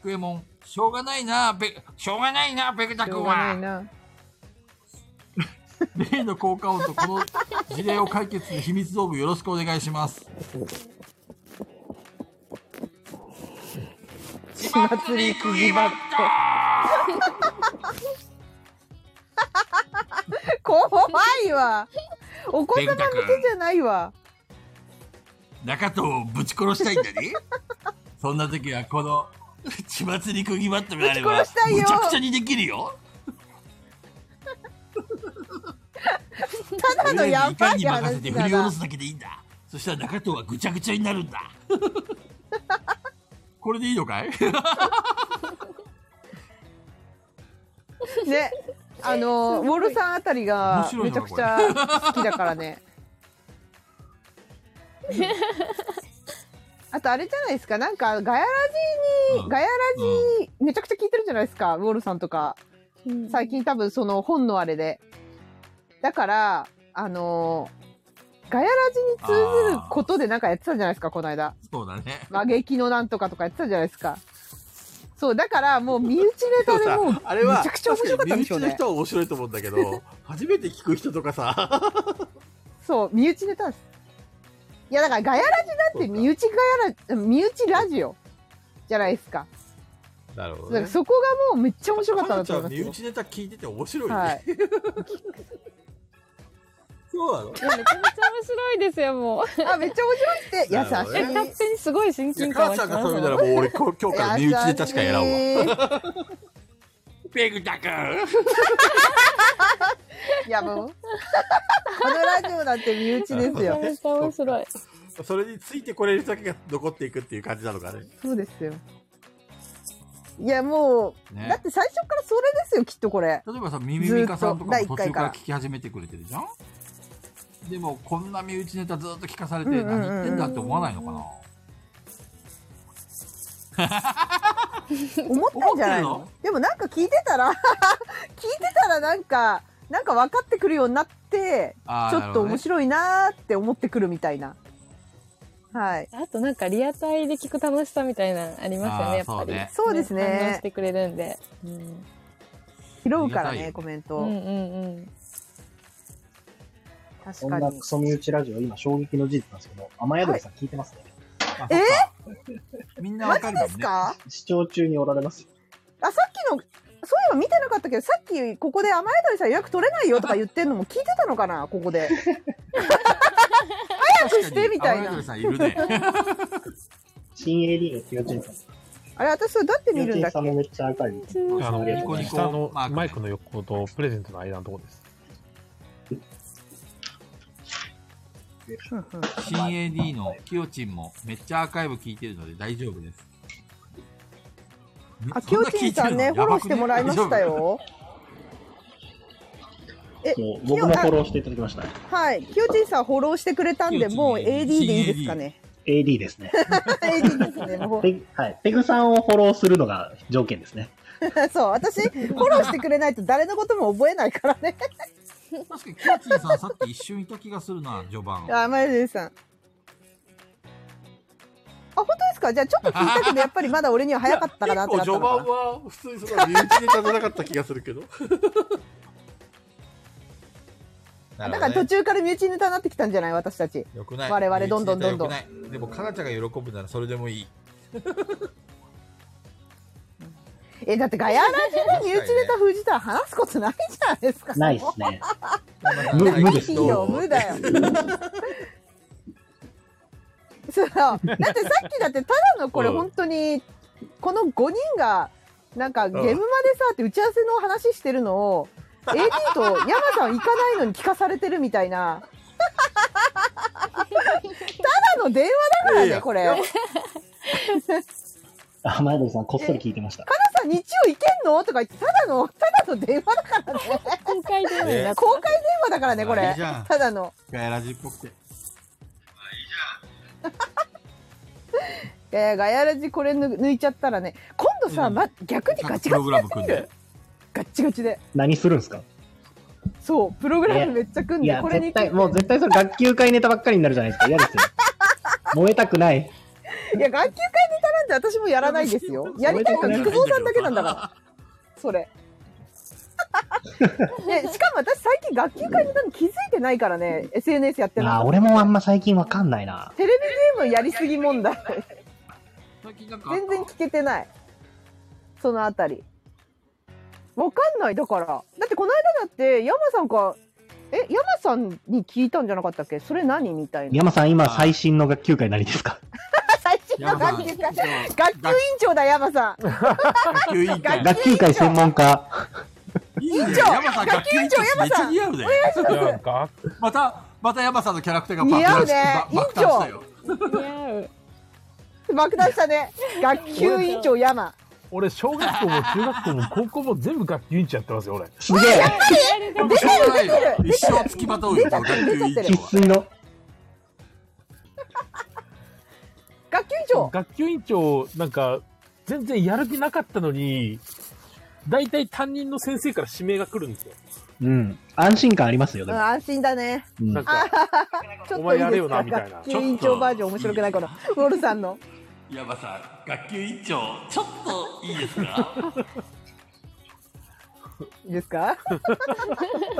Speaker 13: 菊右衛門、しょうがないな、ペ、しょうがないな、ペグタ君は。
Speaker 5: な
Speaker 13: 例の効果音 とこの事例を解決する秘密道具よろしくお願い します。
Speaker 5: 祭りくぎばっこ怖いわお子様向けじゃないわ
Speaker 13: 中藤をぶち殺したいんだね。 そんな時はこの、血祭り釘バットがあれば、
Speaker 5: ぶち殺したいよ
Speaker 13: むちゃくちゃにできるよ。
Speaker 5: ただのやばい
Speaker 13: に任せ
Speaker 5: 話
Speaker 13: て振り下
Speaker 5: だ
Speaker 13: ろ
Speaker 5: な
Speaker 13: すだけでいいんだ。そしたら中藤はぐちゃぐちゃになるんだ。 これでいい のかい
Speaker 5: ねあのウォルさんあたりが
Speaker 13: 面白い
Speaker 5: めち
Speaker 13: な
Speaker 5: ゃくちゃ好きだから ねあとあれじゃないですかなんかガヤラジ
Speaker 13: う
Speaker 5: に
Speaker 13: ん
Speaker 5: ガヤラジめちゃくちゃ聞いてるじゃないですかウォルさんとか最近多分その本のあれでだからあのガヤラジに通ずることでなんかやってたじゃないですかこの間
Speaker 13: そうだね。
Speaker 5: 「げきのなんとか」とかやってたじゃないですかそうだからもう身内ネタでもうめ
Speaker 13: あれは、
Speaker 5: ちゃくちゃ面白かったんでしょうね
Speaker 13: は面白いと思うんだ けど、初めて聞く人とかさ、
Speaker 5: そう、身内ネタです。いや、だからガヤラジだって身内ガヤラ、身内ラジオじゃないですか。
Speaker 13: なるほ
Speaker 5: だからそこがもうめっちゃ面白かったなと思いますよ。
Speaker 13: ネタ聞いてて面白
Speaker 5: はい。
Speaker 13: そうなの
Speaker 3: いやめちゃめちゃ面白いですよ、もう。
Speaker 5: あ、めっちゃ面白いって、優しい。
Speaker 3: 勝手にすごい親
Speaker 13: いや
Speaker 3: 近感
Speaker 13: 母
Speaker 3: 湧き
Speaker 13: ちゃん
Speaker 3: ま
Speaker 13: がそう
Speaker 3: す
Speaker 13: 言うなら
Speaker 3: よ。
Speaker 13: もう俺こ今日から身内ネタしかやらんわ。
Speaker 5: わ。
Speaker 13: ペグタ君
Speaker 5: いや、もう。このラジオだって身内ですよ。
Speaker 3: めちゃめちゃ面白い。
Speaker 13: それについてこれるだけが残っていくっていう感じなのかね。
Speaker 5: そうですよ。いや、もう、
Speaker 13: ね
Speaker 5: だって最初からそれですよ、きっとこれ。
Speaker 13: 例えばさ、ミミミカさんとか
Speaker 5: ず
Speaker 13: も
Speaker 5: っと第一
Speaker 13: 途中
Speaker 5: 回
Speaker 13: か
Speaker 5: から
Speaker 13: ら聞き始めてくれてるじゃんでも、こんな身内ネタずっと聞かされて、
Speaker 5: うんうんうんうん
Speaker 13: 何言ってんだって思わないのかな
Speaker 5: 思ったんじゃない
Speaker 13: 思っ
Speaker 5: のでもなんか聞いてたら 聞いてたらなんかなんか分かってくるようになって
Speaker 13: あー
Speaker 5: ちょっと面白いなーって思ってくるみたいなはい
Speaker 3: あとなんかリアタイで聞く楽しさみたいなのありますよね、やっ
Speaker 13: あー
Speaker 3: ぱり。
Speaker 13: そうね
Speaker 5: そうですね
Speaker 3: 反応してくれるんで。うん。
Speaker 5: 拾うから
Speaker 13: ありがたい
Speaker 5: ね
Speaker 13: よ
Speaker 5: コメン
Speaker 3: うんう
Speaker 5: ト
Speaker 3: んうん。
Speaker 5: 確
Speaker 4: そ
Speaker 5: か
Speaker 4: んな
Speaker 5: に
Speaker 4: クソ身内ラジオ、今衝撃の事実なんですけど、雨宿りさん聞いてますね。
Speaker 5: え
Speaker 13: みんなわかるもん
Speaker 5: です
Speaker 13: ね。
Speaker 5: か
Speaker 4: 視聴中におられますよ。
Speaker 5: あさっきのそういえば見てなかったけどさっきここで雨宿りさん予約取れないよとか言ってんのも聞いてたのかなここで早くしてみたい
Speaker 13: アマエド
Speaker 5: な
Speaker 13: リさんいるね。
Speaker 4: 新 AD のキヨチンさん。キ
Speaker 5: あれ私それどうやって見
Speaker 4: ヨ
Speaker 5: る
Speaker 4: チ
Speaker 5: んだ
Speaker 4: ン
Speaker 5: っけ
Speaker 4: さんもめっちゃ赤いです。
Speaker 2: あの、
Speaker 4: ありがとうございます
Speaker 2: 下のマイクの横とプレゼントの間のところです。
Speaker 13: 新 AD のキヨチンもめっちゃアーカイブ聞いてるので大丈夫です。
Speaker 5: あ、きょうちんさんね、フォローしてもらいました。よ。え
Speaker 16: そう僕もフォローしていただきました。
Speaker 5: はい。きょうちんさんフォローしてくれたんで、
Speaker 13: きよちん
Speaker 5: もう AD
Speaker 13: ね
Speaker 5: でいいですかね。
Speaker 16: AD ですね。
Speaker 5: AD ですね。も
Speaker 16: ペグはい。ペグさんをフォローするのが条件ですね。
Speaker 5: う、そう、私、フォローしてくれないと誰のことも覚えないからね。
Speaker 13: 確かにキヨチンさんさっき一瞬いた気がするな、序盤。
Speaker 5: あ、まゆりさん。あ、本当ですかじゃあちょっと聞いたけど、やっぱりまだ俺には早かったかなってな ったのかな。
Speaker 13: は普通にその身内ネタじゃなかった気がする けど。だ
Speaker 5: だから途中から身内ネタになってきたんじゃない私たち。
Speaker 13: よくない。
Speaker 5: 我々どんどんどんどん
Speaker 13: 身内ネタ良くないでも、かなちゃんが喜ぶならそれでもいい。
Speaker 5: え、だってガヤラジで身内ネタ封じたら話すことないじゃないですか。
Speaker 16: ないですね。
Speaker 13: 無
Speaker 16: 無です
Speaker 5: いいよ、無だよ。 そう。だってさっきだって、ただのこれ
Speaker 13: うん
Speaker 5: 本当に、この5人が、なんかゲームまでさ、って打ち合わせの話してるのを、AD と山さん行かないのに聞かされてるみたいな。ただの電話だからね、これ。
Speaker 17: あ、前鳥さん、こっそり聞いてました。
Speaker 5: かなさん、日曜行けんのとか言って、ただの、ただの電話だからね。公開電
Speaker 13: 話だ
Speaker 5: 公開電話だからね、こ
Speaker 13: あい
Speaker 5: れ
Speaker 13: いじゃん。
Speaker 5: ただの。
Speaker 13: ガヤラジっぽくて。
Speaker 5: いやいや、ガヤラジこれ抜抜いちゃったらね。今度さ、ま、逆にガチ
Speaker 4: プログ
Speaker 5: ガチで
Speaker 4: ラ
Speaker 5: や
Speaker 4: ム
Speaker 5: って
Speaker 4: 組ん
Speaker 5: み
Speaker 4: で
Speaker 5: る。ガチガチで。
Speaker 4: 何するんですか
Speaker 5: そう、プログラムめっちゃ組ん
Speaker 4: い
Speaker 5: で、
Speaker 4: や、
Speaker 5: これに
Speaker 4: 絶対、もう絶対それ学級会ネタばっかりになるじゃないですか。嫌です よ。燃えたくない。
Speaker 5: いや、学級会ネタなんて私もやらないですよ。やりたいのは、
Speaker 4: それ
Speaker 5: 久保さんだけなんだから。それ。 ね、しかも私最近学級会ネタに気づいてないからね、SNS やって
Speaker 4: あ
Speaker 5: な
Speaker 4: あ、
Speaker 5: い。
Speaker 4: 俺もあんま最近わかんないな。
Speaker 5: テレビゲームやりすぎ問題。全然聞けてない。そのあたり。わかんない、だから。だってこの間だって、山さんか、え、山さんに聞いたんじゃなかったっけそれ何みたいな。
Speaker 4: 山さん、今最新の学級会何ですか
Speaker 5: 最新の学級会。学級委員長だ、山さん。学
Speaker 13: 級委
Speaker 5: 員
Speaker 4: 学級会専門家。
Speaker 5: 委員長。
Speaker 13: 山さん、学級委員長めっちゃ似合うね。
Speaker 5: お願いし
Speaker 13: また、また山さんのキャラクターが
Speaker 5: 似合う
Speaker 13: 爆弾し
Speaker 5: ね
Speaker 13: ば。
Speaker 5: 委員
Speaker 13: 爆弾したよ。
Speaker 5: 長。爆弾したね。学級委員長山。
Speaker 18: 俺、小学校も中学校も高校も全部学級委員長やってますよ、俺。
Speaker 4: すげえ
Speaker 5: 出てる、出てる。
Speaker 13: 一生付きまとうよ、学級委員
Speaker 4: 生粋の。
Speaker 5: 学級委員長
Speaker 18: 学級委員長、なんか、全然やる気なかったのに、大体担任の先生から指名が来るんですよ。
Speaker 4: うん。安心感ありますよ、
Speaker 5: う
Speaker 4: で
Speaker 5: ん、
Speaker 4: も。
Speaker 5: 安心だね。
Speaker 4: うん
Speaker 18: なん
Speaker 5: あ
Speaker 18: か、
Speaker 5: ちょっ
Speaker 18: お
Speaker 5: とい
Speaker 18: 前
Speaker 5: い
Speaker 18: やれ
Speaker 5: で
Speaker 18: よ
Speaker 5: す
Speaker 18: な
Speaker 5: か
Speaker 18: みたいな
Speaker 5: 学級委員長バージョン面白くないこのウォルさんの
Speaker 13: 山さん、学級委員長、ちょっといいですか
Speaker 5: いいです か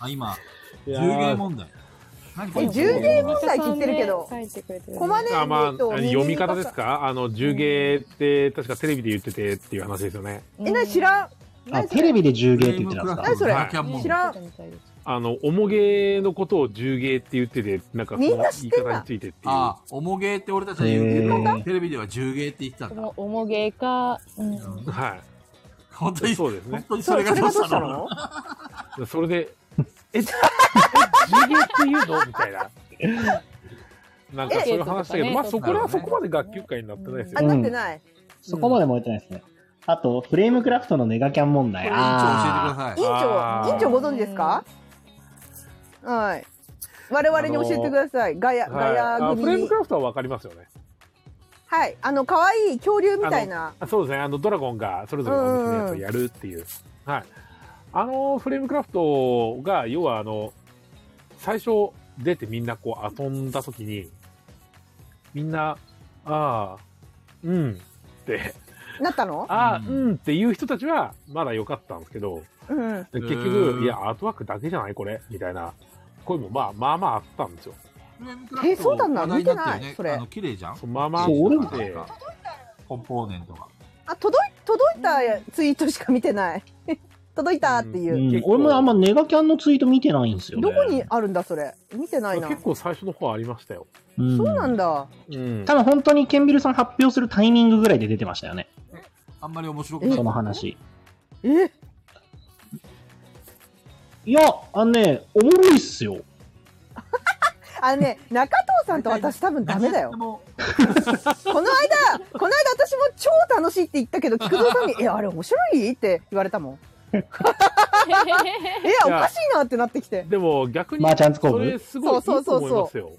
Speaker 13: あ、今、
Speaker 18: い
Speaker 13: 重
Speaker 18: や
Speaker 13: 芸
Speaker 18: ー
Speaker 13: 問題。何
Speaker 5: え重芸問題聞いてるけどコマネ
Speaker 2: あまあ
Speaker 5: ー、と
Speaker 2: 読み方ですかあの、重芸って、確かテレビで言っててっていう話ですよね。
Speaker 5: えなに知らん
Speaker 4: あ、テレビで重芸って言ってたんですか
Speaker 5: 何それ
Speaker 2: はい
Speaker 5: 知らん
Speaker 2: あの、重芸のことを重芸って言ってて、なんかその
Speaker 5: みんな
Speaker 2: 言い方についてっていう。
Speaker 13: ああ、重芸って俺たちは言うけど、テレビでは重芸って言ってたんだ。
Speaker 3: おもげか、うん。
Speaker 2: はい。
Speaker 13: 本当に、
Speaker 2: そうですね。
Speaker 13: 本当にそれがどうしたの
Speaker 2: それで、 え、え重芸って言うのみたいな。なんかそういう話だけど、まあそこらはそこまで学級会になってないですよ。
Speaker 5: あなってない
Speaker 4: そこまで燃えてないですね。あと、フレームクラフトのネガキャン問題。
Speaker 13: これ委員長
Speaker 4: あ
Speaker 13: 教えてくださ
Speaker 4: あ
Speaker 5: 委員
Speaker 4: あ
Speaker 5: 長
Speaker 4: ー、
Speaker 5: 委員長ご存知ですかはい我々に教えてくださいガヤガ
Speaker 2: はいあフレ
Speaker 5: ヤ組
Speaker 2: ーム
Speaker 5: に
Speaker 2: クラフトはわかりますよね。
Speaker 5: はいあの可愛い恐竜みたいな
Speaker 2: あのそうですねあのドラゴンがそれぞれのお店のやつをやるっていう、はいあのフレームクラフトが要はあの最初出てみんなこう遊んだ時にみんなああうんって
Speaker 5: なったの
Speaker 2: ああうんっていう人たちはまだ良かったんですけど
Speaker 5: うん
Speaker 2: 結
Speaker 13: う
Speaker 2: 局
Speaker 13: ん
Speaker 2: いやアートワークだけじゃないこれみたいな声もまあまあまああったんですよ
Speaker 5: えそうなんだ見てない
Speaker 13: ね
Speaker 5: それ
Speaker 13: あの、綺麗じゃん
Speaker 2: まあまあ
Speaker 13: そう俺も
Speaker 2: あって
Speaker 13: コンポーネントが。
Speaker 5: あ届い届いたツイートしか見てない 届いたっていううん
Speaker 4: 俺もあんまネガキャンのツイート見てないんですよね。
Speaker 5: どこにあるんだそれ見てないな
Speaker 2: 結構最初の方ありましたよ
Speaker 4: うん
Speaker 5: そうなんだ
Speaker 2: うん
Speaker 4: 多分本当にケンビルさん発表するタイミングぐらいで出てましたよね。
Speaker 13: あんまり面白くない。
Speaker 4: その話。
Speaker 5: え
Speaker 4: いや、あのね、おもろいっすよ。
Speaker 5: あのね、中藤さんと私多分ダメだよ。この間、この間私も超楽しいって言ったけど、菊蔵さんに、え、あれ面白いって言われたもん。え、おかしいなってなってきて。
Speaker 2: でも逆に
Speaker 4: マーチャンズコーブ
Speaker 2: それすごいいいと思いますよ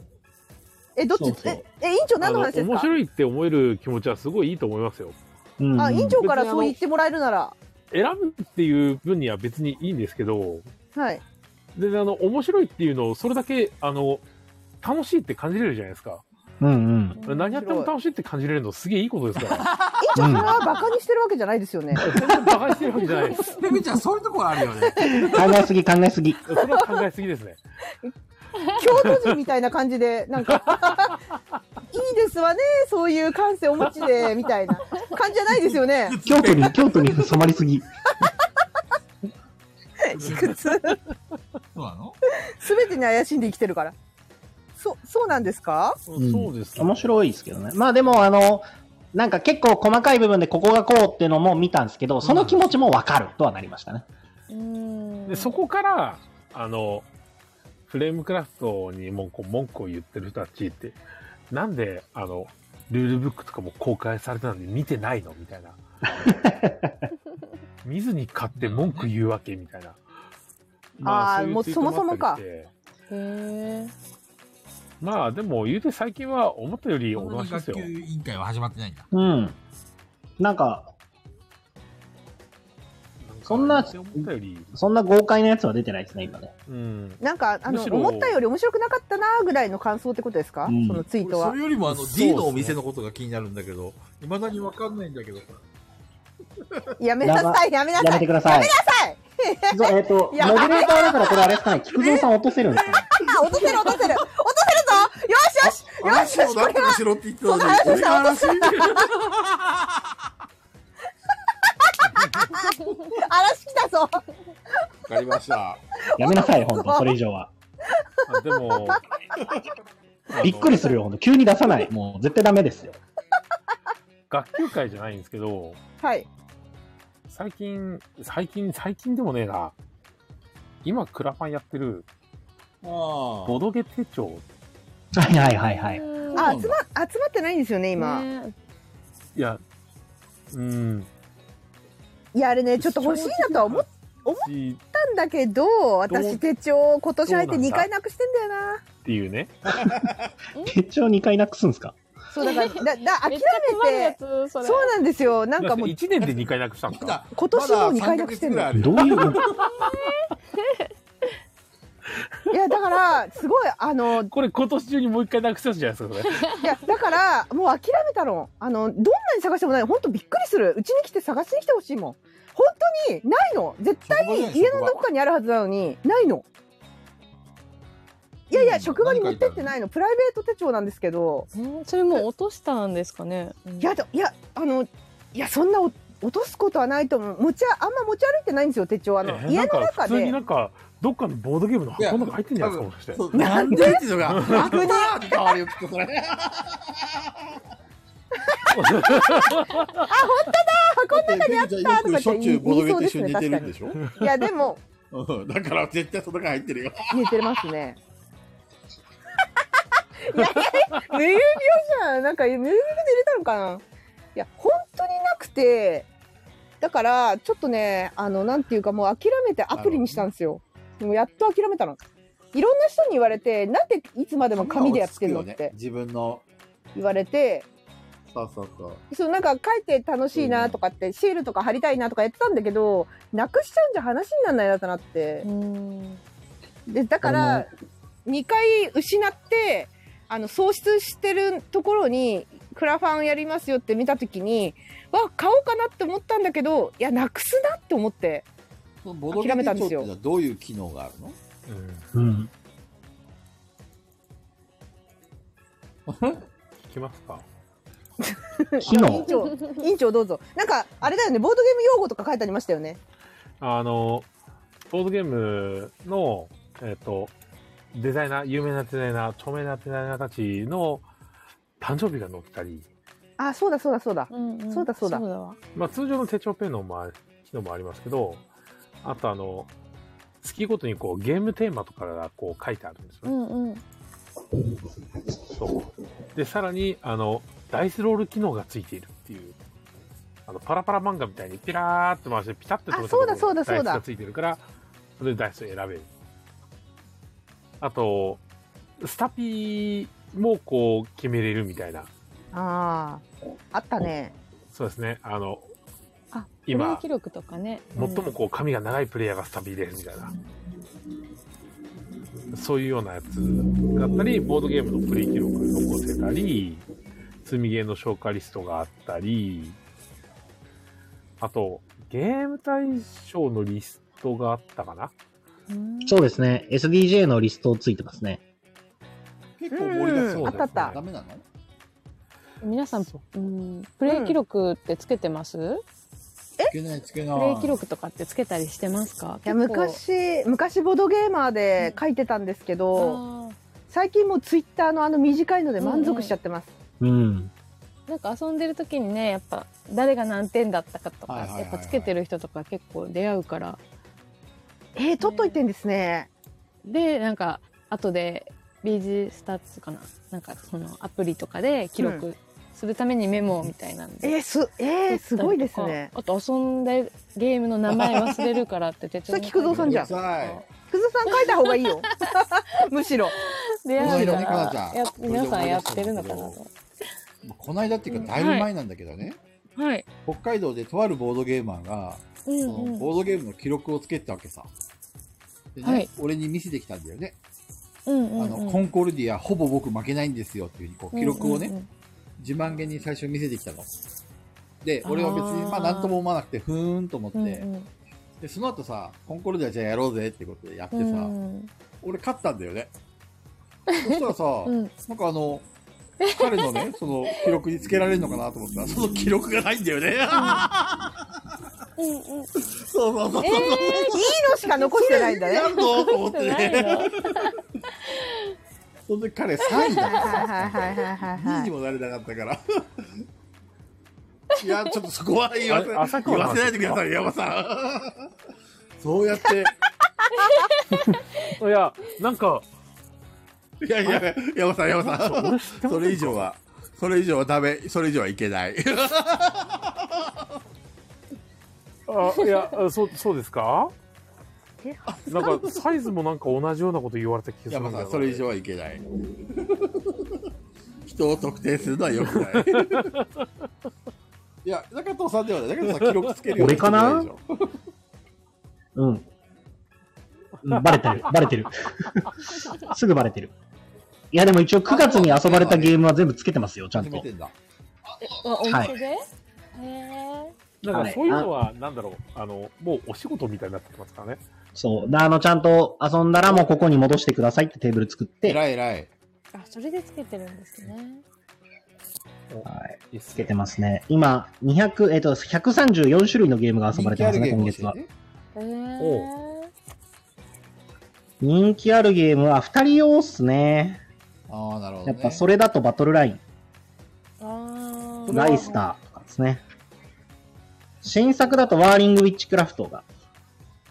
Speaker 5: え、どっち
Speaker 2: そうそう
Speaker 5: え、え、委員長何の話です
Speaker 2: 面
Speaker 5: か
Speaker 2: 白いって思える気持ちはすごいいいと思いますよ。
Speaker 5: あ、委員長から
Speaker 2: 別にあ
Speaker 5: そ
Speaker 2: の
Speaker 5: う言ってもらえるなら。
Speaker 2: 選ぶっていう分には別にいいんですけど、
Speaker 5: はい。
Speaker 2: で、あの、面白いっていうのをそれだけ、あの、楽しいって感じれるじゃないですか。
Speaker 4: うん
Speaker 2: 何やっても楽しいって感じれるのすげえいいことです から。
Speaker 5: 委員長、それはバカにしてるわけじゃないです よね。
Speaker 2: 馬鹿にしてるわけじゃないです。
Speaker 13: ペグちゃん、そういうところあるよね。
Speaker 4: 考えすぎ、考えすぎ。
Speaker 2: それは考えすぎですね。
Speaker 5: 京都人みたいな感じで、なんか、 いいですわね、そういう感性お持ちで、みたいな感じじゃないですよ ね。
Speaker 4: 京都に、京都に染まりすぎ。
Speaker 5: 卑屈。
Speaker 13: そうなの
Speaker 5: すべてに怪しんで生きてるから。そ、そうなんですか
Speaker 2: そうです、
Speaker 4: 面白いですけどね。まあでも、あの、なんか結構細かい部分でここがこうっていうのも見たんですけど、その気持ちもわかるとはなりましたね。
Speaker 2: で、そこから、あの、フレームクラフトにもこう文句を言ってる人たちって、なんで、あの、ルールブックとかも公開されたのに見てないのみたい な。見ずに買って文句言うわけみたいな。
Speaker 5: あー
Speaker 2: そうい
Speaker 5: もう
Speaker 2: ツイート
Speaker 5: そもそもか
Speaker 2: ったりして
Speaker 5: へえ。
Speaker 2: まあでも言うて最近は思ったよりおとなしいですよ。
Speaker 1: 学級委員会は始まってないんだ。
Speaker 13: うん。なんか、そんな、
Speaker 2: そ
Speaker 13: んな豪快なやつは出てないですね、今ね。
Speaker 2: うん。
Speaker 5: なんか、あの、
Speaker 13: むしろ
Speaker 5: 思ったより面白くなかったなぐらいの感想ってことですか、
Speaker 13: うん
Speaker 5: そのツイートは。
Speaker 1: それよりもあの
Speaker 5: そう
Speaker 1: D のお店のことが気になるんだけど、いまだにわかんないんだけど。
Speaker 5: やめなさい、やめなさい。
Speaker 13: やめてください
Speaker 5: やめなさい
Speaker 13: そうえっ、と、モデレ
Speaker 5: や
Speaker 13: ーターだからこれあれですかね、菊蔵さん落とせるんですかね。
Speaker 5: あ、 落とせる、落とせる。落とせるぞよしよしよしよし、これは。
Speaker 1: しろって言って
Speaker 5: そんな話をしたら落とせる。嵐来たぞ。
Speaker 1: わかりました。
Speaker 13: やめなさい、ほんと、それ以上は。
Speaker 2: で も、
Speaker 13: びっくりするよ、ほんと。急に出さない。もう絶対ダメですよ。
Speaker 2: 学級会じゃないんですけど、
Speaker 5: はい。
Speaker 2: 最近、最近、最近でもねえな。今、クラファンやってる、ボドゲ手帳。
Speaker 13: はいはいはいはい。
Speaker 5: あ、集ま、集まってないんですよね、今。
Speaker 2: いや、うん。
Speaker 5: いや、あれね、ちょっと欲しいなとは思っ
Speaker 2: 思
Speaker 5: ったんだけど、私手帳今年入って2回なくしてんだよな。
Speaker 2: っていうね。
Speaker 13: 手帳2回なくすんすか
Speaker 5: そう だから、だ、だ、諦めて。
Speaker 3: そ
Speaker 5: そう
Speaker 3: れ
Speaker 5: なんですよ。なんかもう、
Speaker 2: 1年で2回なくしたんですか
Speaker 5: 今年もう2回なくしてるの。
Speaker 13: どういうこと
Speaker 5: いや、だから、すごい、あの、
Speaker 2: これ今年中にもう1回なくしたんじゃないですか、それ。
Speaker 5: いや、だから、もう諦めたの。あの、どんなに探してもない。本当びっくりする。うちに来て探しに来てほしいもん。本当に、ないの。絶対に家のどこかにあるはずなのに、ないの。いやいや、職場に持ってってないの。プライベート手帳なんですけど。
Speaker 3: それもう落としたんですかね。
Speaker 5: いや、だいや、あの、いや、そんなお落とすことはないと思う。持ちあ、あんま持ち歩いてないんですよ、手帳。あの、
Speaker 2: えーな
Speaker 5: 家
Speaker 2: ん
Speaker 5: の
Speaker 2: か
Speaker 5: 中
Speaker 2: 普通に
Speaker 5: で
Speaker 2: な。んか、どっかのボードゲームの箱の中入ってんじゃないですか、もしかして。
Speaker 1: そうなんでっていうのが、
Speaker 2: うん
Speaker 1: 悪だって変わりよ、きっとそれ。
Speaker 5: あ、本当だ箱の中にあったとか
Speaker 1: しょっちゅうボドゲと一緒に寝てるんでしょ
Speaker 5: 言いそうですね確かにいや、でも、
Speaker 1: うんだから絶対その中入ってるよ。
Speaker 5: 寝てますね。 いやいや、無遊病じゃん。なんか、無遊病で入れたのかな。いや、本当になくて、だから、ちょっとね、あの、なんていうか、もう諦めてアプリにしたんですよ。もうやっと諦めたの。いろんな人に言われて、なんでいつまでも紙でやってんのっ
Speaker 1: 落ち着くよね
Speaker 5: て
Speaker 1: 自分の。
Speaker 5: 言われて、
Speaker 1: そうそうそう。
Speaker 5: そうなんか書いて楽しいなとかって、シールとか貼りたいなとかやってたんだけど、なくしちゃうんじゃ話にならないなとなって。で、だから、2回失って、あの、喪失してるところに、クラファンやりますよって見たときに、わ、買おうかなって思ったんだけど、いや、なくすなって思って。
Speaker 1: そのボドゲ
Speaker 5: 諦
Speaker 1: 手
Speaker 5: め
Speaker 1: 帳
Speaker 5: た
Speaker 1: っ
Speaker 5: ん
Speaker 1: て
Speaker 5: で
Speaker 1: い
Speaker 5: すよ
Speaker 1: うのはどういう機能があるの
Speaker 13: うん。
Speaker 2: 聞きますか
Speaker 13: 機能
Speaker 5: 委員長、 委員長どうぞ。なんか、あれだよね、ボードゲーム用語とか書いてありましたよね。
Speaker 2: あの、ボードゲームの、えっ、と、デザイナー、有名なデザイナー、著名なデザイナーたちの誕生日が載ったり、
Speaker 5: あ、そうだそうだそうだ。そうだそうだ。
Speaker 2: まあ通常の手帳ペンのもあ機能もありますけど、あとあの、月ごとにこうゲームテーマとかがこう書いてあるんですよね。
Speaker 3: うんうん。
Speaker 2: そう。で、さらに、あの、ダイスロール機能がついているっていう、あの、パラパラ漫画みたいにピラーって回してピタッて取れたところ
Speaker 5: あそう
Speaker 2: ダ
Speaker 5: だそうだ
Speaker 2: イ
Speaker 5: そう
Speaker 2: ス
Speaker 5: だ
Speaker 2: がついてるから、それでダイスを選べる。あと、スタピーもこう決めれるみたいな。
Speaker 5: ああ、あったね。
Speaker 2: そうですね。あの、
Speaker 3: あ、プレ
Speaker 2: 今
Speaker 3: ー記録とかね。
Speaker 2: 最もこう髪が長いプレイヤーがスタビーですみたいな、そういうようなやつだったりボードゲームのプレイ記録残ってたり積みゲーの消化リストがあったりあとゲーム対象のリストがあったかな
Speaker 13: そうですね。SDJ のリストついてますね。
Speaker 1: 結構盛りだ
Speaker 3: うん
Speaker 1: そう
Speaker 3: あったあった
Speaker 1: ダメなの
Speaker 3: 皆さん、うん、プレイ記録ってつけてます、
Speaker 1: つけないつけ
Speaker 3: プレイ記録とかってつけたりしてますか
Speaker 5: いや
Speaker 3: 結構
Speaker 5: 昔昔ボードゲーマーで書いてたんですけど、最近もうツイッターのあの短いので満足しちゃってます、
Speaker 13: うん。
Speaker 3: なんか遊んでる時にねやっぱ誰が何点だったかとか、
Speaker 5: はいはいはいはい
Speaker 3: やっぱつけてる人とか結構出会うから
Speaker 5: えー、取っといてんですね
Speaker 3: でなんか後で BG スタッツかななんかそのアプリとかで記録するためにメモみたいなんで。
Speaker 5: えーすえーすごいですね
Speaker 3: あと遊んだゲームの名前忘れるからって手帳に書いて
Speaker 5: それ菊蔵さんじゃんくずさん書いた方がいい よむしろ
Speaker 3: でや
Speaker 19: この
Speaker 3: る
Speaker 19: 間
Speaker 3: か
Speaker 19: ね、
Speaker 3: ら
Speaker 19: かなちゃ
Speaker 3: や
Speaker 19: ん。
Speaker 3: 皆さんやってるのかなと。
Speaker 19: この間っていうか、だいぶ前なんだけどね、
Speaker 3: はい。
Speaker 19: 北海道でとあるボードゲーマーが、
Speaker 3: うん
Speaker 19: そのボードゲームの記録をつけてたわけさ。でね、
Speaker 3: はい
Speaker 19: 俺に見せてきたんだよね。
Speaker 3: うんうん
Speaker 19: あの、コンコルディア、ほぼ僕負けないんですよっていうふうに、こう、記録をね、
Speaker 3: うんうんうん
Speaker 19: 自慢げに最初見せてきたの。で、俺は別に、
Speaker 3: あー
Speaker 19: まあ、なんとも思わなくて、ふーんと思って、
Speaker 3: うんうん
Speaker 19: で、その後さ、コンコルディアじゃあやろうぜってことでやってさ、
Speaker 3: うん
Speaker 19: 俺勝ったんだ よね。そしたらさ、なんかあの、彼の ね、その記録につけられるのかなと思ったら、 その記録がないんだよね。そうそうそうそう。
Speaker 5: えーいいのしか残してないんだね
Speaker 19: それなんだと思って
Speaker 5: ない
Speaker 19: ね。そんで彼3位だった
Speaker 5: はいはいはいはいはいはい
Speaker 19: 2位にもなれなかったから。 いや、ちょっとそこは言わせ
Speaker 2: あれ朝
Speaker 19: 言
Speaker 2: 倉
Speaker 19: わ
Speaker 2: なん
Speaker 19: せ
Speaker 2: ですか
Speaker 19: ないでください、山さん。 そうやって、
Speaker 2: いや、なんか、
Speaker 19: いやいや、山さん、山さん。それ以上は、それ以上はダメ、それ以上はいけ ない。
Speaker 2: あいや、あそう、そうですかなんか、サイズもなんか同じようなこと言われた気がするんだ
Speaker 19: 山
Speaker 2: よな
Speaker 19: さん、それ以上はいけない。 人を特定するのは良くない。 いや、中藤さんではない。中藤さん、記録つけるような
Speaker 4: 俺か
Speaker 19: 人じゃ
Speaker 4: ない
Speaker 19: でしょ
Speaker 4: うん。うんバレてる、バレてる。 すぐバレてる。いや、でも一応9月に遊ばれたゲームは全部つけてますよ、ちゃんと。
Speaker 3: おお
Speaker 4: はい
Speaker 3: 店で、へえ。
Speaker 2: なんかそういうのは、なんだろう、あの、もうお仕事みたいになってきますからね。
Speaker 4: そう。だあの、ちゃんと遊んだらもうここに戻してくださいってテーブル作って。
Speaker 19: 偉い偉い。
Speaker 3: あ、それでつけてるんですね。
Speaker 4: はい。つけてますね。今、200、えっ、と、134種類のゲームが遊ばれてますね、今月は。
Speaker 3: え
Speaker 4: お人気あるゲームは2人用っすね。
Speaker 19: ああ、なるほど、
Speaker 4: や
Speaker 19: ね。
Speaker 4: っぱそれだとバトルライン、ライスターとかですね。新作だとワーリングウィッチクラフトが。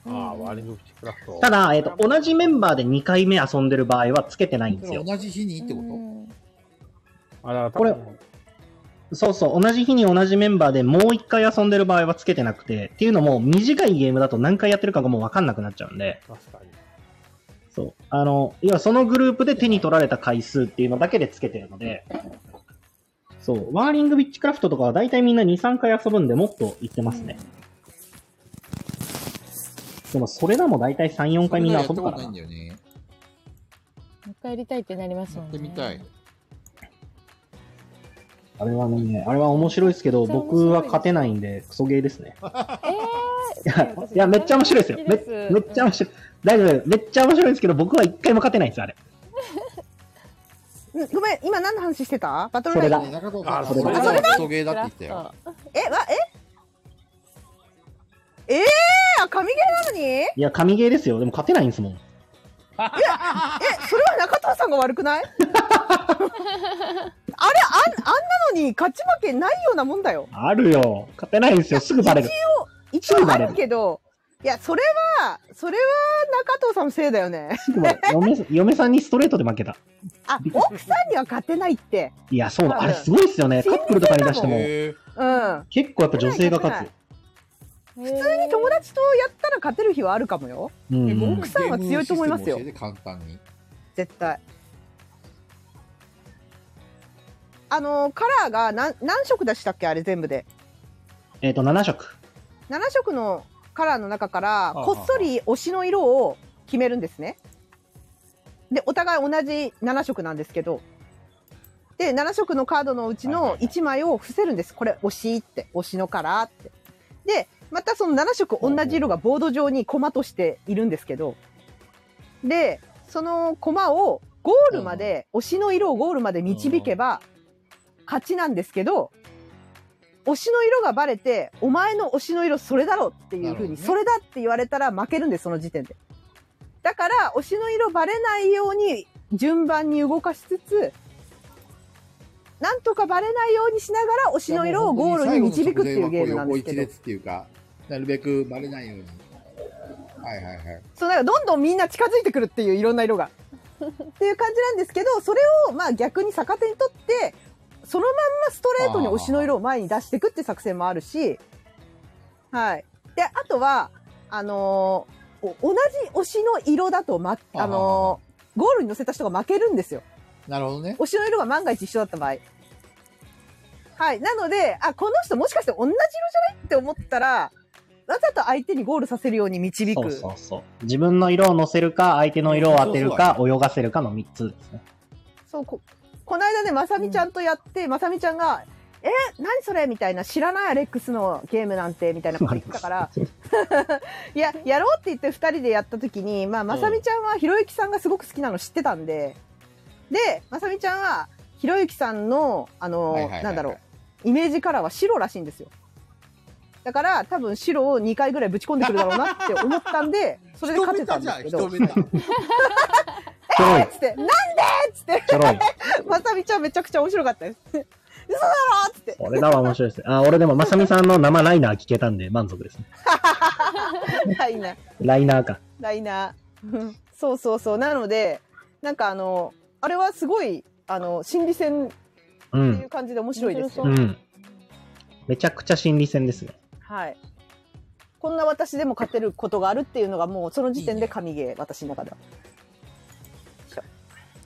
Speaker 2: ああ、ワーリングピッチクラフト。
Speaker 4: ただ、えっ、と、同じメンバーで2回目遊んでる場合はつけてないんですよ。
Speaker 19: 同じ日にってこと
Speaker 2: あら、
Speaker 4: これ、そうそう、同じ日に同じメンバーでもう1回遊んでる場合はつけてなくて、っていうのも短いゲームだと何回やってるかがもうわかんなくなっちゃうんで、
Speaker 2: 確かに。
Speaker 4: そう。あの、要はそのグループで手に取られた回数っていうのだけでつけてるので、そう。ワーリングビッチクラフトとかは大体みんな2、3回遊ぶんでもっといってますね。でもそれらも大体3、4回みんな遊ぶからな。
Speaker 19: よね。
Speaker 3: もう一回やりたいってなりますもんね。やってみたい。
Speaker 4: あれはね、あれは面白いですけど、
Speaker 3: めっちゃ面白い
Speaker 4: 僕は勝てないんで、クソゲーですね。
Speaker 3: え
Speaker 4: いや、いやめっちゃ面白いですよ。めめっちゃ面白い。大丈夫です。めっちゃ面白いんですけど、僕は一回も勝てないんですよ、あれ。
Speaker 5: うんごめん今何の話してたバトル
Speaker 4: そ
Speaker 5: ラ
Speaker 4: れ
Speaker 5: イ
Speaker 4: だ。
Speaker 5: ン
Speaker 19: あ
Speaker 4: それだ。
Speaker 5: それだ
Speaker 19: クソゲーだって言ったよ。
Speaker 5: えわえええー、神ゲーなのにえ
Speaker 4: いや、神ゲーですよ。でも勝てないんですもん。
Speaker 5: えそれは中藤さんが悪く ないあれあんあんなのに勝ち負けないようなもんだよ
Speaker 4: あるよ。勝てないんですよ。すぐバレる。
Speaker 5: 一
Speaker 4: すぐ
Speaker 5: 応あ
Speaker 4: バレる
Speaker 5: るけどいやそれはそれは中藤さんのせいだよね
Speaker 4: すぐバレる 嫁嫁さんにストレートで負けた。
Speaker 5: あ奥さんには勝てないって
Speaker 4: いや、そうだ。
Speaker 5: 多
Speaker 4: あ
Speaker 5: 分
Speaker 4: れすごいですよね。カップルとかに出しても、
Speaker 5: うん
Speaker 4: 結構やっぱ女性が勝つ。
Speaker 5: 普通に友達とやったら勝てる日はあるかもよ、
Speaker 4: うんうん
Speaker 5: 奥さんは強いと思いますよ
Speaker 19: ゲームシステム教えて簡単に。
Speaker 5: 絶対あのカラーが何何色でしたっけあれ全部で
Speaker 4: えっ、と、7色。
Speaker 5: 7色のカラーの中から
Speaker 4: あ
Speaker 5: こっそり推しの色を決めるんですねでお互い同じ7色なんですけどで7色のカードのうちの1枚を伏せるんですこれ推しって推しのカラーってでまたその7色同じ色がボード上にコマとしているんですけどでそのコマをゴールまで推しの色をゴールまで導けば勝ちなんですけど推しの色がバレてお前の推しの色それだろっていうふうに、それだって言われたら負けるんですその時点でだから推しの色バレないように順番に動かしつつなんとかバレないようにしながら推しの色をゴールに導くっていうゲームなんですけ
Speaker 19: 横
Speaker 5: ど
Speaker 19: 一列っていうか、なるべくバレないように。はいはいはい。
Speaker 5: そうなんかどんどんみんな近づいてくるっていういろんな色が。っていう感じなんですけどそれをまあ逆に逆手にとってそのまんまストレートに推しの色を前に出していくって作戦もあるし、はい。で、あとは、あのーお同じ推しの色だと、ま、あのーゴールに乗せた人が負けるんですよ。
Speaker 19: なるほどね。
Speaker 5: 推しの色が万が一一緒だった場合。はい。なので、あ、この人もしかして同じ色じゃないって思ったら、わざと相手にゴールさせるように導
Speaker 4: そ
Speaker 5: く。
Speaker 4: うそうそう。自分の色を乗せるか、相手の色を当てるか、
Speaker 5: そう
Speaker 4: 泳がせるかの3つですね。
Speaker 5: そうここの間ねまさみちゃんとやって、まさみちゃんが「え何それ?」みたいな「知らないアレックスのゲームなんて」みたいなこと言ってたか ら いややろうって言って2人でやった時に、まあ、まさみちゃんはひろゆきさんがすごく好きなの知ってたんででまさみちゃんはひろゆきさんのあの、
Speaker 13: はいはいはいはい
Speaker 5: なんだろうイメージカラーは白らしいんですよだから多分白を2回ぐらいぶち込んでくるだろうなって思ったん でそれで勝てたんですけど。
Speaker 4: ちょ ろい。
Speaker 5: つって、なんでっつって
Speaker 4: ちょろい。
Speaker 5: まさみちゃんめちゃくちゃ面白かったです。 嘘だろっつって。
Speaker 4: これだわ、面白いですね。あ、俺でも、まさみさんの生ライナー聞けたんで満足ですね。
Speaker 5: ライナー、
Speaker 4: ライナーか。
Speaker 5: ライナー。そうそうそう。なので、なんかあの、あれはすごい、あの、心理戦って
Speaker 4: う。
Speaker 5: いうん感じで面白いですよ。
Speaker 4: うん。めちゃくちゃ心理戦ですね。
Speaker 5: はい。こんな私でも勝てることがあるっていうのがもうその時点で神ゲー、私の中では。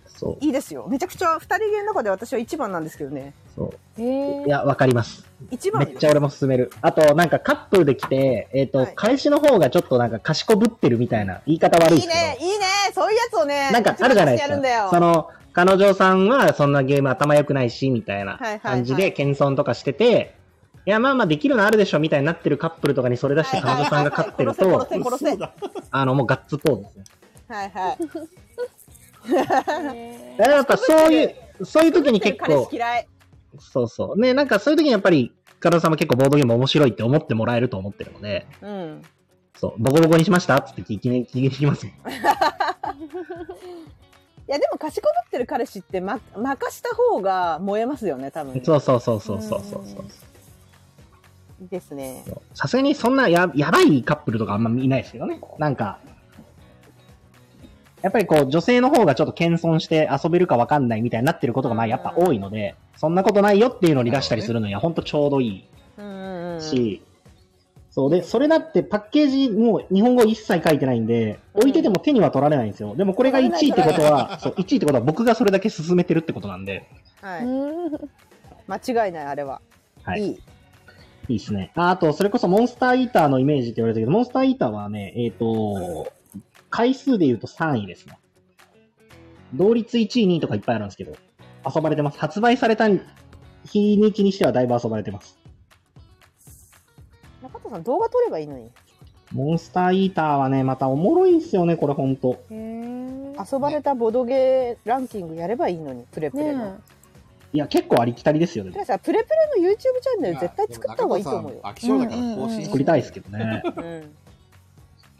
Speaker 4: そ
Speaker 5: いいですよ。めちゃくちゃ二人ゲーの中で私は一番なんですけどね。
Speaker 4: う。そう。
Speaker 5: へ
Speaker 4: いや、わかります。
Speaker 5: 一番
Speaker 4: め
Speaker 5: よ
Speaker 4: っちゃ俺も勧める。あと、なんかカップルで来て、えっ、と、彼氏の方がちょっとなんか賢ぶってるみたいな言い方悪いで
Speaker 5: いい
Speaker 4: すけど。
Speaker 5: ね、いいね。そういうやつをね、
Speaker 4: なんかあるじゃないで
Speaker 5: や
Speaker 4: す
Speaker 5: るんだよ
Speaker 4: か。。その、彼女さんはそんなゲーム頭良くないし、みたいな
Speaker 5: はいはい
Speaker 4: 感じで謙遜とかしてて、いや、まあまあできるのあるでしょ、みたいになってるカップルとかにそれ出して彼女さんが勝ってると
Speaker 5: 殺、せ殺せ。
Speaker 4: あの、もうガッツポーズですね。
Speaker 5: はいはい。
Speaker 4: だからやっぱそういう、そういう時に結
Speaker 5: 彼
Speaker 4: 構
Speaker 5: 氏、嫌い。
Speaker 4: そうそう。ね、なんかそういう時にやっぱり、彼女さんも結構ボードゲーム面白いって思ってもらえると思ってるので、
Speaker 5: うん。
Speaker 4: そう、ボコボコにしましたっつって聞きに聞きますもん。
Speaker 5: いやでも賢ぶってる彼氏ってま任した方が燃えますよね多分。
Speaker 4: そうそうそうそうそうそう。
Speaker 5: いいですね。
Speaker 4: さすがにそんなややばいカップルとかあんまいないですけどね。なんか、やっぱりこう女性の方がちょっと謙遜して遊べるかわかんないみたいになってることがまあやっぱ多いので、そんなことないよっていうのに出したりするのにはほんとちょうどいいし、そうで、それだってパッケージもう日本語一切書いてないんで、置いてても手には取られないんですよ。でもこれが1位ってこと
Speaker 5: 取られな
Speaker 4: は、そう、1位ってことは僕がそれだけ進めてるってことなんで、
Speaker 5: はい。間違いないあれは。
Speaker 4: はい。
Speaker 5: い
Speaker 4: で
Speaker 5: い
Speaker 4: すね。ああと、それこそモンスターイーターのイメージって言われたけど、モンスターイーターはね、えっ、と、回数で言うと3位ですね。同率1位、2位とかいっぱいあるんですけど、遊ばれてます。発売された日にちにしてはだいぶ遊ばれてます。
Speaker 5: 中田さん動画撮ればいいのに。
Speaker 4: モンスターイーターはね、またおもろいんすよね、これほんと。
Speaker 5: 遊ばれたボドゲーランキングやればいいのにプレプレの。
Speaker 4: いや、結構ありきたりですよね
Speaker 5: て。かさプレプレの YouTube チャンネル絶対作った方がいいと思うよ。
Speaker 19: 飽き性だから更新
Speaker 4: 作りたいですけどね。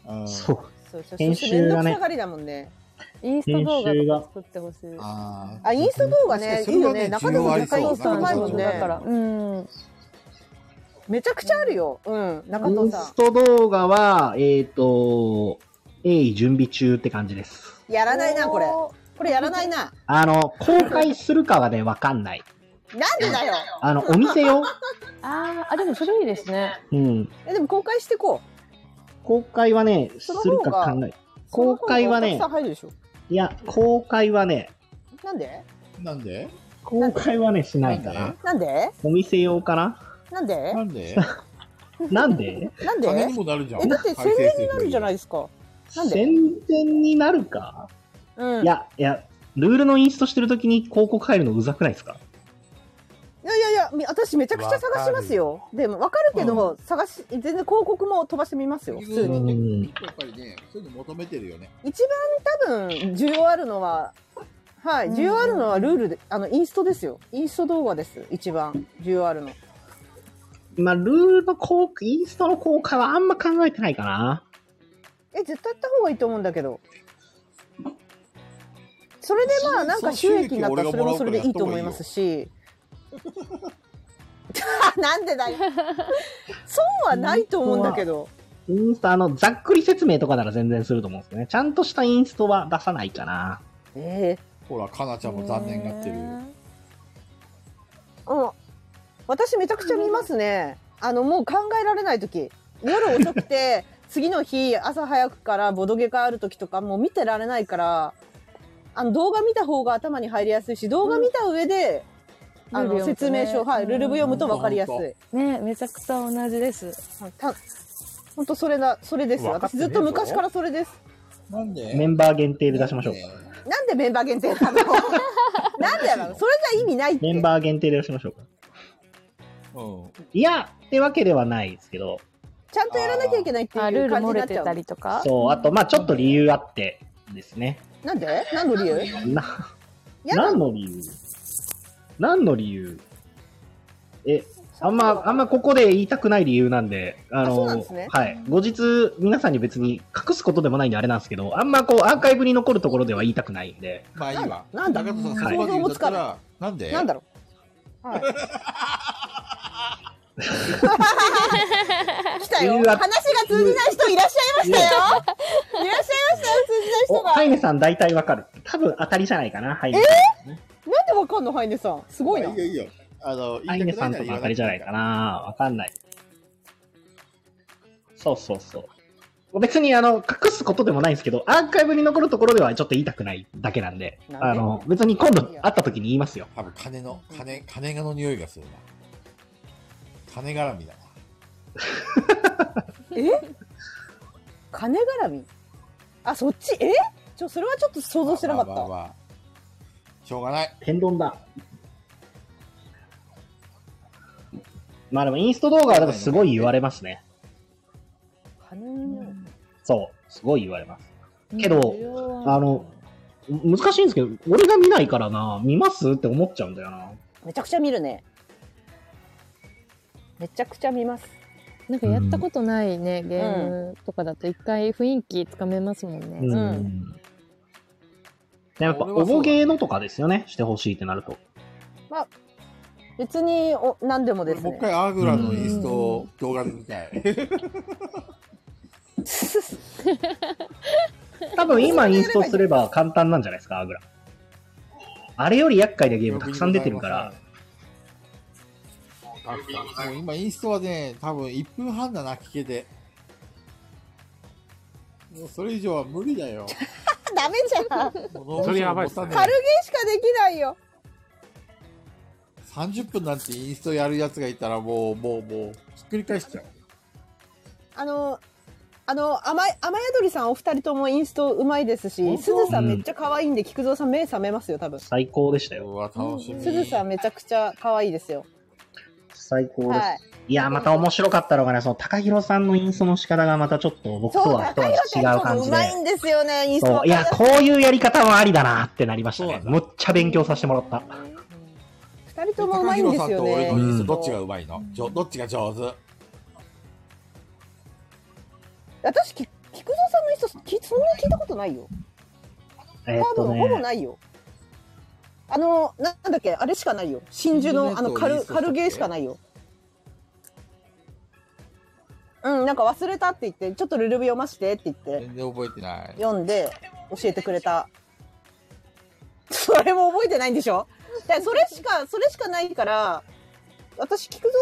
Speaker 5: うん。
Speaker 4: そう。
Speaker 5: そうそう。
Speaker 4: 編集がね
Speaker 5: めんどくさがりだもんね。イン
Speaker 4: スト動画とか
Speaker 5: 作ってほしい。
Speaker 19: あ
Speaker 5: あ、インスタ動画ね、
Speaker 19: 確
Speaker 5: いい
Speaker 19: かにそれ
Speaker 5: よ
Speaker 19: はね
Speaker 5: ね。中田さん、
Speaker 19: 需要ありそう
Speaker 5: インスタうまいもんね。
Speaker 19: 中田さんだから
Speaker 5: うん。めちゃくちゃあるよ。うん、中
Speaker 4: イン
Speaker 5: 田さ
Speaker 4: スト動画は、えっ、と、鋭意準備中って感じです。
Speaker 5: ん。やらないな、これ。これやらないな。
Speaker 4: あの、公開するかはね、わかんない。
Speaker 5: なんでだよ。
Speaker 4: あの、お店よ。
Speaker 5: あーあ、でもそれいいですね。
Speaker 4: うん。
Speaker 5: え、でも公開してこ
Speaker 4: 公開はね、
Speaker 5: そ
Speaker 4: す
Speaker 5: の方
Speaker 4: る
Speaker 5: が
Speaker 4: か考え。
Speaker 5: う。
Speaker 4: 公開は
Speaker 5: そ
Speaker 4: ね
Speaker 5: の、方がお客さん入るでしょ。
Speaker 4: いや、公開はね、
Speaker 5: なんで
Speaker 19: なんで
Speaker 4: 公開はね、しないかな。
Speaker 5: なんで
Speaker 4: お店用かな
Speaker 5: なんでなんで
Speaker 4: なんで
Speaker 5: なんで
Speaker 4: 金にもなるじゃん
Speaker 5: え、だって宣伝になるじゃないですか。なんで
Speaker 4: 宣伝になるか
Speaker 5: うん。
Speaker 4: いや、いや、ルールのインストしてるときに広告入るのうざくないですか
Speaker 5: いやいやいや、み私めちゃくちゃ探しますよ。でも、わかるけど、探し、全然広告も飛ばしてみますよ、普通に。
Speaker 4: うん。
Speaker 19: やっぱりね、そういうの求めてるよね。
Speaker 5: 一番多分、需要あるのは、はい、需要あるのはルールで、あの、インストですよ。インスト動画です、一番、需要あるの。
Speaker 4: まあ、ルールの公開、インストの公開はあんま考えてないかな。
Speaker 5: え、絶対やった方がいいと思うんだけど。それでまあ、なんか収益になったらそれもそれでいいと思いますし。 なんでだよ。 損はないと思うんだけど。
Speaker 4: インスタ、あの、ざっくり説明とかなら全然すると思うんですけどね。ちゃんとしたインストは出さないかな。
Speaker 5: ええ
Speaker 19: ほら、かなちゃんも残念がってる。
Speaker 5: 私めちゃくちゃ見ますね。あの、もう考えられない時。夜遅 くて、次の日、朝早くからボドゲがある時とか、もう見てられないから、あの、動画見た方が頭に入りやすいし、動画見た上で、あの、説明書、はい、ルールブ読むと分かりやすい。
Speaker 3: い。ね、めちゃくちゃ同じです。
Speaker 5: 本当それだ、それです。
Speaker 4: 分かって
Speaker 5: 私
Speaker 4: ねえ
Speaker 5: ずっ
Speaker 4: ぞ
Speaker 5: と昔からそれです。
Speaker 19: なんで
Speaker 4: メンバー限定で出しましょうか。
Speaker 5: なんでメンバー限定なの なんでなのそれじゃ意味ないって。
Speaker 4: メンバー限定で出しましょうか。いや、ってわけではないですけど、
Speaker 5: ちゃんとやらなきゃいけないっていう
Speaker 3: あ
Speaker 5: 感
Speaker 3: ル
Speaker 5: じ
Speaker 3: ール
Speaker 5: にな
Speaker 3: 漏
Speaker 5: っ
Speaker 3: れ
Speaker 5: ちゃ
Speaker 3: て
Speaker 5: う
Speaker 3: たりとか
Speaker 4: そう、あと、まあちょっと理由あってですね。
Speaker 5: なんで何の理由
Speaker 4: な、
Speaker 5: やだ
Speaker 4: 何の理由何の理由え、あんま、あんまここで言いたくない理由なんで、あの、
Speaker 5: そうなんですね
Speaker 4: はい。後日、皆さんに別に隠すことでもないんであれなんですけど、あんまこう、アーカイブに残るところでは言いたくないんで。
Speaker 19: まあいいわ。
Speaker 5: なんだ
Speaker 19: 中田さん、
Speaker 4: はい
Speaker 19: そこまで言うんだったら、なんで
Speaker 5: なんだろうはい。来たよ。
Speaker 4: 理由
Speaker 5: 話
Speaker 4: は
Speaker 5: が通じない人いらっしゃいましたよ。いらっしゃいましたよ、通
Speaker 4: お、
Speaker 5: じない
Speaker 4: ハイ
Speaker 5: 人が。
Speaker 4: ネさん大体わかる。多分当たりじゃないかな、ハイ
Speaker 5: え
Speaker 4: ネ。
Speaker 5: ーなんでわかんの、ハイネさん。すごいな。
Speaker 19: いいよいいよ。あの、
Speaker 4: ハイネさんとか当たりじゃないかな、わかんない。そうそうそう。別にあの、隠すことでもないんですけど、アーカイブに残るところではちょっと言いたくないだけなんで、
Speaker 19: なんで
Speaker 4: あの、別に今度会った時に言いますよ。
Speaker 19: 多分金の、金、金がの匂いがするな。金絡みだな。
Speaker 5: え金絡みあ、そっち、えちょ、それはちょっと想像してなかった。
Speaker 19: しょうがない。
Speaker 4: 天丼だ。まあでもインスト動画はでもすごい言われますね。そう、すごい言われます。けど、あの、難しいんですけど、俺が見ないからな、見ますって思っちゃうんだよな。
Speaker 5: めちゃくちゃ見るね。めちゃくちゃ見ます。
Speaker 3: なんかやったことないね、ゲームとかだと一回雰囲気つかめますもんね。
Speaker 4: うん。やっぱ、おぼげのとかですよね、してほしいってなると。
Speaker 5: まあ、別にお何でもですね。もう一
Speaker 19: 回アーグラのインストを動画で見たい。
Speaker 4: 多分今インストすれば簡単なんじゃないですか、アグラ。あれより厄介なゲームたくさん出てるから。
Speaker 19: もう今インストはね、多分1分半だな、聞けて。もうそれ以上は無理だよ。
Speaker 5: ダメじゃん。軽
Speaker 19: それやばいっすね
Speaker 5: ゲーしかできないよ。
Speaker 19: 30分なんてインストやるやつがいたらもう、もう、もう、ひっくり返しちゃう。
Speaker 5: あの、あの、甘い、雨宿りさんお二人ともインストうまいですし、すずさんめっちゃ可愛いんで、菊蔵さん目覚めますよ、多分。す
Speaker 4: 最高でしたよ。
Speaker 19: うわ、楽し
Speaker 5: ずさんめちゃくちゃ可愛いですよ。
Speaker 4: 最高です。
Speaker 5: はい
Speaker 4: い、や、また面白かったのがね、その、高弘さんのインストの仕方がまたちょっと僕とは一味違う感じで
Speaker 5: うま。いんですよね、インスト
Speaker 4: そ
Speaker 5: わか
Speaker 4: うい
Speaker 5: りや
Speaker 4: や、
Speaker 5: すい
Speaker 4: こういうやり方もありだなってなりましたね。むっちゃ勉強させてもらった。
Speaker 5: 二人ともうまいんです
Speaker 19: さん
Speaker 5: よ
Speaker 19: と俺のイン
Speaker 5: ね。
Speaker 19: スト、どっちがうまいの、じょどっちが上手
Speaker 5: 私、き菊蔵さんのインスト、きそんな聞いたことないよ。
Speaker 4: えーっ
Speaker 5: 多
Speaker 4: と
Speaker 5: 分ほぼ
Speaker 4: ね、
Speaker 5: ないよ。あの、ななんだっけ、あれしかないよ。真珠の、あの、
Speaker 4: 真珠のや
Speaker 5: 軽、
Speaker 4: つを
Speaker 5: 軽ゲーしかないよ。うん、なんか忘れたって言って、ちょっとルルビ読ましてって言って、
Speaker 19: 全然覚えてない。
Speaker 5: 読んで、教えてくれた。それも覚えてないんでしょだからそれしか、それしかないから、私、菊蔵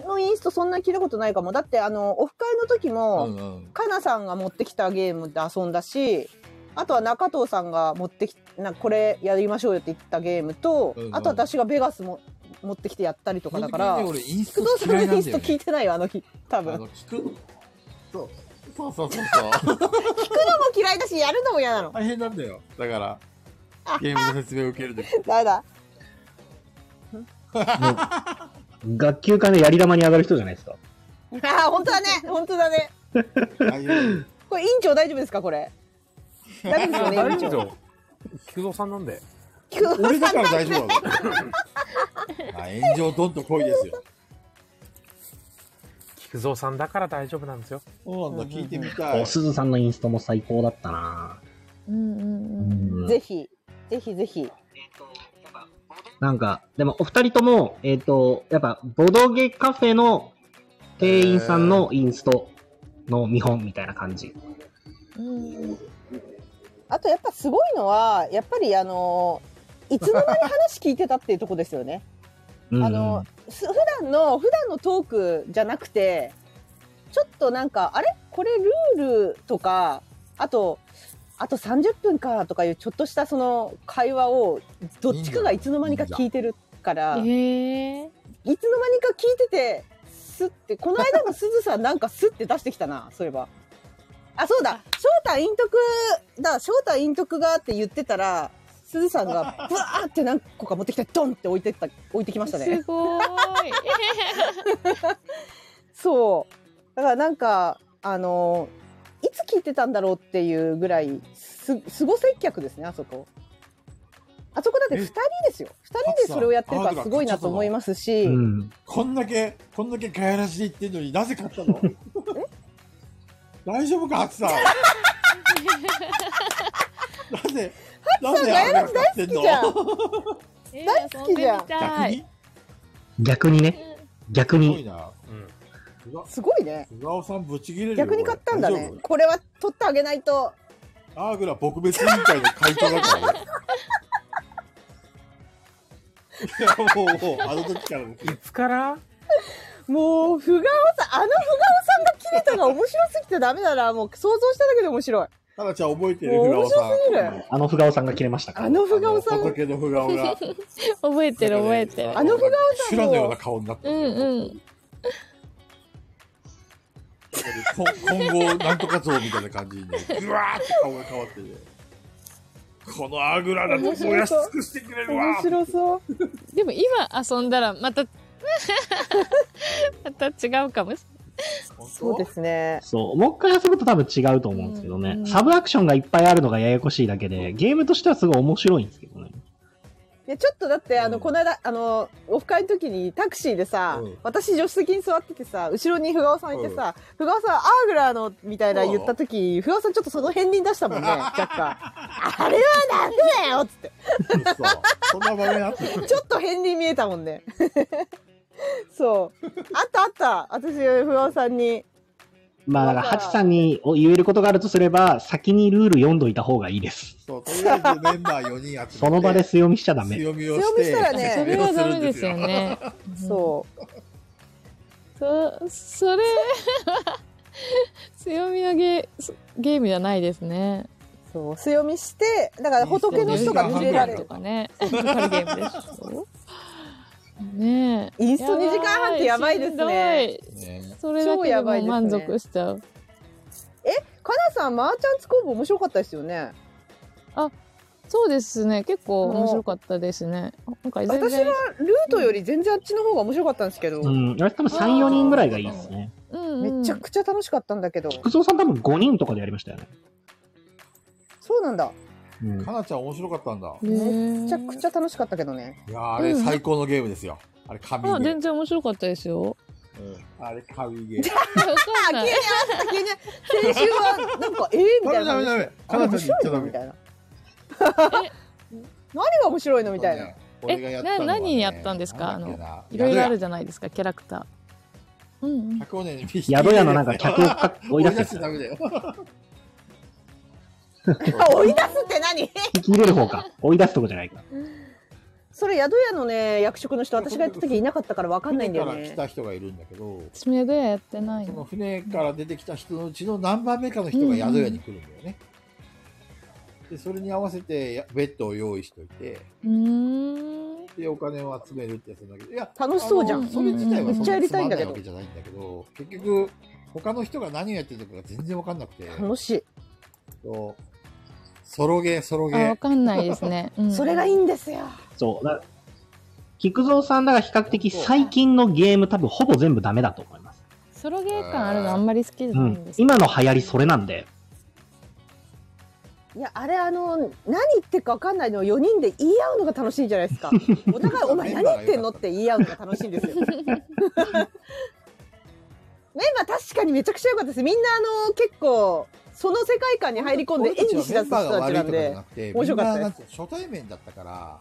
Speaker 5: さんのインストそんな聞いたことないかも。だって、あの、オフ会の時も、かなさんが持ってきたゲームで遊んだし、あとは中藤さんが持ってきなこれやりましょうよって言ったゲームと、
Speaker 19: うんうん
Speaker 5: あと私がベガスも持ってきてやったりとかだから、
Speaker 19: 基本的にね俺インスト
Speaker 5: 菊蔵さんの
Speaker 19: 嫌
Speaker 5: イ
Speaker 19: いなんだよね
Speaker 5: ンスト聞いてないよ、あの日。多分。
Speaker 19: あ
Speaker 5: 聞
Speaker 19: の、聞く。そう。そうそうそうそう。
Speaker 5: くのも嫌いだし、やるのも嫌なの。
Speaker 19: 大変なんだよ。だから、ゲームの説明を受けるとき。
Speaker 5: だめだ。
Speaker 4: 学級会のやり玉に上がる人じゃないですか。
Speaker 5: ああ、本当だね。本当だね。これ、委員長大丈夫ですかこれ。大丈夫ですよね、委員長。
Speaker 2: よ。菊蔵さんなんで。
Speaker 5: 菊蔵さん
Speaker 19: 俺だ から大丈夫 なのあ炎上どんと来いですよ。
Speaker 2: 菊蔵さんだから大丈夫なんですよ。
Speaker 19: そうなんだ、聞いてみ
Speaker 4: おすずさんのインストも最高だったな
Speaker 3: うんうん
Speaker 4: うん
Speaker 5: ぜひ、ぜひぜひ。
Speaker 4: なんか、でもお二人とも、えっ、と、やっぱ、ボドゲカフェの店員さんのインストの見本みたいな感じ。
Speaker 5: あとやっぱすごいのはやっぱりあのいつの間に話聞いてたっていうとこですよね。
Speaker 4: うん、
Speaker 5: あのす普段の普段のトークじゃなくてちょっとなんかあれこれルールとかあとあと30分かとかいうちょっとしたその会話をどっちかがいつの間にか聞いてるからいつの間にか聞いててスッてこの間もすずさんなんかスッて出してきたなそういえば。あそうだ翔太陰徳だ翔太陰徳がって言ってたらすずさんがブワーって何個か持ってきてドンって置いてった置いてきましたね。
Speaker 3: すごーい。
Speaker 5: そうだからなんかあのいつ聞いてたんだろうっていうぐらいすすご接客ですねあそこあそこだって2人ですよ2人でそれをやってるからすごいなと思いますし、
Speaker 19: こんだけ、こんだけガヤラジで言ってんのになぜ買ったの大丈夫か、ハツさん。なぜ、
Speaker 5: ハツさんガヤラジ大好きじゃん 大好きじゃ ん
Speaker 19: 逆に
Speaker 13: 逆にね。逆
Speaker 19: すごい
Speaker 13: に。
Speaker 19: な。
Speaker 5: すごいね
Speaker 19: 菅尾さんぶち切れるよ
Speaker 5: 逆に買ったんだ
Speaker 19: 大
Speaker 5: ね
Speaker 19: 丈夫
Speaker 5: これは取ってあげないと
Speaker 19: アーグラ撲滅委員会の会長だからね。いやもうもうあの時からい
Speaker 2: つから
Speaker 5: もう、ふがおさん、あのふがおさんが切れたが面白すぎてダメだな。もう想像しただけで面白い。
Speaker 19: タナちゃん覚えてる
Speaker 5: もう
Speaker 19: ふがおさん
Speaker 5: 面白すぎる。
Speaker 13: あの、ふがおさんが切れましたか
Speaker 5: あのふがおさん。
Speaker 19: 仏のふがおが。
Speaker 3: 覚えてる覚えてる。
Speaker 5: あのふがおさ
Speaker 19: 修
Speaker 5: んも
Speaker 19: 羅のような顔になって
Speaker 3: うんうん。。
Speaker 19: こ今後なんとか像みたいな感じにぐわーって顔が変わってるこのアーグラだと燃やし尽くしてくれるわ
Speaker 5: 面白そう
Speaker 3: でも今遊んだらまた また違うかもし
Speaker 5: そうですね。
Speaker 13: そう。もう一回遊ぶと多分違うと思うんですけどね。サブアクションがいっぱいあるのがややこしいだけで、ゲームとしてはすごい面白いんですけどね。
Speaker 5: いや、ちょっとだって、あの、この間、あの、オフ会の時にタクシーでさ、私助手席に座っててさ、後ろにふがおさんいてさ、ふがおさん、アーグラーの、みたいな言った時、ふがおさんちょっとその辺に出したもんね、若干。あれはなんでだよっつって。
Speaker 19: そんな場面あった
Speaker 5: ちょっと片鱗見えたもんね。 そう。あったあった。私、不安さんに。
Speaker 13: まあ、だから、ハチさんに言えることがあるとすれば、先にルール読んどいた方がいいです。
Speaker 19: そうとりあえずメンバー4人集めて
Speaker 13: その場で強みしちゃダメ。
Speaker 19: 強みを
Speaker 5: 強
Speaker 19: し
Speaker 5: み
Speaker 19: て
Speaker 5: したらね、
Speaker 19: 説明をするんですよ
Speaker 5: そう。
Speaker 3: そそれ強みのゲー ゲームじゃないですね。
Speaker 5: そう強みしてだから仏の人が見れられる
Speaker 3: とかね。わかるゲームでしょ。ねえ。
Speaker 5: インスト2時間半ってやばいですね
Speaker 3: しんどいそれだけでも満足しちゃう。
Speaker 5: えかなさんマーチャンツ工房面白かったですよね
Speaker 3: あ、そうですね。結構面白かったですね。なんか全
Speaker 5: 私は
Speaker 3: 然。
Speaker 5: ルートより全然あっちの方が面白かったんですけど、
Speaker 13: うん。あれ多分3、4人ぐらいがいいですね。
Speaker 5: めちゃくちゃ楽しかったんだけど
Speaker 13: 福蔵さん多分5人とかでやりましたよね。
Speaker 5: そうなんだ
Speaker 19: かなちゃん面白かったんだ
Speaker 5: めちゃくちゃ楽しかったけどね
Speaker 19: いやーあれ
Speaker 5: うん
Speaker 19: 最高のゲームですよあれ神ゲ
Speaker 3: あ、
Speaker 19: ー
Speaker 3: 全然面白かったですよ。
Speaker 19: うんあれ神ゲーム
Speaker 3: かんない
Speaker 5: 急に先週はなんかえー、みたいな
Speaker 19: ダメダメダメ
Speaker 5: あれ面白いのみたいな何が面白いのみたいな
Speaker 19: 俺がやった
Speaker 3: な
Speaker 19: のは
Speaker 3: 何やったんですかあのいろいろあるじゃないですかキャラクター。うんうん。
Speaker 19: 100年に
Speaker 13: 宿屋のなんか客をか追い出すやつ
Speaker 19: 追い出しちゃ ダメだよ
Speaker 5: 追い出すって何
Speaker 13: 引き入れる方か。追い出すとこじゃないか。
Speaker 5: それ宿屋のね役職の人私がやった時いなかったから分かんないんだよ
Speaker 19: 船から来
Speaker 5: ね
Speaker 19: た人がいるんだけど
Speaker 3: スメでやってない。
Speaker 19: その船から出てきた人のうちの何番目かの人が宿屋に来るんだよね、でそれに合わせてやベッドを用意しといて
Speaker 3: うん。
Speaker 19: でお金を集めるってやつなんだけどいや
Speaker 5: 楽しそうじゃん
Speaker 19: あのそれ自体は
Speaker 5: めっちゃやりたいんだけど
Speaker 19: そなにつまないわけじゃないんだけど結局他の人が何をやってるのかが全然わかんなくて
Speaker 5: 楽しい
Speaker 19: そうソロゲーソロゲ
Speaker 3: あ、
Speaker 19: ー
Speaker 3: わかんないですね。
Speaker 5: それがいいんですよ
Speaker 13: そう。だ菊蔵さんだが比較的最近のゲーム多分ほぼ全部ダメだと思います。
Speaker 3: ソロゲー感あるのあんまり好きじゃ
Speaker 13: う
Speaker 3: ないん
Speaker 13: ん
Speaker 3: で。す。
Speaker 13: 今の流行りそれなんで。
Speaker 5: いやあれあの何言ってるか分かんないのを4人で言い合うのが楽しいじゃないです かお互い「お前何言ってんの?」って言い合うのが楽しいんですよメンバー確かにめちゃくちゃ良かったですみんなあの結構その世界観に入り込んで演技しだす人
Speaker 19: メンバーが
Speaker 5: たち
Speaker 19: 悪い
Speaker 5: な
Speaker 19: と
Speaker 5: ん
Speaker 19: かじゃ
Speaker 5: で
Speaker 19: なくて
Speaker 5: 面白かった
Speaker 19: みんななん
Speaker 5: で
Speaker 19: て
Speaker 5: す
Speaker 19: いうの初対面だったから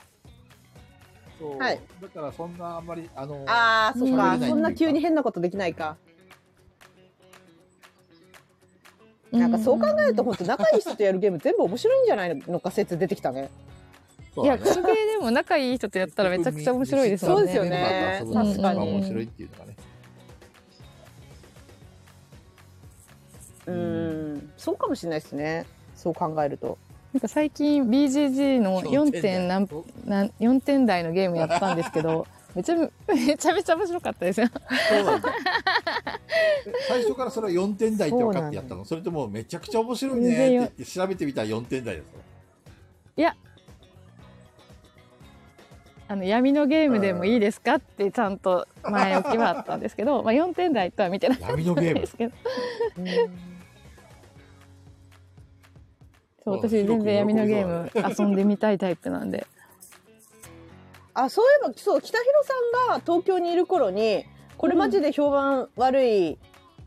Speaker 19: そう、
Speaker 5: はい
Speaker 19: だからそんなあんまりあの
Speaker 5: ああそっ
Speaker 19: 喋れ
Speaker 5: か
Speaker 19: ない
Speaker 5: そんな急に変なことできないかなんかそう考えると本当仲いい人とやるゲーム全部面白いんじゃないのか説出てきたね
Speaker 3: いや、クソゲーでも仲いい人とやったらめちゃくちゃ面白いですもんね。
Speaker 19: そうですよね。確かに。
Speaker 3: うんうん
Speaker 19: 面白いっていうのがね。
Speaker 5: うん、そうかもしれないですね。そう考えると。
Speaker 3: なんか最近 BGG の4点何
Speaker 5: そう
Speaker 3: 何4点台のゲームやったんですけど、めちゃめ めちゃめちゃ面白かったですよ。
Speaker 19: 最初からそれは4点台って分かってやったのそれともめちゃくちゃ面白いねって言って調べてみたら4点台ですよ
Speaker 3: いや、あの闇のゲームでもいいですかってちゃんと前置きはあったんですけど、まあ4点台とは見てなかったん
Speaker 19: 闇のゲーム
Speaker 3: ですけど。そう私全然闇のゲーム遊んでみたいタイプなんで。
Speaker 5: あ、そういえば、そう、北広さんが東京にいる頃に、これマジで評判悪い、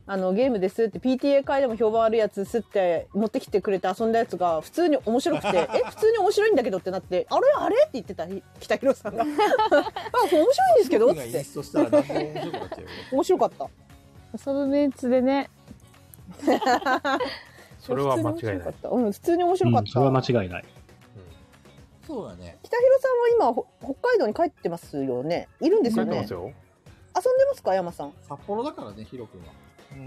Speaker 5: あの、ゲームですって、PTA 会でも評判悪いやつすって、持ってきてくれて遊んだやつが、普通に面白くて、 え、普通に面白いんだけどってなって、あれあれって言ってた、北広さん が。あ、これ面白いんですけどっ
Speaker 19: 僕が
Speaker 5: つっ
Speaker 19: イン
Speaker 5: て
Speaker 19: ス。トしたら何でも面白くなっちゃうよ
Speaker 5: 面白かった。
Speaker 3: サブメンツでね。
Speaker 2: それは間違いない。
Speaker 5: うん、普通に面白かった。
Speaker 13: それは間違いない。
Speaker 19: そうだね。
Speaker 5: 北広さんは今ほ北海道に帰ってますよね。いるんですよね。
Speaker 19: 帰ってますよ
Speaker 5: 遊んでますか山さん。
Speaker 19: 札幌だからねヒロ君は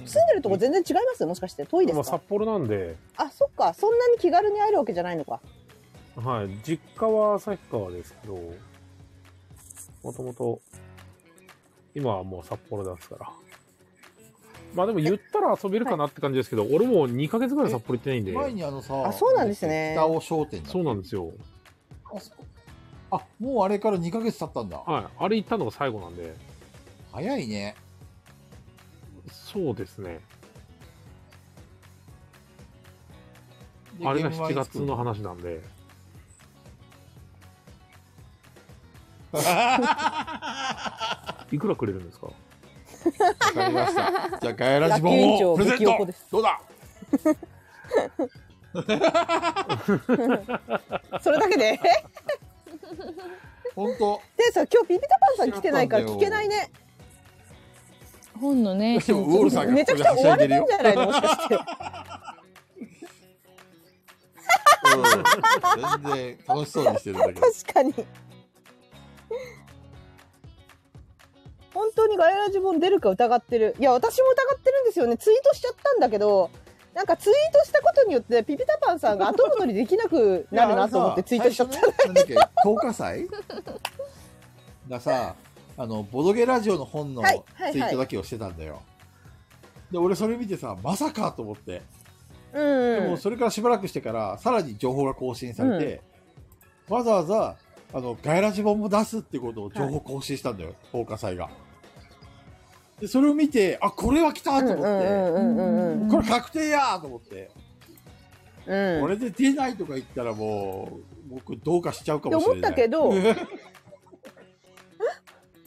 Speaker 5: 住んでるとこ全然違いますもしかして遠いです
Speaker 2: まあ
Speaker 5: か。
Speaker 2: 札幌なんで、
Speaker 5: あそっかそんなに気軽に会えるわけじゃないのか。
Speaker 2: はい、実家は旭川ですけど、もともと、今はもう札幌なんですから。まあでも言ったら遊べるかなって感じですけど、俺もう2ヶ月ぐらい札幌行ってないんで。
Speaker 19: 前にあのさ
Speaker 5: あそうなんですね
Speaker 19: 北尾商店
Speaker 2: そうなんですよ。
Speaker 19: あもうあれから2ヶ月経ったんだ
Speaker 2: はい。あれ行ったのが最後なんで。
Speaker 19: 早いね。
Speaker 2: そうですね。
Speaker 19: で
Speaker 2: あれが
Speaker 19: ゲームは
Speaker 2: 7
Speaker 19: いつ
Speaker 2: 月の話なんで。 いくらくれるんですか
Speaker 19: わかりましたじゃあガヤラジ
Speaker 2: ラッキー委員
Speaker 19: 本
Speaker 2: 長
Speaker 19: をプレゼン
Speaker 2: 激おこ
Speaker 19: トどうだ
Speaker 5: それだけ で。
Speaker 19: 本当。
Speaker 5: でさ今日ピピタパンさん来てないから聞けないね。
Speaker 3: 本のね。
Speaker 19: でもウォールさんが
Speaker 5: めちゃくちゃ追われてんじゃないのもしかして。
Speaker 19: 全然楽しそうにしてるんだけど
Speaker 5: 確かに。本当にガヤラジボン出るか疑ってる。いや、私も疑ってるんですよね。ツイートしちゃったんだけど、なんかツイートしたことによって、ピピタパンさんが後戻りできなく なるなと思ってツイートしちゃった。
Speaker 19: なんだっけ10 日祭がさあのボドゲラジオの本のツ
Speaker 5: は
Speaker 19: イ
Speaker 5: いはいはい
Speaker 19: ートだけをしてたんだよ、で俺それ見てさまさかと思って
Speaker 5: うん
Speaker 19: でもそれからしばらくしてからさらに情報が更新されて、わざわざあのガイラジ本も出すってことを情報更新したんだよ、10日祭がでそれを見てあこれは来たと思って、これ確定やと思って、これで出ないとか言ったらもう僕どうかしちゃうかもしれない
Speaker 5: って思ったけ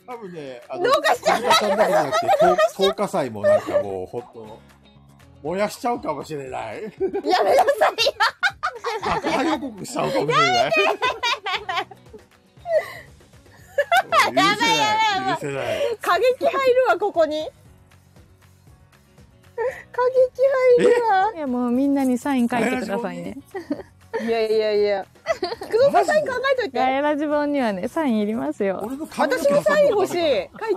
Speaker 19: 多分ね
Speaker 5: ど
Speaker 19: あの
Speaker 5: うかしちゃう
Speaker 19: 小島さんだけじゃなくて10日祭もなんかもうほんと燃やしちゃうかもしれない
Speaker 5: やめなさい
Speaker 19: 爆破予告しちゃうかもしれない許せない許せない
Speaker 5: 過激入るわ、ここに。過激入るわ。
Speaker 3: いやもうみんなにサイン書いてくださいね。
Speaker 5: いやいやいや。菊蔵さんサイン考えといて。
Speaker 3: ガヤラジ本にはね、サインいりますよ。
Speaker 5: 私もサイン欲しい。書い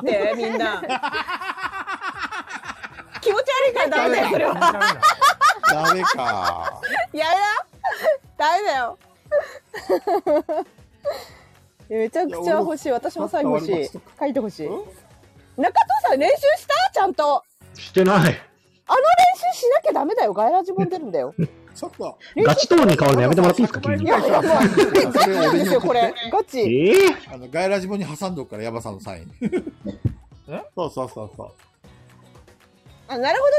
Speaker 5: て、みんな。気持ち悪いからダメだよ、それは。
Speaker 19: ダメか
Speaker 5: やだ。ダメだよ。いやめちゃくちゃ欲しい。私もサイン欲しい。書いてほしい。中藤さん練習したちゃんと。
Speaker 13: してない。
Speaker 5: あの練習しなきゃダメだよ。ガイラジ本出るんだよ。
Speaker 19: ちょっと。
Speaker 13: ガチトーンに変わるのやめてもらっていいですか、急
Speaker 5: い
Speaker 13: に。
Speaker 5: やいや、もう、ガチなんですよ、これ。ガチ。
Speaker 13: え
Speaker 19: あのガイラジボに挟んどくからヤバさんのサインそうそうそうそう
Speaker 5: あ、なるほどね。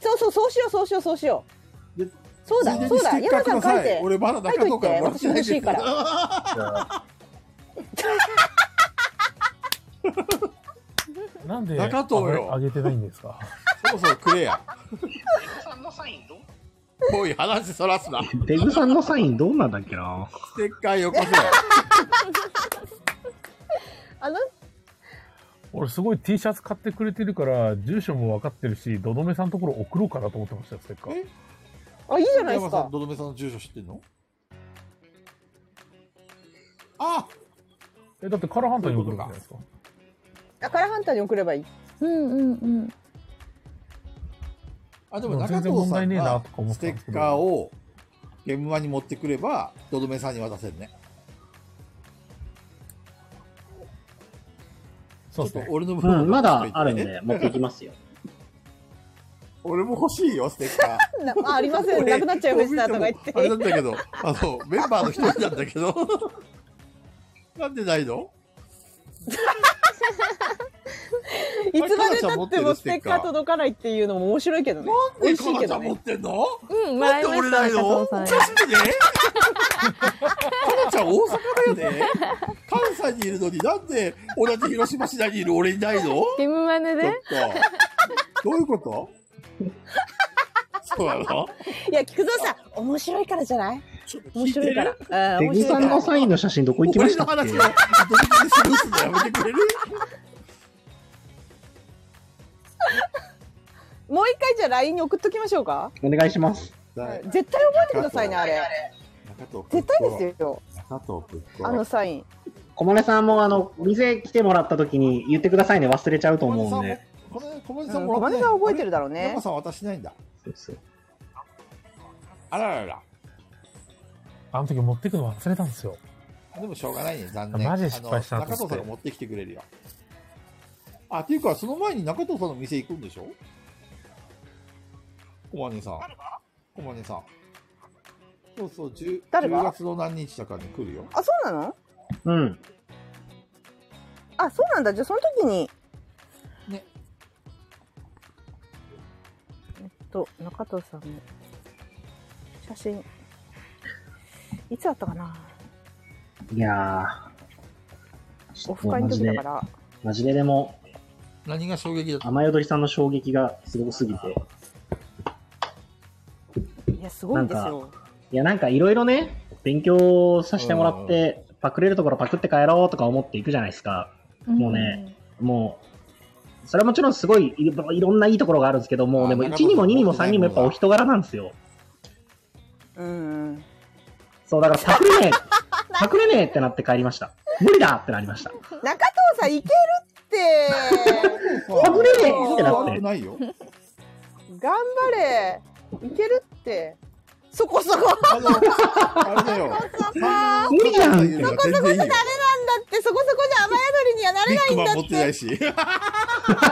Speaker 5: そうそう、そうしよう、そうしよう、そうしよ
Speaker 19: う。
Speaker 5: そうだ、そうだ、
Speaker 19: ついでにステ
Speaker 5: 山
Speaker 19: ッカーく
Speaker 5: さん
Speaker 19: ださい
Speaker 5: 書いて。
Speaker 19: 俺まだ中
Speaker 5: 書
Speaker 19: 藤
Speaker 5: い
Speaker 19: か
Speaker 5: といて、
Speaker 19: らもらっ
Speaker 5: 私
Speaker 19: て
Speaker 5: も
Speaker 19: ない
Speaker 5: 欲
Speaker 19: んで
Speaker 5: し
Speaker 19: す
Speaker 5: い
Speaker 19: けど
Speaker 5: から。
Speaker 9: なんで、
Speaker 19: 中藤よ
Speaker 9: あげあげてないんです か
Speaker 19: そもそもくれや
Speaker 7: さんのサインどう
Speaker 19: おい話そらすな
Speaker 13: ペグさんのサインどうなんだっけな
Speaker 19: ステッカーよこせ
Speaker 5: あの、
Speaker 9: 俺すごい T シャツ買ってくれてるから、住所も分かってるし、どどめさんのところ送ろうかなと思ってましたよ、せっか
Speaker 5: あ、いいじゃないです
Speaker 19: 山さ
Speaker 5: か
Speaker 19: ん。どどめさんの住所知ってんのあ
Speaker 2: え、だってカラーハンターに送るんじゃないですか。
Speaker 5: だからハンターに送ればいい。
Speaker 3: うんうんうん。
Speaker 19: あ、でも
Speaker 2: まあ
Speaker 19: 中
Speaker 2: 全然
Speaker 19: 藤
Speaker 2: 問
Speaker 19: さ
Speaker 2: 題
Speaker 19: ん
Speaker 2: ねえな
Speaker 19: が
Speaker 2: とか思っ
Speaker 19: ス
Speaker 2: てた
Speaker 19: テ
Speaker 2: んです
Speaker 19: ッ
Speaker 2: けど
Speaker 19: カーをゲームマに持ってくれば、ドドメさんに渡せるね。
Speaker 2: そう
Speaker 19: ちょっと俺の
Speaker 4: うん、まだあるん
Speaker 19: ね
Speaker 4: で、持ってきますよ。
Speaker 19: 俺も欲しいよ、ステッカー。
Speaker 5: な あありません、なくなっちゃいましたとか言って。
Speaker 19: あれなんだけど、あの、メンバーの一人なんだけど。 なんでないの
Speaker 5: いつまで経ってもステッカー届かないっていうのも面白いけどね。美味しいけどね。持
Speaker 19: ってんの
Speaker 3: うん、も
Speaker 19: な
Speaker 3: ら
Speaker 19: ん
Speaker 3: い
Speaker 19: で
Speaker 3: ま
Speaker 19: 俺
Speaker 3: し
Speaker 19: な
Speaker 3: た、
Speaker 19: いのお
Speaker 3: 加
Speaker 19: か
Speaker 3: 藤
Speaker 19: し
Speaker 3: さん。
Speaker 19: いねかなちゃん大阪だよね関西にいるのになんで同じ広島市内にいる俺いないの
Speaker 3: ゲームマネ
Speaker 19: ちょ
Speaker 3: で
Speaker 19: っと。どういうことそうなの
Speaker 5: いや、菊蔵さん、面白いからじゃない面白いから。うん
Speaker 4: ペ
Speaker 5: 面
Speaker 4: グ
Speaker 5: 白い
Speaker 4: さ
Speaker 5: か
Speaker 4: ん
Speaker 5: ら
Speaker 4: のサインの写真どこ行きま
Speaker 19: 俺
Speaker 4: し
Speaker 19: の
Speaker 4: たっ
Speaker 19: 話
Speaker 4: け
Speaker 19: をどこでスルーするのやめてくれる
Speaker 5: もう一回じゃあ LINE に送っときましょうか。
Speaker 4: お願いします。
Speaker 5: 絶対覚えてくださいね、あれ。絶対ですよ。
Speaker 19: 中藤
Speaker 5: あのサイン。
Speaker 4: 小森さんも、あの、店来てもらった時に言ってくださいね。忘れちゃうと思うんで。
Speaker 19: これ小
Speaker 5: うん
Speaker 19: 林さんも
Speaker 5: 小
Speaker 19: らっ
Speaker 5: 金
Speaker 19: て
Speaker 5: さ
Speaker 19: ない
Speaker 5: ん覚えてるだろうね
Speaker 19: 中。さん渡してないんだ
Speaker 4: そうそう。
Speaker 19: あららら
Speaker 2: あの時持ってくの忘れたんですよ。
Speaker 19: でもしょうがないね、残念。
Speaker 2: マジで失敗した
Speaker 19: あ
Speaker 2: な
Speaker 19: の
Speaker 2: と思って
Speaker 19: 中藤さんが持ってきてくれるよ。あ、っていうか、その前に中藤さんの店行くんでしょ小金さん。小金さん。そうそう、10,
Speaker 5: 誰が
Speaker 19: 10月の何日だかに来るよ。
Speaker 5: あ、そうなの
Speaker 4: うん。
Speaker 5: あ、そうなんだ。じゃあその時に。
Speaker 19: ね。
Speaker 5: えっと、中藤さんの写真。いつだったかない
Speaker 4: やー。
Speaker 5: オフ会の時だ
Speaker 4: も
Speaker 5: か
Speaker 4: う
Speaker 5: ら。
Speaker 4: マジでマジででも、
Speaker 19: 何が衝撃だった
Speaker 4: 雨宿りさんの衝撃がすごすぎて。
Speaker 5: いや、すごいんですよ。
Speaker 4: いや、なんかいろいろね、勉強させてもらって、パクれるところパクって帰ろうとか思っていくじゃないですか。もうね、もう、それはもちろんすごいいろいろんないいところがあるんですけど、もうでも
Speaker 19: あー
Speaker 4: 1にも2にも3
Speaker 19: なるほど
Speaker 4: にもやっぱお人柄なんですよ。
Speaker 5: うん。
Speaker 4: そう、だからパクれねえ、パクれねえってなって帰りました。無理だってなりました。
Speaker 5: 中藤さんいける って。
Speaker 4: パクれねえってなっ
Speaker 19: 悪く
Speaker 4: て。
Speaker 19: ないよ。
Speaker 5: 頑張れ。いけるって。そこそこ。
Speaker 19: あの、あれだよ。
Speaker 4: 無理じゃんって。
Speaker 19: そこそこ全然いいよ。
Speaker 5: だってそこそこじゃ雨宿りにはな
Speaker 19: ビ
Speaker 5: れ
Speaker 19: ッグマ
Speaker 5: な
Speaker 19: ン
Speaker 5: いん
Speaker 19: 持
Speaker 5: だ
Speaker 19: っ
Speaker 5: ってて。
Speaker 19: ないし。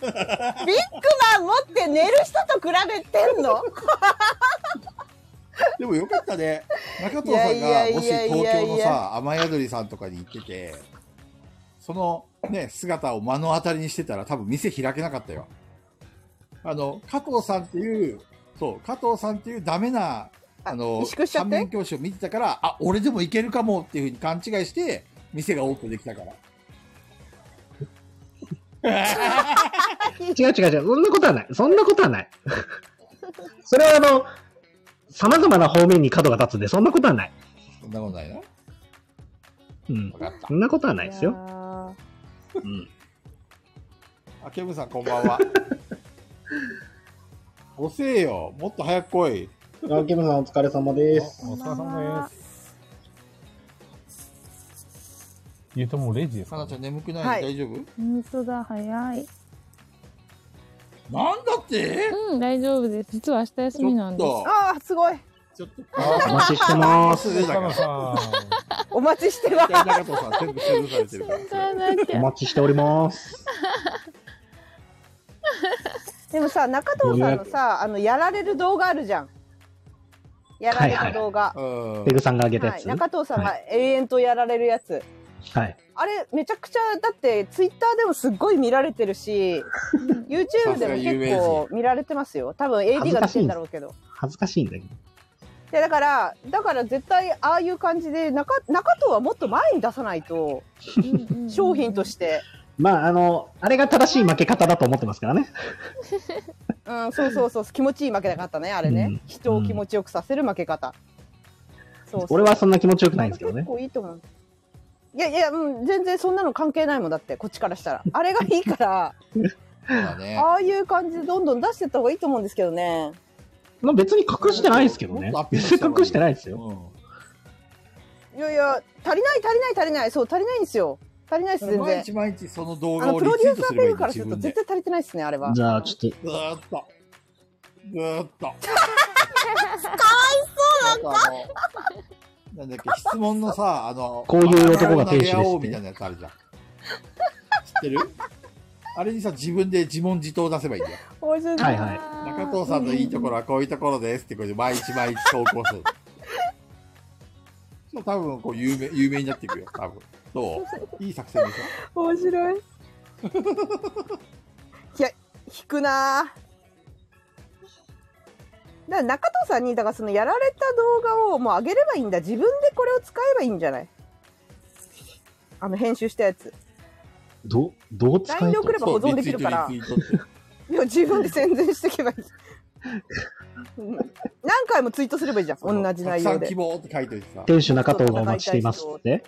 Speaker 5: ビッグマン持って寝る人と比べてんの
Speaker 19: でもよかったね。中藤さん
Speaker 5: いや
Speaker 19: が、
Speaker 5: いや
Speaker 19: もし
Speaker 5: いやいやいや
Speaker 19: 東京のさ、雨宿りさんとかに行ってて、そのね、姿を目の当たりにしてたら多分店開けなかったよ。あの、加藤さんっていう、そう、加藤さんっていうダメな、あの
Speaker 5: 萎、縮しちゃって
Speaker 19: 反面教師を見てたから、あ、俺でも行けるかもっていうふうに勘違いして、店がオープンできたから。
Speaker 4: 違う違う違う。そんなことはない。そんなことは ない。それはあの、様々な方面に角が立つんで、そんなことはない。
Speaker 19: そんなことないな。
Speaker 4: うん
Speaker 19: わ。かった
Speaker 4: そ。んなことはないですよ。
Speaker 5: よ。
Speaker 4: うん。
Speaker 19: あけむさんこんば んは。遅えよ。もっと早く来い。
Speaker 4: あ、ケムさんお疲れ様です。
Speaker 2: お疲れ様です。言うともう0時ですか
Speaker 19: か
Speaker 2: ら、
Speaker 19: なちゃ
Speaker 2: ね。
Speaker 19: ん眠くない、
Speaker 5: はい
Speaker 19: 大丈夫
Speaker 3: 本当だ、早い。
Speaker 19: なんだって
Speaker 3: うん、大丈夫です。実は明日休みなんです。
Speaker 5: ああ、すごい。
Speaker 19: ちょっと。
Speaker 4: お待ちしてま
Speaker 19: あ、
Speaker 4: す。
Speaker 19: すげえ
Speaker 2: か
Speaker 19: だから。
Speaker 2: な
Speaker 19: 絶
Speaker 2: さん。
Speaker 5: お待ちしてま
Speaker 19: 対中藤さん全部収録されてるから。
Speaker 3: そうなき
Speaker 4: お
Speaker 3: ゃ
Speaker 4: 待ちしております。
Speaker 5: す。でもさ、中藤さんのさ、あの、やられる動画あるじゃん。やられる動画。は
Speaker 19: うん
Speaker 4: ペ。グさんがあげ
Speaker 5: い
Speaker 4: たやつ。
Speaker 5: 中藤さんが永遠とやられるやつ。
Speaker 4: はい。
Speaker 5: あれ、めちゃくちゃ、だって、ツイッターでもすっごい見られて るし、YouTube でも結構見られてますよ。多分 AD が出てんだろうけど。
Speaker 4: 恥ずかしいんだけど。
Speaker 5: でだからだから絶対ああいう感じで中中藤はもっと前に出さないと商品として、
Speaker 4: まあ、あの、あれが正しい負け方だと思ってますからね。
Speaker 5: うん、そうそうそう気持ちいい負け方ねあれね、
Speaker 4: うん
Speaker 5: 人を気持ちよくさせる負け方、そうそう
Speaker 4: 俺はそんな気持ちよくないんですけど
Speaker 5: 結
Speaker 4: ね。
Speaker 5: 構いいと思ういやいや、うん、全然そんなの関係ないもんだってこっちからした らあれがいいから
Speaker 19: そうだね。
Speaker 5: ああいう感じでどんどん出してった方がいいと思うんですけどね
Speaker 4: まあ別に隠してないですけどね
Speaker 19: もっとア。ピール
Speaker 4: 別
Speaker 19: した方が
Speaker 4: に
Speaker 19: いい
Speaker 4: 隠してないですよ。
Speaker 19: う
Speaker 5: い
Speaker 19: ん。
Speaker 5: やいや、足りない足りない足りない。そう、足りないんですよ。足りないです、全
Speaker 19: 毎日
Speaker 5: 然。
Speaker 19: 毎日その動
Speaker 5: あ
Speaker 19: 画
Speaker 5: の、
Speaker 19: を
Speaker 5: プ
Speaker 19: リ
Speaker 5: ロ
Speaker 19: ツ
Speaker 5: デ
Speaker 19: イ
Speaker 5: ュ
Speaker 19: ー
Speaker 5: ー
Speaker 19: ト
Speaker 5: サ
Speaker 19: す
Speaker 5: ー
Speaker 19: れば
Speaker 5: ペ
Speaker 19: い
Speaker 5: グ
Speaker 19: いんだ
Speaker 5: からす
Speaker 19: 自
Speaker 5: ると
Speaker 19: 分で
Speaker 5: 絶。対足りてないですね、あれは。
Speaker 4: じゃあ、ちょっと、
Speaker 19: ずーっと。ずーっと。
Speaker 5: かわいそうなんか。
Speaker 19: なんだっけ、質問のさ、あの、
Speaker 4: こういう男が亭主ですって
Speaker 19: 投げ合おうみたいなやつあるじゃん。知ってるあれにさ、自分で自問自答出せばいいんだよ。
Speaker 5: 面白い
Speaker 4: はいはい
Speaker 19: 中藤さんのいいところはこういうところですって、これで毎日毎日投稿する。そう多分、こう、有名、有名になっていくよ、多分。どういい作 戦でしょ
Speaker 5: 面 白い。いや、引くなぁ。だから中藤さんに、だからそのやられた動画をもう上げればいいんだ。自分でこれを使えばいいんじゃないあの、編集したやつ。
Speaker 4: ど、どう使
Speaker 5: LINE
Speaker 4: え
Speaker 5: で
Speaker 4: と
Speaker 5: 送れば保存できるから。
Speaker 19: リ
Speaker 5: い
Speaker 19: ツイートリツイートって
Speaker 5: や、自分で宣伝していけばいい。うん何回もツイートすればいいじゃん。同じ
Speaker 19: たく
Speaker 5: 内
Speaker 19: さ
Speaker 5: 容
Speaker 19: ん
Speaker 5: で
Speaker 19: 希。望って書いといてさ。
Speaker 4: 店主中藤がお待ちしていますって。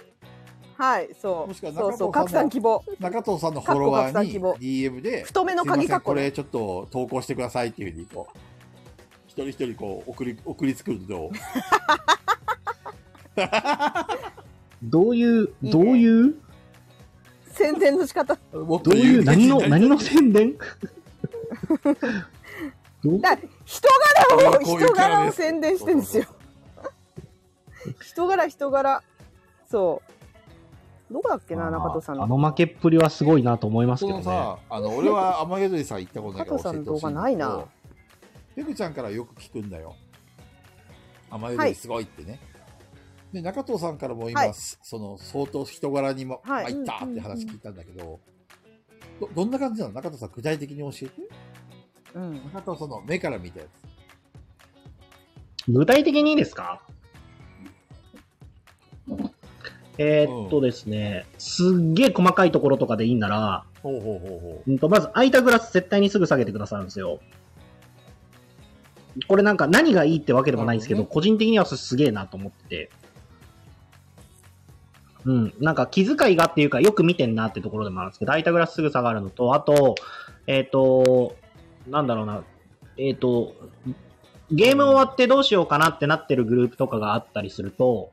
Speaker 5: はい、そう。
Speaker 19: もしくは中
Speaker 5: そ
Speaker 19: 藤
Speaker 5: うそう、
Speaker 19: さんの
Speaker 5: 拡散希望。
Speaker 19: 中藤さんのフォロワーに DM で、
Speaker 5: 太めの
Speaker 19: すいま
Speaker 5: 鍵
Speaker 19: せ
Speaker 5: か
Speaker 19: ん
Speaker 5: っこ
Speaker 19: これ
Speaker 5: ね。
Speaker 19: ちょっと投稿してくださいっていうふうに、こう、一人一人こう、送り、送りつくるとどう
Speaker 4: どういう、どういう、
Speaker 5: 宣伝の仕方。
Speaker 19: もっ
Speaker 4: どういう、何の、何の宣伝どう
Speaker 5: だから人柄を
Speaker 19: こうい
Speaker 5: 人柄
Speaker 19: うこういうキャラで
Speaker 5: を
Speaker 19: す
Speaker 5: 宣伝してるんですよ人柄人柄そうどこだっけな中藤さん
Speaker 4: あ
Speaker 5: の
Speaker 4: の負けっぷりはすごいなと思います
Speaker 19: そ
Speaker 4: けど
Speaker 19: の
Speaker 4: ね。
Speaker 19: さ、あの、俺は雨宿りさん行ったことないから教
Speaker 5: 加藤さ
Speaker 19: えてほしいんだけど
Speaker 5: んの動画ないな。
Speaker 19: ペグちゃんからよく聞くんだよ。雨宿りすごいってね。で、中藤さんからも今、
Speaker 5: はい
Speaker 19: その、相当人柄にも、
Speaker 5: はい
Speaker 19: 入ったって話聞いたんだけど、ど、どんな感じなの中藤さん具体的に教えて。
Speaker 5: うん
Speaker 19: 中藤さんの目から見たやつ。
Speaker 4: 具体的にですかえーっとですね、すっげえ細かいところとかでいいんなら、
Speaker 19: ほうほうほうほ
Speaker 4: うんと、まず空いたグラス絶対にすぐ下げてくださるんですよ。これなんか何がいいってわけでもないんですけど、
Speaker 19: なる
Speaker 4: 個人的にはそれすげえなと思ってて。うん。なんか気遣いがっていうか、よく見てんなってところでもあるんですけど、空いたグラスすぐ下がるのと、あと、えっ、と、なんだろうな、えっ、と、ゲーム終わってどうしようかなってなってるグループとかがあったりすると、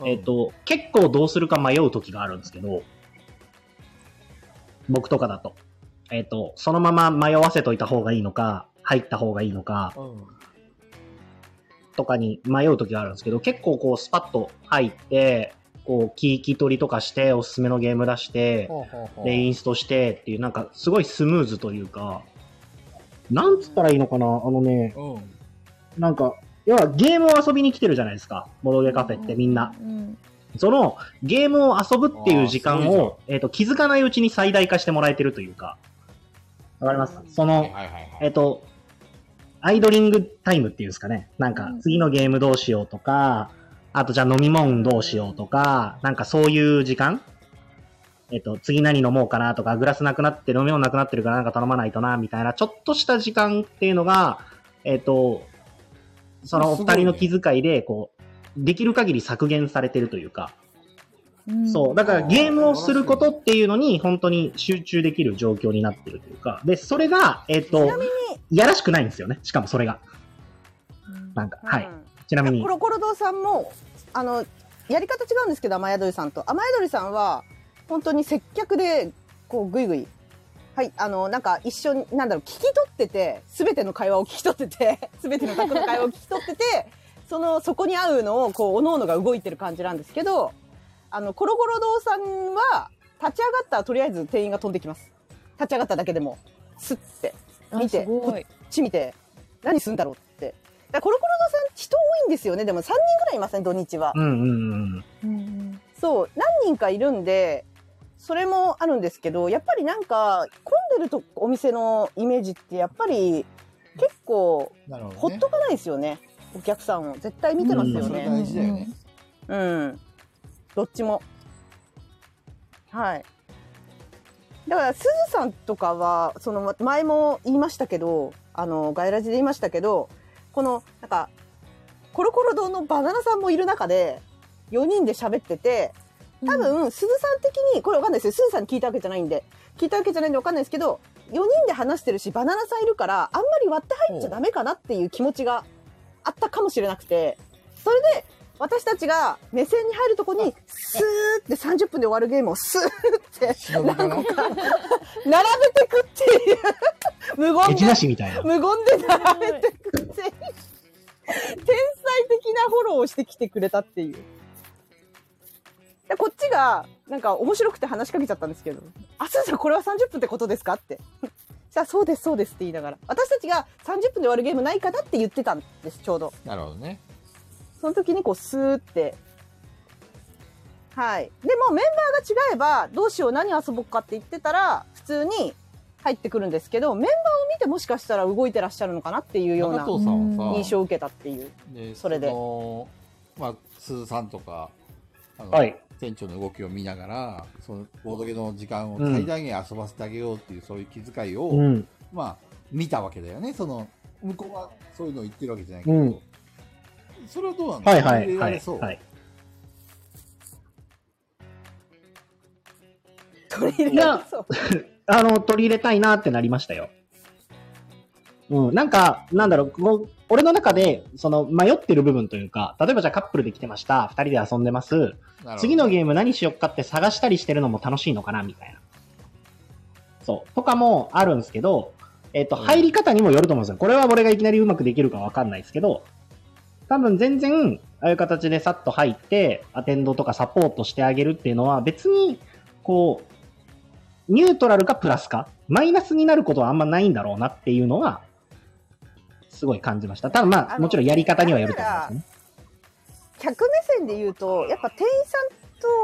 Speaker 19: う。
Speaker 4: えっ、と、結構どうするか迷う時があるんですけど、僕とかだと。えっ、と、そのまま迷わせといた方がいいのか、入った方がいいのか、
Speaker 19: うん、
Speaker 4: とかに迷う時があるんですけど、結構こうスパッと入って、こう、聞き取りとかして、おすすめのゲーム出して、
Speaker 19: ほうほうほう。
Speaker 4: で、インストしてっていう、なんかすごいスムーズというか、なんつったらいいのかなあのね、
Speaker 19: うん。
Speaker 4: なんか、要はゲームを遊びに来てるじゃないですか。ボドゲカフェってみんな。
Speaker 3: うん
Speaker 4: そのゲームを遊ぶっていう時
Speaker 19: あ
Speaker 4: 間
Speaker 19: ーすごいじ
Speaker 4: を、えっと気づかないうちに最大化してもらえてるというか、わかりますそ
Speaker 19: はい
Speaker 4: の、
Speaker 19: はいはいはい。
Speaker 4: えっ、と、アイドリングタイムっていうんですかね。なんか
Speaker 3: うん
Speaker 4: 次のゲームどうしようとか、あとじゃあ飲み物どうしようとか、なんかそういう時間えっ、と、次何飲もうかなとか、グラスなくなって飲み物なくなってるからなんか頼まないとな、みたいな、ちょっとした時間っていうのが、えっ、と、そのお二人の気遣いで、こう、できる限り削減されてるというか、
Speaker 3: うん
Speaker 4: そう。だからゲームをすることっていうのに本当に集中できる状況になってるというか。で、それが、えっ、と、やらしくないんですよね。しかもそれが。なんか、はい。ちなみ
Speaker 5: うん
Speaker 4: に
Speaker 5: コ、ロコロ堂さんもあのやり方違うんですけど雨宿りさんと雨宿りさんは本当に接客でこうグイグイはいあのなんか一緒になんだろう聞き取ってて全ての会話を聞き取ってて 全ての宅の会話を聞き取っててそのそこに合うのをこう各々が動いてる感じなんですけどあのコロコロ堂さんは立ち上がったらとりあえず店員が飛んできます立ち上がっただけでもスッて
Speaker 3: あ
Speaker 5: 見て
Speaker 3: すごい
Speaker 5: こっち見て何するんだろうってだからコロコロ堂さん人多いんですよねでも3人ぐらいいません土日は、
Speaker 4: うんうんうん。
Speaker 3: うん
Speaker 5: そう何人かいるんでそれもあるんですけどやっぱりなんか混んでるとお店のイメージってやっぱり結構
Speaker 19: なるほど、ね。
Speaker 5: ほっとかないですよねお客さんを絶対見てます
Speaker 4: く
Speaker 5: よ
Speaker 19: それ
Speaker 5: ね
Speaker 19: 大事だよね。
Speaker 5: うんどっちもはいだからすずさんとかはその前も言いましたけどあのガイラジで言いましたけどこのなんかコロコロ堂のバナナさんもいる中で4人で喋ってて多分すずさん的にこれわかんないですよすずさんに聞いたわけじゃないんで聞いたわけじゃないんでわかんないですけど4人で話してるしバナナさんいるからあんまり割って入っちゃダメかなっていう気持ちがあったかもしれなくてそれで私たちが目線に入るとこに、スーって30分で終わるゲームをスーって何個か 並べてくっていう、 無
Speaker 4: エ
Speaker 5: 言
Speaker 4: チ
Speaker 5: で
Speaker 4: なしみたいな。
Speaker 5: 無言で並べてくっていう、天才的なフォローをしてきてくれたっていう。でこっちが、なんか面白くて話しかけちゃったんですけど、あ、すーさんこれは30分ってことですかって。さあ、そうです、そうですって言いながら。私たちが30分で終わるゲームないかなって言ってたんです、ちょうど。
Speaker 20: なるほどね。
Speaker 5: その時にこうスーって。はい。でもメンバーが違えば、どうしよう何遊ぼっかって言ってたら、普通に入ってくるんですけど、メンバーを見てもしかしたら動いてらっしゃるのかなっていうような
Speaker 19: 中藤さんはさ
Speaker 5: 印象を受けたっていう。
Speaker 19: で
Speaker 5: それで。
Speaker 19: のまあ、鈴さんとか、あの
Speaker 4: はい
Speaker 19: 店長の動きを見ながら、そのボードゲの時間を最大限遊ばせてあげようっていう、そういう気遣いを、
Speaker 4: うん
Speaker 19: まあ、見たわけだよね。その、向こうはそういうのを言ってるわけじゃないけ
Speaker 4: う
Speaker 19: ど、
Speaker 4: ん。
Speaker 19: それはどうなの
Speaker 4: はいは
Speaker 19: 入
Speaker 4: い
Speaker 19: れら
Speaker 4: は
Speaker 19: れ
Speaker 4: い
Speaker 19: そう。
Speaker 4: はい。
Speaker 5: 取り
Speaker 4: 入れ
Speaker 5: られそう。
Speaker 4: あの、取り入れたいなってなりましたよ。うん、なんか、なんだろう、こう俺の中で、その、迷ってる部分というか、例えばじゃあカップルで来てました、二人で遊んでます、次のゲーム何しよっかって探したりしてるのも楽しいのかな、みたいな。そう。とかもあるんですけど、えっ、と、入り方にもよると思うんですよ。これは俺がいきなりうまくできるかわかんないですけど、多分全然、ああいう形でさっと入って、アテンドとかサポートしてあげるっていうのは、別に、こう、ニュートラルかプラスか、マイナスになることはあんまないんだろうなっていうのは、すごい感じました。ただまあ、もちろんやり方にはよると思いますね。
Speaker 5: 客目線で言うと、やっぱ店員さん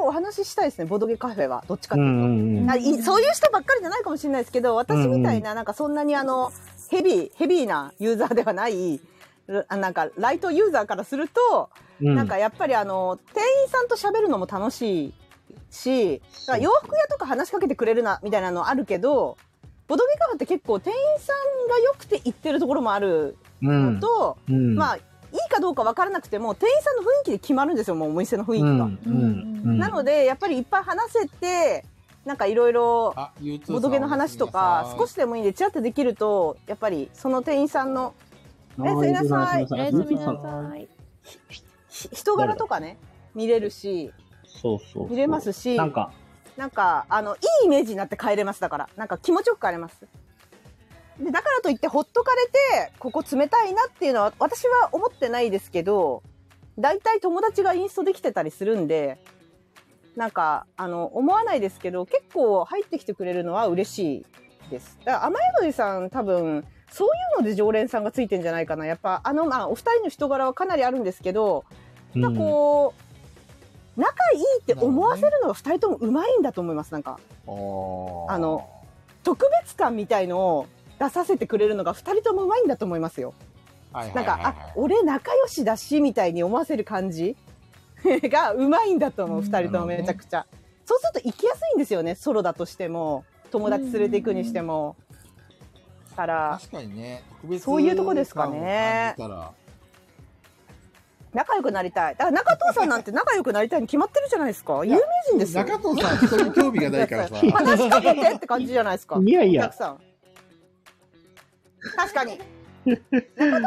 Speaker 5: とお話ししたいですね、ボドゲカフェは。どっちかっていうと。
Speaker 4: うんうんうん
Speaker 5: あいそういう人ばっかりじゃないかもしれないですけど私みたい
Speaker 4: うん
Speaker 5: ななんかそんなにあのヘビーヘビーなユーザーではないるあなんかライトユーザーからすると、
Speaker 4: うん
Speaker 5: なんかやっぱりあの店員さんと喋るのも楽しいしだから洋服屋とか話しかけてくれるなみたいなのあるけどボドゲカフェって結構店員さんが良くて行ってるところもある
Speaker 4: うん。
Speaker 5: と、
Speaker 4: うん
Speaker 5: まあいいかどうか分からなくても店員さんの雰囲気で決まるんですよもうお店の雰囲気
Speaker 4: う
Speaker 5: が。
Speaker 4: ん。うん。うん
Speaker 5: なのでやっぱりいっぱい話せてなんかいろいろ
Speaker 19: U2 さん
Speaker 5: ボドゲの話とか少しでもいいんでチラッとできるとやっぱりその店員さんのおやすみなさい
Speaker 4: おやすみなさ
Speaker 5: いひ人柄とかね見れるし
Speaker 4: そうそうそう。
Speaker 5: 見れますし
Speaker 4: なんか、
Speaker 5: なんかあのいいイメージになって帰れますだからなんか気持ちよく帰れますでだからといってほっとかれてここ冷たいなっていうのは私は思ってないですけど大体友達がインストできてたりするんでなんかあの思わないですけど結構入ってきてくれるのは嬉しいですだから甘えどりさん多分そういうので常連さんがついてんじゃないかなやっぱあの、まあ、お二人の人柄はかなりあるんですけどなんかこう、仲いいって思わせるのが2人ともうまいんだと思いますなんかあの特別感みたいのを出させてくれるのが2人ともうまいんだと思いますよ
Speaker 20: はいはい
Speaker 5: な
Speaker 20: は
Speaker 5: ん
Speaker 20: いは
Speaker 5: か
Speaker 20: い、
Speaker 5: あ俺仲良しだしみたいに思わせる感じ がうまいんだと思う2人ともめちゃくちゃ、そうすると行きやすいんですよねソロだとしても友達連れていくにしても、から
Speaker 19: 確かにね、特別
Speaker 5: そういうとこですかね
Speaker 19: 感を感
Speaker 5: 仲良くなりたいだから中藤さんなんて仲良くなりたいに決まってるじゃないですか有名 人ですよ
Speaker 19: 中藤さんじたら、人に興味がないからさ。
Speaker 5: 話しかけてって感じじゃないですか。
Speaker 19: いやいや
Speaker 5: お客さん。確かに。中藤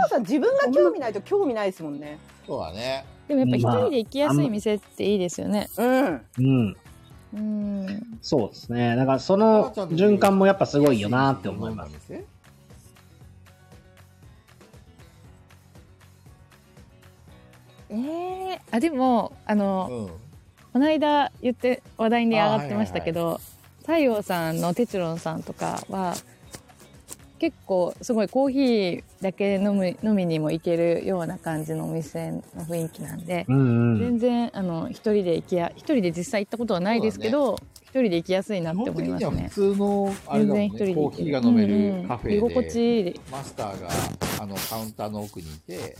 Speaker 5: さん自分が興味ないと興味ないですもんね。
Speaker 19: そうだね。
Speaker 3: でもやっぱ一人で行きやすい店っていいですよね。
Speaker 5: うん。
Speaker 4: うん。
Speaker 3: うん。
Speaker 4: そうですね。だからその循環もやっぱすごいよなって思います。
Speaker 3: ええあでもあの、この間言って話題に上がってましたけど、太陽さんのテチロンさんとかは結構すごいコーヒーだけ飲む飲みにも行けるような感じのお店の雰囲気なんで、
Speaker 4: うんうん
Speaker 3: 全然あの一人で行きや一人で実際行ったことはないですけど、一人で行きやすいなって思いますね。
Speaker 19: 普通の、あれだもん
Speaker 3: 全然
Speaker 19: ね、
Speaker 3: 一人で
Speaker 19: コ
Speaker 3: 行
Speaker 19: ー
Speaker 3: ける
Speaker 19: ヒーが飲め
Speaker 3: うんう
Speaker 19: る
Speaker 3: ん
Speaker 19: カフェで、
Speaker 3: 居心地いいで
Speaker 19: マスターが、あの、カウンターの奥にいて、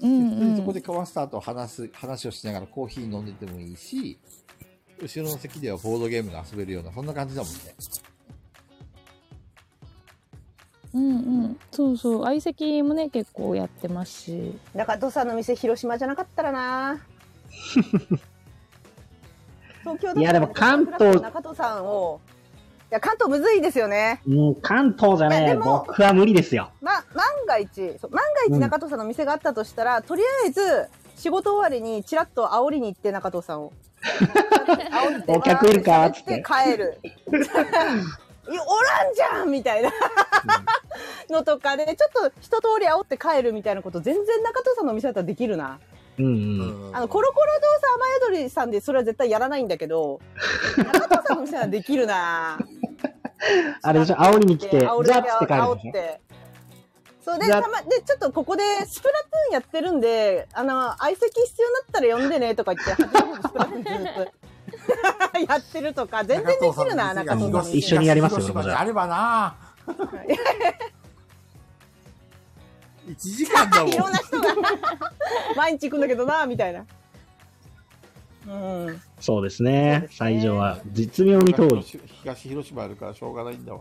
Speaker 3: うん
Speaker 19: でそこでマスターと話す、話をしながらコーヒー飲んでてもいいし、後ろの席ではボードゲームが遊べるような、そんな感じだもんね。
Speaker 3: うんうん、そうそう相席もね結構やってますし
Speaker 5: 中藤さんの店広島じゃなかった らな。東京だったら
Speaker 4: いやでも関東
Speaker 5: 中藤さんを。いや関東むずいですよね。
Speaker 4: うん、関東じゃ
Speaker 5: いや
Speaker 4: ね
Speaker 5: で
Speaker 4: え、
Speaker 5: も
Speaker 4: 僕は無理ですよ。
Speaker 5: ま、万が一そう万が
Speaker 4: う
Speaker 5: 一
Speaker 4: ん
Speaker 5: 中藤さんの店があったとしたら、とりあえず仕事終わりにちらっと煽りに行って中 藤さんを煽って
Speaker 4: お客いるかつって
Speaker 5: で。帰るいやおらんじゃんみたいなのとかで、ちょっと一通り煽って帰るみたいなこと全然中藤さんのお店だったらできるな
Speaker 4: うんうん。
Speaker 5: あのコロコロ動作雨宿りさんでそれは絶対やらないんだけど中藤さんのお店ならできるな
Speaker 4: あれでしょ、煽りに来て、じゃ
Speaker 5: 煽
Speaker 4: あ
Speaker 5: るだ
Speaker 4: っ
Speaker 5: け
Speaker 4: つって帰る
Speaker 5: 煽
Speaker 4: でし
Speaker 5: っ
Speaker 4: ょ。
Speaker 5: て。そうで、
Speaker 4: じゃあ
Speaker 5: たま、で、ちょっとここで、スプラトゥーンやってるんで、あの、相席必要になったら呼んでね、とか言って、初めてスプラトゥーンずっと やってるとか、全然できるな、中藤さ
Speaker 19: 中藤さ
Speaker 5: ん
Speaker 19: ん
Speaker 5: の
Speaker 19: の
Speaker 5: 店。
Speaker 4: 一緒にやりますよ、
Speaker 19: 広
Speaker 4: 俺も
Speaker 19: 島
Speaker 4: じ
Speaker 19: で
Speaker 4: ゃ
Speaker 19: あ
Speaker 4: あ。
Speaker 19: ればな1時間だもん
Speaker 5: いろんな人が、毎日行くんだけどな、みたいな。うん。
Speaker 4: そうですね。最上は、実妙に遠い。
Speaker 19: 東広島あるからしょうがないんだわ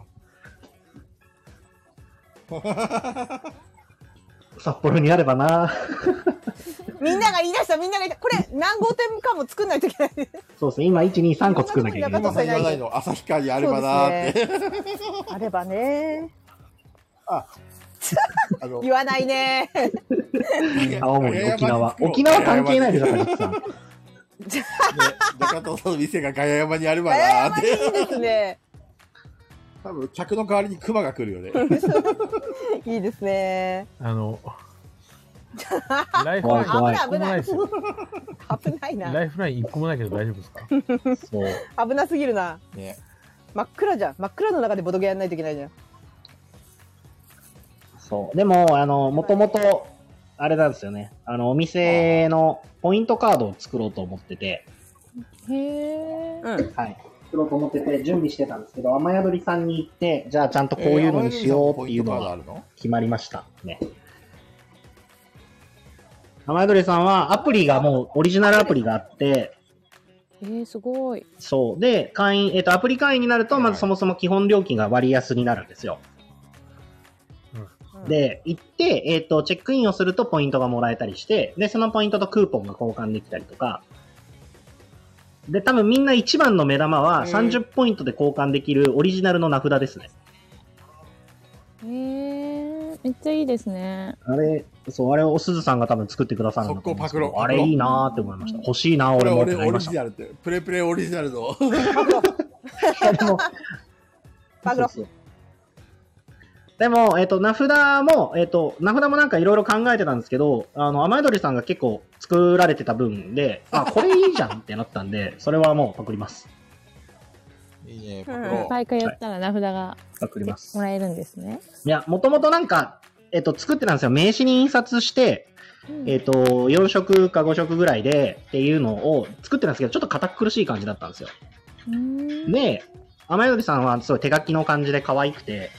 Speaker 4: 札幌にあればな。
Speaker 5: みんなが言い出した、みんなが言い出した。これ、何号店かも作んないといけない。
Speaker 4: そうですね。今、1、2、3個作んなきゃいけな
Speaker 19: 今
Speaker 4: い。
Speaker 19: さ言わないの旭川にあればなーって、
Speaker 5: あればね。
Speaker 19: あの
Speaker 5: 言わないね。
Speaker 4: 青森、沖縄。
Speaker 19: うん
Speaker 4: 沖縄関係ないでしょ、高木さ ん。
Speaker 19: 中藤さんの店がガヤ山にあれば
Speaker 5: ええ、
Speaker 19: なー
Speaker 5: ま
Speaker 19: っ
Speaker 5: あ
Speaker 19: て
Speaker 5: いいですね。
Speaker 19: 多分客の代わりにクマが来るよね
Speaker 5: いいですね。
Speaker 2: あ の、ライフ
Speaker 4: 怖
Speaker 2: ラ
Speaker 4: い
Speaker 2: イ
Speaker 5: 危
Speaker 4: 怖い。
Speaker 5: ない、危ない。
Speaker 2: 一個も
Speaker 5: 危ない
Speaker 2: ン、ラ
Speaker 5: な。
Speaker 2: イフライン一個もないけど大丈夫ですか
Speaker 4: そう。
Speaker 5: 危なすぎるな。
Speaker 19: ね
Speaker 5: 真っ暗じゃん。真っ暗の中でボドゲやんないといけないじゃん。
Speaker 4: そう。でも、あの、もともと、あれなんですよね。あの、お店のポイントカードを作ろうと思ってて、
Speaker 3: へえ。
Speaker 5: うん。
Speaker 4: はい。作ろうと思ってて、準備してたんですけど、雨宿りさんに行って、じゃあちゃんとこういうのにしようっていうの
Speaker 19: えー
Speaker 4: が
Speaker 19: 雨宿りさんも
Speaker 4: 決まりましたね。雨宿りさんはアプリがもうオリジナルアプリがあって、
Speaker 3: えー、すごい。
Speaker 4: そう。で、会員、えっ、と、アプリ会員になると、まずそもそも基本料金が割安になるんですよ。で、行って、えっ、と、チェックインをするとポイントがもらえたりして、で、そのポイントとクーポンが交換できたりとか、で、多分みんな一番の目玉は
Speaker 5: うん
Speaker 4: 30ポイントで交換できるオリジナルの名札ですね。
Speaker 3: えー、めっちゃいいですね。
Speaker 4: あれ、そう、あれをおすずさんが多分作ってくださるんだと思うんですけど
Speaker 19: 速攻パクロ
Speaker 4: あれいいなーって思いました。欲しいなー
Speaker 19: こ
Speaker 4: 俺
Speaker 19: れ
Speaker 4: もっ
Speaker 19: 俺
Speaker 4: てなり
Speaker 19: オ
Speaker 4: ま
Speaker 19: リ
Speaker 4: し
Speaker 19: ジナルってプレプレオリジナルの
Speaker 4: た。 でも
Speaker 5: パグロ。
Speaker 4: そうそうでも、えっ、と、名札も、えっ、と、名札もなんかいろいろ考えてたんですけど、あの、雨宿りさんが結構作られてた分 で、あ、これいいじゃんってなったんで、それはもうパクります。
Speaker 19: いいねパ
Speaker 5: うん
Speaker 19: ク
Speaker 5: そ
Speaker 19: ロ
Speaker 3: 毎回やったら名札が
Speaker 4: パクります
Speaker 3: も。らえるんですね。
Speaker 4: いや、もともとなんか、えっ、と、作ってたんですよ。名刺に印刷して、
Speaker 3: うん
Speaker 4: えっ、と、4色か5色ぐらいでっていうのを作ってたんですけど、ちょっと堅苦しい感じだったんですよ。
Speaker 3: うーん
Speaker 4: で、雨宿りさんはすごい手書きの感じで可愛くて、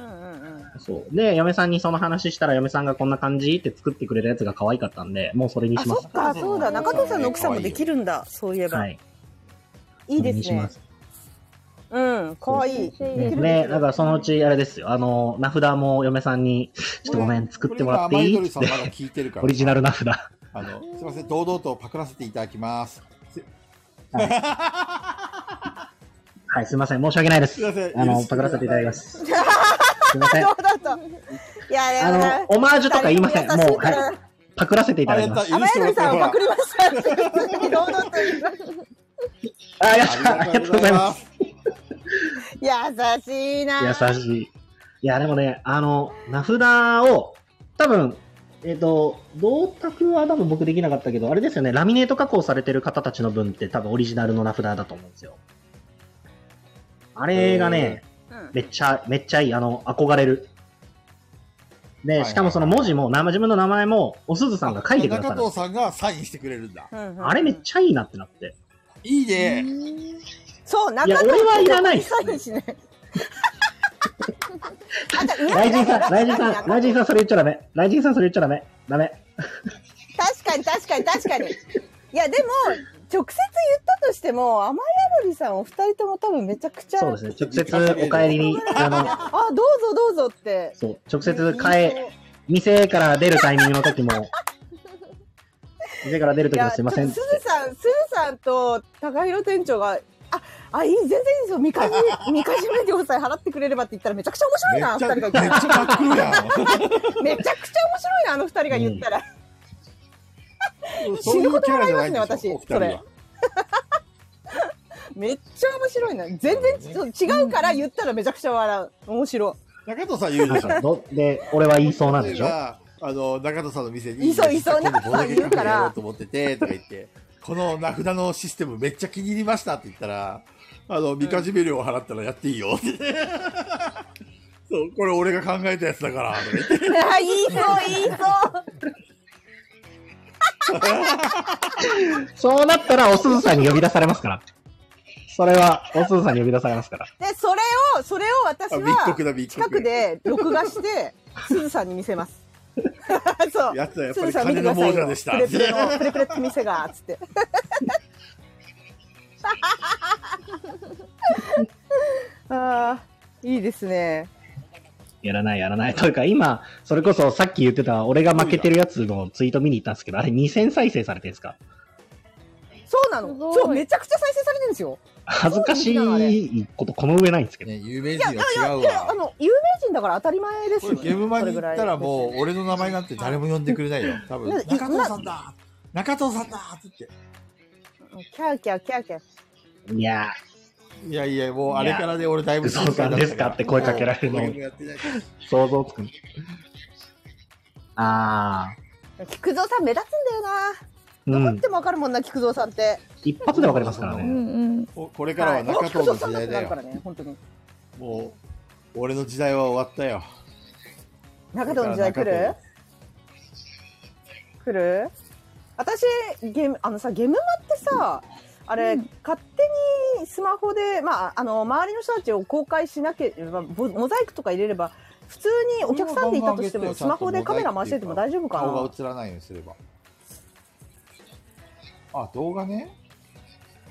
Speaker 5: うんうんうん。
Speaker 4: そう。で、嫁さんにその話したら、嫁さんがこんな感じって作ってくれたやつが可愛かったんで、もうそれに
Speaker 5: あ、
Speaker 4: しま
Speaker 5: そ
Speaker 4: す
Speaker 5: っ。か、そうだ。中藤さんの奥さんもできるんだ。そういえば。、
Speaker 4: はいい。
Speaker 5: い
Speaker 4: それ
Speaker 5: で
Speaker 4: に
Speaker 5: す
Speaker 4: し
Speaker 5: ね
Speaker 4: ま。す。
Speaker 5: うん、かわ いい。
Speaker 4: ね、ねだからそのうち、あれですよ。あの、名札も嫁さんに、ちょっとごめん、作ってもらってい
Speaker 19: これ
Speaker 4: い
Speaker 19: 今
Speaker 4: っつ
Speaker 19: さ
Speaker 4: っ
Speaker 19: ん
Speaker 4: て
Speaker 19: まだ聞いてるから
Speaker 4: オリジナル名札。
Speaker 19: あのすいません堂々とパクらせていただきます
Speaker 4: はい、すいません。申し訳ないです
Speaker 19: いませ
Speaker 4: す。
Speaker 19: ん
Speaker 4: あ
Speaker 19: 許
Speaker 4: の、
Speaker 19: して
Speaker 4: パクらせていただき ます。すいません。
Speaker 5: ど
Speaker 4: あ
Speaker 5: うだった。いや、や
Speaker 4: の、オマージュとか言いません。もう、はい。パクらせていた
Speaker 19: あ
Speaker 4: だ
Speaker 19: れ
Speaker 4: き
Speaker 19: やっ
Speaker 4: ま
Speaker 19: た
Speaker 4: す。
Speaker 19: 許
Speaker 5: 雨
Speaker 19: し
Speaker 5: 宿り
Speaker 19: てもらって
Speaker 5: さん
Speaker 19: ほ
Speaker 5: をパ
Speaker 19: ら
Speaker 5: クりました。堂々と言い まし
Speaker 4: あ、よっしゃ、ありがとうございます。
Speaker 5: た優しいな。
Speaker 4: 優しい。いや、でもね、あの、名札を、多分、えっ、と、銅鐸は多分僕できなかったけど、あれですよね、ラミネート加工されてる方たちの分って多分オリジナルの名札だと思うんですよ。あれがね、
Speaker 5: うん
Speaker 4: めっちゃ、めっちゃいい。あの、憧れる。で、しかもその文字も、名前自分の名前も、おすずさんが書いてくださ
Speaker 19: 中
Speaker 4: る。
Speaker 19: 藤さんがサインしてくれるんだ
Speaker 5: うんうん
Speaker 4: あれめっちゃいいなってなって。
Speaker 19: いいね
Speaker 5: そう、中
Speaker 4: いや、
Speaker 5: 藤
Speaker 4: 俺はいらないです。
Speaker 5: サイン しない。あんた裏
Speaker 4: 雷神
Speaker 5: に
Speaker 4: さん、雷神
Speaker 5: 裏に
Speaker 4: さん、雷神さん、それ言っちゃダメ。雷神さん、それ言っちゃダメ。ダメ。
Speaker 5: 確かに確かに確かに。いやでも直接言ったとしても雨宿りさんお二人とも多分めちゃくちゃ。
Speaker 4: そうですね。直接お帰りに、あの、
Speaker 5: あどうぞどうぞって。
Speaker 4: そう、直接変え、店から出るタイミングの時も、店から出る
Speaker 5: い
Speaker 4: 時も
Speaker 5: や
Speaker 4: す
Speaker 5: ち
Speaker 4: い
Speaker 5: ょっ
Speaker 4: ま
Speaker 5: とす
Speaker 4: せんっ
Speaker 5: ず
Speaker 4: つって。
Speaker 5: さんすずさんと高弘店長が。あ、あ、いい、全然いいですよ。みかじめ、みかじめ料さえ払ってくれればって言ったらめちゃくちゃ面白い
Speaker 19: めっ
Speaker 5: な、
Speaker 19: ち
Speaker 5: 二
Speaker 19: ゃめ
Speaker 5: 人
Speaker 19: っ
Speaker 5: が言っ
Speaker 19: ち ゃパクるやん
Speaker 5: たら。めちゃくちゃ面白いな、あの二人が言ったら。
Speaker 19: そう
Speaker 5: 死ぬほど笑いますね、
Speaker 19: そういうキャラ
Speaker 5: 私
Speaker 19: じゃないんです
Speaker 5: そ
Speaker 19: よお二。人は
Speaker 5: れ。めっちゃ面白いな。全然ち違うから言ったらめちゃくちゃ笑う。面白
Speaker 19: い。中藤さん言うでしょ。
Speaker 4: どで、俺は言いそうなんでしょ
Speaker 19: 例えばあの、中野さんの店に、
Speaker 5: いそういそう
Speaker 19: 今度ボードゲーム
Speaker 5: 中野さん言うから
Speaker 19: カフェやろと思ってて、とか言って、この名札のシステムめっちゃ気に入りましたって言ったら、あの、みかじめ料を払ったらやっていいよって。 そう、これ俺が考えたやつだから、とか言って。
Speaker 5: あ、いいそう、いいそう。
Speaker 4: そうなったら、おすずさんに呼び出されますから。それは、おすずさんに呼び出されますから。
Speaker 5: で、それを、それを私
Speaker 4: あ密告だ
Speaker 5: は
Speaker 4: 密告
Speaker 5: 近くで録画して、すずさんに見せます。そう。
Speaker 19: やつはやっ
Speaker 5: す
Speaker 19: ぱ
Speaker 5: ず
Speaker 19: り
Speaker 5: さん見
Speaker 19: 金
Speaker 5: てくださ
Speaker 19: の亡
Speaker 5: い
Speaker 19: 者
Speaker 5: よ。
Speaker 19: でした。
Speaker 5: プレプレの、プレプレって店が、つって。ああ、いいですね。
Speaker 4: やらない、やらない。というか、今、それこそさっき言ってた、俺が負けてるやつのツイート見に行ったんですけど、あれ2000再生されてるんですか
Speaker 5: そうなの。そう、めちゃくちゃ再生されてるんですよ。
Speaker 4: 恥ずかしいこと、この上ないんですけど。
Speaker 19: 有名
Speaker 5: いや、いや、いや、あ。の、有名人だから当たり前ですよね。
Speaker 19: ゲームマに
Speaker 5: それぐ
Speaker 19: 行
Speaker 5: ら
Speaker 19: っ
Speaker 5: い
Speaker 19: たらもう、俺の名前なんて誰も呼んでくれないよ。多分、中藤さんだ
Speaker 5: だ
Speaker 19: 中藤さんだって言って。
Speaker 5: キャーキャーキャーキャー。
Speaker 4: いや
Speaker 19: いやいや、もうあれからで俺だいぶ
Speaker 4: そうさんですかって声かけられるの
Speaker 19: ゲームやってないから
Speaker 4: 想像つくね。あ
Speaker 5: 菊蔵さん目立つんだよ
Speaker 4: ー。う
Speaker 5: な。
Speaker 4: ん
Speaker 5: で。もわかるもんな、菊蔵さんって。
Speaker 4: 一発でわかりますから
Speaker 5: う
Speaker 4: ね。
Speaker 5: ん。
Speaker 19: おこれからは中藤の時代
Speaker 5: はいもう菊蔵さんだっ
Speaker 19: だよ。
Speaker 5: てなるからね、本当に。
Speaker 19: もう、俺の時代は終わったよ。
Speaker 5: 中藤の時代来る来る私、ゲーム、あのさ、ゲームマってさ、あれ、勝手にスマホで、まあ、あの、周りの人たちを公開しなければ、ボモザイクとか入れれば、普通にお客さんでいたとしても、スマホでカメラ回してても大丈夫か
Speaker 19: 顔
Speaker 5: な
Speaker 19: が映らないようにすれば。あ、動画ね。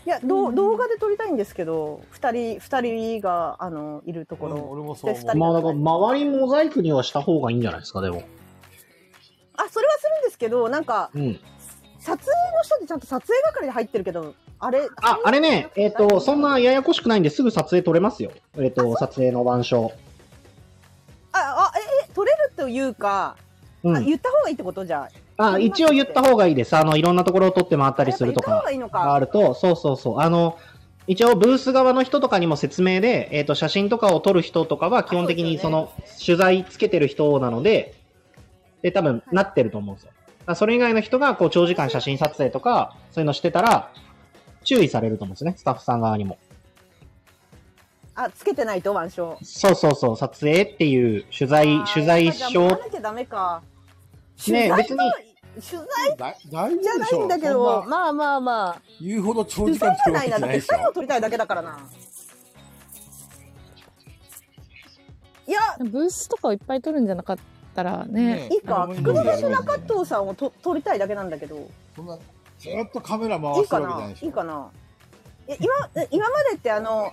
Speaker 5: いや、どう動画で撮りたいんですけど、二人、二人が、あの、いるところ。で二人
Speaker 4: まあ、だから、周りモザイクにはした方がいいんじゃないですか、でも。
Speaker 5: あ、それはするんですけど、なんか、
Speaker 4: うん。
Speaker 5: 撮影の人ってちゃんと撮影係で入ってるけど、あれ、
Speaker 4: あ、あれね、えっ、と、そんなややこしくないんですぐ撮影撮れますよ。えっ、と、撮影の板書。
Speaker 5: あ、あ、え、え撮れるというか、
Speaker 4: うん
Speaker 5: あ言った方がいいってことじゃ
Speaker 4: あ、一応言った方がいいです。あの、いろんなところを撮って回ったりすると
Speaker 5: あやっ
Speaker 4: か
Speaker 5: ぱ言った方がいいのか
Speaker 4: があると、そうそうそう。あの、一応ブース側の人とかにも説明で、えっ、と、写真とかを撮る人とかは基本的にその、取材つけてる人なので、で、多分、なってると思うんですよ。だからそれ以外の人が、こう、長時間写真撮影とか、そういうのしてたら、注意されると思うんですね。スタッフさん側にも。
Speaker 5: あ、あ、つけてないと腕章。
Speaker 4: そうそうそう、撮影っていう、取材、取材
Speaker 5: やっぱじゃ
Speaker 4: 証
Speaker 5: あ回らなきゃダメか。
Speaker 4: ね
Speaker 5: 取材
Speaker 4: 別に
Speaker 5: 取材
Speaker 19: だ大丈夫
Speaker 5: じゃ
Speaker 19: で
Speaker 5: な
Speaker 19: し
Speaker 5: い
Speaker 19: ょ
Speaker 5: んだけ
Speaker 19: そ
Speaker 5: ど、
Speaker 19: んな
Speaker 5: まあまあまあ。
Speaker 19: 言うほど長
Speaker 5: 取
Speaker 19: 時間
Speaker 5: 材じゃ
Speaker 19: 聞くわ
Speaker 5: な
Speaker 19: け
Speaker 5: いな、
Speaker 19: じゃ
Speaker 5: だ
Speaker 19: な
Speaker 5: っ
Speaker 19: い
Speaker 5: て
Speaker 19: でし
Speaker 5: 二人
Speaker 19: ょ
Speaker 5: を。撮りたいだけだからな。いや、
Speaker 3: ブースとかをいっぱい撮るんじゃなかったらね。
Speaker 5: いいか、菊蔵と中藤さんをと撮りたいだけなんだけど。
Speaker 19: そんな、ずっとカメラ回
Speaker 5: いい
Speaker 19: して
Speaker 5: か
Speaker 19: るわけじゃな
Speaker 5: ない
Speaker 19: でし
Speaker 5: いいかなえ今え今までってあの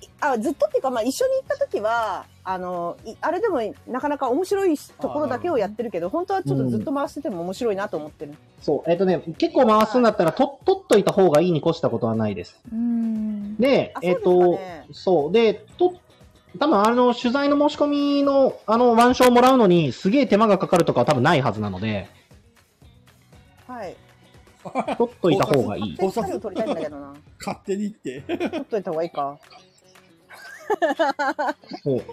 Speaker 5: いあずっとっていうか、まあ、一緒に行った時はあのいあれでもなかなか面白いところだけをやってるけど本当はちょっとずっと回してても面白いなと思ってる、
Speaker 4: そう、えっ、とね、結構回すんだったら、と、取っといた方がいいに越したことはないです。で、えっ、と、そう、で、と、多分あの、取材の申し込みの、あの、腕章をもらうのに、すげえ手間がかかるとかは多分ないはずなの で、
Speaker 5: はい
Speaker 4: 取っといた方がいい。
Speaker 5: 手作りを取りたいんだけどな
Speaker 19: 勝手にって
Speaker 5: 取っといた方がいいか
Speaker 4: そう。
Speaker 5: 勝手に取ろうと思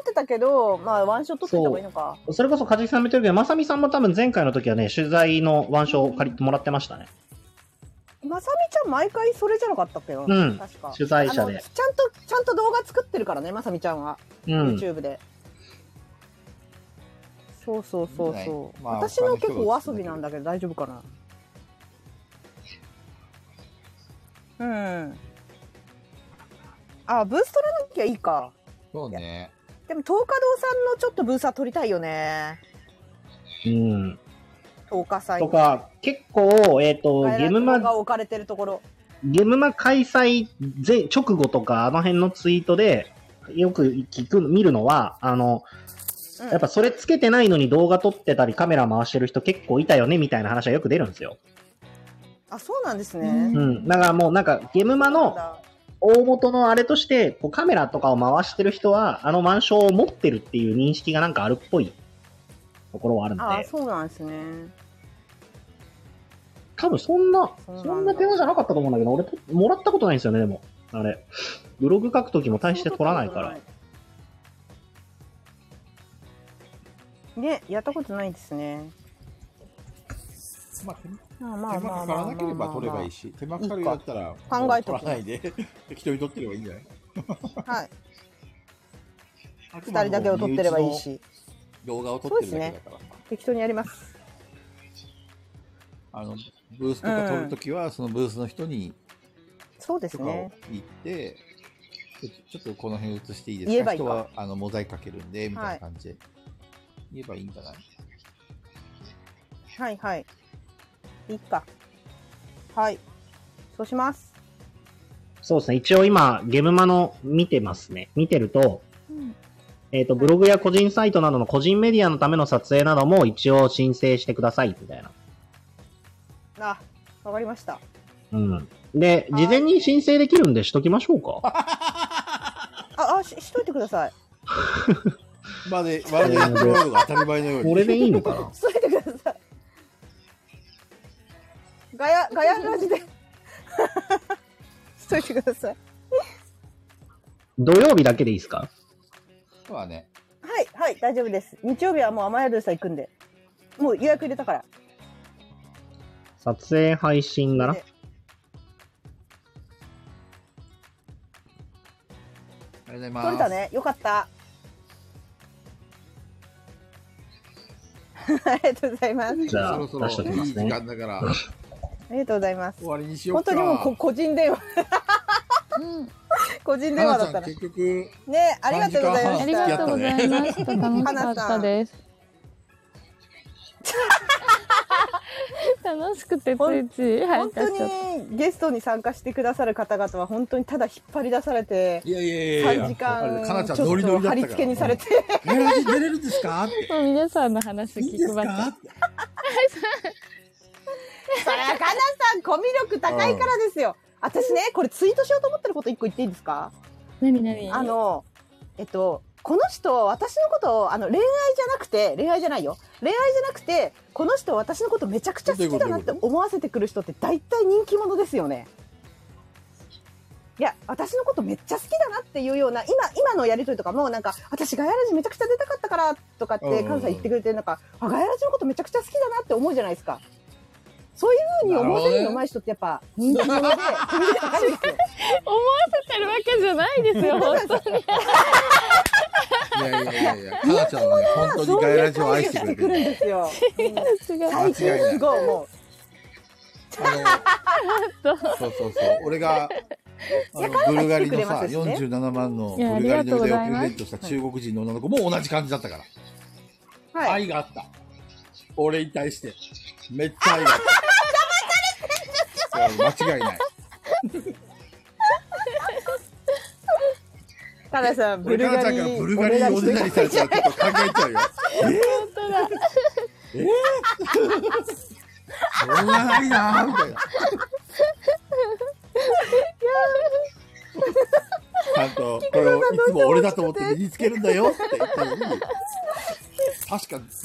Speaker 5: ってたけどまあワンショット取っといた方がいいのか
Speaker 4: それこそ、梶木さんも言ってるけど、まさみさんも多分前回の時はね、取材の腕章を借りてもらってましたね。
Speaker 5: まさみちゃん毎回それじゃなかったっけ
Speaker 4: う
Speaker 5: ど、
Speaker 4: ん
Speaker 5: 確か
Speaker 4: 取材者で
Speaker 5: あのちゃんとちゃんと動画作ってるからねまさみちゃんは、
Speaker 4: うん
Speaker 5: YouTube でそうそうそうそう、
Speaker 19: まあ
Speaker 5: 私の結構お遊びなんだけど大丈夫かなうんあブース取らなきゃいいか
Speaker 19: そうね。
Speaker 5: でも東華堂さんのちょっとブースは取りたいよね
Speaker 4: うん。
Speaker 5: 東華祭
Speaker 4: とか、結構、えっ、と、
Speaker 5: 外
Speaker 4: ゲーム
Speaker 5: 来
Speaker 4: マ
Speaker 5: 語が置かれてるところ
Speaker 4: ゲムマ開催前直後とか、あの辺のツイートで、よく聞く、見るのは、あの、
Speaker 5: うん
Speaker 4: やっぱそれつけてないのに動画撮ってたりカメラ回してる人結構いたよねみたいな話はよく出るんですよ。
Speaker 5: あそうなんですね、
Speaker 4: うん。だからもうなんかゲムマの大元のあれとして、こうカメラとかを回してる人はあのマンションを持ってるっていう認識がなんかあるっぽいところはあるの
Speaker 5: あ
Speaker 4: で、
Speaker 5: そうなんですね
Speaker 13: 多分そんな、そんな手間じゃなかったと思うんだけど、俺、もらったことないんですよね、でも。あれ。ブログ書くときも大して取らないから。
Speaker 5: ね、やったことないですね。
Speaker 19: ま
Speaker 5: まあ
Speaker 19: 手間かからなければ取ればいいし、手間かかるようだったら、も
Speaker 5: 考
Speaker 19: う
Speaker 5: えと
Speaker 19: 取
Speaker 5: く
Speaker 19: らないで、適当に取ってればいいんじゃない
Speaker 5: はい。二人だけを取ってればいいし。。
Speaker 19: 動画を撮
Speaker 5: そう
Speaker 19: っ
Speaker 5: で
Speaker 19: て
Speaker 5: す
Speaker 19: るだけ
Speaker 5: ね
Speaker 19: だから。。
Speaker 5: 適当にやります。
Speaker 19: あの、ブースとか撮るときは、そのブースの人に、
Speaker 5: そうです
Speaker 19: とかを
Speaker 5: ね。
Speaker 19: 行って、ちょちょっとこの辺映していいですか
Speaker 5: 言えばいいか
Speaker 19: 人はあのモザイクかけるんで、みたい
Speaker 5: は
Speaker 19: ない感じで、言えばいいんじゃない
Speaker 5: はいはい。いいか。はい。そうします。
Speaker 13: そうですね。一応今、ゲムマの見てますね。見てると、えっ、と、ブログや個人サイトなどの個人メディアのための撮影なども一応申請してください、みたいな。
Speaker 5: あ、わかりました。
Speaker 13: うん。で、事前に申請できるんでしときましょうか。
Speaker 5: あ、あ、ししといてください。
Speaker 19: まあで、
Speaker 13: まあで
Speaker 19: やるのが当たり前のように。
Speaker 13: これでいいのかな
Speaker 5: しといてください。ガヤ、ガヤラジで。 しといてください。
Speaker 13: 土曜日だけでいいですか
Speaker 19: そうだね。
Speaker 5: はい、はい、大丈夫です。日曜日はもう雨宿りさん行くんで。もう予約入れたから。
Speaker 13: 撮影配信なら
Speaker 19: ありがと
Speaker 5: 取
Speaker 19: うござい
Speaker 5: れ
Speaker 19: ま
Speaker 5: た
Speaker 19: す。
Speaker 5: ね。よかった。 ありがとうございます。
Speaker 13: じゃあ、
Speaker 19: そ
Speaker 13: 出
Speaker 19: ろそろ
Speaker 13: しときますね。
Speaker 19: いい時間だから。
Speaker 5: ありがとうございます。
Speaker 19: 終わりにしよう
Speaker 5: 本
Speaker 19: か
Speaker 5: 当にもうこ個人電話。個人電話だった
Speaker 19: 花ちゃん
Speaker 5: ら。
Speaker 19: 結局、
Speaker 5: ね、ありがとうございました。
Speaker 19: ありがとうございまし
Speaker 3: 楽
Speaker 19: た
Speaker 3: しかったです。 楽しくてついつい入っ
Speaker 5: 本
Speaker 3: ちゃ
Speaker 5: 当
Speaker 3: った。
Speaker 5: にゲストに参加してくださる方々は本当にただ引っ張り出されて
Speaker 19: いやいやいやいや
Speaker 5: 3時間
Speaker 19: かなちゃん
Speaker 5: ちょ
Speaker 19: ノ
Speaker 5: っ
Speaker 19: リノ
Speaker 5: と
Speaker 19: リだったから
Speaker 5: 貼り付けにされて
Speaker 19: ガヤラジ出れるんです かって。
Speaker 3: もう皆さんの話聞きました。
Speaker 5: それはかなさんコミュ力高いからですよ私ねこれツイートしようと思ってること一個言っていいですか
Speaker 3: 何何
Speaker 5: あのえっとこの人私のことをあの恋愛じゃなくて恋愛じゃないよ恋愛じゃなくてこの人私のことめちゃくちゃ好きだなって思わせてくる人って大体人気者ですよねいや私のことめっちゃ好きだなっていうような今今のやりとりとかもなんか私ガヤラジめちゃくちゃ出たかったからとかっ
Speaker 19: う
Speaker 5: て
Speaker 19: ん
Speaker 5: 関西言ってくれてなんかあガヤラジのことめちゃくちゃ好きだなって思うじゃないですかそういうふうに思わせるのうまい人ってやっぱ人気者でコ ミュ力高いです
Speaker 3: 思
Speaker 5: よ
Speaker 3: わせてるわけじゃないですよ、本 当に。
Speaker 19: いやいやいやいや、かなちゃんはね、本当にガヤラジを愛してくれてる。
Speaker 5: ですよ。
Speaker 19: 最近す
Speaker 5: ごいも
Speaker 19: そうそうそう。俺が、あのブルガリのさ、47万のブルガリの腕をプレゼントした中国人の女の子も同じ感じだったから。、
Speaker 5: はい
Speaker 19: 愛があった。俺に対して。めっちゃ愛が あった。そう間違いない。
Speaker 5: カナさん、ブ
Speaker 19: 俺、
Speaker 5: ル
Speaker 19: かなち
Speaker 5: ガ
Speaker 19: ゃん
Speaker 5: リ
Speaker 19: からブルガリにおねだりされちゃうと考えちゃうよ。
Speaker 3: 本当だ。
Speaker 19: えー、しょうがないなーみたいな。ちゃんと、これをいつも俺だと思って身につけるんだよって言ったのに、確か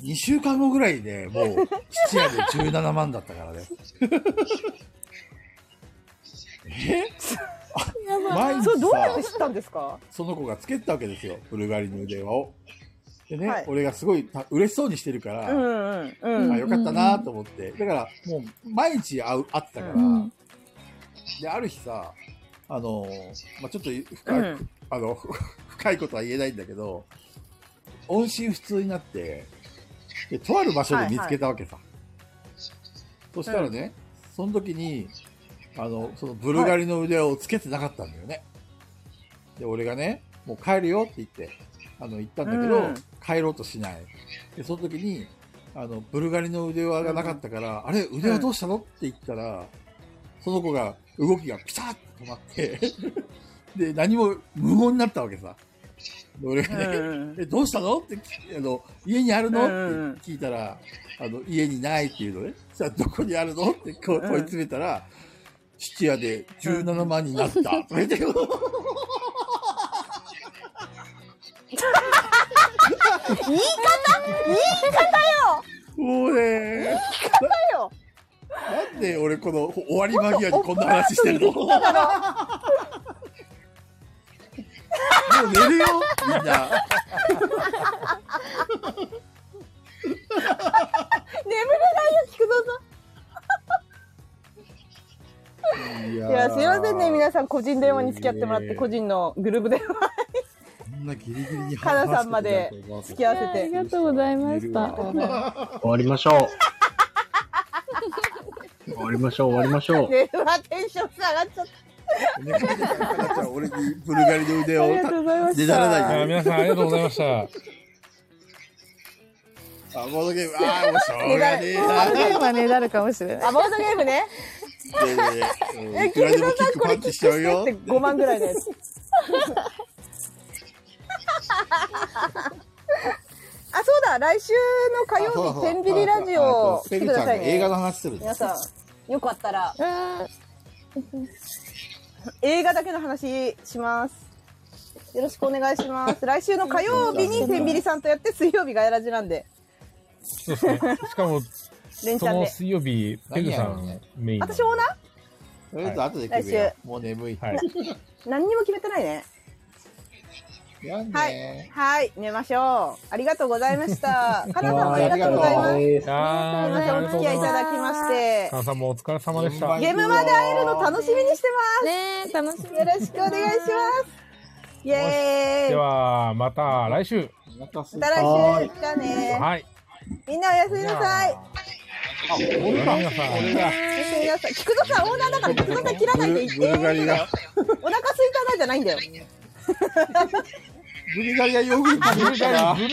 Speaker 19: 2週間後ぐらいで、もう、質屋で17万だったからね。 え毎日
Speaker 5: そう、どうや
Speaker 19: さ
Speaker 5: って知ったんですか
Speaker 19: その子がつけてたわけですよ、ブルガリの電話を。でね、俺がすごいた嬉しそうにしてるから、
Speaker 5: うんうんうん。
Speaker 19: あよかったなと思って。だから、もう、毎日会う、会ってたから、
Speaker 5: うん
Speaker 19: で、ある日さ、あのーまあ、ちょっと深い、
Speaker 5: うん
Speaker 19: あの、 深いことは言えないんだけど、音信不通になって、で、とある場所で見つけたわけさ。そしたらね、その時に、あの、そのブルガリの腕輪をつけてなかったんだよね。で、俺がね、もう帰るよって言って、あの、言ったんだけど、
Speaker 1: うん
Speaker 19: 帰ろうとしない。で、その時に、あの、ブルガリの腕輪がなかったから、あれ、腕輪どうしたのって言ったら、その子が、動きがピタッと止まって、で、何も無言になったわけさ。で俺がね、え、どうしたのって聞いあの、家にあるの、って聞いたら、あの、家にないっていうのね。さあ、どこにあるのってこう問い詰めたら、質屋で17万になった。とか言って
Speaker 5: 言い方言い方よ
Speaker 19: もうね
Speaker 5: 言い方よ
Speaker 19: なんで俺この終わり間際にこんな話してるのもう寝るよみんな
Speaker 5: 眠れないよ、菊蔵さん。い
Speaker 19: や
Speaker 5: や、すいませんね、皆さん、個人電話に付き合ってもらっ
Speaker 19: すげ
Speaker 5: て、
Speaker 19: え
Speaker 5: 個人のグループ電 話
Speaker 19: こんなギリギリに
Speaker 5: かなさんまで付き合わせて。
Speaker 3: ありがとうございました。
Speaker 13: 終わりましょう。終わりましょう、終わりましょう。
Speaker 5: 電話テンション下がっちゃっ
Speaker 19: 俺にブルガリの腕を
Speaker 5: ありがとうございました
Speaker 19: ねだらないで
Speaker 9: あ皆さんありがとうございました。
Speaker 19: あボードゲームああもうしょうがねえ
Speaker 3: ボードゲーム
Speaker 19: な
Speaker 3: はねだるかもしれ
Speaker 5: た。
Speaker 3: ない
Speaker 5: あ、。ボードゲームね。
Speaker 19: ねえねえうん
Speaker 5: え、
Speaker 19: いくら
Speaker 5: 菊
Speaker 19: でも
Speaker 5: 蔵さん、
Speaker 19: キック
Speaker 5: こ
Speaker 19: パ
Speaker 5: れ
Speaker 19: ン
Speaker 5: キッ
Speaker 19: チし
Speaker 5: ク
Speaker 19: ちゃうよ
Speaker 5: してって5万ぐらいのやつ。あ、そうだ、来週の火曜日、天ビリラジオ来てくださいね。
Speaker 19: 映画の話する
Speaker 5: 皆さん、よかったら。映画だけの話します。よろしくお願いします。来週の火曜日に天ビリさんとやって、水曜日がやらじなんで。
Speaker 9: そうですね。しかも、
Speaker 5: 連チ
Speaker 9: そ
Speaker 5: ャン
Speaker 9: の
Speaker 5: で
Speaker 9: 水曜日、ペグさんメインなんで。
Speaker 5: 私オーナー
Speaker 19: とりあえず後で決めよ
Speaker 5: 来
Speaker 19: うもう眠い
Speaker 9: はい。
Speaker 5: 何にも決めてないね。
Speaker 19: やん
Speaker 5: はい
Speaker 19: ね。
Speaker 5: はい。寝ましょう。ありがとうございました。かなさん、
Speaker 19: は
Speaker 5: あ
Speaker 19: い
Speaker 5: りがとうございます。
Speaker 9: いやー皆さんあり
Speaker 5: お
Speaker 9: がとう
Speaker 5: 付
Speaker 9: ご
Speaker 5: き
Speaker 9: ざ
Speaker 5: 合い
Speaker 9: い
Speaker 5: い
Speaker 9: ます。
Speaker 5: ただきまして
Speaker 9: カ。ナさんもお疲れ様でした。
Speaker 5: ゲームまで会えるの楽しみにしてます。
Speaker 3: ねえ楽しみ。
Speaker 5: よろしくお願いします。イエ
Speaker 9: で
Speaker 5: ーイ。
Speaker 9: は、また来週。
Speaker 19: またす
Speaker 5: また来週。じゃあね。
Speaker 9: はい。
Speaker 5: みんなおやすみなさい。
Speaker 9: 皆さん、あ
Speaker 5: おやすみなさい。菊田さん、オーナーだから菊田さん切らないで言って。
Speaker 19: ブルガリが
Speaker 5: お腹空いたなじゃないんだよ。
Speaker 19: ブルガリがヨーグルト
Speaker 9: ブルガリ